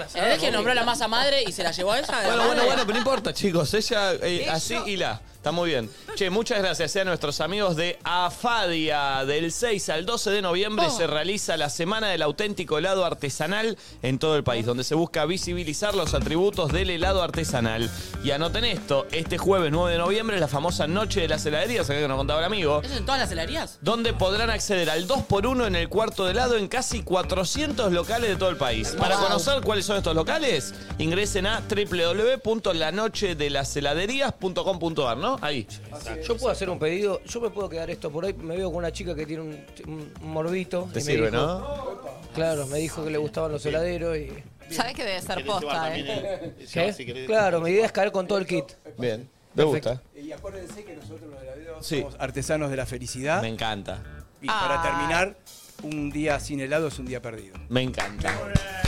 ¿Entendés que nombró la masa madre y se la llevó a ella?
Bueno, bueno, bueno, pero no importa, chicos. Ella, eh, así y la. Está muy bien. Che, muchas gracias eh, a nuestros amigos de Afadia. Del 6 al 12 de noviembre se realiza la Semana del Auténtico Helado Artesanal en todo el país, donde se busca visibilizar los atributos del helado artesanal. Y anoten esto, este jueves 9 de noviembre es la famosa Noche de las Heladerías, acá que nos contaba el amigo
¿Eso en todas las heladerías?
donde podrán acceder al 2x1 en el cuarto de helado en casi 400 locales de todo el país. Para
Wow.
conocer cuáles son estos locales, ingresen a www.lanochedelaseladerías.com.ar, ¿no? Ahí.
Yo puedo hacer un pedido, yo me puedo quedar esto por ahí, me veo con una chica que tiene un, un morbito.
Te
y me
sirve,
dijo-
¿no?
Claro, me dijo que le gustaban los heladeros y...
Sabes que debe
este
ser posta, ¿eh?
¿Qué? Claro, mi idea es caer con todo el kit.
Bien,
me gusta.
Y acuérdense que nosotros los heladeros
Sí.
somos artesanos de la felicidad.
Me encanta.
Y
Ah.
para terminar, un día sin helado es un día perdido.
Me encanta.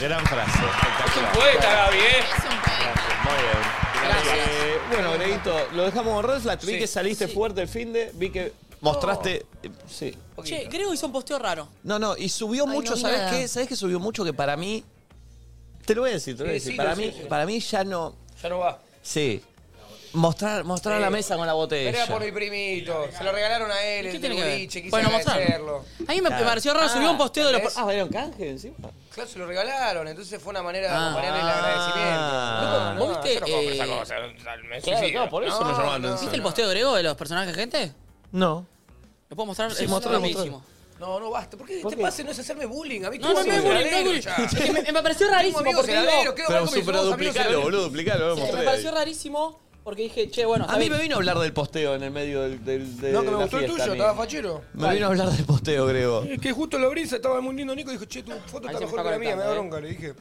Gran frase. Espectacular.
Es un poeta, Gaby, ¿eh?
Es un poeta. Muy bien.
Gracias.
Eh, bueno, Greguito, lo dejamos en Red Vi que saliste fuerte el fin de. Vi que mostraste.
Oh.
eh, Sí.
Che, Grego hizo un posteo raro.
No, no, y subió
Ay,
mucho,
no vi
¿sabés
nada.
qué? ¿Sabés qué subió mucho que para mí te lo voy a decir, te lo voy a
Sí,
decir,
sí,
para
sí,
mí
sí.
para mí ya no
Ya no va.
sí. Mostrar mostrar a la
Sí.
mesa con la
Eh, Era
botella.
por mi primito, se lo regalaron a él, el
tiene
del
que ver?
boliche, quise
Bueno, mostralo.
agradecerlo.
A mí me
Claro.
pareció raro, subió un posteo de los...
¿Entendés? Ah, ¿vieron canje encima?
Claro, se lo regalaron, entonces fue una manera de
Ah.
acompañarle el agradecimiento.
Ah.
Loco,
¿Vos viste,
yo no compro esa
eh,
cosa, me
Claro,
suicido.
claro, por eso me
llamaba la atención.
¿Viste el posteo de Grego de los personajes gente?
No.
¿Lo puedo mostrar?
Sí,
es
mostralo,
rarísimo.
No, no basta. ¿Por qué este pase no es hacerme bullying? A mí
No, no, no es bullying, no es bullying. Es que me, me pareció rarísimo porque digo,
Pero super duplicalo, boludo, duplicalo, lo
Sí,
mostré
me
ahí.
pareció rarísimo porque dije, che, bueno,
A mí me vino a hablar del posteo en el medio del, del- de
No, que me
la
gustó el
fiesta,
tuyo,
a mí.
estaba fachero.
Me vino a hablar del posteo, Grego.
Es que justo lo abrí, se estaba muy lindo Nico y dijo, che, tu foto
Ahí
está
se me
mejor
está
que la mía, me da
conectando,
bronca, le dije.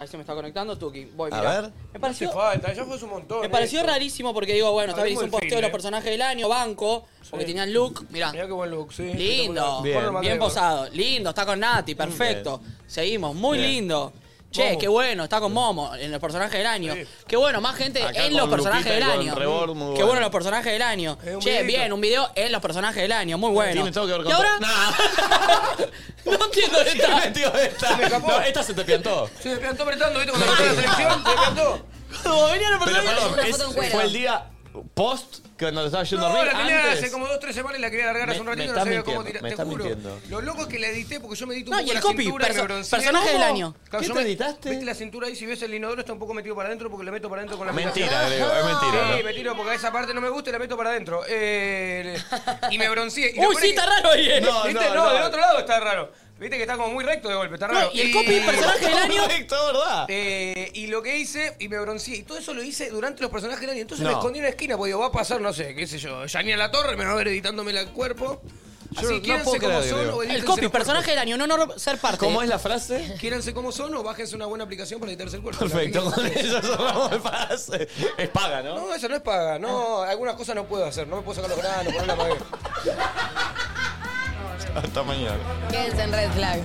Ahí se me está conectando Tuki. Voy,
A
mirá.
ver.
Me pareció,
No hace falta, ya fue un montón. eh.
me pareció
esto.
rarísimo porque digo, bueno, también hice
Hablemos del
un posteo de
fin,
los
eh.
personajes del año, banco, porque tenían look. Mirá.
Mirá qué buen look, sí.
Lindo.
Bien.
Bien.
Bien.
posado. Lindo, está con Nati, perfecto. Seguimos, muy
Bien.
lindo. Che,
Momo.
qué bueno, está con Momo en los personajes del año.
Sí.
Qué bueno, más gente
Acá
en los
con
personajes
Luquita y
del
con
año.
Rebord, muy
qué
bueno.
bueno los personajes del año.
un
che,
videito.
bien, un video en los personajes del año, muy bueno.
Tiene todo que ver con
¿Y ahora?
todo.
no entiendo de
¿Quién
esta.
metió esta? No, esta se te piantó.
Se me plantó apretando, ¿viste? Cuando apretó la selección, se me plantó.
Como venían
Pero perdón, es- fue el día post que nos estaba yendo
No,
a
la tenía
antes.
hace como dos, tres semanas y la quería largar hace
Me-
un
me
ratito y no
estás
sabía cómo
mintiendo,
tirar.
me
Te
estás
juro.
mintiendo.
Lo loco es que la edité porque yo me edito un
No,
poco
y el
la
copy,
cintura y me
perso-
bronceé.
personaje del año.
Claro,
¿Qué
yo
te
me-
editaste?
Viste la cintura ahí, si ves el inodoro está un poco metido para adentro porque le meto para adentro con la
Mentira,
mesa.
Grego, es mentira,
Sí,
¿no?
me tiro porque esa parte no me gusta y la meto para adentro. Eh, y me bronceé. Y lo
Uy,
peor
sí,
es que-
está raro ahí, eh.
No, ¿Viste? No,
no, no.
del otro lado está raro. Viste que está como muy recto de golpe, está raro.
y el copy, personaje del año.
¿verdad?
Eh, y lo que hice, y me bronceé, y todo eso lo hice durante los personajes del año. Entonces
No.
me escondí en una esquina, porque digo, va a pasar, no sé, qué sé yo, Yanina La Torre me va a ver editándome el cuerpo.
Yo
Así
no
quédense
puedo
como
creer,
son,
Diego.
o edítense
El copy,
los
personaje del año, un honor ser parte.
¿Cómo es la frase?
cuerpos. Quédense como son o bájense una buena aplicación para editarse el cuerpo.
Perfecto,
La
con
fin-
eso cerramos el pase. Es paga, ¿no?
No, eso no es paga. No, algunas cosas no puedo hacer. No me puedo sacar los granos, poner la pagué.
Hasta mañana.
Quédense en Red Flag.